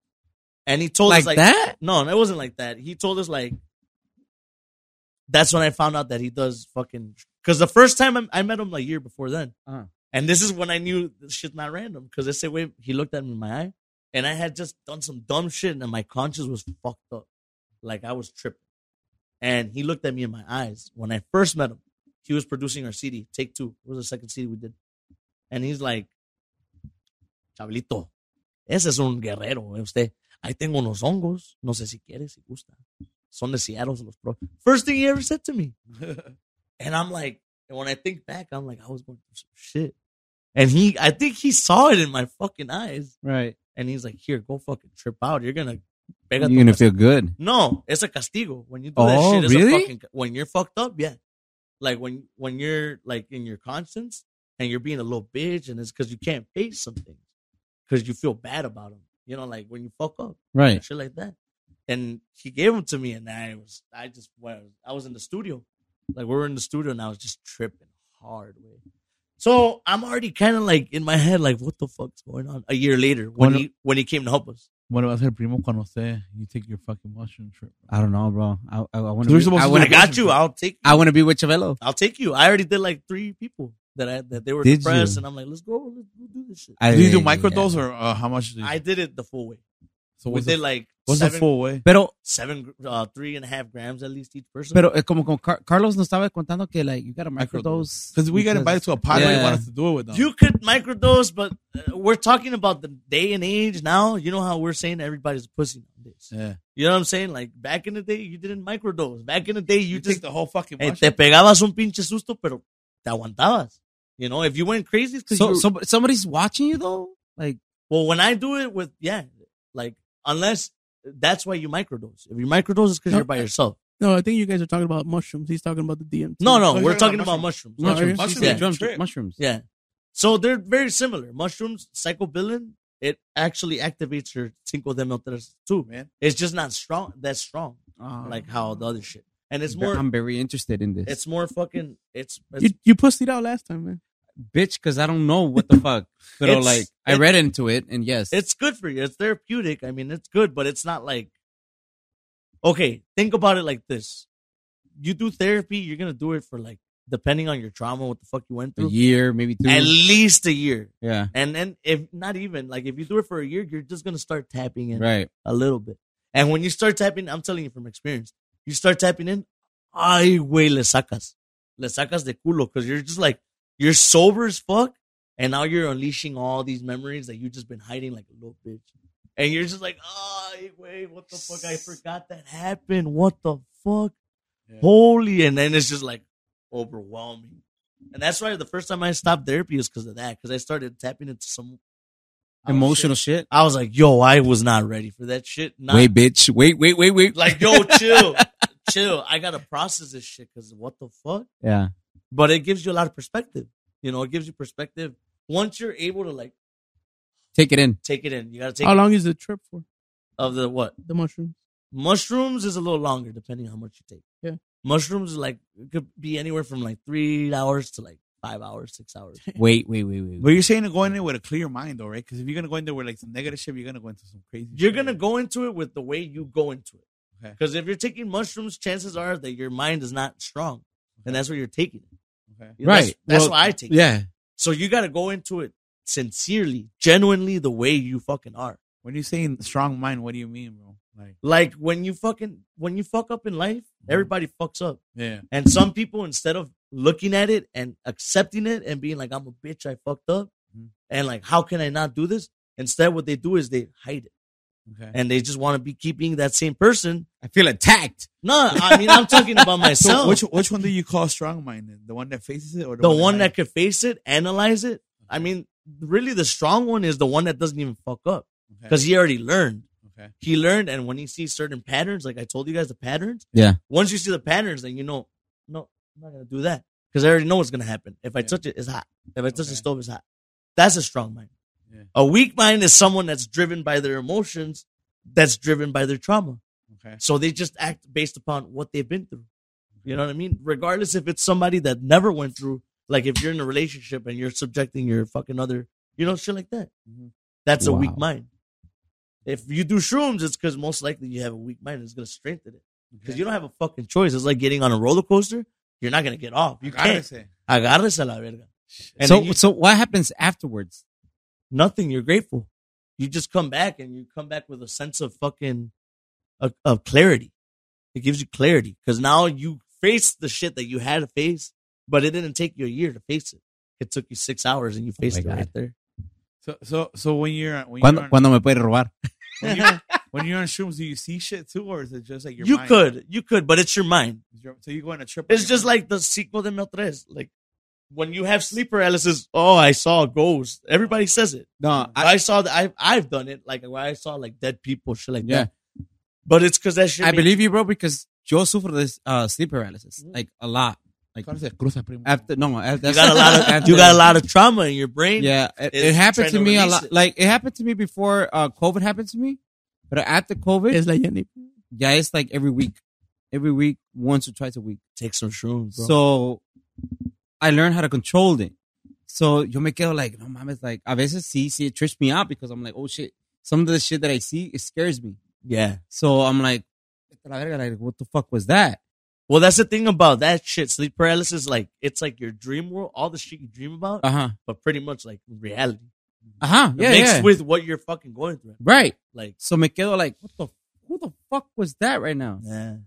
[SPEAKER 4] And he told
[SPEAKER 7] Like
[SPEAKER 4] us like
[SPEAKER 7] that?
[SPEAKER 4] No, it wasn't like that. He told us like. That's when I found out that he does fucking. Because the first time I, I met him a year before then,
[SPEAKER 7] Uh-huh.
[SPEAKER 4] and this is when I knew this shit's not random. Because I said, wait, he looked at me in my eye, and I had just done some dumb shit, and my conscience was fucked up, like I was tripping. And he looked at me in my eyes when I first met him he was producing our CD, Take Two. It was the second CD we did. And he's like, Chablito, ese es un guerrero, eh, usted. Ahí tengo unos hongos. No sé si quiere, si gusta. Son de Seattle, se los pro. First thing he ever said to me. and I'm like, and when I think back, I'm like, I was going through some shit. And he, I think he saw it in my fucking eyes.
[SPEAKER 3] Right.
[SPEAKER 4] And he's like, here, go fucking trip out. You're going to.
[SPEAKER 3] You're going to feel good.
[SPEAKER 4] No, it's a castigo. When you do
[SPEAKER 3] Oh,
[SPEAKER 4] that shit, it's
[SPEAKER 3] really?
[SPEAKER 4] a fucking when you're fucked up, yeah. Like when when you're like in your conscience and you're being a little bitch, and it's because you can't face something because you feel bad about them. You know, like when you fuck up,
[SPEAKER 3] Right.
[SPEAKER 4] shit like that. And he gave them to me, and I was I just well, I was in the studio, like we were in the studio, and I was just tripping hard. Way. So I'm already kind of like in my head, like what the fuck's going on? A year later, when
[SPEAKER 6] Bueno-
[SPEAKER 4] he when he came to help us,
[SPEAKER 6] What va a hacer primo cuando usted you take your fucking mushroom trip?
[SPEAKER 3] I don't know, bro. I, I, I want
[SPEAKER 6] We're
[SPEAKER 3] to.
[SPEAKER 6] supposed
[SPEAKER 3] I
[SPEAKER 6] to
[SPEAKER 3] wanna-
[SPEAKER 4] I got you. I'll take.
[SPEAKER 7] I want to be with Chavelo.
[SPEAKER 4] I'll take you. I already did like three people that I that they were
[SPEAKER 3] Did
[SPEAKER 4] depressed,
[SPEAKER 3] you?
[SPEAKER 4] and I'm like, let's go, let's go do this shit.
[SPEAKER 3] I-
[SPEAKER 6] Do you do
[SPEAKER 3] yeah.
[SPEAKER 6] microdose or uh, how much? Do you,
[SPEAKER 4] I did it the full way.
[SPEAKER 6] so
[SPEAKER 4] We
[SPEAKER 6] what's
[SPEAKER 4] did
[SPEAKER 6] the,
[SPEAKER 4] like
[SPEAKER 6] what's the
[SPEAKER 4] seven,
[SPEAKER 6] full way?
[SPEAKER 3] Pero,
[SPEAKER 4] seven, gr- uh, three and a half grams at least each person.
[SPEAKER 3] pero eh, como, como Car- Carlos nos estaba contando que, like, you got a microdose.
[SPEAKER 6] Microdose. Because we got invited to a party,
[SPEAKER 7] Yeah.
[SPEAKER 6] and wanted to do it with them.
[SPEAKER 4] you could microdose, but uh, we're talking about the day and age now. You know how we're saying everybody's a pussy nowadays.
[SPEAKER 6] yeah.
[SPEAKER 4] You know what I'm saying? Like back in the day, you didn't microdose. Back in the day, you,
[SPEAKER 6] you
[SPEAKER 4] just
[SPEAKER 6] take the whole fucking
[SPEAKER 4] eh,
[SPEAKER 6] mushroom.
[SPEAKER 4] te pegabas un pinche susto, pero te aguantabas. You know, if you went crazy, it's 'cause you
[SPEAKER 7] So,
[SPEAKER 4] were-
[SPEAKER 7] so somebody's watching you though. Like
[SPEAKER 4] Well, when I do it with yeah, like unless that's why you microdose. If you microdose, it's because
[SPEAKER 5] No.
[SPEAKER 4] you're by yourself.
[SPEAKER 5] No, I think you guys are talking about mushrooms. He's talking about the DMT.
[SPEAKER 4] No, no,
[SPEAKER 6] you're
[SPEAKER 4] we're
[SPEAKER 6] talking
[SPEAKER 4] talking
[SPEAKER 6] about
[SPEAKER 4] about mushrooms.
[SPEAKER 5] Mushrooms.
[SPEAKER 6] Mushroom
[SPEAKER 4] Yeah.
[SPEAKER 6] trip.
[SPEAKER 3] Drum- mushrooms.
[SPEAKER 4] Yeah, so they're very similar. Mushrooms, psychobilin, it actually activates your cinco de mil tres too.
[SPEAKER 6] Man.
[SPEAKER 4] It's just not strong. That's strong,
[SPEAKER 3] Ah.
[SPEAKER 4] like how the other shit. And it's
[SPEAKER 3] Ve-
[SPEAKER 4] more,
[SPEAKER 3] I'm very interested in this.
[SPEAKER 4] it's more fucking. It's, it's
[SPEAKER 5] You, you pussied out last time, man.
[SPEAKER 3] bitch, because I don't know what the fuck.
[SPEAKER 7] Pero
[SPEAKER 4] It's-
[SPEAKER 7] like I
[SPEAKER 4] it-
[SPEAKER 7] read into it, and yes,
[SPEAKER 4] it's good for you. It's therapeutic. I mean, it's good, but it's not like okay. Think about it like this: you do therapy, you're gonna do it for like depending on your trauma, what the fuck you went
[SPEAKER 7] a
[SPEAKER 4] through,
[SPEAKER 7] year, maybe two.
[SPEAKER 4] at least a year.
[SPEAKER 7] yeah,
[SPEAKER 4] And then if not even like if you do it for a year, you're just gonna start tapping in
[SPEAKER 7] right.
[SPEAKER 4] a little bit. And when you start tapping, I'm telling you from experience, you start tapping in, ay, güey, le sacas. Le sacas de culo because you're just like, you're sober as fuck. And now you're unleashing all these memories that you've just been hiding like a little bitch. and you're just like, oh, wait, what the fuck? I forgot that happened. What the fuck? Holy. And then it's just like overwhelming. And that's why the first time I stopped therapy was because of that, because I started tapping into some I was
[SPEAKER 3] Emotional shit.
[SPEAKER 4] I was like, yo, I was not ready for that shit. Not
[SPEAKER 3] Wait, bitch. Wait, wait, wait, wait.
[SPEAKER 4] like, yo, chill, chill. I gotta process this shit because what the fuck?
[SPEAKER 8] Yeah.
[SPEAKER 4] But it gives you a lot of perspective. You know, it gives you perspective once you're able to like
[SPEAKER 3] Take it in.
[SPEAKER 4] take it in. You gotta take
[SPEAKER 6] How long is the trip for
[SPEAKER 4] of the what
[SPEAKER 6] the mushrooms?
[SPEAKER 4] mushrooms is a little longer depending on how much you take.
[SPEAKER 6] Yeah.
[SPEAKER 4] mushrooms like it could be anywhere from like three hours to like five hours, six hours.
[SPEAKER 3] Wait, wait, wait, wait.
[SPEAKER 7] But you're saying to go in there with a clear mind, though, right? Because if you're gonna go in there with like some negative shit, you're gonna go into some crazy.
[SPEAKER 4] You're
[SPEAKER 7] shit.
[SPEAKER 4] gonna go into it with the way you go into
[SPEAKER 7] Okay.
[SPEAKER 4] it. Because if you're taking mushrooms, chances are that your mind is not strong, and that's where you're taking it.
[SPEAKER 7] Okay.
[SPEAKER 4] That's-
[SPEAKER 3] Right.
[SPEAKER 4] That's,
[SPEAKER 3] Well,
[SPEAKER 4] why I take it.
[SPEAKER 3] Yeah.
[SPEAKER 4] So you got to go into it sincerely, genuinely, the way you fucking are.
[SPEAKER 7] When you're saying strong mind, what do you mean, bro? Like,
[SPEAKER 4] Like when you fucking when you fuck up in life,
[SPEAKER 7] Mm-hmm.
[SPEAKER 4] everybody fucks up,
[SPEAKER 7] yeah,
[SPEAKER 4] and some people instead of looking at it and accepting it and being like, "I'm a bitch, I fucked up,"
[SPEAKER 7] Mhm.
[SPEAKER 4] and like, "How can I not do this?" Instead, what they do is they hide it,
[SPEAKER 7] okay.
[SPEAKER 4] and they just want to be keeping that same person.
[SPEAKER 3] I feel attacked.
[SPEAKER 4] No, I mean, I'm talking about
[SPEAKER 7] so,
[SPEAKER 4] myself.
[SPEAKER 7] which which one do you call strong minded? The one that faces it, or the,
[SPEAKER 4] the one
[SPEAKER 7] hides
[SPEAKER 4] that could face it, analyze it. I mean, really, the strong one is the one that doesn't even fuck up
[SPEAKER 7] it?
[SPEAKER 4] because he already learned.
[SPEAKER 7] okay,
[SPEAKER 4] he learned and when he sees certain patterns like i told you guys the patterns
[SPEAKER 3] Yeah.
[SPEAKER 4] once you see the patterns then you know no i'm not gonna do that because i already know what's gonna happen if i
[SPEAKER 7] Yeah.
[SPEAKER 4] touch it it's hot if i touch
[SPEAKER 7] Okay.
[SPEAKER 4] the stove it's hot that's a strong mind
[SPEAKER 7] Yeah.
[SPEAKER 4] a weak mind is someone that's driven by their emotions that's driven by their trauma
[SPEAKER 7] okay,
[SPEAKER 4] so they just act based upon what they've been through you know what i mean regardless if it's somebody that never went through like if you're in a relationship and you're subjecting your fucking other you know shit like that
[SPEAKER 7] Mhm.
[SPEAKER 4] that's a
[SPEAKER 3] Mm-hmm. Wow.
[SPEAKER 4] weak mind. If you do shrooms, it's because most likely you have a weak mind. It's gonna strengthen it because you don't have a fucking choice. It's like getting on a roller coaster. You're not gonna get off. You can't.
[SPEAKER 7] Agárrese.
[SPEAKER 4] Agarres a la verga. And
[SPEAKER 3] so,
[SPEAKER 4] then you-
[SPEAKER 3] so what happens afterwards?
[SPEAKER 4] nothing. You're grateful. You just come back and you come back with a sense of fucking of, of clarity. It gives you clarity because now you face the shit that you had to face, but it didn't take you a year to face it. It took you six hours and you faced
[SPEAKER 3] Oh my
[SPEAKER 4] it right there.
[SPEAKER 7] So so so when you're when you're,
[SPEAKER 3] ¿Cuándo,
[SPEAKER 7] on,
[SPEAKER 3] ¿cuándo me puede robar?
[SPEAKER 7] when, you're when you're on shrooms, do you see shit too, or is it just like your
[SPEAKER 4] You
[SPEAKER 7] mind?
[SPEAKER 4] could, you could, but it's your mind.
[SPEAKER 7] Is your- So you go on a trip.
[SPEAKER 4] It's just like the Cinco de Mil Tres. Like when you have sleep paralysis, oh, I saw a ghost. Everybody says it.
[SPEAKER 3] No,
[SPEAKER 4] I, saw that. I've I've done it. Like where I saw like dead people, shit like
[SPEAKER 3] Yeah.
[SPEAKER 4] that. But it's because that shit.
[SPEAKER 3] I
[SPEAKER 4] made-
[SPEAKER 3] believe you, bro, because yo sufro de uh, sleep paralysis,
[SPEAKER 4] Mhm.
[SPEAKER 3] like a lot. Like
[SPEAKER 7] cruza, primo.
[SPEAKER 3] after, no, after,
[SPEAKER 4] you got a lot of you got a lot of trauma in your brain.
[SPEAKER 3] Yeah, it,
[SPEAKER 4] It's
[SPEAKER 3] it happened
[SPEAKER 4] trying
[SPEAKER 3] to
[SPEAKER 4] to
[SPEAKER 3] me a
[SPEAKER 4] release
[SPEAKER 3] lot.
[SPEAKER 4] it.
[SPEAKER 3] Like it happened to me before uh, COVID happened to me, but after COVID,
[SPEAKER 6] Es la Jenny.
[SPEAKER 3] yeah, it's like every week, every week, once or twice a week.
[SPEAKER 4] Take some shrooms, bro.
[SPEAKER 3] So I learned how to control it. So yo me quedo like, no mames, like a veces sí, sí, it trips me out because I'm like, oh shit, some of the shit that I see, it scares me.
[SPEAKER 4] yeah.
[SPEAKER 3] So I'm like, "Vete a la verga," like, what the fuck was that?
[SPEAKER 4] Well, that's the thing about that shit. Sleep paralysis, like it's like your dream world, all the shit you dream about,
[SPEAKER 3] Uh huh.
[SPEAKER 4] but pretty much like reality
[SPEAKER 3] Uh huh. Yeah,
[SPEAKER 4] mixed
[SPEAKER 3] yeah.
[SPEAKER 4] with what you're fucking going through.
[SPEAKER 3] right.
[SPEAKER 4] Like,
[SPEAKER 3] So me quedo like, what the, who the fuck was that right now?
[SPEAKER 4] yeah.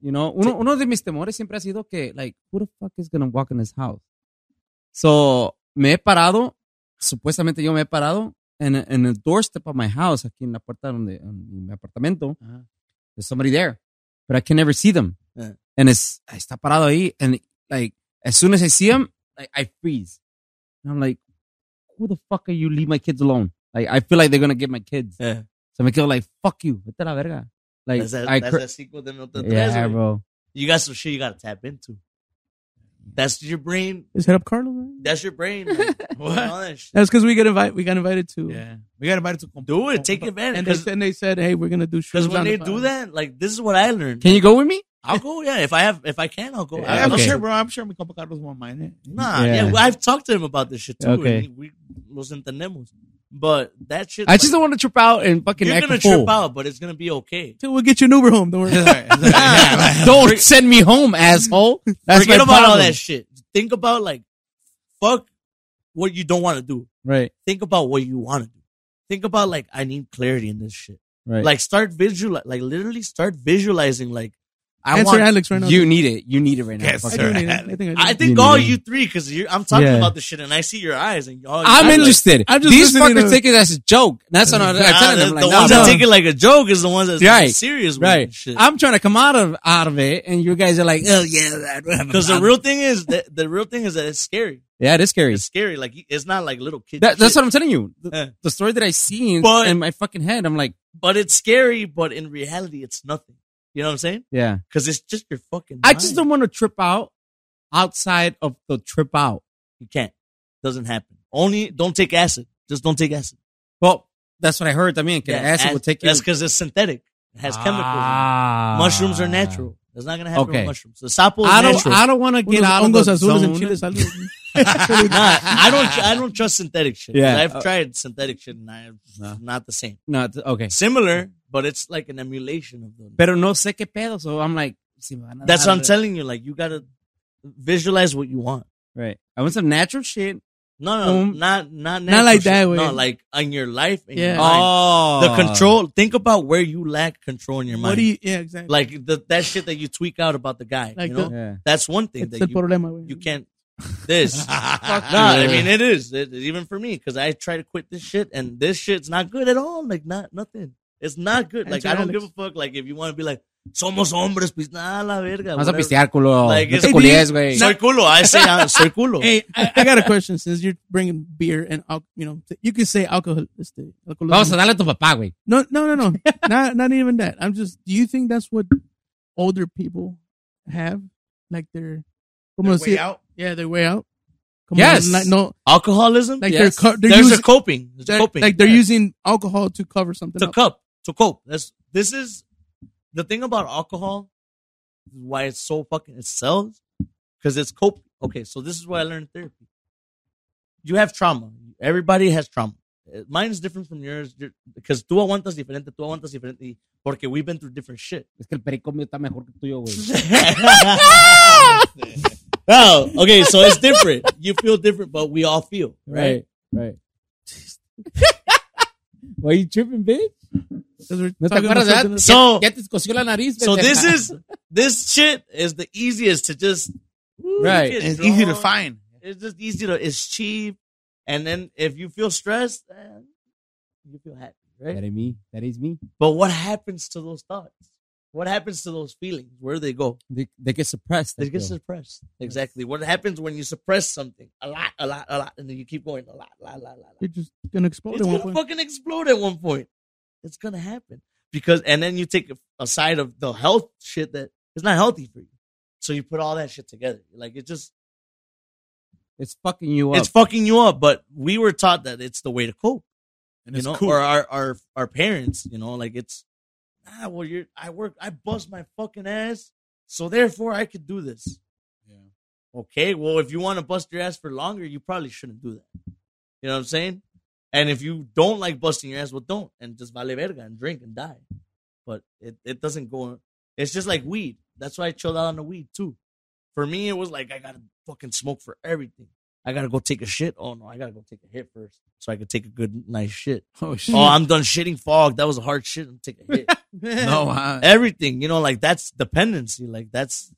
[SPEAKER 3] You know, uno, uno de mis temores siempre ha sido que, like, who the fuck is gonna walk in this house? So, me he parado, supuestamente yo me he parado en, en el doorstep of my house, aquí en la puerta donde, en mi apartamento.
[SPEAKER 7] Ajá.
[SPEAKER 3] There's somebody there, but I can never see them.
[SPEAKER 4] Yeah.
[SPEAKER 3] And it's, está parado ahí, and, like, as soon as I see them, like, I freeze. And I'm like, who the fuck are you? Leave my kids alone. Like, I feel like they're gonna get my kids.
[SPEAKER 4] Yeah.
[SPEAKER 3] So me quedo like, fuck you, vete a la verga. Like,
[SPEAKER 4] That's that,
[SPEAKER 3] I
[SPEAKER 4] that's
[SPEAKER 3] cr-
[SPEAKER 4] that Cinco de Mil Tres,
[SPEAKER 3] yeah,
[SPEAKER 4] güey.
[SPEAKER 3] bro.
[SPEAKER 4] You got some shit you gotta tap into. That's your brain.
[SPEAKER 6] Is head up Carlos? man?
[SPEAKER 4] That's your brain. man.
[SPEAKER 7] what?
[SPEAKER 4] All that shit.
[SPEAKER 6] That's because we get invited. We got invited to.
[SPEAKER 7] Yeah, we got invited to comp-
[SPEAKER 4] Do it. Take
[SPEAKER 7] comp-
[SPEAKER 4] advantage.
[SPEAKER 6] And they,
[SPEAKER 4] Because
[SPEAKER 6] said- and they said, hey, we're gonna do shrooms.
[SPEAKER 4] when
[SPEAKER 6] on the
[SPEAKER 4] they
[SPEAKER 6] pod.
[SPEAKER 4] do that, like this is what I learned.
[SPEAKER 3] Can you go with me?
[SPEAKER 4] I'll go. Yeah, if I have, if I can, I'll go.
[SPEAKER 7] Yeah, I'm
[SPEAKER 4] I'll-
[SPEAKER 7] sure, bro. I'm sure mi compa Carlos won't mind it.
[SPEAKER 4] Nah,
[SPEAKER 3] Yeah.
[SPEAKER 4] yeah. well, I've talked to him about this shit too.
[SPEAKER 3] Okay.
[SPEAKER 4] and he- we los entendemos. But that shit.
[SPEAKER 3] I just
[SPEAKER 4] like,
[SPEAKER 3] don't want to trip out and fucking
[SPEAKER 4] You're
[SPEAKER 3] act
[SPEAKER 4] gonna
[SPEAKER 3] a fool.
[SPEAKER 4] trip out, but it's gonna be okay.
[SPEAKER 6] Dude, we'll get you an Uber home. Don't worry.
[SPEAKER 3] don't send me home, asshole. That's
[SPEAKER 4] Forget
[SPEAKER 3] my
[SPEAKER 4] about all
[SPEAKER 3] problem.
[SPEAKER 4] that shit. Think about like, fuck what you don't want to do.
[SPEAKER 3] Right,
[SPEAKER 4] Think about what you want to do. Think about like, I need clarity in this shit.
[SPEAKER 3] right.
[SPEAKER 4] Like start visual, like literally start visualizing like
[SPEAKER 3] I
[SPEAKER 6] Answer
[SPEAKER 3] want,
[SPEAKER 6] Alex right now.
[SPEAKER 3] You need it. You need it right now.
[SPEAKER 7] Yes,
[SPEAKER 6] I
[SPEAKER 7] sir.
[SPEAKER 3] fucker.
[SPEAKER 6] do need it. I think I do.
[SPEAKER 4] I
[SPEAKER 3] You
[SPEAKER 4] think
[SPEAKER 3] know.
[SPEAKER 4] all you three, because I'm talking
[SPEAKER 7] Yeah.
[SPEAKER 4] about this shit, and I see your eyes, and y'all.
[SPEAKER 3] I'm interested.
[SPEAKER 6] I'm just
[SPEAKER 3] These
[SPEAKER 6] listening
[SPEAKER 3] fuckers
[SPEAKER 6] to-
[SPEAKER 3] take it as a joke. That's what I'm, I'm
[SPEAKER 4] Ah,
[SPEAKER 3] telling
[SPEAKER 4] the
[SPEAKER 3] them. Like,
[SPEAKER 4] the
[SPEAKER 3] no,
[SPEAKER 4] ones
[SPEAKER 3] no.
[SPEAKER 4] that take it like a joke is the ones that's
[SPEAKER 3] Right.
[SPEAKER 4] serious, with
[SPEAKER 3] Right.
[SPEAKER 4] it, Shit.
[SPEAKER 3] I'm trying to come out of out of it, and you guys are like, oh yeah,
[SPEAKER 4] Because the real thing is that the real thing is that it's scary.
[SPEAKER 3] yeah, it is scary.
[SPEAKER 4] It's scary. Like it's not like little kids.
[SPEAKER 3] That, that's
[SPEAKER 4] shit.
[SPEAKER 3] what I'm telling you. The,
[SPEAKER 4] Yeah.
[SPEAKER 3] the story that I see in,
[SPEAKER 4] But-
[SPEAKER 3] in my fucking head, I'm like,
[SPEAKER 4] but it's scary. But in reality, it's nothing. You know what I'm saying?
[SPEAKER 3] yeah.
[SPEAKER 4] Because it's just your fucking.
[SPEAKER 3] I just
[SPEAKER 4] mind.
[SPEAKER 3] don't want to trip out outside of the trip out.
[SPEAKER 4] You can't. Doesn't happen. Only don't take acid. Just don't take acid.
[SPEAKER 3] Well, that's what I heard. I mean, que
[SPEAKER 4] Yeah,
[SPEAKER 3] acid will
[SPEAKER 4] ac-
[SPEAKER 3] take you.
[SPEAKER 4] That's because it's synthetic. It has chemicals. in it.
[SPEAKER 3] Ah.
[SPEAKER 4] Mushrooms are natural. That's not gonna happen
[SPEAKER 3] Okay.
[SPEAKER 4] with mushrooms. The sapo is
[SPEAKER 3] I don't.
[SPEAKER 4] natural.
[SPEAKER 3] I don't want to
[SPEAKER 6] Unos
[SPEAKER 3] get out of
[SPEAKER 6] hongos
[SPEAKER 3] the
[SPEAKER 6] azules
[SPEAKER 3] zone.
[SPEAKER 6] en chiles algo.
[SPEAKER 4] Nah, I don't. I don't trust synthetic shit.
[SPEAKER 3] Yeah.
[SPEAKER 4] I've
[SPEAKER 3] Uh,
[SPEAKER 4] tried synthetic shit, and I not the same.
[SPEAKER 3] No, t- okay.
[SPEAKER 4] Similar, but it's like an emulation of them.
[SPEAKER 3] Pero no sé qué pedo. So I'm like, si me van a
[SPEAKER 4] That's
[SPEAKER 3] dar-
[SPEAKER 4] what I'm telling you. Like you gotta visualize what you want.
[SPEAKER 3] Right. I want some natural shit.
[SPEAKER 4] No, no,
[SPEAKER 3] Um,
[SPEAKER 4] not not
[SPEAKER 6] not like
[SPEAKER 4] natural
[SPEAKER 6] that,
[SPEAKER 4] shit. No,
[SPEAKER 6] güey.
[SPEAKER 4] like on your life. And
[SPEAKER 6] Yeah.
[SPEAKER 4] your mind.
[SPEAKER 3] Oh,
[SPEAKER 4] the control. Think about where you lack control in your
[SPEAKER 6] What
[SPEAKER 4] mind.
[SPEAKER 6] do you? Yeah, exactly.
[SPEAKER 4] like the, that shit that you tweak out about the guy.
[SPEAKER 6] Like
[SPEAKER 4] you know,
[SPEAKER 6] the-
[SPEAKER 3] Yeah.
[SPEAKER 4] that's one thing
[SPEAKER 6] It's
[SPEAKER 4] that
[SPEAKER 6] el
[SPEAKER 4] you,
[SPEAKER 6] problema, güey.
[SPEAKER 4] you can't. This, no, I mean it is. It- even for me, because I try to quit this shit, and this shit's not good at all. Like not nothing. It's not good. Like
[SPEAKER 6] Answer
[SPEAKER 4] I don't give
[SPEAKER 6] Alex.
[SPEAKER 4] a fuck. Like if you want to be like somos hombres, pues nah, la verga.
[SPEAKER 3] Vas a
[SPEAKER 4] whatever.
[SPEAKER 3] pistear, culo.
[SPEAKER 4] Like,
[SPEAKER 3] no
[SPEAKER 4] it's-
[SPEAKER 3] te culies, güey.
[SPEAKER 4] Soy culo. I say I'm, soy culo.
[SPEAKER 6] Hey, I, I got a question. Since you're bringing beer and al- you know, you could say alcohol. Este, alcoholism.
[SPEAKER 3] Vamos a darle a tu papá, güey.
[SPEAKER 6] No, no, no, no. not not even that. I'm just. Do you think that's what older people have? Like their, como
[SPEAKER 7] Way
[SPEAKER 6] decir-
[SPEAKER 7] out.
[SPEAKER 6] Yeah, their way out. Como
[SPEAKER 3] Yes.
[SPEAKER 6] like, no,
[SPEAKER 4] Alcoholism.
[SPEAKER 6] like
[SPEAKER 3] Yes.
[SPEAKER 6] they're, co- they're
[SPEAKER 4] There's
[SPEAKER 6] using,
[SPEAKER 4] a coping. There's
[SPEAKER 6] they're-
[SPEAKER 4] coping.
[SPEAKER 6] like they're
[SPEAKER 4] Yeah.
[SPEAKER 6] using alcohol to cover something.
[SPEAKER 4] to
[SPEAKER 6] up.
[SPEAKER 4] cope to cope that's this is the thing about alcohol why it's so fucking it sells because it's cope okay so this is what i learned in therapy you have trauma everybody has trauma Uh, mine is different from yours Your- because tú aguantas diferente tú aguantas diferente y- porque we've been through different shit
[SPEAKER 3] Es que el perico mío está mejor que el tuyo, güey.
[SPEAKER 4] oh okay so it's different you feel different but we all feel right,
[SPEAKER 3] Right, right. Why you tripping, bitch?
[SPEAKER 6] 'Cause we're
[SPEAKER 3] ¿No te
[SPEAKER 6] talking
[SPEAKER 3] acuerdas de
[SPEAKER 6] about
[SPEAKER 3] that?
[SPEAKER 6] something
[SPEAKER 4] so
[SPEAKER 3] Ya te escoció la nariz,
[SPEAKER 4] so
[SPEAKER 3] pendeja.
[SPEAKER 4] this is this shit is the easiest to just ooh,
[SPEAKER 3] Right.
[SPEAKER 4] get
[SPEAKER 7] It's easy to
[SPEAKER 4] drunk.
[SPEAKER 7] find.
[SPEAKER 4] It's just easy to. It's cheap, and then if you feel stressed, eh, you feel happy,
[SPEAKER 3] That
[SPEAKER 4] right?
[SPEAKER 3] is me. That is me.
[SPEAKER 4] But what happens to those thoughts? What happens to those feelings? Where do they go?
[SPEAKER 3] They, they get suppressed.
[SPEAKER 4] They get
[SPEAKER 3] feel.
[SPEAKER 4] suppressed. Exactly. What happens when you suppress something a lot, a lot, a lot, and then you keep going a lot, a lot, a lot, a lot.
[SPEAKER 6] You're just gonna explode
[SPEAKER 4] It's
[SPEAKER 6] at one
[SPEAKER 4] gonna
[SPEAKER 6] point.
[SPEAKER 4] fucking explode at one point. It's gonna happen because, and then you take a- a side of the health shit that is not healthy for you. So you put all that shit together. Like it just
[SPEAKER 3] It's fucking you up.
[SPEAKER 4] it's fucking you up. But we were taught that it's the way to cope. you know, or our, our our parents, you know, like it's ah, well, you're I work, I bust my fucking ass, so therefore I could do this. Yeah. Okay, well, if you want to bust your ass for longer, you probably shouldn't do that. You know what I'm saying? And if you don't like busting your ass, well, don't and just vale verga and drink and die. But it, it doesn't go. It's just like weed. That's why I chilled out on the weed too. For me, it was like I gotta fucking smoke for everything. I gotta go take a shit. Oh no, I gotta go take a hit first, so I could take a good nice shit.
[SPEAKER 3] Oh, shit.
[SPEAKER 4] Oh, I'm done shitting fog. That was a hard shit. I'm taking a hit.
[SPEAKER 3] no, uh,
[SPEAKER 4] Everything, you know, like that's dependency. Like that's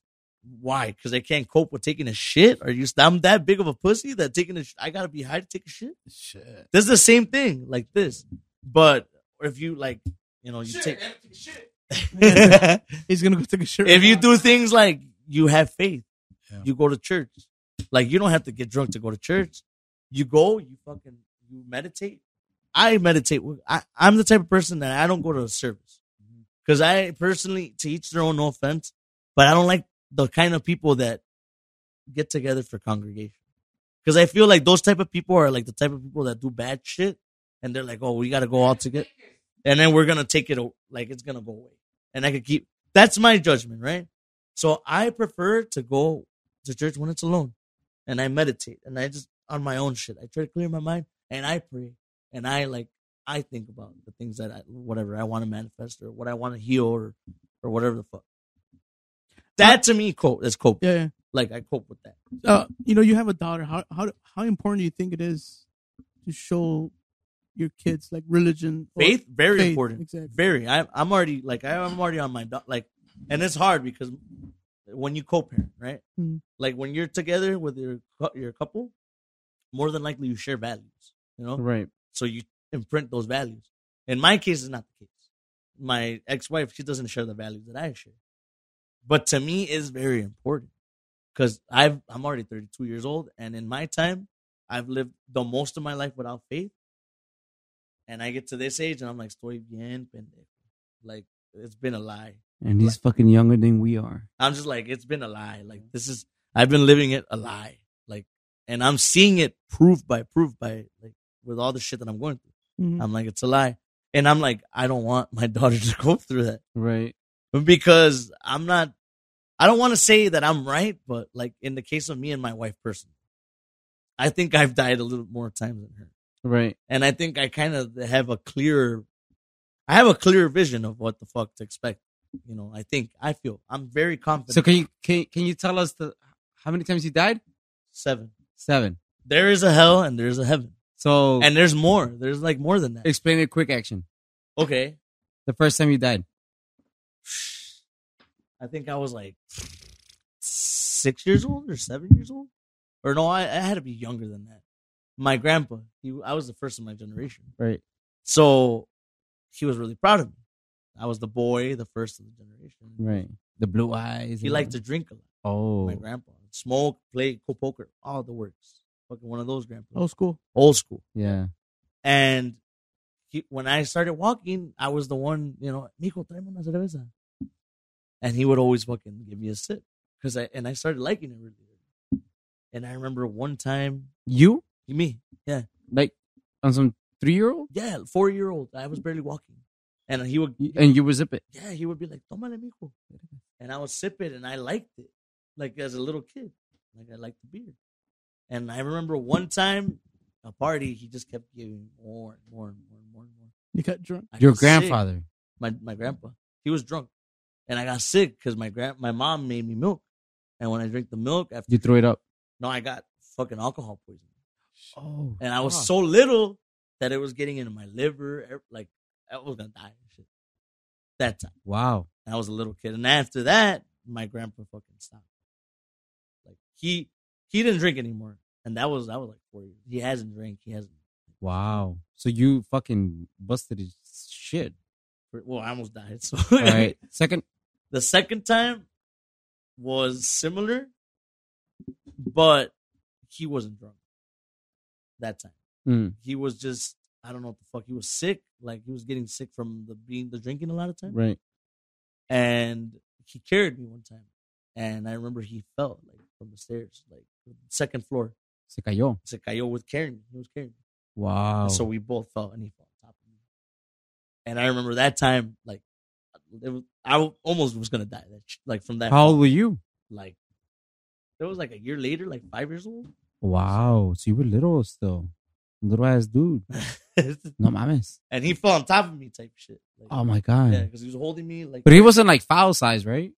[SPEAKER 4] why, because I can't cope with taking a shit. Are you? I'm that big of a pussy that taking a. Sh- I gotta be high to take a shit. Shit. This is the same thing, like this. But if you like, you know, you take.
[SPEAKER 6] He's gonna go take a shirt.
[SPEAKER 4] if you do things like you have faith, you go to church. Like you don't have to get drunk to go to church. You go, you fucking you meditate. I meditate. I, I'm the type of person that I don't go to a service because I personally, to each their own, no offense, but I don't like the kind of people that get together for congregation because I feel like those type of people are like the type of people that do bad shit and they're like, oh, we got to go all together, and then we're gonna take it o- like it's gonna go away, and I could keep. That's my judgment, right? So I prefer to go to church when it's alone and I meditate and I just on my own shit. I try to clear my mind and I pray and I like I think about the things that I whatever I want to manifest or what I want to heal or or whatever the fuck. That to me cope that's cope.
[SPEAKER 6] Uh, yeah,
[SPEAKER 4] Like I cope with that.
[SPEAKER 6] yeah. Uh, you know, you have a daughter. How how how important do you think it is to show your kids like religion, or-
[SPEAKER 4] Faith very
[SPEAKER 6] Faith,
[SPEAKER 4] important.
[SPEAKER 6] Exactly.
[SPEAKER 4] Very. I I'm already like I, I'm already on my do- like and it's hard because when you co-parent, right?
[SPEAKER 5] Mm.
[SPEAKER 4] Like when you're together with your cou- your couple, more than likely you share values, you know.
[SPEAKER 7] Right.
[SPEAKER 4] So you imprint those values. In my case, it's not the case. My ex-wife, she doesn't share the values that I share, but to me, it's very important because I've I'm already 32 years old, and in my time, I've lived the most of my life without faith. And I get to this age, and I'm like, estoy bien pendejo. Like it's been a lie.
[SPEAKER 7] And he's fucking younger than we are.
[SPEAKER 4] I'm just like, it's been a lie. Like this is, I've been living it a lie. Like, and I'm seeing it proof by proof by like with all the shit that I'm going through.
[SPEAKER 5] Mhm.
[SPEAKER 4] I'm like, it's a lie, and I'm like, I don't want my daughter to go through that
[SPEAKER 7] Right.
[SPEAKER 4] because I'm not. I don't want to say that I'm right, but like in the case of me and my wife personally, I think I've died a little more times than her
[SPEAKER 7] Right.
[SPEAKER 4] and I think I kind of have a clearer, I have a clearer vision of what the fuck to expect. You know, I think I feel I'm very confident.
[SPEAKER 7] So can you can, can you tell us the, how many times you died?
[SPEAKER 4] seven.
[SPEAKER 7] Seven.
[SPEAKER 4] There is a hell and there's a heaven,
[SPEAKER 7] So
[SPEAKER 4] and there's more. There's like more than that.
[SPEAKER 7] explain it quick action.
[SPEAKER 4] Okay,
[SPEAKER 7] The first time you died.
[SPEAKER 4] I think I was like six years old or seven years old, or no, I, I had to be younger than that. My grandpa, he, I was the first in my generation,
[SPEAKER 7] Right.
[SPEAKER 4] so he was really proud of me. I was the boy, the first of the generation.
[SPEAKER 7] Right. The blue eyes.
[SPEAKER 4] He
[SPEAKER 7] and-
[SPEAKER 4] liked to drink a lot.
[SPEAKER 7] Oh.
[SPEAKER 4] my grandpa. Smoke, play co- poker, all the works. Fucking one of those grandpas.
[SPEAKER 5] Old school.
[SPEAKER 4] Old school.
[SPEAKER 7] Yeah.
[SPEAKER 4] And he, when I started walking, I was the one, you know, Mico, tráeme una cerveza. And he would always fucking give me a sip. Cause I, and I started liking it really. early. And I remember one time,
[SPEAKER 7] You
[SPEAKER 4] me,
[SPEAKER 7] like on some three year old
[SPEAKER 4] yeah, four year old, I was barely walking. And he would,
[SPEAKER 7] and you would zip it.
[SPEAKER 4] yeah, he would be like, tómale, mijo. And I would sip it, and I liked it. Like, as a little kid, like, I liked the beer. And I remember one time, a party, he just kept giving more and more and more and more and more.
[SPEAKER 5] You got drunk.
[SPEAKER 4] I
[SPEAKER 7] Your
[SPEAKER 4] got sick.
[SPEAKER 7] grandfather.
[SPEAKER 4] My, my grandpa. He was drunk. And I got sick because my, grand, my mom made me milk. And when I drank the milk, after
[SPEAKER 7] You threw it up.
[SPEAKER 4] no, I got fucking alcohol poisoning.
[SPEAKER 7] Oh.
[SPEAKER 4] And I was so little that it was getting into my liver. ev- Like, I was going to die. and Shit. That time.
[SPEAKER 7] Wow.
[SPEAKER 4] I was a little kid. And after that, my grandpa fucking stopped. Like he he didn't drink anymore. And that was that was like four years. He hasn't drank. He hasn't.
[SPEAKER 7] Wow. So you fucking busted his shit.
[SPEAKER 4] Well, I almost died. So
[SPEAKER 7] All right. Second.
[SPEAKER 4] the second time was similar, but he wasn't drunk that time.
[SPEAKER 7] Mm.
[SPEAKER 4] He was just I don't know what the fuck. He was sick. Like he was getting sick from the being the drinking a lot of times.
[SPEAKER 7] Right.
[SPEAKER 4] and he carried me one time and i remember he fell like from the stairs like second floor
[SPEAKER 7] Se cayó.
[SPEAKER 4] se cayó with carrying me he was carrying me
[SPEAKER 7] Wow.
[SPEAKER 4] And so we both fell and he fell on top of me and i remember that time like it was, i almost was gonna die that sh- like from that
[SPEAKER 7] how old were you?
[SPEAKER 4] like it was like a year later like five years old
[SPEAKER 7] Wow. So you were little still. Little ass dude.
[SPEAKER 4] and
[SPEAKER 7] No mames.
[SPEAKER 4] he fell on top of me type shit like,
[SPEAKER 7] Oh my god.
[SPEAKER 4] yeah because he was holding me like
[SPEAKER 7] But he wasn't like foul size, right?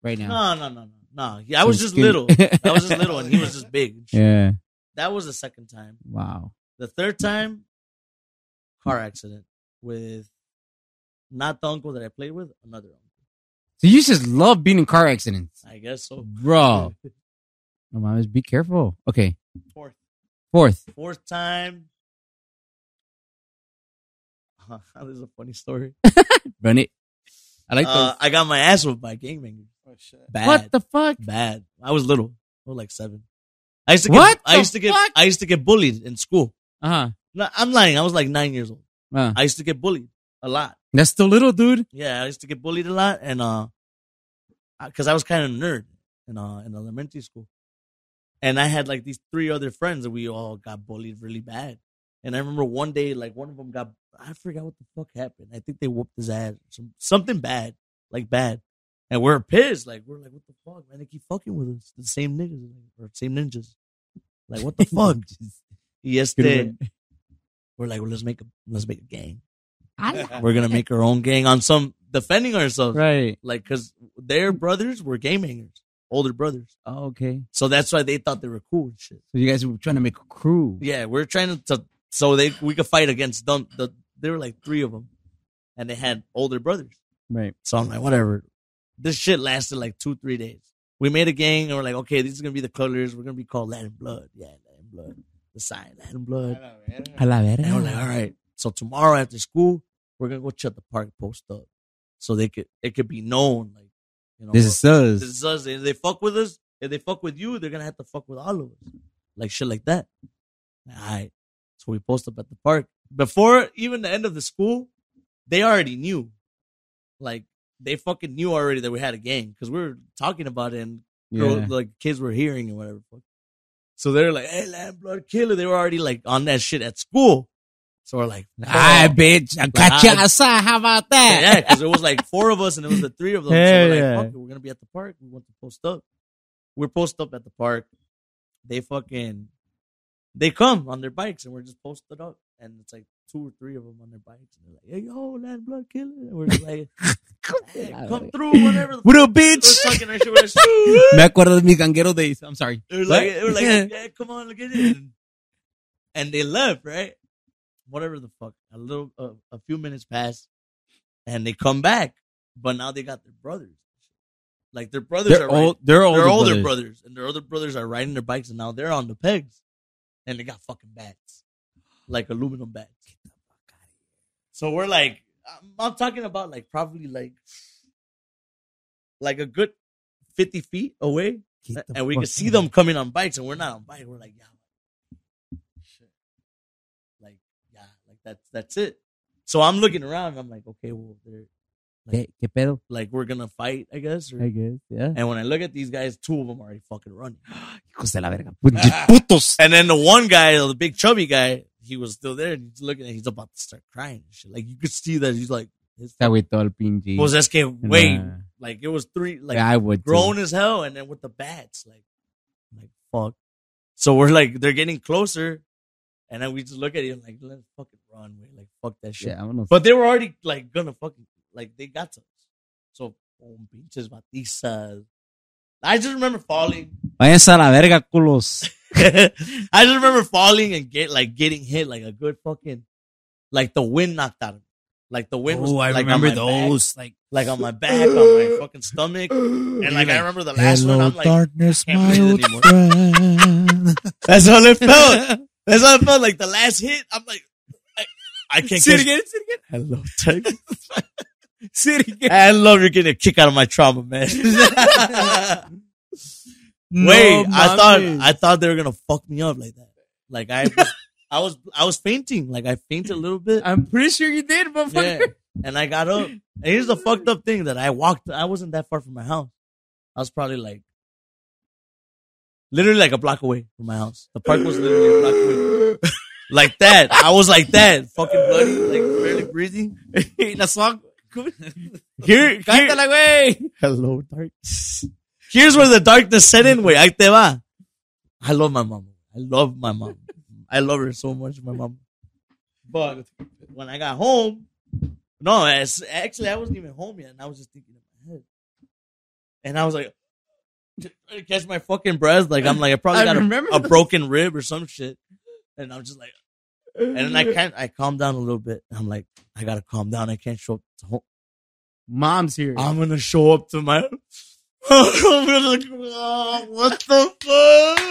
[SPEAKER 7] Right now.
[SPEAKER 4] no no no no no He- i was
[SPEAKER 7] Some
[SPEAKER 4] just
[SPEAKER 7] skinny-
[SPEAKER 4] little i was just little and he was just big
[SPEAKER 7] yeah.
[SPEAKER 4] that was the second time
[SPEAKER 7] Wow.
[SPEAKER 4] The third time, car accident with not the uncle that I played with, another uncle.
[SPEAKER 7] So you just love being in car accidents,
[SPEAKER 4] I guess so.
[SPEAKER 7] bro. No mames. Be careful. Okay.
[SPEAKER 4] Fourth,
[SPEAKER 7] Fourth.
[SPEAKER 4] fourth time. this is a funny story.
[SPEAKER 7] Run it. I like
[SPEAKER 4] Uh,
[SPEAKER 7] those.
[SPEAKER 4] I got my ass whooped by a gangbanger. Bad,
[SPEAKER 7] What the fuck?
[SPEAKER 4] bad. I was little. I was like seven. I used to get.
[SPEAKER 7] What
[SPEAKER 4] I
[SPEAKER 7] the
[SPEAKER 4] used to get.
[SPEAKER 7] fuck?
[SPEAKER 4] I used to get bullied in school.
[SPEAKER 7] Uh
[SPEAKER 4] No, I'm lying. I was like nine years old.
[SPEAKER 7] huh. Uh,
[SPEAKER 4] I used to get bullied a lot.
[SPEAKER 7] that's still little, dude.
[SPEAKER 4] Yeah, I used to get bullied a lot, and uh, because uh, I was kind of a nerd in uh in elementary school, and I had like these three other friends that we all got bullied really bad. And I remember one day, like one of them got, I forgot what the fuck happened. I think they whooped his ass, some, something bad, like bad. And we're pissed, like we're like, what the fuck, man? They keep fucking with us, the same niggas or same ninjas. Like what the fuck? yes, they. We're like, well, let's make a let's make a gang. We're gonna make our own gang on some defending ourselves,
[SPEAKER 7] Right.
[SPEAKER 4] like because their brothers were game hangers, older brothers.
[SPEAKER 7] Oh, okay.
[SPEAKER 4] So that's why they thought they were cool and shit.
[SPEAKER 7] So you guys were trying to make a crew.
[SPEAKER 4] Yeah, we're trying to so they we could fight against them. The, there were like three of them, and they had older brothers.
[SPEAKER 7] Right.
[SPEAKER 4] So I'm like, whatever. This shit lasted like two, three days. We made a gang and we're like, okay, these are gonna be the colors. We're gonna be called Latin Blood. Yeah, Latin Blood. The sign, Latin Blood.
[SPEAKER 7] A la
[SPEAKER 4] And we're like, all right. So tomorrow after school, we're gonna go shut the park post up, so they could it could be known, like you know,
[SPEAKER 7] This is
[SPEAKER 4] this
[SPEAKER 7] us.
[SPEAKER 4] is us. If they fuck with us, if they fuck with you, they're gonna have to fuck with all of us, like shit like that. All right. So we post up at the park before even the end of the school. They already knew, like they fucking knew already that we had a gang because we were talking about it and girl-
[SPEAKER 7] Yeah.
[SPEAKER 4] like kids were hearing and whatever. fuck. So they're like, "Hey, Lamb Blood Killer." They were already like on that shit at school. So we're like,
[SPEAKER 7] Ay,
[SPEAKER 4] "Fuck."
[SPEAKER 7] Ah, bitch, I
[SPEAKER 4] got you
[SPEAKER 7] outside. How about
[SPEAKER 4] Yeah, because it was like four of us and it was the three of them. so we're like,
[SPEAKER 6] Yeah.
[SPEAKER 4] fuck it, we're gonna be at the park. We want to post up. We're post up at the park. They fucking they come on their bikes and we're just posted up. And it's like two or three of them on their bikes. And they're like, hey, yo, Land Blood Killer. And we're just like, "Hey, come through, whatever. the
[SPEAKER 7] What up,
[SPEAKER 4] fuck." We're
[SPEAKER 7] bitch?
[SPEAKER 4] talking our shit. We're like,
[SPEAKER 7] Me acuerdo de mis gangueros days. I'm sorry.
[SPEAKER 4] They were like,
[SPEAKER 7] What?
[SPEAKER 4] they were like, yeah, come on, look at it. And, and they left, right? Whatever the fuck. A little, a, a few minutes pass, and they come back, but now they got their brothers. Like their brothers
[SPEAKER 7] They're
[SPEAKER 4] are riding-
[SPEAKER 7] old. They're older.
[SPEAKER 4] Oh, they're older brothers.
[SPEAKER 7] brothers.
[SPEAKER 4] and their other brothers are riding their bikes, and now they're on the pegs, and they got fucking bats, like aluminum bats. So we're like, I'm, I'm talking about like probably like, like a good fifty feet away, and we can see them coming on bikes, and we're not on bike. We're like, yeah, shit, like yeah, like that's that's it. So I'm looking around, and I'm like, okay, well, they're
[SPEAKER 7] ¿Qué, qué pedo?
[SPEAKER 4] like we're gonna fight, I guess. or-
[SPEAKER 7] I guess, yeah.
[SPEAKER 4] and when I look at these guys, two of them are already fucking running.
[SPEAKER 7] Hijos de la verga.
[SPEAKER 4] Putos. And then the one guy, the big chubby guy, he was still there. And he's looking at he's about to start crying. and shit. Like you could see that he's like,
[SPEAKER 7] Se agüitó el pinche.
[SPEAKER 4] was that's que wait.
[SPEAKER 7] Nah.
[SPEAKER 4] Like it was three like
[SPEAKER 7] I would. too.
[SPEAKER 4] grown as hell and then with the bats, like I'm like fuck. So we're like they're getting closer and then we just look at him like let's fucking run, man. Like fuck that shit.
[SPEAKER 7] Yeah, vámonos.
[SPEAKER 4] But they were already like gonna fucking like they got to us. So oh, pinches batizas. I just remember falling.
[SPEAKER 7] Váyanse a la verga, culos.
[SPEAKER 4] I just remember falling and get like getting hit like a good fucking like the wind knocked out of me. Like the wind was
[SPEAKER 7] Oh, I
[SPEAKER 4] like, on
[SPEAKER 7] remember
[SPEAKER 4] my back-
[SPEAKER 7] those. Like,
[SPEAKER 4] like on my back, on my fucking stomach. And like I remember the last one, I'm like
[SPEAKER 6] darkness,
[SPEAKER 4] can't breathe anymore.
[SPEAKER 6] friend.
[SPEAKER 4] That's how it felt. That's how it felt. Like the last hit, I'm like I, I can't
[SPEAKER 7] Say it
[SPEAKER 4] catch-
[SPEAKER 7] again, say it
[SPEAKER 4] Hello, Texas.
[SPEAKER 7] again. Say it again.
[SPEAKER 4] I love you're getting a kick out of my trauma, man. Wait, I thought I thought they were gonna fuck me up like that. Like I, I was I was fainting. Like I fainted a little bit.
[SPEAKER 7] I'm pretty sure you did,
[SPEAKER 4] Yeah.
[SPEAKER 7] motherfucker.
[SPEAKER 4] And I got up. And here's the fucked up thing that I walked. I wasn't that far from my house. I was probably like, literally like a block away from my house. The park was literally a block away. like that. I was like that. Fucking bloody, like barely breathing.
[SPEAKER 7] La song.
[SPEAKER 4] Here, here,
[SPEAKER 7] Cántala, güey.
[SPEAKER 4] Hello, dark. Here's where the darkness set in. Wait, ahí te va. I love my mom. I love my mom. I love her so much, my mom. But when I got home, no, it's, actually, I wasn't even home yet, and I was just thinking in my head. And I was like, trying to catch my fucking breath. Like, I'm like, I probably
[SPEAKER 7] I
[SPEAKER 4] got
[SPEAKER 7] remember
[SPEAKER 4] a, a broken rib or some shit. And I'm just like, and then I can't, I calm down a little bit. I'm like, I gotta calm down. I can't show up to home.
[SPEAKER 7] Mom's here.
[SPEAKER 4] I'm gonna show up to my. I'm gonna like, "Oh, what the fuck?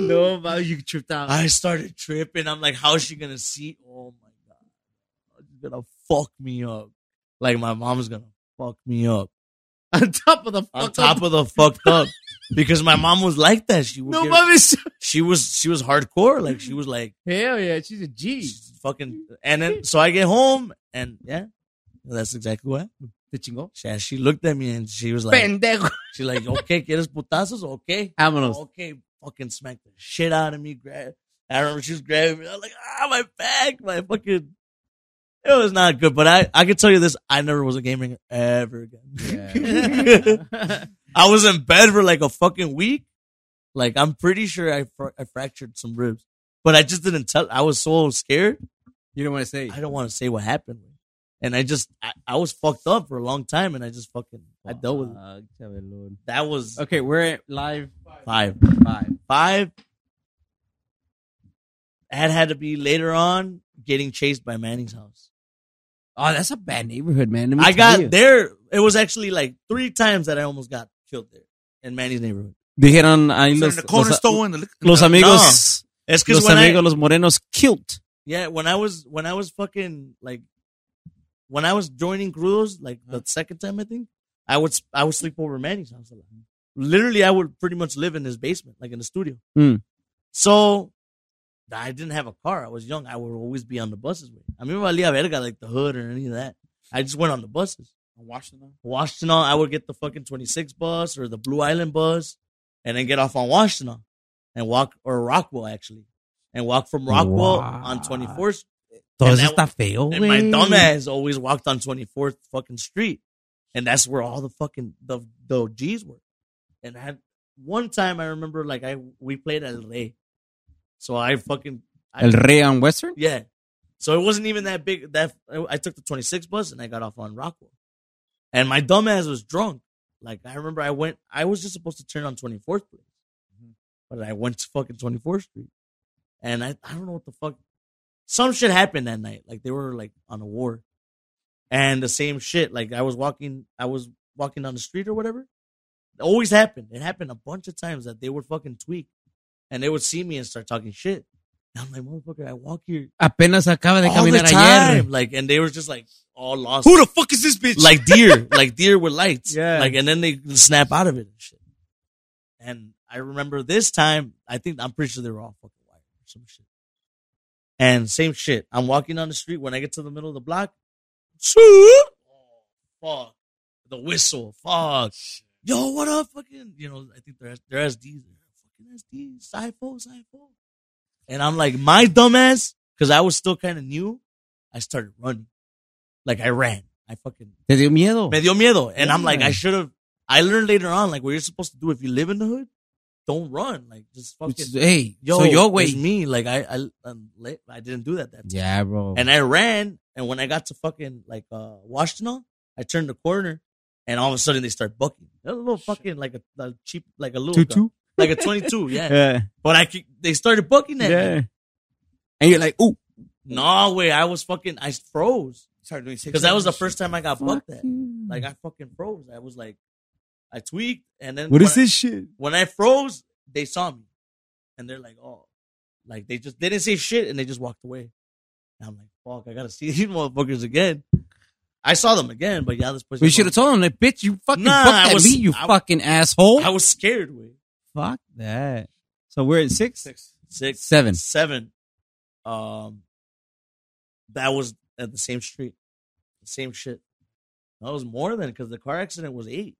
[SPEAKER 7] no, mom, you tripped out.
[SPEAKER 4] I started tripping. I'm like, how's she gonna see? Oh my god, she's gonna fuck me up. Like my mom's gonna fuck me up
[SPEAKER 7] on top of the
[SPEAKER 4] on top of the fucked up because my mom was like that. She would
[SPEAKER 7] No
[SPEAKER 4] get-
[SPEAKER 7] mames.
[SPEAKER 4] she was she was hardcore. Like she was like
[SPEAKER 7] Hell yeah, she's a G.
[SPEAKER 4] she's fucking. And then so I get home and yeah, that's exactly what. happened.
[SPEAKER 7] Te chingó.
[SPEAKER 4] She, she looked at me and she was like.
[SPEAKER 7] Pendejo.
[SPEAKER 4] She's like, okay, quieres putazos? Okay.
[SPEAKER 7] Vámonos.
[SPEAKER 4] Okay, fucking smack the shit out of me. Grab. I remember she was grabbing me. I was like, ah, my back, my fucking. It was not good, but I, I can tell you this. I never was a gamer ever again. I was in bed for like a fucking week. Like, I'm pretty sure I, fr- I fractured some ribs, but I just didn't tell. I was so scared.
[SPEAKER 7] You didn't want to say.
[SPEAKER 4] I don't want to say what happened. And I just, I, I was fucked up for a long time and I just fucking, I dealt with it.
[SPEAKER 7] Fuck, Chabelón.
[SPEAKER 4] That was
[SPEAKER 7] Okay, we're at live
[SPEAKER 4] five.
[SPEAKER 7] five.
[SPEAKER 4] five had had to be later on getting chased by Manning's house.
[SPEAKER 7] Oh, that's a bad neighborhood, man. Let me
[SPEAKER 4] I
[SPEAKER 7] tell
[SPEAKER 4] got
[SPEAKER 7] you.
[SPEAKER 4] there. It was actually like three times that I almost got killed there in Manny's neighborhood.
[SPEAKER 3] Dijeron ahí
[SPEAKER 9] So
[SPEAKER 3] los,
[SPEAKER 9] in the corner
[SPEAKER 3] los,
[SPEAKER 9] store and the,
[SPEAKER 3] los amigos,
[SPEAKER 4] It's
[SPEAKER 3] los
[SPEAKER 4] because when
[SPEAKER 3] amigos,
[SPEAKER 4] I,
[SPEAKER 3] los morenos, cute.
[SPEAKER 4] yeah, when I was when I was fucking like when I was joining Crudos, like the second time I think, I would s- I would sleep over Manny's house a lot. Literally, I would pretty much live in his basement, like in the studio.
[SPEAKER 3] Mm.
[SPEAKER 4] So I didn't have a car. I was young. I would always be on the buses with. I mean, valía verga like the hood or any of that. I just went on the buses. Washington, I would get the fucking 26 bus or the Blue Island bus and then get off on Washington and walk, or Rockwell actually, and walk from Rockwell on 24th.
[SPEAKER 7] Todo
[SPEAKER 4] And
[SPEAKER 7] eso
[SPEAKER 4] that-
[SPEAKER 7] está feo,
[SPEAKER 4] And my
[SPEAKER 7] güey.
[SPEAKER 4] dumbass always walked on 24th fucking street. And that's where all the fucking, the, the G's were. And I had, one time I remember like I, we played El Rey. So I fucking, I,
[SPEAKER 7] El Rey on Western.
[SPEAKER 4] yeah. So it wasn't even that big. That I I took the 26 bus and I got off on Rockwell. And my dumbass was drunk. Like I remember, I went. I was just supposed to turn on 24th place, but I went to fucking 24th Street. And I I don't know what the fuck. Some shit happened that night. Like they were like on a war, and the same shit. Like I was walking. I was walking down the street or whatever. It always happened. It happened a bunch of times that they would fucking tweak, and they would see me and start talking shit. And I'm like, motherfucker, I walk here
[SPEAKER 7] Apenas acaba de
[SPEAKER 4] all the
[SPEAKER 7] caminar
[SPEAKER 4] time.
[SPEAKER 7] ayer.
[SPEAKER 4] Like, and they were just like all lost.
[SPEAKER 9] Who the fuck is this bitch?
[SPEAKER 4] like deer, like deer with lights.
[SPEAKER 3] Yeah.
[SPEAKER 4] Like, and then they snap out of it and shit. And I remember this time, I think I'm pretty sure they were all fucking white or some shit. And same shit. I'm walking down the street when I get to the middle of the block. Oh, fuck. The whistle. Fuck. Yo, what up, fucking? You know, I think they're they're SDs. Fucking SDs. Cypho, Cypho. And I'm like, my dumbass, because I was still kind of new, I started running. Like I ran. I fucking
[SPEAKER 7] Te dio
[SPEAKER 6] Oh.
[SPEAKER 7] miedo.
[SPEAKER 4] me dio miedo. And I'm like,
[SPEAKER 7] Yeah.
[SPEAKER 4] I should have. I learned later on, like, what you're supposed to do if you live in the hood, don't run. Like, just fucking.
[SPEAKER 6] uh,
[SPEAKER 7] Hey,
[SPEAKER 4] Yo,
[SPEAKER 7] soy yo,
[SPEAKER 4] it's
[SPEAKER 7] güey.
[SPEAKER 4] me. Like, I, I, I'm late. I didn't do that that time.
[SPEAKER 7] Yeah, bro.
[SPEAKER 4] And I ran. And when I got to fucking, like, uh, Washington, I turned the corner. And all of a sudden, they start bucking. They're a little fucking, like, a, a cheap, like a little. gun.
[SPEAKER 6] Tutu.
[SPEAKER 4] Like a 22, yeah.
[SPEAKER 6] Yeah.
[SPEAKER 4] But I, kick- they started bucking at me.
[SPEAKER 6] Yeah.
[SPEAKER 7] And you're like, ooh.
[SPEAKER 4] No, way. I was fucking, I froze.
[SPEAKER 9] Started doing six
[SPEAKER 4] Because that was the
[SPEAKER 9] hours.
[SPEAKER 4] first time I got bucked at. Like, I fucking froze. I was like, I tweaked. And then.
[SPEAKER 6] What
[SPEAKER 4] when
[SPEAKER 6] is
[SPEAKER 4] I-
[SPEAKER 6] this shit?
[SPEAKER 4] when I froze, they saw me, and they're like, "Oh, like they just they didn't say shit, and they just walked away." And I'm like, "Fuck, I gotta see these motherfuckers again." I saw them again, but yeah, this person.
[SPEAKER 7] We should have told him, like, bitch, you fucking
[SPEAKER 4] Nah,
[SPEAKER 7] fucked
[SPEAKER 4] I
[SPEAKER 7] at
[SPEAKER 4] was-
[SPEAKER 7] me, you
[SPEAKER 4] I-
[SPEAKER 7] fucking asshole.
[SPEAKER 4] I was scared. With
[SPEAKER 3] Fuck that. So we're at six.
[SPEAKER 4] six,
[SPEAKER 7] Seven.
[SPEAKER 4] seven, um, that was at the same street, the same shit. That was more than because the car accident was eight.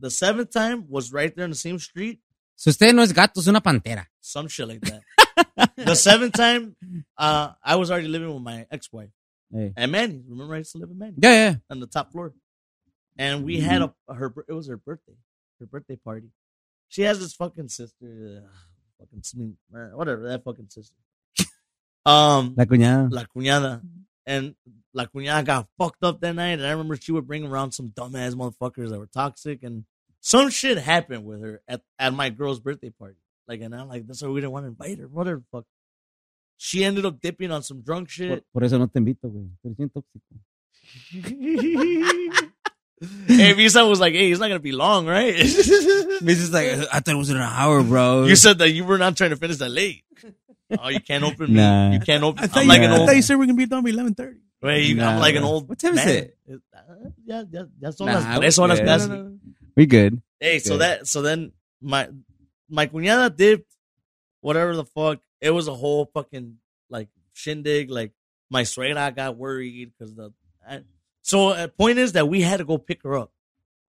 [SPEAKER 4] The seventh time was right there in the same street.
[SPEAKER 7] Si usted no es gato, es una pantera.
[SPEAKER 4] some shit like that. the seventh time, uh, I was already living with my ex-wife
[SPEAKER 3] Hey.
[SPEAKER 4] and Manny. Remember, I used to live in Manny
[SPEAKER 7] Yeah, yeah.
[SPEAKER 4] on the top floor, and we had a
[SPEAKER 3] Mm-hmm.
[SPEAKER 4] her. It was her birthday, her birthday party. She has this fucking sister, uh, fucking sm- uh, whatever that fucking sister. Um,
[SPEAKER 3] La cuñada.
[SPEAKER 4] La cuñada. And La cuñada got fucked up that night. And I remember she would bring around some dumbass motherfuckers that were toxic. And some shit happened with her at, at my girl's birthday party. Like, and I'm like, that's why we didn't want to invite her. Whatever, fuck. She ended up dipping on some drunk
[SPEAKER 3] Por,
[SPEAKER 4] shit.
[SPEAKER 3] por eso no te invito, güey. Eres bien tóxico.
[SPEAKER 4] hey, Visa was like, hey, it's not going to be long, right? you
[SPEAKER 7] Bitch is like, I thought it was an hour, bro.
[SPEAKER 4] said that you were not trying to finish that late. Oh, you can't open me.
[SPEAKER 3] Nah.
[SPEAKER 4] You can't open.
[SPEAKER 5] I thought,
[SPEAKER 4] I'm
[SPEAKER 5] you,
[SPEAKER 4] like
[SPEAKER 5] I
[SPEAKER 4] an
[SPEAKER 5] thought you
[SPEAKER 4] old.
[SPEAKER 5] said we're gonna be done by eleven thirty.
[SPEAKER 4] Wait, you- I'm
[SPEAKER 3] Nah.
[SPEAKER 4] like an old.
[SPEAKER 7] What time is
[SPEAKER 4] man.
[SPEAKER 7] it?
[SPEAKER 4] Uh, Ya, ya, ya son
[SPEAKER 7] Nah,
[SPEAKER 4] las tres horas
[SPEAKER 7] yeah.
[SPEAKER 4] casi.
[SPEAKER 3] We good.
[SPEAKER 4] Hey, so
[SPEAKER 3] Yeah.
[SPEAKER 4] that so then my my cuñada dipped whatever the fuck. It was a whole fucking like shindig. Like my suegra got worried because the I, so uh, point is that we had to go pick her up,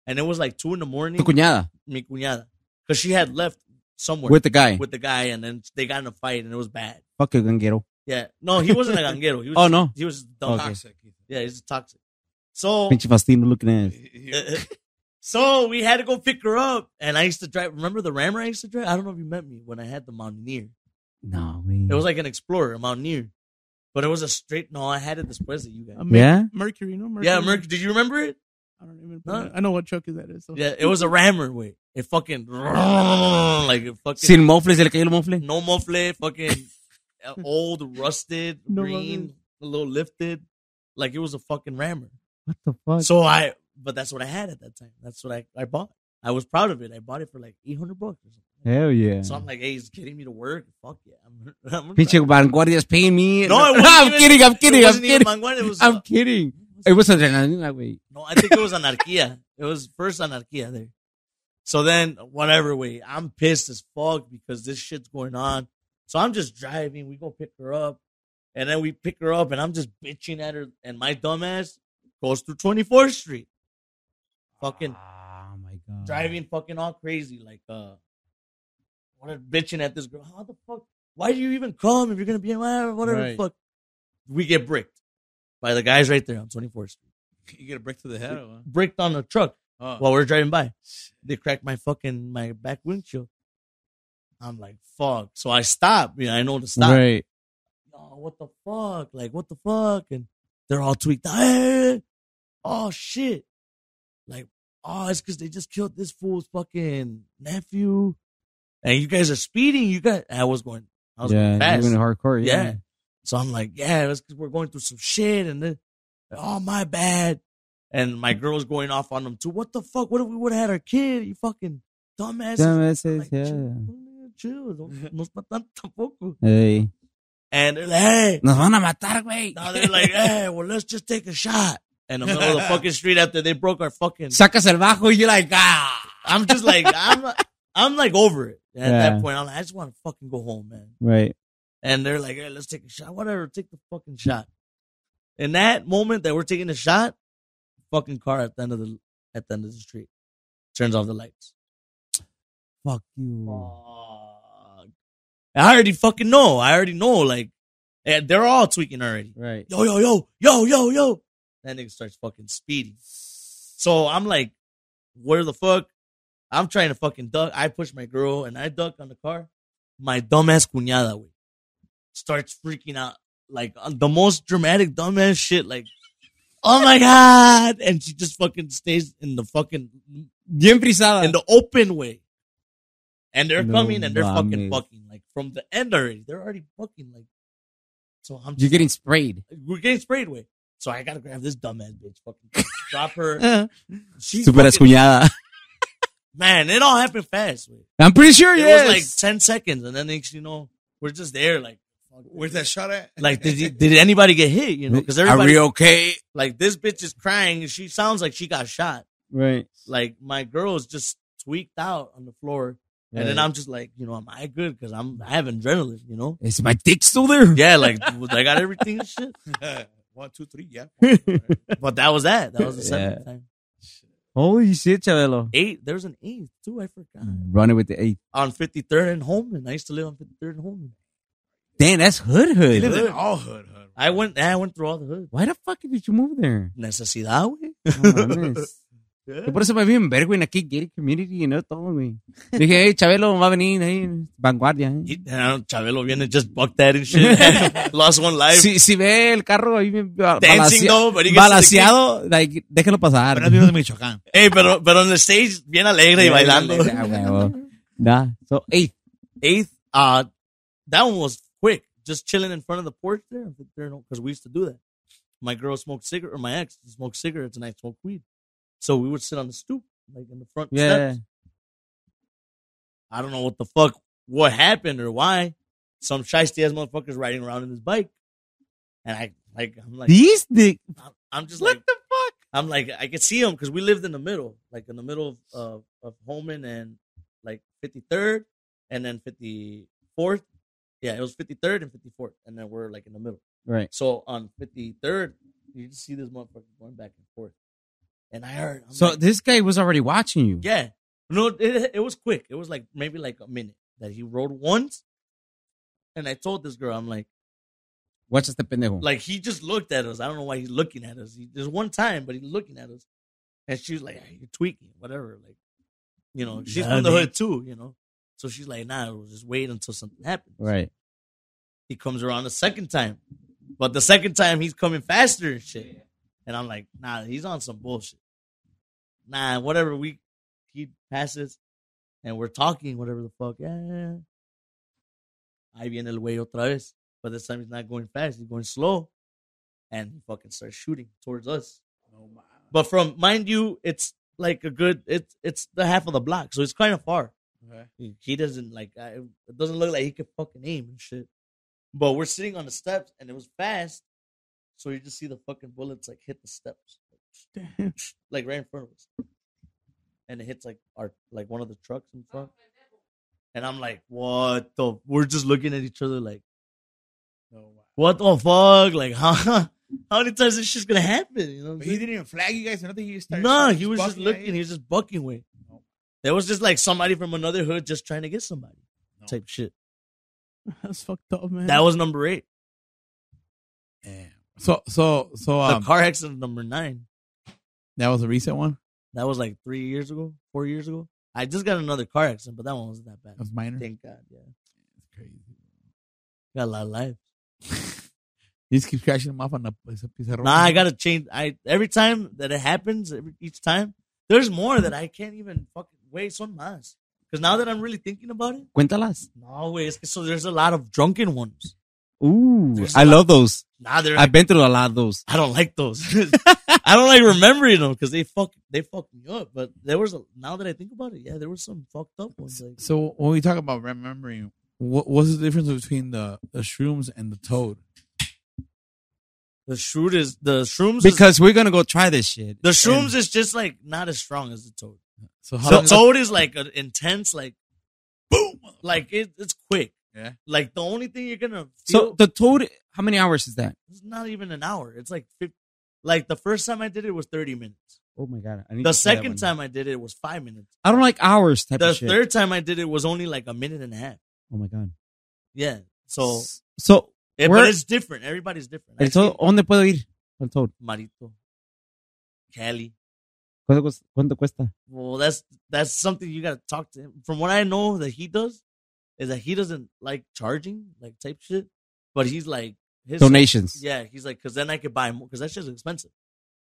[SPEAKER 4] and it was like two in the morning.
[SPEAKER 7] Tu cuñada
[SPEAKER 4] mi cuñada, because she had left somewhere
[SPEAKER 7] with the guy.
[SPEAKER 4] with the guy, and then they got in a fight, and it was bad.
[SPEAKER 3] Fuck you, ganguero.
[SPEAKER 4] Yeah, no, he wasn't a ganguero. He was
[SPEAKER 7] Oh, no.
[SPEAKER 4] he was dumb.
[SPEAKER 9] Toxic.
[SPEAKER 4] Yeah, he's toxic. So
[SPEAKER 3] Pinche fastino looking at us.
[SPEAKER 4] so we had to go pick her up, and I used to drive. Remember the Rammer I used to drive? I don't know if you met me when I had the Mountaineer.
[SPEAKER 3] No, güey.
[SPEAKER 4] It was like an Explorer, a Mountaineer, but it was a straight. No, I had it después de you guys.
[SPEAKER 3] Yeah?
[SPEAKER 5] Mercury, no Mercury.
[SPEAKER 4] Yeah, Merc, did you remember it?
[SPEAKER 5] I don't even.
[SPEAKER 4] Huh?
[SPEAKER 5] I know what truck is that is. So.
[SPEAKER 4] Yeah, it was a Rammer. Wait, it fucking like it fucking
[SPEAKER 7] Sin mofle, se le cayó el mofle.
[SPEAKER 4] no muffle, fucking uh, old, rusted,
[SPEAKER 5] No
[SPEAKER 4] green, a little lifted. Like it was a fucking Rammer.
[SPEAKER 6] Oh,
[SPEAKER 3] What the fuck?
[SPEAKER 4] So I but that's what I had at that time. That's what I, I bought. I was proud of it. I bought it for like 800 bucks or something.
[SPEAKER 6] Hell yeah.
[SPEAKER 4] So I'm like, hey, he's getting me to work. Fuck yeah. I'm, I'm
[SPEAKER 7] Pinche vanguardias paying me.
[SPEAKER 4] No, it wasn't
[SPEAKER 7] I'm
[SPEAKER 4] even-
[SPEAKER 7] kidding, I'm
[SPEAKER 4] it
[SPEAKER 7] kidding, I'm
[SPEAKER 4] wasn't even
[SPEAKER 7] kidding.
[SPEAKER 4] Manguana, it was,
[SPEAKER 7] I'm
[SPEAKER 4] uh,
[SPEAKER 7] kidding. It was adrenalina, güey.
[SPEAKER 4] No, I think it was anarquía. It was first anarquía there. So then, whatever way, I'm pissed as fuck because this shit's going on. So I'm just driving. We go pick her up, and then we pick her up, and I'm just bitching at her. And my dumbass goes through 24th Street, fucking
[SPEAKER 7] Oh my God.
[SPEAKER 4] driving, fucking all crazy, like uh, what a bitching at this girl. How the fuck? Why do you even come if you're gonna be in whatever, whatever the
[SPEAKER 6] Right.
[SPEAKER 4] fuck? We get bricked by the guys right there on 24th Street
[SPEAKER 6] You get a brick to the head. Or
[SPEAKER 4] bricked on a truck
[SPEAKER 6] Oh.
[SPEAKER 4] while we are driving by. They cracked my fucking my back windshield. I'm like, fuck. So I stop. You know, I know to stop.
[SPEAKER 7] Right.
[SPEAKER 4] Oh, what the fuck? Like, what the fuck? And they're all tweaked. Ah, "Hey!" Oh shit. Like, oh, it's cause they just killed this fool's fucking nephew. And you guys are speeding. You got I was going, I was
[SPEAKER 7] yeah,
[SPEAKER 4] going fast.
[SPEAKER 7] you're going hardcore.
[SPEAKER 4] Yeah.
[SPEAKER 7] Yeah.
[SPEAKER 4] So I'm like, yeah, that's because we're going through some shit and then, oh, my bad. And my girl's going off on them too. What the fuck? What if we would have had our kid? You fucking dumbass.
[SPEAKER 7] Dumbasses,
[SPEAKER 4] Like,
[SPEAKER 7] yeah.
[SPEAKER 4] chill, chill. No- No es pa' tanto tampoco.
[SPEAKER 7] Hey.
[SPEAKER 4] And they're like, hey.
[SPEAKER 7] Nos van a matar, güey.
[SPEAKER 4] Now they're like, hey, well, let's just take a shot. And the middle of the fucking street after they broke our fucking.
[SPEAKER 7] Sacas el bajo y you're like, ah.
[SPEAKER 4] I'm just like, I'm, I'm like over it. At
[SPEAKER 7] Yeah.
[SPEAKER 4] that point, I'm like, I just want to fucking go home, man.
[SPEAKER 7] Right.
[SPEAKER 4] and they're like, hey, let's take a shot. Whatever, take the fucking shot. In that moment that we're taking the shot, fucking car at the end of the at the end of the street turns off the lights.
[SPEAKER 7] Fuck you.
[SPEAKER 4] Fuck. I already fucking know. I already know. Like, eh, they're all tweaking already.
[SPEAKER 7] Right.
[SPEAKER 4] Yo, yo, yo, yo, yo, yo. That nigga starts fucking speeding. So I'm like, where the fuck? I'm trying to fucking duck. I push my girl and I duck on the car. My dumbass cuñada, way starts freaking out. Like uh, the most dramatic dumbass shit. Like, oh my God. And she just fucking stays in the fucking,
[SPEAKER 7] Bien frisada.
[SPEAKER 4] in the open way. And they're
[SPEAKER 7] No
[SPEAKER 4] coming and they're fucking
[SPEAKER 7] mames.
[SPEAKER 4] fucking like from the end already. They're already fucking like. So I'm
[SPEAKER 7] You're
[SPEAKER 4] just
[SPEAKER 7] getting sprayed.
[SPEAKER 4] we're getting sprayed with. So I gotta grab this dumbass bitch, fucking drop her. She's
[SPEAKER 7] Super
[SPEAKER 4] fucking,
[SPEAKER 7] escuñada.
[SPEAKER 4] man, it all happened fast. Wait.
[SPEAKER 7] I'm pretty sure,
[SPEAKER 6] Oh,
[SPEAKER 4] It
[SPEAKER 7] yes.
[SPEAKER 4] was like ten seconds, and then next you know we're just there, like fuck,
[SPEAKER 6] Where's that shot at?
[SPEAKER 4] Like did you- did anybody get hit? You know, because
[SPEAKER 7] Are
[SPEAKER 4] everybody
[SPEAKER 7] we okay?
[SPEAKER 4] like this bitch is crying. and She sounds like she got shot.
[SPEAKER 7] Right.
[SPEAKER 4] Like my girl is just tweaked out on the floor, and then I'm just like, you know, am I good? Because I'm I have adrenaline, you know.
[SPEAKER 7] Is my dick still there?
[SPEAKER 4] Yeah, like I got everything and shit.
[SPEAKER 6] One, two, three. Yeah.
[SPEAKER 4] But that was that. That was the seventh time.
[SPEAKER 7] Holy shit, Chabelo.
[SPEAKER 4] Eight. There was an eighth too. I forgot.
[SPEAKER 7] Run it with the eight.
[SPEAKER 4] on 53rd and Holman. I used to live on 53rd and Holman.
[SPEAKER 7] Damn, that's hood Oh,
[SPEAKER 6] He
[SPEAKER 7] hood.
[SPEAKER 6] lives in all hood, hood.
[SPEAKER 4] I went, I went through all the hood.
[SPEAKER 7] Why the fuck did you move there?
[SPEAKER 4] Necesidad, güey.
[SPEAKER 7] No mames. Yo por eso me vi en ver, güey, en aquí gay community y no todo, güey. Dije, hey, Chabelo va a venir ahí, vanguardia. ¿eh?
[SPEAKER 4] He- and I don't- Chabelo viene just bucked that and shit. Lost one life.
[SPEAKER 7] Si, si ve el carro ahí bien ba-
[SPEAKER 4] Dancing
[SPEAKER 7] balacea-
[SPEAKER 4] though, but he gets to the
[SPEAKER 7] balaseado, like, déjelo pasar.
[SPEAKER 6] Pero es vivo de Michoacán.
[SPEAKER 4] gate. Hey, pero, pero on the stage, bien alegre y bailando.
[SPEAKER 7] Ah, huevo. Nah, so, hey,
[SPEAKER 4] Eighth, uh, that one was quick. Just chilling in front of the porch there on 53rd and because we used to do that. My girl smoked cigarette, or my ex smoked cigarettes and I smoked weed. So we would sit on the stoop, like in the front
[SPEAKER 7] yeah,
[SPEAKER 4] steps. I don't know what the fuck, what happened or why. Some shiesty ass motherfuckers riding around in his bike, and I like, I'm like,
[SPEAKER 7] these dick,
[SPEAKER 4] I'm, I'm just
[SPEAKER 7] what
[SPEAKER 4] like,
[SPEAKER 7] the fuck?
[SPEAKER 4] I'm like, I could see him because we lived in the middle, like in the middle of of, of Holman and like 53rd, and then 54th. Yeah, it was 53rd and 54th, and then we're like in the middle.
[SPEAKER 7] Right.
[SPEAKER 4] So on 53rd, you just see this motherfucker going back and forth, and I heard, I'm
[SPEAKER 7] So
[SPEAKER 4] like,
[SPEAKER 7] this guy was already watching you.
[SPEAKER 4] yeah. No, it, it was quick. It was like maybe like a minute that he rode once. And I told this girl, I'm like,
[SPEAKER 7] Watch este pendejo.
[SPEAKER 4] like he just looked at us. I don't know why he's looking at us. He, there's one time, but he's looking at us, and she was like, "Hey, "You're tweaking, whatever." Like, you know, she's from the hood too, you know. So she's like, "Nah, we'll just wait until something happens."
[SPEAKER 7] right.
[SPEAKER 4] He comes around the second time, but the second time he's coming faster and shit. And I'm like, "Nah, he's on some bullshit." Nah, whatever. We he passes, and we're talking, whatever the fuck. Yeah, yeah. yeah. Ahí viene el güey otra vez. But this time he's not going fast. He's going slow. And he fucking starts shooting towards us. But from mind you, it's like a good it's it's the half of the block, so it's kind of far. He- He doesn't like I, it doesn't look like he could fucking aim and shit. But we're sitting on the steps and it was fast, so you just see the fucking bullets like hit the steps, like right in front of us, and it hits like our like one of the trucks in front. And I'm like, what the? We're just looking at each other like, what the fuck? Like, how how many times this shit's gonna happen? You know? what I'm
[SPEAKER 6] But
[SPEAKER 4] saying?
[SPEAKER 6] he didn't even flag you guys or nothing. He just started.
[SPEAKER 4] No, he was just
[SPEAKER 6] bucking Oh. at
[SPEAKER 4] looking.
[SPEAKER 6] you.
[SPEAKER 4] He was just bucking away. There was just like somebody from another hood just trying to get somebody type shit.
[SPEAKER 5] That's fucked up,
[SPEAKER 6] Mm.
[SPEAKER 5] man.
[SPEAKER 4] That was number eight.
[SPEAKER 6] Damn. So, so, so,
[SPEAKER 4] The
[SPEAKER 6] um,
[SPEAKER 4] car accident number nine.
[SPEAKER 6] that was a recent one.
[SPEAKER 4] That was like three years ago, four years ago. I just got another car accident, but that one wasn't that bad.
[SPEAKER 7] Mm-hmm.
[SPEAKER 6] That was minor.
[SPEAKER 4] Thank God. Yeah,
[SPEAKER 6] It's crazy.
[SPEAKER 4] got a lot of life.
[SPEAKER 6] He just keeps crashing him off on the esa pizarrón.
[SPEAKER 4] Nah, I gotta change. I every time that it happens, every, each time there's more that I can't even fucking wait. Son más. Because now that I'm really thinking about it,
[SPEAKER 7] Cuéntalas.
[SPEAKER 4] no way. It's, so there's a lot of drunken ones.
[SPEAKER 7] Ooh,
[SPEAKER 4] There's
[SPEAKER 7] I
[SPEAKER 4] a lot-
[SPEAKER 7] love those.
[SPEAKER 4] Nah, there.
[SPEAKER 7] I've been through a lot of those.
[SPEAKER 4] I don't like those. I don't like remembering them because they fuck they fucked me up. But there was a, now that I think about it, yeah, there was some fucked up ones. Like
[SPEAKER 6] So when we talk about remembering, what, what's the difference between the, the shrooms and the toad?
[SPEAKER 4] the shroom is the shrooms is,
[SPEAKER 7] Because we're gonna go try this shit.
[SPEAKER 4] the shrooms is just like not as strong as the toad.
[SPEAKER 6] So how
[SPEAKER 4] The
[SPEAKER 6] long-
[SPEAKER 4] toad is like an intense, like boom, like it, it's quick.
[SPEAKER 6] Yeah.
[SPEAKER 4] Like the only thing you're gonna feel
[SPEAKER 7] So the toad, how many hours is that?
[SPEAKER 4] it's not even an hour. It's like fif- like the first time I did it was thirty minutes.
[SPEAKER 7] Oh my god! I need
[SPEAKER 4] The
[SPEAKER 7] to try that
[SPEAKER 4] second
[SPEAKER 7] one.
[SPEAKER 4] time I did it was five minutes.
[SPEAKER 7] I don't like hours type
[SPEAKER 4] The
[SPEAKER 7] of shit.
[SPEAKER 4] third time I did it was only like a minute and a half.
[SPEAKER 7] oh my god!
[SPEAKER 4] Yeah. So
[SPEAKER 7] so
[SPEAKER 4] Eh,
[SPEAKER 7] Where-
[SPEAKER 4] but it's different. Everybody's different.
[SPEAKER 7] el
[SPEAKER 4] I've seen
[SPEAKER 7] toad, ¿dónde puedo ir? El toad.
[SPEAKER 4] Marito, Cali.
[SPEAKER 7] ¿Cuánto, cos- cuánto cuesta?
[SPEAKER 4] Well, that's that's something you gotta talk to him. From what I know that he does, is that he doesn't like charging, like type shit. But he's like his
[SPEAKER 7] Donations.
[SPEAKER 4] Yeah, he's like, cause then I could buy more, cause that shit's expensive.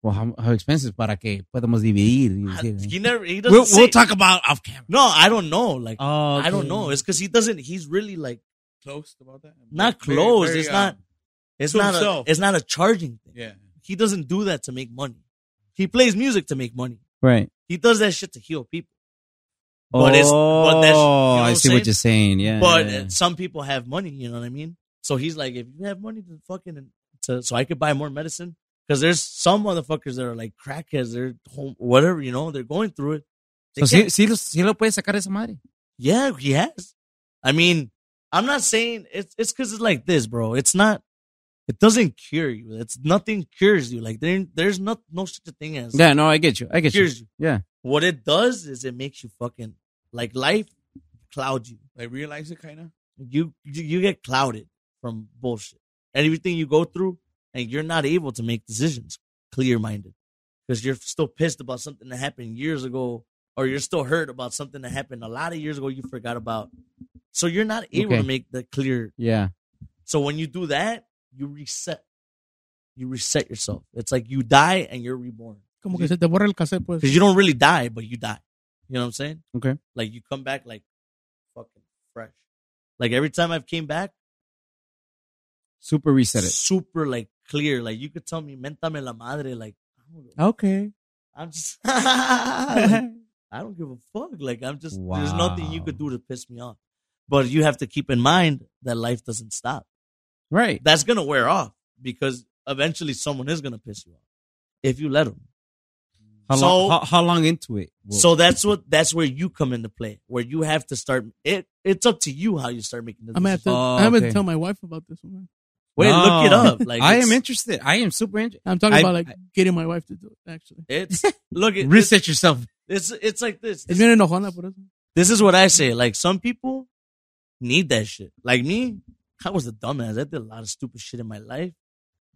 [SPEAKER 7] Well, how, how expensive para que podamos dividir. y
[SPEAKER 4] I-
[SPEAKER 7] decir,
[SPEAKER 4] he
[SPEAKER 7] eh?
[SPEAKER 4] never. He doesn't.
[SPEAKER 7] We'll,
[SPEAKER 4] say-
[SPEAKER 7] we'll talk about off camera.
[SPEAKER 4] No, I don't know. Like
[SPEAKER 7] Oh,
[SPEAKER 4] I don't know. It's cause he doesn't. He's really like
[SPEAKER 6] close about that?
[SPEAKER 4] not
[SPEAKER 6] Very-
[SPEAKER 4] closed.
[SPEAKER 6] very,
[SPEAKER 4] it's
[SPEAKER 6] uh,
[SPEAKER 4] not. It's
[SPEAKER 6] to
[SPEAKER 4] not.
[SPEAKER 6] himself.
[SPEAKER 4] A, it's not a charging thing.
[SPEAKER 6] Yeah.
[SPEAKER 4] He doesn't do that to make money. He plays music to make money.
[SPEAKER 7] Right.
[SPEAKER 4] He does that shit to heal people. But it's-
[SPEAKER 7] oh,
[SPEAKER 4] but that's- you know what
[SPEAKER 7] I
[SPEAKER 4] I'm
[SPEAKER 7] see
[SPEAKER 4] saying?
[SPEAKER 7] what you're saying. Yeah.
[SPEAKER 4] but
[SPEAKER 7] yeah, yeah.
[SPEAKER 4] some people have money, you know what I mean? So he's like, if you have money to fucking to, so I could buy more medicine because there's some motherfuckers that are like crackheads, they're home, whatever, you know, they're going through it. They
[SPEAKER 7] So sí,
[SPEAKER 4] can't-
[SPEAKER 7] sí, lo- sí lo puedes sacar esa madre.
[SPEAKER 4] yeah, he has. I mean, I'm not saying it's it's because it's like this, bro. It's not. It doesn't cure you. It's nothing cures you. Like there, there's not no such a thing as
[SPEAKER 7] Yeah, no, I get you. I get you.
[SPEAKER 4] cures you.
[SPEAKER 7] Yeah.
[SPEAKER 4] What it does is it makes you fucking like life clouds you.
[SPEAKER 6] Like realize it kind of.
[SPEAKER 4] you you you get clouded from bullshit. Everything you go through, and you're not able to make decisions clear minded because you're still pissed about something that happened years ago, or you're still hurt about something that happened a lot of years ago you forgot about. So you're not able
[SPEAKER 7] Okay.
[SPEAKER 4] to make the clear.
[SPEAKER 7] Yeah.
[SPEAKER 4] So when you do that, you reset. You reset yourself. It's like you die and you're reborn
[SPEAKER 5] Como que se te borra el cassette, pues.
[SPEAKER 4] because you don't really die, but you die. You know what I'm saying?
[SPEAKER 7] Okay.
[SPEAKER 4] Like you come back like fucking fresh. Like every time I've came back,
[SPEAKER 7] Super reset it.
[SPEAKER 4] super like clear. Like you could tell me mentame la madre. Like I don't know.
[SPEAKER 7] Okay.
[SPEAKER 4] I'm just like, I don't give a fuck. Like I'm just there's nothing you
[SPEAKER 7] Wow.
[SPEAKER 4] could do to piss me off. But you have to keep in mind that life doesn't stop.
[SPEAKER 7] Right.
[SPEAKER 4] That's gonna wear off because eventually someone is gonna piss you off if you let them.
[SPEAKER 7] How,
[SPEAKER 4] So-
[SPEAKER 7] long, how, how long into it?
[SPEAKER 4] So that's what that's where you come into play, where you have to start. It it's up to you how you start making the
[SPEAKER 5] I'm gonna have
[SPEAKER 4] decision.
[SPEAKER 5] to,
[SPEAKER 7] Oh,
[SPEAKER 5] I'm gonna
[SPEAKER 7] okay.
[SPEAKER 5] tell my wife about this one. man.
[SPEAKER 4] Wait, look it
[SPEAKER 7] No.
[SPEAKER 4] up. Like
[SPEAKER 7] I
[SPEAKER 4] it's-
[SPEAKER 7] am interested. I am super interested.
[SPEAKER 5] I'm talking
[SPEAKER 7] I-
[SPEAKER 5] about like
[SPEAKER 7] I-
[SPEAKER 5] getting my wife to do it. Actually,
[SPEAKER 4] It's look. It, it's,
[SPEAKER 7] Reset yourself.
[SPEAKER 4] it's it's like this.
[SPEAKER 5] es bien enojona por eso.
[SPEAKER 4] this is what I say. Like some people need that shit. Like me, I was a dumbass. I did a lot of stupid shit in my life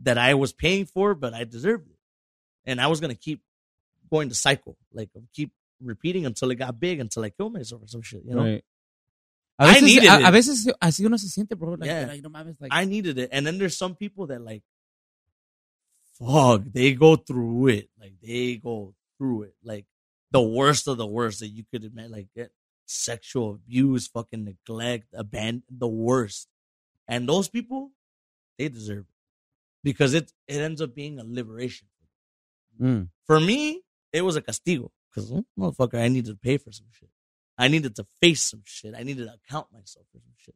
[SPEAKER 4] that I was paying for, but I deserved it. And I was gonna keep going the cycle, like keep repeating until it got big, until I killed myself or some shit. You know,
[SPEAKER 7] Right. A
[SPEAKER 4] I
[SPEAKER 7] veces,
[SPEAKER 4] needed
[SPEAKER 7] a, a
[SPEAKER 4] it.
[SPEAKER 7] veces así uno se siente, bro. Like,
[SPEAKER 4] Yeah.
[SPEAKER 7] like, no mames, like,
[SPEAKER 4] I needed it. And then there's some people that like, fuck, they go through it. Like they go through it. Like the worst of the worst that you could admit. Like get sexual abuse, fucking neglect, abandon, the worst. And those people, they deserve it because it it ends up being a liberation.
[SPEAKER 7] Mm.
[SPEAKER 4] For me, it was a castigo because motherfucker, I needed to pay for some shit. I needed to face some shit. I needed to account myself for some shit.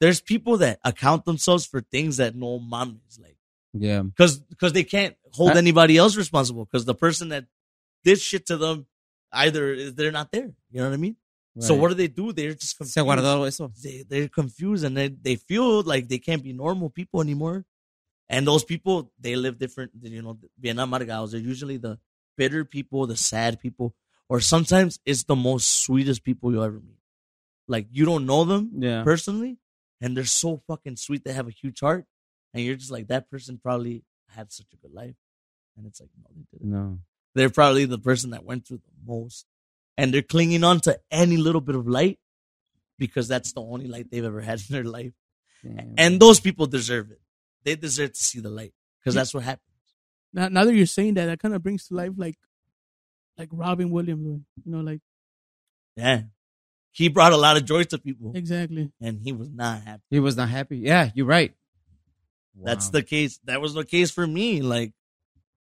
[SPEAKER 4] There's people that account themselves for things that no mom is like
[SPEAKER 7] Yeah.
[SPEAKER 4] because because they can't hold
[SPEAKER 7] I-
[SPEAKER 4] anybody else responsible because the person that did shit to them either is- they're not there. You know what I mean? So
[SPEAKER 7] Right.
[SPEAKER 4] what do they do? They're just confused.
[SPEAKER 7] Se guardó eso.
[SPEAKER 4] They, they're confused and they, they feel like they can't be normal people anymore. And those people, they live different. You know, Vietnam amargados. They're usually the bitter people, the sad people, or sometimes it's the most sweetest people you'll ever meet. Like you don't know them,
[SPEAKER 7] Yeah.
[SPEAKER 4] personally, and they're so fucking sweet. They have a huge heart, and you're just like that person probably had such a good life, and it's like no, they didn't.
[SPEAKER 7] No.
[SPEAKER 4] They're probably the person that went through the most, and they're clinging on to any little bit of light because that's the only light they've ever had in their life.
[SPEAKER 7] Damn.
[SPEAKER 4] And those people deserve it. They deserve to see the light because that's what happened.
[SPEAKER 5] Now, now that you're saying that, that kind of brings to life like, like Robin Williams, güey. you know, like
[SPEAKER 4] Yeah, he brought a lot of joy to people,
[SPEAKER 5] exactly.
[SPEAKER 4] and he was not happy.
[SPEAKER 7] he was not happy. Yeah, you're right.
[SPEAKER 4] That's
[SPEAKER 7] Wow.
[SPEAKER 4] the case. That was the case for me. Like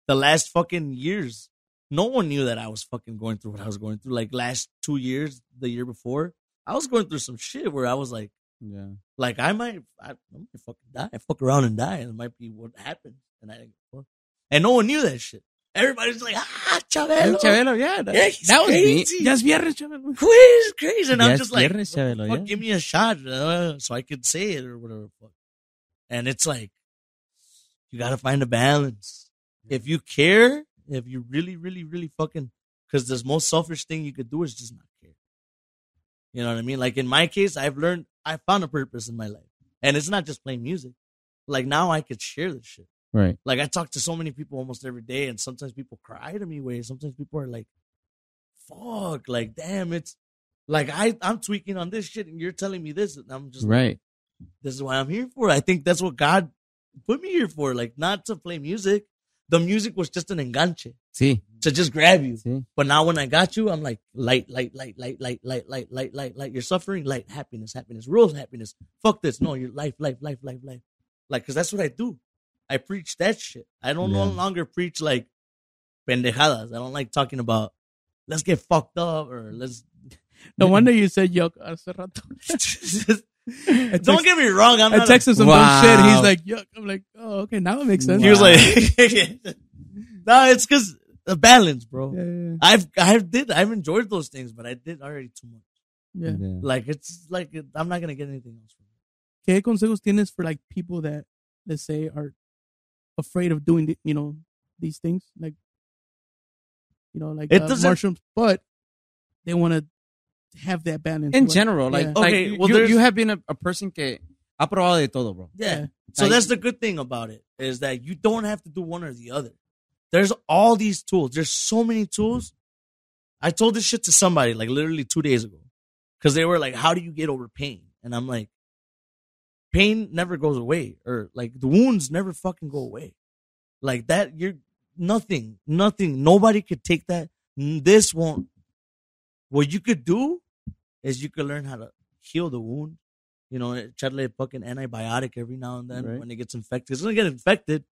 [SPEAKER 4] the last fucking years, no one knew that I was fucking going through what I was going through. Like last two years, the year before, I was going through some shit where I was like,
[SPEAKER 7] Yeah.
[SPEAKER 4] like I might, I, I might fucking die. I fuck around and die. It might be what happened, and I didn't give a fuck. And no one knew that shit. Everybody's like, ah, Chabelo,
[SPEAKER 7] Chabelo, yeah.
[SPEAKER 4] yeah, he's
[SPEAKER 7] that was me.
[SPEAKER 4] crazy.
[SPEAKER 5] Ya es viernes, chaval.
[SPEAKER 4] Quiz, crazy, and
[SPEAKER 7] Ya
[SPEAKER 4] I'm
[SPEAKER 7] es
[SPEAKER 4] just like,
[SPEAKER 7] viernes, Chabelo,
[SPEAKER 4] fuck,
[SPEAKER 7] yeah.
[SPEAKER 4] give me a shot uh, so I could say it or whatever. the fuck. And it's like, you got to find a balance. If you care, if you really, really, really fucking, because the most selfish thing you could do is just not care. You know what I mean? Like in my case, I've learned, I found a purpose in my life. And it's not just playing music. Like now I could share this shit.
[SPEAKER 7] Right.
[SPEAKER 4] Like I talk to so many people almost every day, and sometimes people cry to me. Way sometimes people are like, "Fuck!" Like, damn, it's like I I'm tweaking on this shit, and you're telling me this, and I'm just like,
[SPEAKER 7] Right.
[SPEAKER 4] this is what I'm here for. I think that's what God put me here for. Like, not to play music. The music was just an enganche
[SPEAKER 7] Sí.
[SPEAKER 4] to just grab you.
[SPEAKER 7] Sí.
[SPEAKER 4] But now when I got you, I'm like light, light, light, light, light, light, light, light, light, light. You're suffering, light, happiness, happiness, real happiness. Fuck this. No, you're life, life, life, life, life. Like, cause that's what I do. I preach that shit. I don't no
[SPEAKER 7] Yeah.
[SPEAKER 4] longer preach like pendejadas. I don't like talking about let's get fucked up or let's
[SPEAKER 5] No wonder you said yuck hace rato.
[SPEAKER 4] don't get me wrong. I'm
[SPEAKER 5] I
[SPEAKER 4] not
[SPEAKER 5] texted some
[SPEAKER 7] Wow.
[SPEAKER 5] dumb shit. He's like yuck. I'm like, oh, okay, now it makes
[SPEAKER 4] a,
[SPEAKER 5] sense.
[SPEAKER 4] he was like No, it's cause the balance, bro.
[SPEAKER 5] yeah, yeah,
[SPEAKER 4] I've I've did I've enjoyed those things, but I did already too much.
[SPEAKER 5] yeah. yeah.
[SPEAKER 4] Like it's like I'm not gonna get anything else from
[SPEAKER 5] ¿Qué
[SPEAKER 4] it.
[SPEAKER 5] consejos tienes for like people that let's say are afraid of doing the, you know these things like you know like
[SPEAKER 4] It
[SPEAKER 5] uh,
[SPEAKER 4] doesn't-
[SPEAKER 5] mushrooms, but they want to have that balance
[SPEAKER 7] In
[SPEAKER 5] What-
[SPEAKER 7] general, like,
[SPEAKER 3] oh,
[SPEAKER 5] Yeah.
[SPEAKER 7] like,
[SPEAKER 4] Okay,
[SPEAKER 7] you-
[SPEAKER 4] well,
[SPEAKER 7] you,
[SPEAKER 4] there's-
[SPEAKER 7] you have been a, a person que ha probado de todo, bro.
[SPEAKER 4] Yeah.
[SPEAKER 5] Yeah.
[SPEAKER 4] So
[SPEAKER 7] Like-
[SPEAKER 4] that's the good thing about it is that you don't have to do one or the other. There's all these tools. There's so many tools. I told this shit to somebody like literally two days ago because they were like, "How do you get over pain?" And I'm like, "Pain never goes away, or like the wounds never fucking go away. Like that, you're nothing, nothing. Nobody could take that. N- This won't. What you could do is you could learn how to heal the wound." you know, echarle fucking antibiotic every now and then
[SPEAKER 7] Right.
[SPEAKER 4] when it gets infected. It's gonna get infected,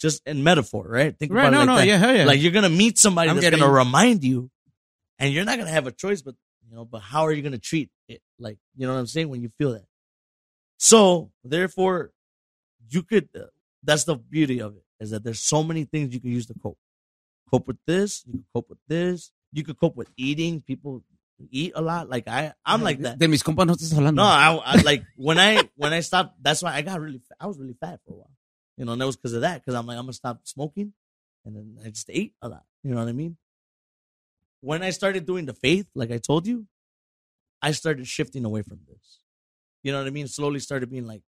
[SPEAKER 4] just in metaphor, right? Think
[SPEAKER 7] Right.
[SPEAKER 4] about
[SPEAKER 7] No,
[SPEAKER 4] it like
[SPEAKER 7] no.
[SPEAKER 4] that.
[SPEAKER 7] Yeah, hell yeah.
[SPEAKER 4] Like you're gonna meet somebody
[SPEAKER 7] I'm
[SPEAKER 4] that's
[SPEAKER 7] getting-
[SPEAKER 4] gonna remind you, and you're not gonna have a choice, but you know, but how are you gonna treat it? Like, you know what I'm saying? When you feel that, so therefore, you could. Uh, that's the beauty of it is that there's so many things you could use to cope. Cope with this. You could cope with this. You could cope with eating. People eat a lot. Like I, I'm like that.
[SPEAKER 7] De mis compas no estás hablando.
[SPEAKER 4] No, I, I like when I when I stopped. That's why I got really. Fat. I was really fat for a while, you know, and that was because of that. Because I'm like, I'm gonna stop smoking, and then I just ate a lot. You know what I mean? When I started doing the faith, like I told you, I started shifting away from this. You know what I mean? Slowly started being like,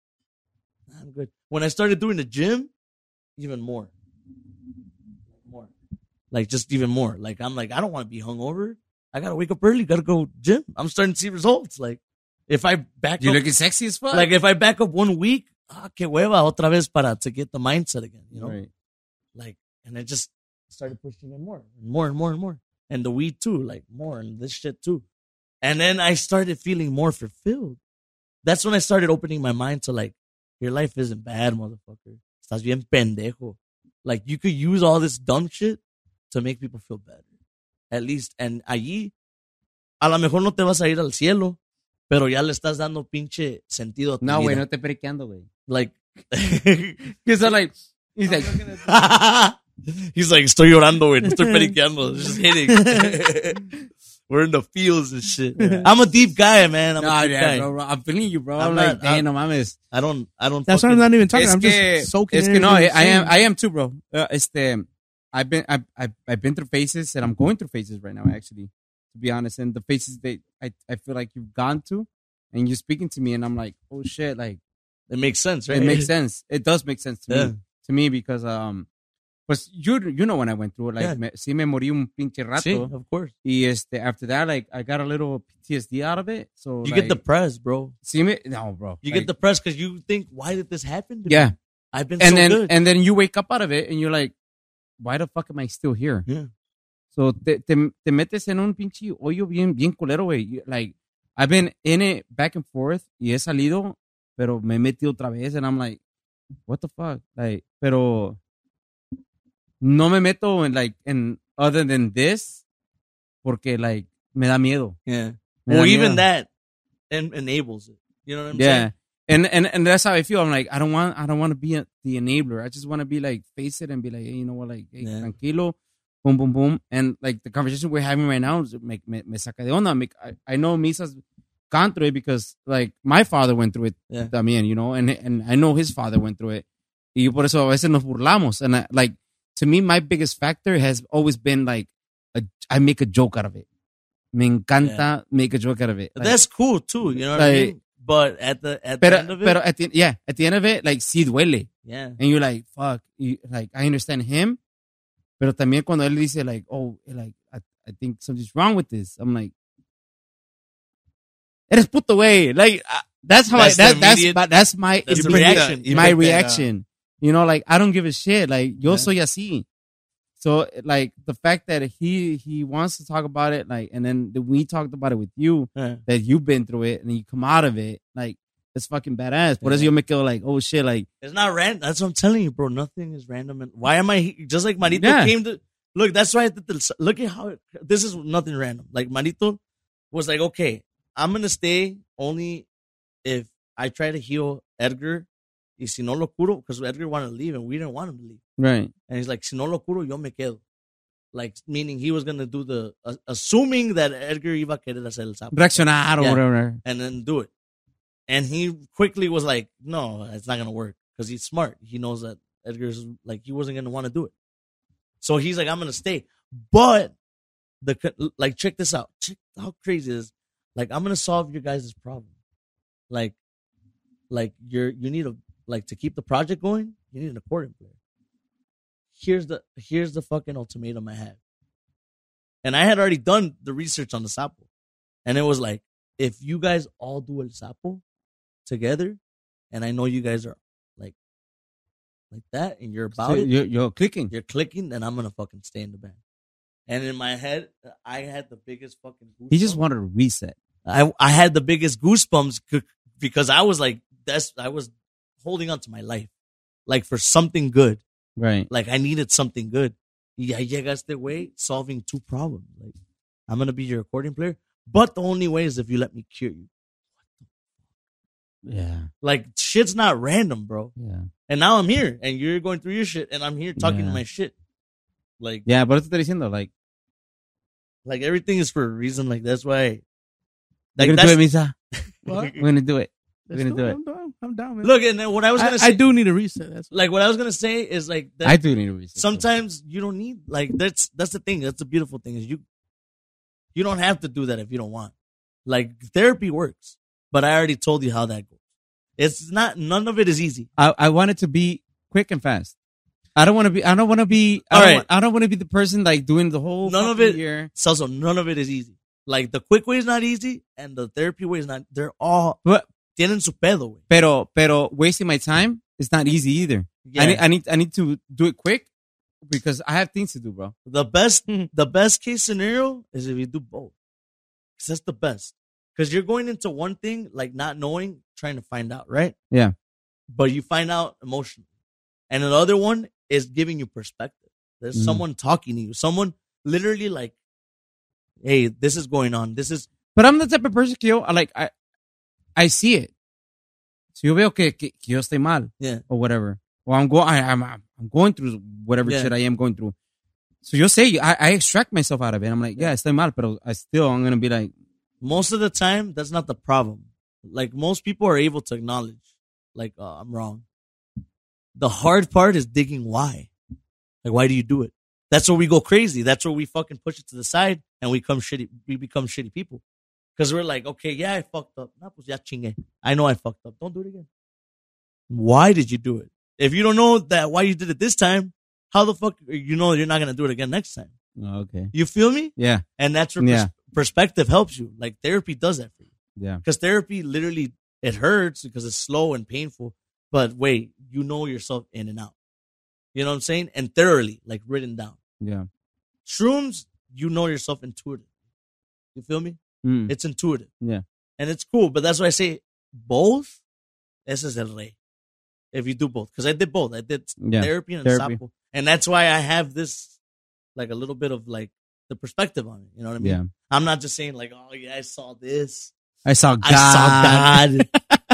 [SPEAKER 4] "Nah, I'm good. When I started doing the gym, even more, more, like just even more. Like I'm like, I don't want to be hungover. I gotta wake up early. Gotta go gym. I'm starting to see results. Like if I back
[SPEAKER 7] You
[SPEAKER 4] up,
[SPEAKER 7] looking sexy as fuck.
[SPEAKER 4] like if I back up one week, ah, que hueva otra vez para to get the mindset again, you know?
[SPEAKER 7] Right.
[SPEAKER 4] Like, and I just started pushing it more and more and more and more. And the weed too, like more and this shit too. And then I started feeling more fulfilled. That's when I started opening my mind to like, your life isn't bad, motherfucker. Estás bien pendejo. Like you could use all this dumb shit to make people feel better. At least, and allí, a lo mejor no te vas a ir al cielo, pero ya le estás dando pinche sentido a tu
[SPEAKER 3] No, güey,
[SPEAKER 4] vida.
[SPEAKER 3] no te periqueando, güey.
[SPEAKER 4] Like,
[SPEAKER 3] Because I'm like, he's like,
[SPEAKER 4] he's like, estoy llorando, güey, no estoy periqueando, it's just hitting. We're in the fields and shit. I'm a deep guy, man. I'm a
[SPEAKER 3] no,
[SPEAKER 4] deep guy.
[SPEAKER 3] yeah, bro, bro, I'm feeling you, bro.
[SPEAKER 4] I'm
[SPEAKER 3] I'm, like,
[SPEAKER 4] not- I'm-
[SPEAKER 3] damn, no mames.
[SPEAKER 4] I don't, I don't.
[SPEAKER 6] That's why I'm
[SPEAKER 4] fucking-
[SPEAKER 6] not even talking.
[SPEAKER 3] Es
[SPEAKER 6] I'm
[SPEAKER 3] que,
[SPEAKER 6] just soaking
[SPEAKER 3] es
[SPEAKER 6] in
[SPEAKER 3] que no, I,
[SPEAKER 6] everything
[SPEAKER 3] I am,
[SPEAKER 6] you're
[SPEAKER 3] I am too, bro. Uh, este, I've been, I've, I've, I've been through phases and I'm going through phases right now, actually, to be honest. And the phases that I, I feel like you've gone to and you're speaking to me and I'm like, oh shit, like,
[SPEAKER 4] It makes sense, right?
[SPEAKER 3] It makes sense. It does make sense to
[SPEAKER 4] Yeah.
[SPEAKER 3] me. To me because um pues you you know when I went through it like
[SPEAKER 4] Yeah.
[SPEAKER 3] me, sí me morí un pinche rato
[SPEAKER 4] Sí, of course.
[SPEAKER 3] y este after that like I got a little PTSD out of it. So
[SPEAKER 4] You
[SPEAKER 3] like,
[SPEAKER 4] get depressed, bro.
[SPEAKER 3] sí me no bro.
[SPEAKER 4] You
[SPEAKER 3] like,
[SPEAKER 4] get depressed because you think, why did this happen? To me?
[SPEAKER 3] yeah.
[SPEAKER 4] I've been
[SPEAKER 3] And
[SPEAKER 4] so
[SPEAKER 3] then
[SPEAKER 4] good.
[SPEAKER 3] and then you wake up out of it and you're like why the fuck am I still here?
[SPEAKER 4] Yeah.
[SPEAKER 3] So te, te, te metes en un pinche hoyo bien bien culero güey. You- Like I've been in it back and forth y he salido pero me he metido otra vez and I'm like what the fuck like pero no me meto en like en other than this porque like me da miedo
[SPEAKER 4] yeah.
[SPEAKER 3] me
[SPEAKER 4] Well,
[SPEAKER 3] da
[SPEAKER 4] even
[SPEAKER 3] miedo.
[SPEAKER 4] that en- enables it. You know what I'm
[SPEAKER 3] yeah
[SPEAKER 4] saying?
[SPEAKER 3] and and and that's how I feel I'm like I don't want I don't want to be a- the enabler I just want to be like face it and be like hey, you know what like hey,
[SPEAKER 4] Yeah.
[SPEAKER 3] tranquilo boom boom boom and like the conversation we're having right now is- me, me, me saca de onda me, I, I know Misa's gone through it because like my father went through it
[SPEAKER 4] Yeah.
[SPEAKER 3] también, you know, and and I know his father went through it. Y por eso a veces nos burlamos. And I, like to me, my biggest factor has always been like a, I make a joke out of it. Me encanta make a joke out of it.
[SPEAKER 4] But
[SPEAKER 3] Like,
[SPEAKER 4] That's cool too. You know what I
[SPEAKER 3] like-
[SPEAKER 4] mean? But at the at the
[SPEAKER 3] pero,
[SPEAKER 4] end of it,
[SPEAKER 3] pero at the, yeah, at the end of it, like sí duele.
[SPEAKER 4] yeah,
[SPEAKER 3] And you're like, fuck. You, like I understand him, pero también cuando él dice like, oh, like I, I think something's wrong with this. I'm like, eres puto way. Like uh, that's how
[SPEAKER 4] That's the
[SPEAKER 3] I that, that's
[SPEAKER 4] immediate-
[SPEAKER 3] but that's my
[SPEAKER 4] that's the
[SPEAKER 3] immediate-
[SPEAKER 4] reaction.
[SPEAKER 3] my reaction. You know, like I don't give a shit. Like yo
[SPEAKER 4] Yeah.
[SPEAKER 3] soy así. So like the fact that he he wants to talk about it, like, and then that we talked about it with you,
[SPEAKER 4] Yeah.
[SPEAKER 3] that you've been through it, and then you come out of it, like it's fucking badass. Por eso
[SPEAKER 4] Yeah.
[SPEAKER 3] yo me quedo like, oh shit, like
[SPEAKER 4] It's not random. That's what I'm telling you, bro. Nothing is random. And why am I he- just like Marito
[SPEAKER 3] Yeah.
[SPEAKER 4] came to look? That's why I did the- look at how this is nothing random. Like Marito was like, okay, I'm gonna stay only if I try to heal Edgar. Y si no lo curo, because Edgar wanted to leave and we didn't want him to leave.
[SPEAKER 3] right.
[SPEAKER 4] And he's like, si no lo curo, yo me quedo. Like, meaning he was gonna do the, uh, assuming that Edgar iba a querer hacer el sapo
[SPEAKER 3] reaccionar o
[SPEAKER 4] Yeah.
[SPEAKER 3] whatever.
[SPEAKER 4] and then do it. And he quickly was like, no, it's not going to work because he's smart. He knows that Edgar's like, he wasn't going to want to do it. So he's like, I'm going to stay. But the, co- like, check this out. Check how crazy this. Like, I'm going to solve your guys' problem. Like, like you're, you need a, like to keep the project going, you need an accordion player. Here's the, here's the fucking ultimatum I have. And I had already done the research on the sapo. And it was like, if you guys all do el sapo together, and I know you guys are like like that, and you're about it,
[SPEAKER 3] You're, you're clicking.
[SPEAKER 4] you're clicking, then I'm gonna fucking stay in the band. And in my head, I had the biggest fucking. Goosebumps.
[SPEAKER 3] He just wanted to reset.
[SPEAKER 4] I I had the biggest goosebumps c- because I was like, that's I was holding on to my life, like for something good.
[SPEAKER 3] Right.
[SPEAKER 4] Like I needed something good. Yeah, llegaste, way solving two problems. Like I'm gonna be your accordion player, but the only way is if you let me cure you.
[SPEAKER 3] Yeah.
[SPEAKER 4] Like shit's not random, bro.
[SPEAKER 3] Yeah.
[SPEAKER 4] And now I'm here, and you're going through your shit, and I'm here talking to
[SPEAKER 3] Yeah.
[SPEAKER 4] my shit. Like,
[SPEAKER 3] Yeah, por eso te estoy diciendo, like,
[SPEAKER 4] like everything is for a reason. Like that's why.
[SPEAKER 3] we're
[SPEAKER 4] Like
[SPEAKER 3] gonna do it, Misa.
[SPEAKER 4] that's
[SPEAKER 6] What?
[SPEAKER 3] We're gonna do it. We're
[SPEAKER 6] That's
[SPEAKER 3] gonna do
[SPEAKER 6] cool.
[SPEAKER 3] it.
[SPEAKER 6] I'm down. I'm down, man.
[SPEAKER 4] look. And then what I was
[SPEAKER 6] I,
[SPEAKER 4] gonna say,
[SPEAKER 6] I do need a reset. That's
[SPEAKER 4] like what I was gonna say is like that
[SPEAKER 3] I do need to reset.
[SPEAKER 4] sometimes you don't need like that's that's the thing. That's the beautiful thing is you you don't have to do that if you don't want. Like therapy works, but I already told you how that goes. It's not none of it is easy.
[SPEAKER 3] I, I want it to be quick and fast. I don't want to be. I don't want to be. I
[SPEAKER 4] All
[SPEAKER 3] don't,
[SPEAKER 4] right.
[SPEAKER 3] want- I don't want to be the person like doing the whole.
[SPEAKER 4] None of
[SPEAKER 3] fucking
[SPEAKER 4] it-
[SPEAKER 3] Year.
[SPEAKER 4] So, so none of it is easy. Like the quick way is not easy, and the therapy way is not. They're all
[SPEAKER 3] But-
[SPEAKER 4] tienen su pedo. güey.
[SPEAKER 3] Pero pero wasting my time is not easy either.
[SPEAKER 4] Yeah.
[SPEAKER 3] I need I need I need to do it quick because I have things to do, bro.
[SPEAKER 4] the best, the best case scenario is if you do both. 'Cause that's the best. Because you're going into one thing like not knowing, trying to find out, right?
[SPEAKER 3] Yeah.
[SPEAKER 4] But you find out emotionally, and another one is giving you perspective. There's
[SPEAKER 3] Mm.
[SPEAKER 4] someone talking to you, someone literally like, hey, this is going on. This is
[SPEAKER 3] But I'm the type of person que yo, I like, I, I see it. Si yo veo que, que, que yo estoy mal,
[SPEAKER 4] Yeah.
[SPEAKER 3] or whatever, or I'm, go, I, I'm, I'm going through whatever
[SPEAKER 4] Yeah.
[SPEAKER 3] shit I am going through. So yo say, I, I extract myself out of it. I'm like, yeah, estoy mal, pero I still, I'm going to be like,
[SPEAKER 4] most of the time that's not the problem. Like most people are able to acknowledge, like uh, I'm wrong. The hard part is digging why. Like why do you do it? That's where we go crazy. That's where we fucking push it to the side and we come shitty. We become shitty people because we're like, okay, yeah, I fucked up. Nah, pues ya chingué. I know I fucked up. Don't do it again. Why did you do it? If you don't know that why you did it this time, how the fuck you know you're not gonna do it again next time?
[SPEAKER 3] oh, okay.
[SPEAKER 4] You feel me?
[SPEAKER 3] Yeah.
[SPEAKER 4] and that's where
[SPEAKER 3] Yeah.
[SPEAKER 4] pers- perspective helps you. Like therapy does that for you.
[SPEAKER 3] Yeah.
[SPEAKER 4] because therapy literally it hurts because it's slow and painful. But wait, you know yourself in and out. You know what I'm saying? And thoroughly, like written down.
[SPEAKER 3] Yeah.
[SPEAKER 4] Shrooms, you know yourself intuitive. You feel me?
[SPEAKER 3] Mm.
[SPEAKER 4] It's intuitive.
[SPEAKER 3] Yeah.
[SPEAKER 4] And it's cool. But that's why I say both. This is el rey. If you do both, because I did both. I did
[SPEAKER 3] Yeah.
[SPEAKER 4] therapy and
[SPEAKER 3] therapy.
[SPEAKER 4] sapo. And that's why I have this, like a little bit of like the perspective on it. You know what I mean?
[SPEAKER 3] Yeah.
[SPEAKER 4] I'm not just saying like, oh yeah, I saw this.
[SPEAKER 3] I saw
[SPEAKER 4] Ah,
[SPEAKER 3] God.
[SPEAKER 4] I saw God.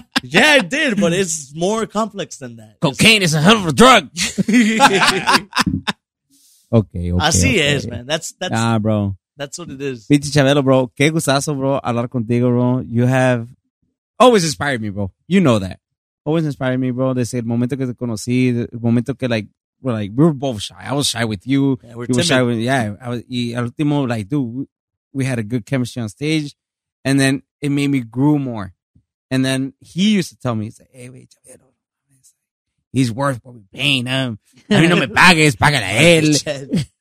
[SPEAKER 4] yeah, I did, but it's more complex than that.
[SPEAKER 3] Cocaine is a hell of a drug.
[SPEAKER 4] It's-
[SPEAKER 3] Okay, okay.
[SPEAKER 4] Así
[SPEAKER 3] okay.
[SPEAKER 4] es, man. That's that's
[SPEAKER 3] Ah, bro.
[SPEAKER 4] that's what it is.
[SPEAKER 3] Pinche Chabelo, bro. Qué gustazo, bro, hablar contigo, bro. You have always inspired me, bro. You know that. Always inspired me, bro. Desde el momento que te conocí, el momento que, like, we're like, we were both shy. I was shy with you.
[SPEAKER 4] Yeah, we're
[SPEAKER 3] You were shy
[SPEAKER 4] timid.
[SPEAKER 3] with, yeah. I was, y al último, like, dude, we, we had a good chemistry on stage. And then it made me grew more. And then he used to tell me, he's like, hey, wait, Chabelo. He's worth what we paying him. A mí no me pagues, págale a él.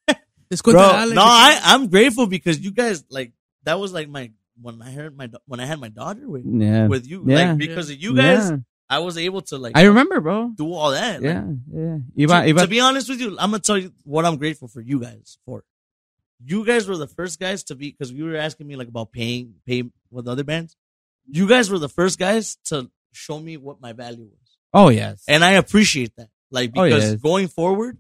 [SPEAKER 6] Es
[SPEAKER 4] Bro,
[SPEAKER 6] contra Alex.
[SPEAKER 4] no, I I'm grateful because you guys like that was like my when I heard my da- when I had my daughter with
[SPEAKER 3] Yeah.
[SPEAKER 4] with you
[SPEAKER 3] Yeah.
[SPEAKER 4] like because of you guys
[SPEAKER 3] Yeah.
[SPEAKER 4] I was able to like
[SPEAKER 3] I remember, bro.
[SPEAKER 4] do all that. Like,
[SPEAKER 3] Yeah, yeah. Iba,
[SPEAKER 4] to,
[SPEAKER 3] iba,
[SPEAKER 4] to be honest with you, I'm gonna tell you what I'm grateful for you guys for. You guys were the first guys to be because you were asking me like about paying pay with other bands. You guys were the first guys to show me what my value was,
[SPEAKER 3] oh yes.
[SPEAKER 4] and I appreciate that. Like
[SPEAKER 3] Oh,
[SPEAKER 4] because
[SPEAKER 3] yes.
[SPEAKER 4] going forward,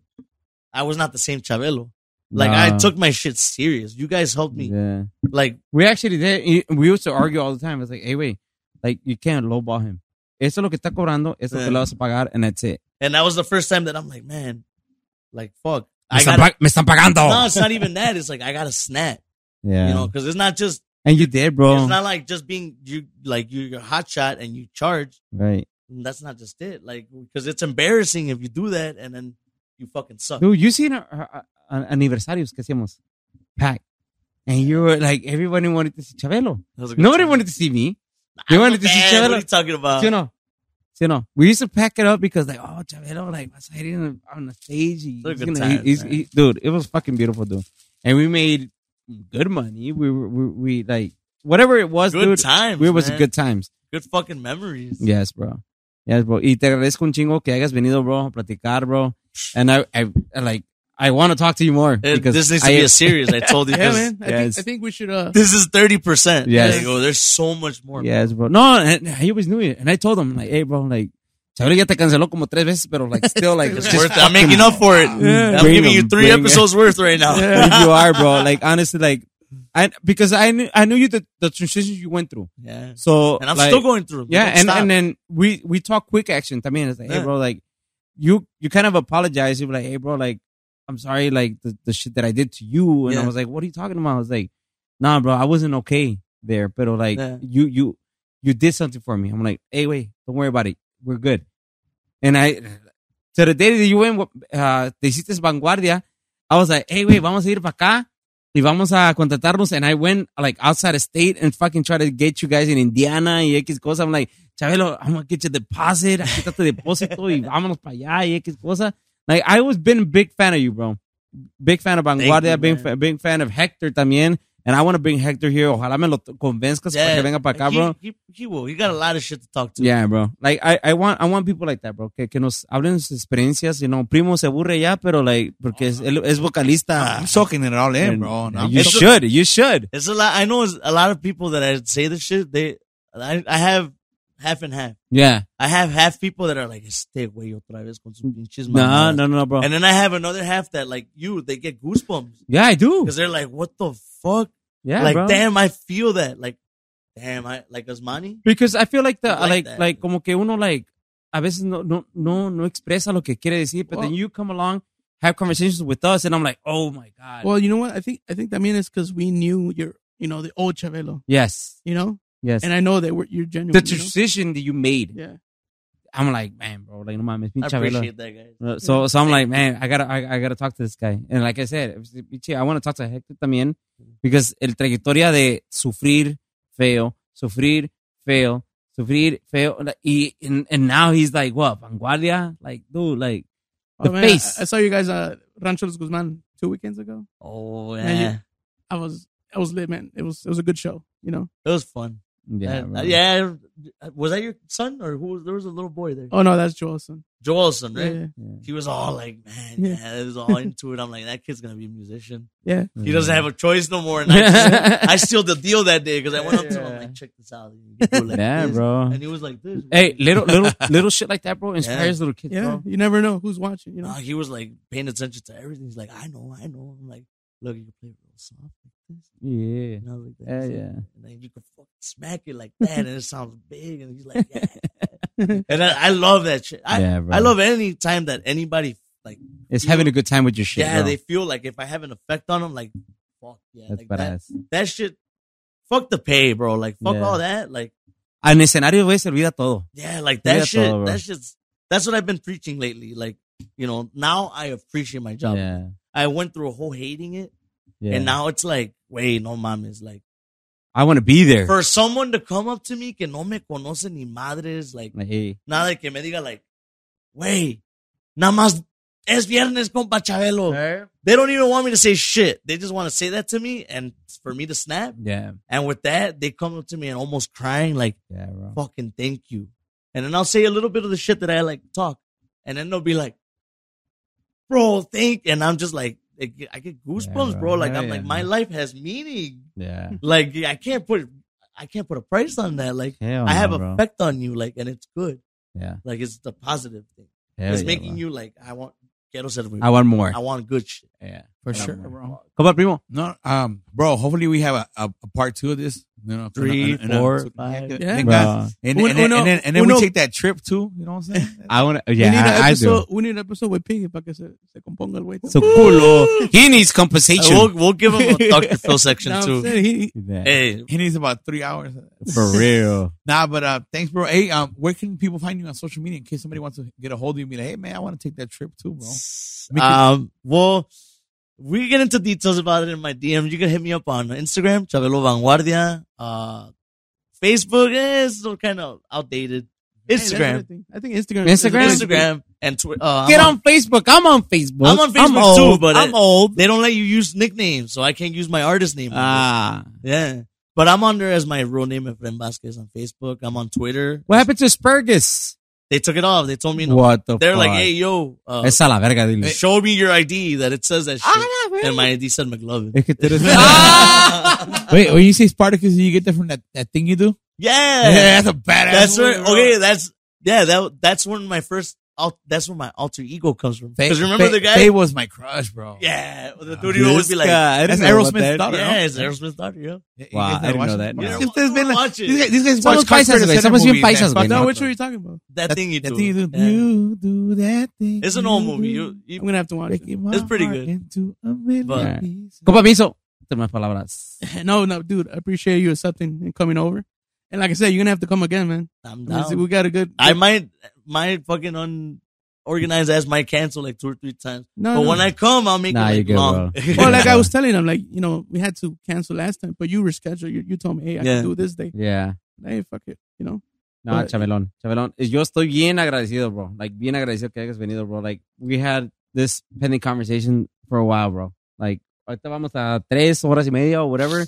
[SPEAKER 4] I was not the same Chabelo. Like I
[SPEAKER 3] Nah.
[SPEAKER 4] took my shit serious. You guys helped me.
[SPEAKER 3] Yeah.
[SPEAKER 4] Like
[SPEAKER 3] We actually did. We used to argue all the time. It's like, hey, wait, like you can't lowball him. Eso es lo que está cobrando, eso es lo
[SPEAKER 4] Yeah.
[SPEAKER 3] que le vas a pagar, and that's it.
[SPEAKER 4] and that was the first time that I'm like, man, like fuck.
[SPEAKER 3] Me
[SPEAKER 4] I
[SPEAKER 3] están,
[SPEAKER 4] got
[SPEAKER 3] pag- me están pagando.
[SPEAKER 4] no. It's not even that. It's like I gotta snap.
[SPEAKER 3] yeah.
[SPEAKER 4] You know, because it's not just
[SPEAKER 3] and you did, bro.
[SPEAKER 4] It's not like just being you like you're a hot shot and you charge.
[SPEAKER 3] right.
[SPEAKER 4] That's not just it. Like because it's embarrassing if you do that and then you fucking suck.
[SPEAKER 3] Dude, you seen our, our- our aniversarios que hacíamos? Pack. And you were like, everybody wanted to see Chabelo.
[SPEAKER 4] That was a good
[SPEAKER 3] Nobody
[SPEAKER 4] time.
[SPEAKER 3] wanted to see me.
[SPEAKER 4] I
[SPEAKER 3] you
[SPEAKER 4] was
[SPEAKER 3] wanted to see
[SPEAKER 4] bad.
[SPEAKER 3] Chabelo.
[SPEAKER 4] What are you talking about?
[SPEAKER 3] ¿Sí o no? ¿Sí o no? We used to pack it up because like, oh, Chabelo, like, was hiding on- on the stage. He-
[SPEAKER 4] Those are
[SPEAKER 3] he's
[SPEAKER 4] good
[SPEAKER 3] gonna-
[SPEAKER 4] times,
[SPEAKER 3] he's-
[SPEAKER 4] man.
[SPEAKER 3] he- dude, it was fucking beautiful, dude. And we made good money. We were, we, we like, whatever it was,
[SPEAKER 4] good
[SPEAKER 3] dude,
[SPEAKER 4] times.
[SPEAKER 3] we was
[SPEAKER 4] man.
[SPEAKER 3] good times.
[SPEAKER 4] good fucking memories.
[SPEAKER 3] Yes, bro. Yes, bro. Y te agradezco un chingo que hayas venido, bro, a platicar, bro. And I, I, I, like, I want to talk to you more.
[SPEAKER 4] It-
[SPEAKER 3] because
[SPEAKER 4] Eh, this needs to
[SPEAKER 3] I-
[SPEAKER 4] be a series. I told you.
[SPEAKER 6] yeah,
[SPEAKER 4] 'cause
[SPEAKER 6] man. I,
[SPEAKER 3] Yes.
[SPEAKER 6] think, I think we should. Uh,
[SPEAKER 4] This is thirty percent.
[SPEAKER 3] Yes.
[SPEAKER 4] Like, oh, there's so much more.
[SPEAKER 3] Yes, bro. No, and I always knew it. And I told him, like, hey, bro, like, Chabelo ya te canceló como tres veces, pero, like, still, like,
[SPEAKER 4] It's
[SPEAKER 3] just
[SPEAKER 4] worth it. I'm making up for it. I'm
[SPEAKER 3] Bring
[SPEAKER 4] giving you
[SPEAKER 3] them,
[SPEAKER 4] three
[SPEAKER 3] bring
[SPEAKER 4] episodes worth right now.
[SPEAKER 3] If you are, bro. Like honestly, like I because I knew I knew you the, the transitions you went through.
[SPEAKER 4] Yeah.
[SPEAKER 3] So
[SPEAKER 4] And I'm
[SPEAKER 3] like,
[SPEAKER 4] still going through. them. They
[SPEAKER 3] Yeah,
[SPEAKER 4] don't
[SPEAKER 3] and,
[SPEAKER 4] stop.
[SPEAKER 3] and then we we talk quick action. I mean, it's like, hey,
[SPEAKER 4] Yeah.
[SPEAKER 3] bro, like you you kind of apologize. You're like, hey, bro, like I'm sorry, like the, the shit that I did to you. And I
[SPEAKER 4] Yeah.
[SPEAKER 3] was like, what are you talking about? I was like, nah, bro, I wasn't okay there, but like
[SPEAKER 4] Yeah.
[SPEAKER 3] you you you did something for me. I'm like, hey, wait, don't worry about it. We're good. And I to the day that you went, uh, te hiciste vanguardia. I was like, hey, wait, vamos a ir para acá. Y vamos a contratarnos. And I went like outside of state and fucking try to get you guys in Indiana y X cosa. I'm like, Chabelo, I'm gonna get you a deposit. Aquí está tu depósito y vámonos para allá y X cosa. Like, I always been a big fan of you, bro. Big fan of Vanguardia,
[SPEAKER 4] you,
[SPEAKER 3] big,
[SPEAKER 4] man.
[SPEAKER 3] fa- big fan of Hector también. And I want to bring Hector here. Ojalá me lo t- convenzcas para que venga para acá,
[SPEAKER 4] he,
[SPEAKER 3] bro.
[SPEAKER 4] He, he will. He got a lot of shit to talk to.
[SPEAKER 3] Yeah, bro. Like I, I want, I want people like that, bro. Que, que nos hablen sus experiencias. You know, primo se aburre ya, pero like porque es, él es vocalista.
[SPEAKER 7] I'm soaking it all in,
[SPEAKER 3] And-
[SPEAKER 7] bro. No, I'm
[SPEAKER 3] you
[SPEAKER 4] It's-
[SPEAKER 3] should, you should.
[SPEAKER 4] It's a lot. I know it's a lot of people that I say this shit. They, I, I have half and half.
[SPEAKER 3] Yeah.
[SPEAKER 4] I have half people that are like, este güey otra vez con sus pinches
[SPEAKER 3] No,
[SPEAKER 4] mamadas."
[SPEAKER 3] no, no, bro.
[SPEAKER 4] And then I have another half that like you, they get goosebumps
[SPEAKER 3] Yeah, I do.
[SPEAKER 4] because they're like, what the fuck?
[SPEAKER 3] Yeah,
[SPEAKER 4] like,
[SPEAKER 3] bro.
[SPEAKER 4] damn, I feel that. Like, damn, I like Osmani.
[SPEAKER 3] Because I feel like the
[SPEAKER 4] Like
[SPEAKER 3] like
[SPEAKER 4] that.
[SPEAKER 3] like como que uno like a veces no no no no expresa lo que quiere decir, but then you come along, have conversations with us, and I'm like, oh my god.
[SPEAKER 6] Well, you know what? I think I think that mean is because we knew your, you know, the old Chavelo,
[SPEAKER 3] yes,
[SPEAKER 6] you know,
[SPEAKER 3] yes.
[SPEAKER 6] and I know that we're, you're genuine.
[SPEAKER 3] the
[SPEAKER 6] you know?
[SPEAKER 3] decision that you made,
[SPEAKER 6] Yeah.
[SPEAKER 3] I'm like, man, bro, like no mames,
[SPEAKER 4] I
[SPEAKER 3] pinche Mm, Chabelo.
[SPEAKER 4] appreciate that, guys.
[SPEAKER 3] Uh,
[SPEAKER 4] Mm-hmm.
[SPEAKER 3] So so I'm like, man, I gotta I, I gotta talk to this guy, and like I said, pinche, I want to talk to Hector también, because el trayectoria de sufrir feo, sufrir feo, sufrir feo, like, y and, and now he's like, what, vanguardia, like dude, like. The
[SPEAKER 6] Oh, man,
[SPEAKER 3] face.
[SPEAKER 6] I, I saw you guys at Rancho Los Guzman two weekends ago.
[SPEAKER 4] Oh, yeah.
[SPEAKER 6] Man, you- I was I was lit, man. It was it was a good show, you know.
[SPEAKER 4] It was fun.
[SPEAKER 3] Yeah,
[SPEAKER 4] And,
[SPEAKER 3] bro.
[SPEAKER 4] uh, yeah. Was that your son or who? was- There was a little boy there.
[SPEAKER 6] Oh no, that's Joelson.
[SPEAKER 4] Joelson,
[SPEAKER 6] Yeah,
[SPEAKER 4] right?
[SPEAKER 6] yeah.
[SPEAKER 4] He was all like, man,
[SPEAKER 6] Yeah.
[SPEAKER 4] yeah. it was all into it. I'm like, that kid's going to be a musician.
[SPEAKER 6] Yeah.
[SPEAKER 4] He doesn't have a choice no more. And I, I sealed the deal that day because I went up to him, I'm like, check this out. You can do it like
[SPEAKER 3] yeah,
[SPEAKER 4] this.
[SPEAKER 3] bro.
[SPEAKER 4] And he was like, this.
[SPEAKER 3] Hey, little little little shit like that, bro, inspires little kids,
[SPEAKER 6] yeah.
[SPEAKER 3] bro.
[SPEAKER 6] You never know who's watching, you
[SPEAKER 4] No,
[SPEAKER 6] know.
[SPEAKER 4] uh, he was like paying attention to everything. He's like, I know, I know. I'm like, look, you can play real soft like this.
[SPEAKER 3] Yeah.
[SPEAKER 4] And I was like,
[SPEAKER 3] Yeah,
[SPEAKER 4] "That's it."
[SPEAKER 3] yeah.
[SPEAKER 4] And then you can fucking smack it like that, and it sounds big. And he's like, yeah. and I, I love that shit. I,
[SPEAKER 3] Yeah, bro.
[SPEAKER 4] I love any time that anybody like,
[SPEAKER 3] It's having a good time with your shit.
[SPEAKER 4] yeah,
[SPEAKER 3] bro.
[SPEAKER 4] they feel like if I have an effect on them, like, fuck yeah,
[SPEAKER 3] That's
[SPEAKER 4] like that,
[SPEAKER 3] badass.
[SPEAKER 4] that shit. Fuck the pay, bro. Like fuck
[SPEAKER 3] Yeah.
[SPEAKER 4] all that. Like
[SPEAKER 3] En escenario, güey, se olvida todo.
[SPEAKER 4] yeah, like
[SPEAKER 3] Yeah,
[SPEAKER 4] that shit.
[SPEAKER 3] todo, bro.
[SPEAKER 4] that shit's that's what I've been preaching lately. Like you know, now I appreciate my job.
[SPEAKER 3] Yeah.
[SPEAKER 4] I went through a whole hating it,
[SPEAKER 3] yeah.
[SPEAKER 4] and now it's like, wait, no mames, like.
[SPEAKER 3] I want to be there.
[SPEAKER 4] for someone to come up to me que no me conoce ni madres, like
[SPEAKER 3] Like, hey.
[SPEAKER 4] nada de que me diga like, wey, nada más es viernes compa Chabelo.
[SPEAKER 3] Eh.
[SPEAKER 4] They don't even want me to say shit. They just want to say that to me and for me to snap.
[SPEAKER 3] Yeah.
[SPEAKER 4] And with that, they come up to me and almost crying like,
[SPEAKER 3] Yeah, bro.
[SPEAKER 4] fucking thank you. And then I'll say a little bit of the shit that I like talk, and then they'll be like, bro, thank. And I'm just like, I get I get goosebumps,
[SPEAKER 3] bro.
[SPEAKER 4] bro. Like
[SPEAKER 3] Yeah,
[SPEAKER 4] I'm
[SPEAKER 3] yeah,
[SPEAKER 4] like, my life has meaning
[SPEAKER 3] Yeah.
[SPEAKER 4] like I can't put I can't put a price on that. Like
[SPEAKER 3] Hell
[SPEAKER 4] I
[SPEAKER 3] no,
[SPEAKER 4] have
[SPEAKER 3] bro.
[SPEAKER 4] effect on you, like and it's good.
[SPEAKER 3] Yeah.
[SPEAKER 4] Like it's the positive thing.
[SPEAKER 3] Hell
[SPEAKER 4] it's
[SPEAKER 3] yeah,
[SPEAKER 4] making
[SPEAKER 3] bro.
[SPEAKER 4] you like I want quiero ser
[SPEAKER 3] I want more.
[SPEAKER 4] I want good shit.
[SPEAKER 3] yeah.
[SPEAKER 7] For
[SPEAKER 3] sure,
[SPEAKER 7] bro.
[SPEAKER 3] Come on, primo.
[SPEAKER 7] No, um, bro. Hopefully, we have a, a, a part two of this. You know,
[SPEAKER 4] Three,
[SPEAKER 7] and, uh, and,
[SPEAKER 4] four,
[SPEAKER 7] and,
[SPEAKER 4] five.
[SPEAKER 7] and-
[SPEAKER 6] Yeah.
[SPEAKER 7] and-
[SPEAKER 3] Bro.
[SPEAKER 7] and,
[SPEAKER 6] Uno-
[SPEAKER 7] and, and, and then, and then
[SPEAKER 6] uno-
[SPEAKER 7] we take that trip too. You know what I'm saying?
[SPEAKER 3] I want to.
[SPEAKER 6] we need
[SPEAKER 3] Yeah,
[SPEAKER 6] an
[SPEAKER 3] I, I
[SPEAKER 6] episode.
[SPEAKER 3] do.
[SPEAKER 6] We need an episode with Piggy para que se, se componga el güey.
[SPEAKER 3] So culo. He needs
[SPEAKER 4] Uh,
[SPEAKER 3] compensation.
[SPEAKER 4] we'll we'll give him a Dr. Phil section
[SPEAKER 6] No, I'm
[SPEAKER 4] too.
[SPEAKER 6] saying, he-
[SPEAKER 3] Yeah.
[SPEAKER 4] Hey,
[SPEAKER 7] he needs about three hours.
[SPEAKER 3] For real.
[SPEAKER 7] Nah, but uh, thanks, bro. Hey, um, where can people find you on social media in case somebody wants to get a hold of you? and be like, hey, man, I want to take that trip too, bro. Make it-
[SPEAKER 4] um, well, we get into details about it in my DM. You can hit me up on Instagram, Chabelo Vanguardia. Uh, Facebook is kind of outdated.
[SPEAKER 6] hey, that's what I
[SPEAKER 4] Instagram,
[SPEAKER 6] think. I think Instagram.
[SPEAKER 3] Instagram?
[SPEAKER 4] Instagram, and Twitter. Uh,
[SPEAKER 3] Get
[SPEAKER 4] I'm
[SPEAKER 3] on Facebook. I'm on Facebook.
[SPEAKER 4] I'm on Facebook
[SPEAKER 3] old.
[SPEAKER 4] too, but eh.
[SPEAKER 3] I'm
[SPEAKER 4] it-
[SPEAKER 3] old.
[SPEAKER 4] They don't let you use nicknames, so I can't use my artist name. on there.
[SPEAKER 3] Ah.
[SPEAKER 4] Yeah. But I'm on there as my real name, Efren Vasquez, on Facebook. I'm on Twitter.
[SPEAKER 3] What happened to Spurgus?
[SPEAKER 4] They took it off. They told me no.
[SPEAKER 3] What the
[SPEAKER 4] They're like,
[SPEAKER 3] fuck?
[SPEAKER 4] hey, yo, uh,
[SPEAKER 3] Esa la verga, dile.
[SPEAKER 4] show me your ID that it says that shit.
[SPEAKER 3] Ah, la verga.
[SPEAKER 4] and my ID said McLovin.
[SPEAKER 7] Es que tú eres-
[SPEAKER 4] Ah!
[SPEAKER 7] Wait, when you say Spartacus, you get that from that, that thing you do?
[SPEAKER 4] yeah.
[SPEAKER 7] Yeah, that's a badass.
[SPEAKER 4] That's
[SPEAKER 7] movie,
[SPEAKER 4] where,
[SPEAKER 7] bro.
[SPEAKER 4] okay, that's, yeah, that, that's when my first, al- that's where my alter ego comes from. Because remember
[SPEAKER 7] Faye-
[SPEAKER 4] the guy?
[SPEAKER 7] Faye was my crush, bro.
[SPEAKER 4] yeah. The dude who always be like,
[SPEAKER 7] That's Aerosmith's daughter.
[SPEAKER 4] yeah, it's Aerosmith's daughter, yo.
[SPEAKER 3] Wow, I didn't know that.
[SPEAKER 4] Yeah,
[SPEAKER 7] These guys been like-
[SPEAKER 4] watch it.
[SPEAKER 7] these guys- these guys
[SPEAKER 3] Somos
[SPEAKER 7] watch
[SPEAKER 3] paisas,
[SPEAKER 7] Carpenter Center
[SPEAKER 3] güey. Somos bien
[SPEAKER 7] movies, man.
[SPEAKER 3] paisas, güey.
[SPEAKER 7] Fuck,
[SPEAKER 6] No,
[SPEAKER 7] no,
[SPEAKER 6] which one are you talking about?
[SPEAKER 4] That, thing you do.
[SPEAKER 7] thing you do.
[SPEAKER 4] Yeah.
[SPEAKER 7] You do that thing.
[SPEAKER 4] It's an old movie. You,
[SPEAKER 6] I'm
[SPEAKER 4] you,
[SPEAKER 6] gonna have to watch it.
[SPEAKER 4] It's pretty good.
[SPEAKER 3] But-
[SPEAKER 7] But,
[SPEAKER 3] Compa Miso, últimas palabras.
[SPEAKER 6] No, no, dude. I appreciate you accepting and coming over. And like I said, you're gonna have to come again, man.
[SPEAKER 4] I'm
[SPEAKER 6] I mean,
[SPEAKER 4] down.
[SPEAKER 6] see, we got a good.
[SPEAKER 4] I might my fucking unorganized ass might cancel like two or three times.
[SPEAKER 6] no,
[SPEAKER 4] But
[SPEAKER 6] no.
[SPEAKER 4] when I come, I'll make
[SPEAKER 3] Nah,
[SPEAKER 4] it
[SPEAKER 3] you're
[SPEAKER 4] like,
[SPEAKER 3] good,
[SPEAKER 4] long.
[SPEAKER 6] well, like I was telling him, like you know, we had to cancel last time, but you rescheduled. You, you told me, hey, I
[SPEAKER 4] Yeah.
[SPEAKER 6] can do this day.
[SPEAKER 3] Yeah.
[SPEAKER 6] Hey, fuck it, you know.
[SPEAKER 3] No,
[SPEAKER 6] But-
[SPEAKER 3] Chabelón. Chabelón, yo estoy bien agradecido, bro. Like, bien agradecido que hayas venido, bro. Like, we had this pending conversation for a while, bro. Like, ahorita vamos a tres horas y media or whatever.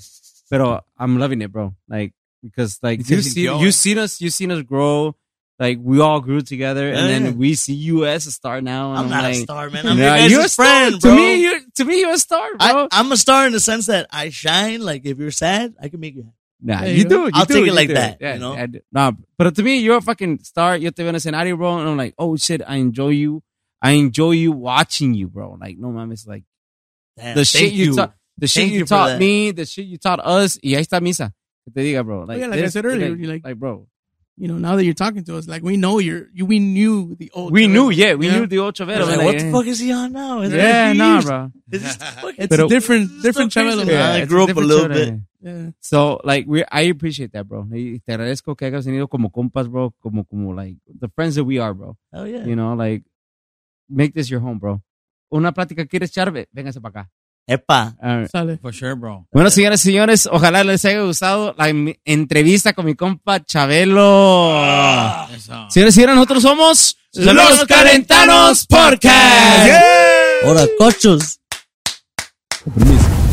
[SPEAKER 3] Pero I'm loving it, bro. Like, because, like,
[SPEAKER 7] It's
[SPEAKER 3] you've
[SPEAKER 7] getting
[SPEAKER 3] seen,
[SPEAKER 7] going.
[SPEAKER 3] you've seen us, you've seen us grow. Like, we all grew together. and
[SPEAKER 4] Yeah.
[SPEAKER 3] then we see you as a star now. And
[SPEAKER 4] Eh. I'm not
[SPEAKER 3] like,
[SPEAKER 4] a star, man. I'm
[SPEAKER 3] "Nah,
[SPEAKER 4] your guys'
[SPEAKER 3] you're a star.
[SPEAKER 4] friend,
[SPEAKER 3] To
[SPEAKER 4] bro.
[SPEAKER 3] me, you're, to me, you're a star, bro.
[SPEAKER 4] I, I'm a star in the sense that I shine. Like if you're sad, I can make you happy.
[SPEAKER 3] Nah,
[SPEAKER 6] There
[SPEAKER 3] you
[SPEAKER 6] you
[SPEAKER 3] do.
[SPEAKER 6] go.
[SPEAKER 3] you
[SPEAKER 4] I'll
[SPEAKER 3] do,
[SPEAKER 4] take it
[SPEAKER 3] you
[SPEAKER 4] like
[SPEAKER 3] do.
[SPEAKER 4] that,
[SPEAKER 3] Yeah,
[SPEAKER 4] you know?
[SPEAKER 3] I do. Nah, but to me, you're a fucking star. You're te ven escenario, bro, and I'm like, oh shit, I enjoy you. I enjoy you watching you, bro. Like, no mames, like
[SPEAKER 4] Damn,
[SPEAKER 3] the
[SPEAKER 4] thank
[SPEAKER 3] shit you, taught, the shit
[SPEAKER 4] Thank
[SPEAKER 3] you,
[SPEAKER 4] you for
[SPEAKER 3] taught
[SPEAKER 4] that.
[SPEAKER 3] me, the shit you taught us. Y ahí está misa. Que te diga, bro.
[SPEAKER 4] Oh,
[SPEAKER 3] Like,
[SPEAKER 6] yeah, like I
[SPEAKER 3] this-
[SPEAKER 6] said earlier,
[SPEAKER 3] like,
[SPEAKER 6] you're like-
[SPEAKER 3] like, bro.
[SPEAKER 6] You know, now that you're talking to us, like we know you're, you, we knew the
[SPEAKER 4] oh,
[SPEAKER 6] old.
[SPEAKER 3] We
[SPEAKER 6] Chevero.
[SPEAKER 3] knew, yeah, we
[SPEAKER 6] Yeah.
[SPEAKER 3] knew the old
[SPEAKER 4] I
[SPEAKER 3] Chavero.
[SPEAKER 4] was
[SPEAKER 3] man,
[SPEAKER 4] like,
[SPEAKER 3] like,
[SPEAKER 4] what the
[SPEAKER 3] eh.
[SPEAKER 4] fuck is he on now? Is
[SPEAKER 3] Yeah,
[SPEAKER 4] that
[SPEAKER 3] nah,
[SPEAKER 4] huge?
[SPEAKER 3] bro.
[SPEAKER 4] Is this the fuck?
[SPEAKER 6] It's
[SPEAKER 3] Pero-
[SPEAKER 6] different, different
[SPEAKER 4] so crazy.
[SPEAKER 6] Chabelo.
[SPEAKER 4] Yeah, I
[SPEAKER 3] it's
[SPEAKER 4] grew up a
[SPEAKER 3] different
[SPEAKER 4] little
[SPEAKER 3] Chavero.
[SPEAKER 4] bit.
[SPEAKER 6] Yeah.
[SPEAKER 3] So, like, we, I appreciate that, bro. Y te agradezco que hayas venido como compas, bro. Como, como, like, the friends that we are, bro.
[SPEAKER 4] Oh, yeah.
[SPEAKER 3] You know, like, make this your home, bro. Una plática quieres echar, Ve- véngase para acá.
[SPEAKER 4] Epa.
[SPEAKER 3] All right.
[SPEAKER 6] Sale.
[SPEAKER 10] For sure, bro.
[SPEAKER 3] Bueno, señoras y señores, ojalá les haya gustado la em- entrevista con mi compa Chabelo. Señores y señores, nosotros somos
[SPEAKER 4] Los Calentanos Podcast.
[SPEAKER 3] Yeah.
[SPEAKER 4] Ahora, cochos.
[SPEAKER 10] Con permiso.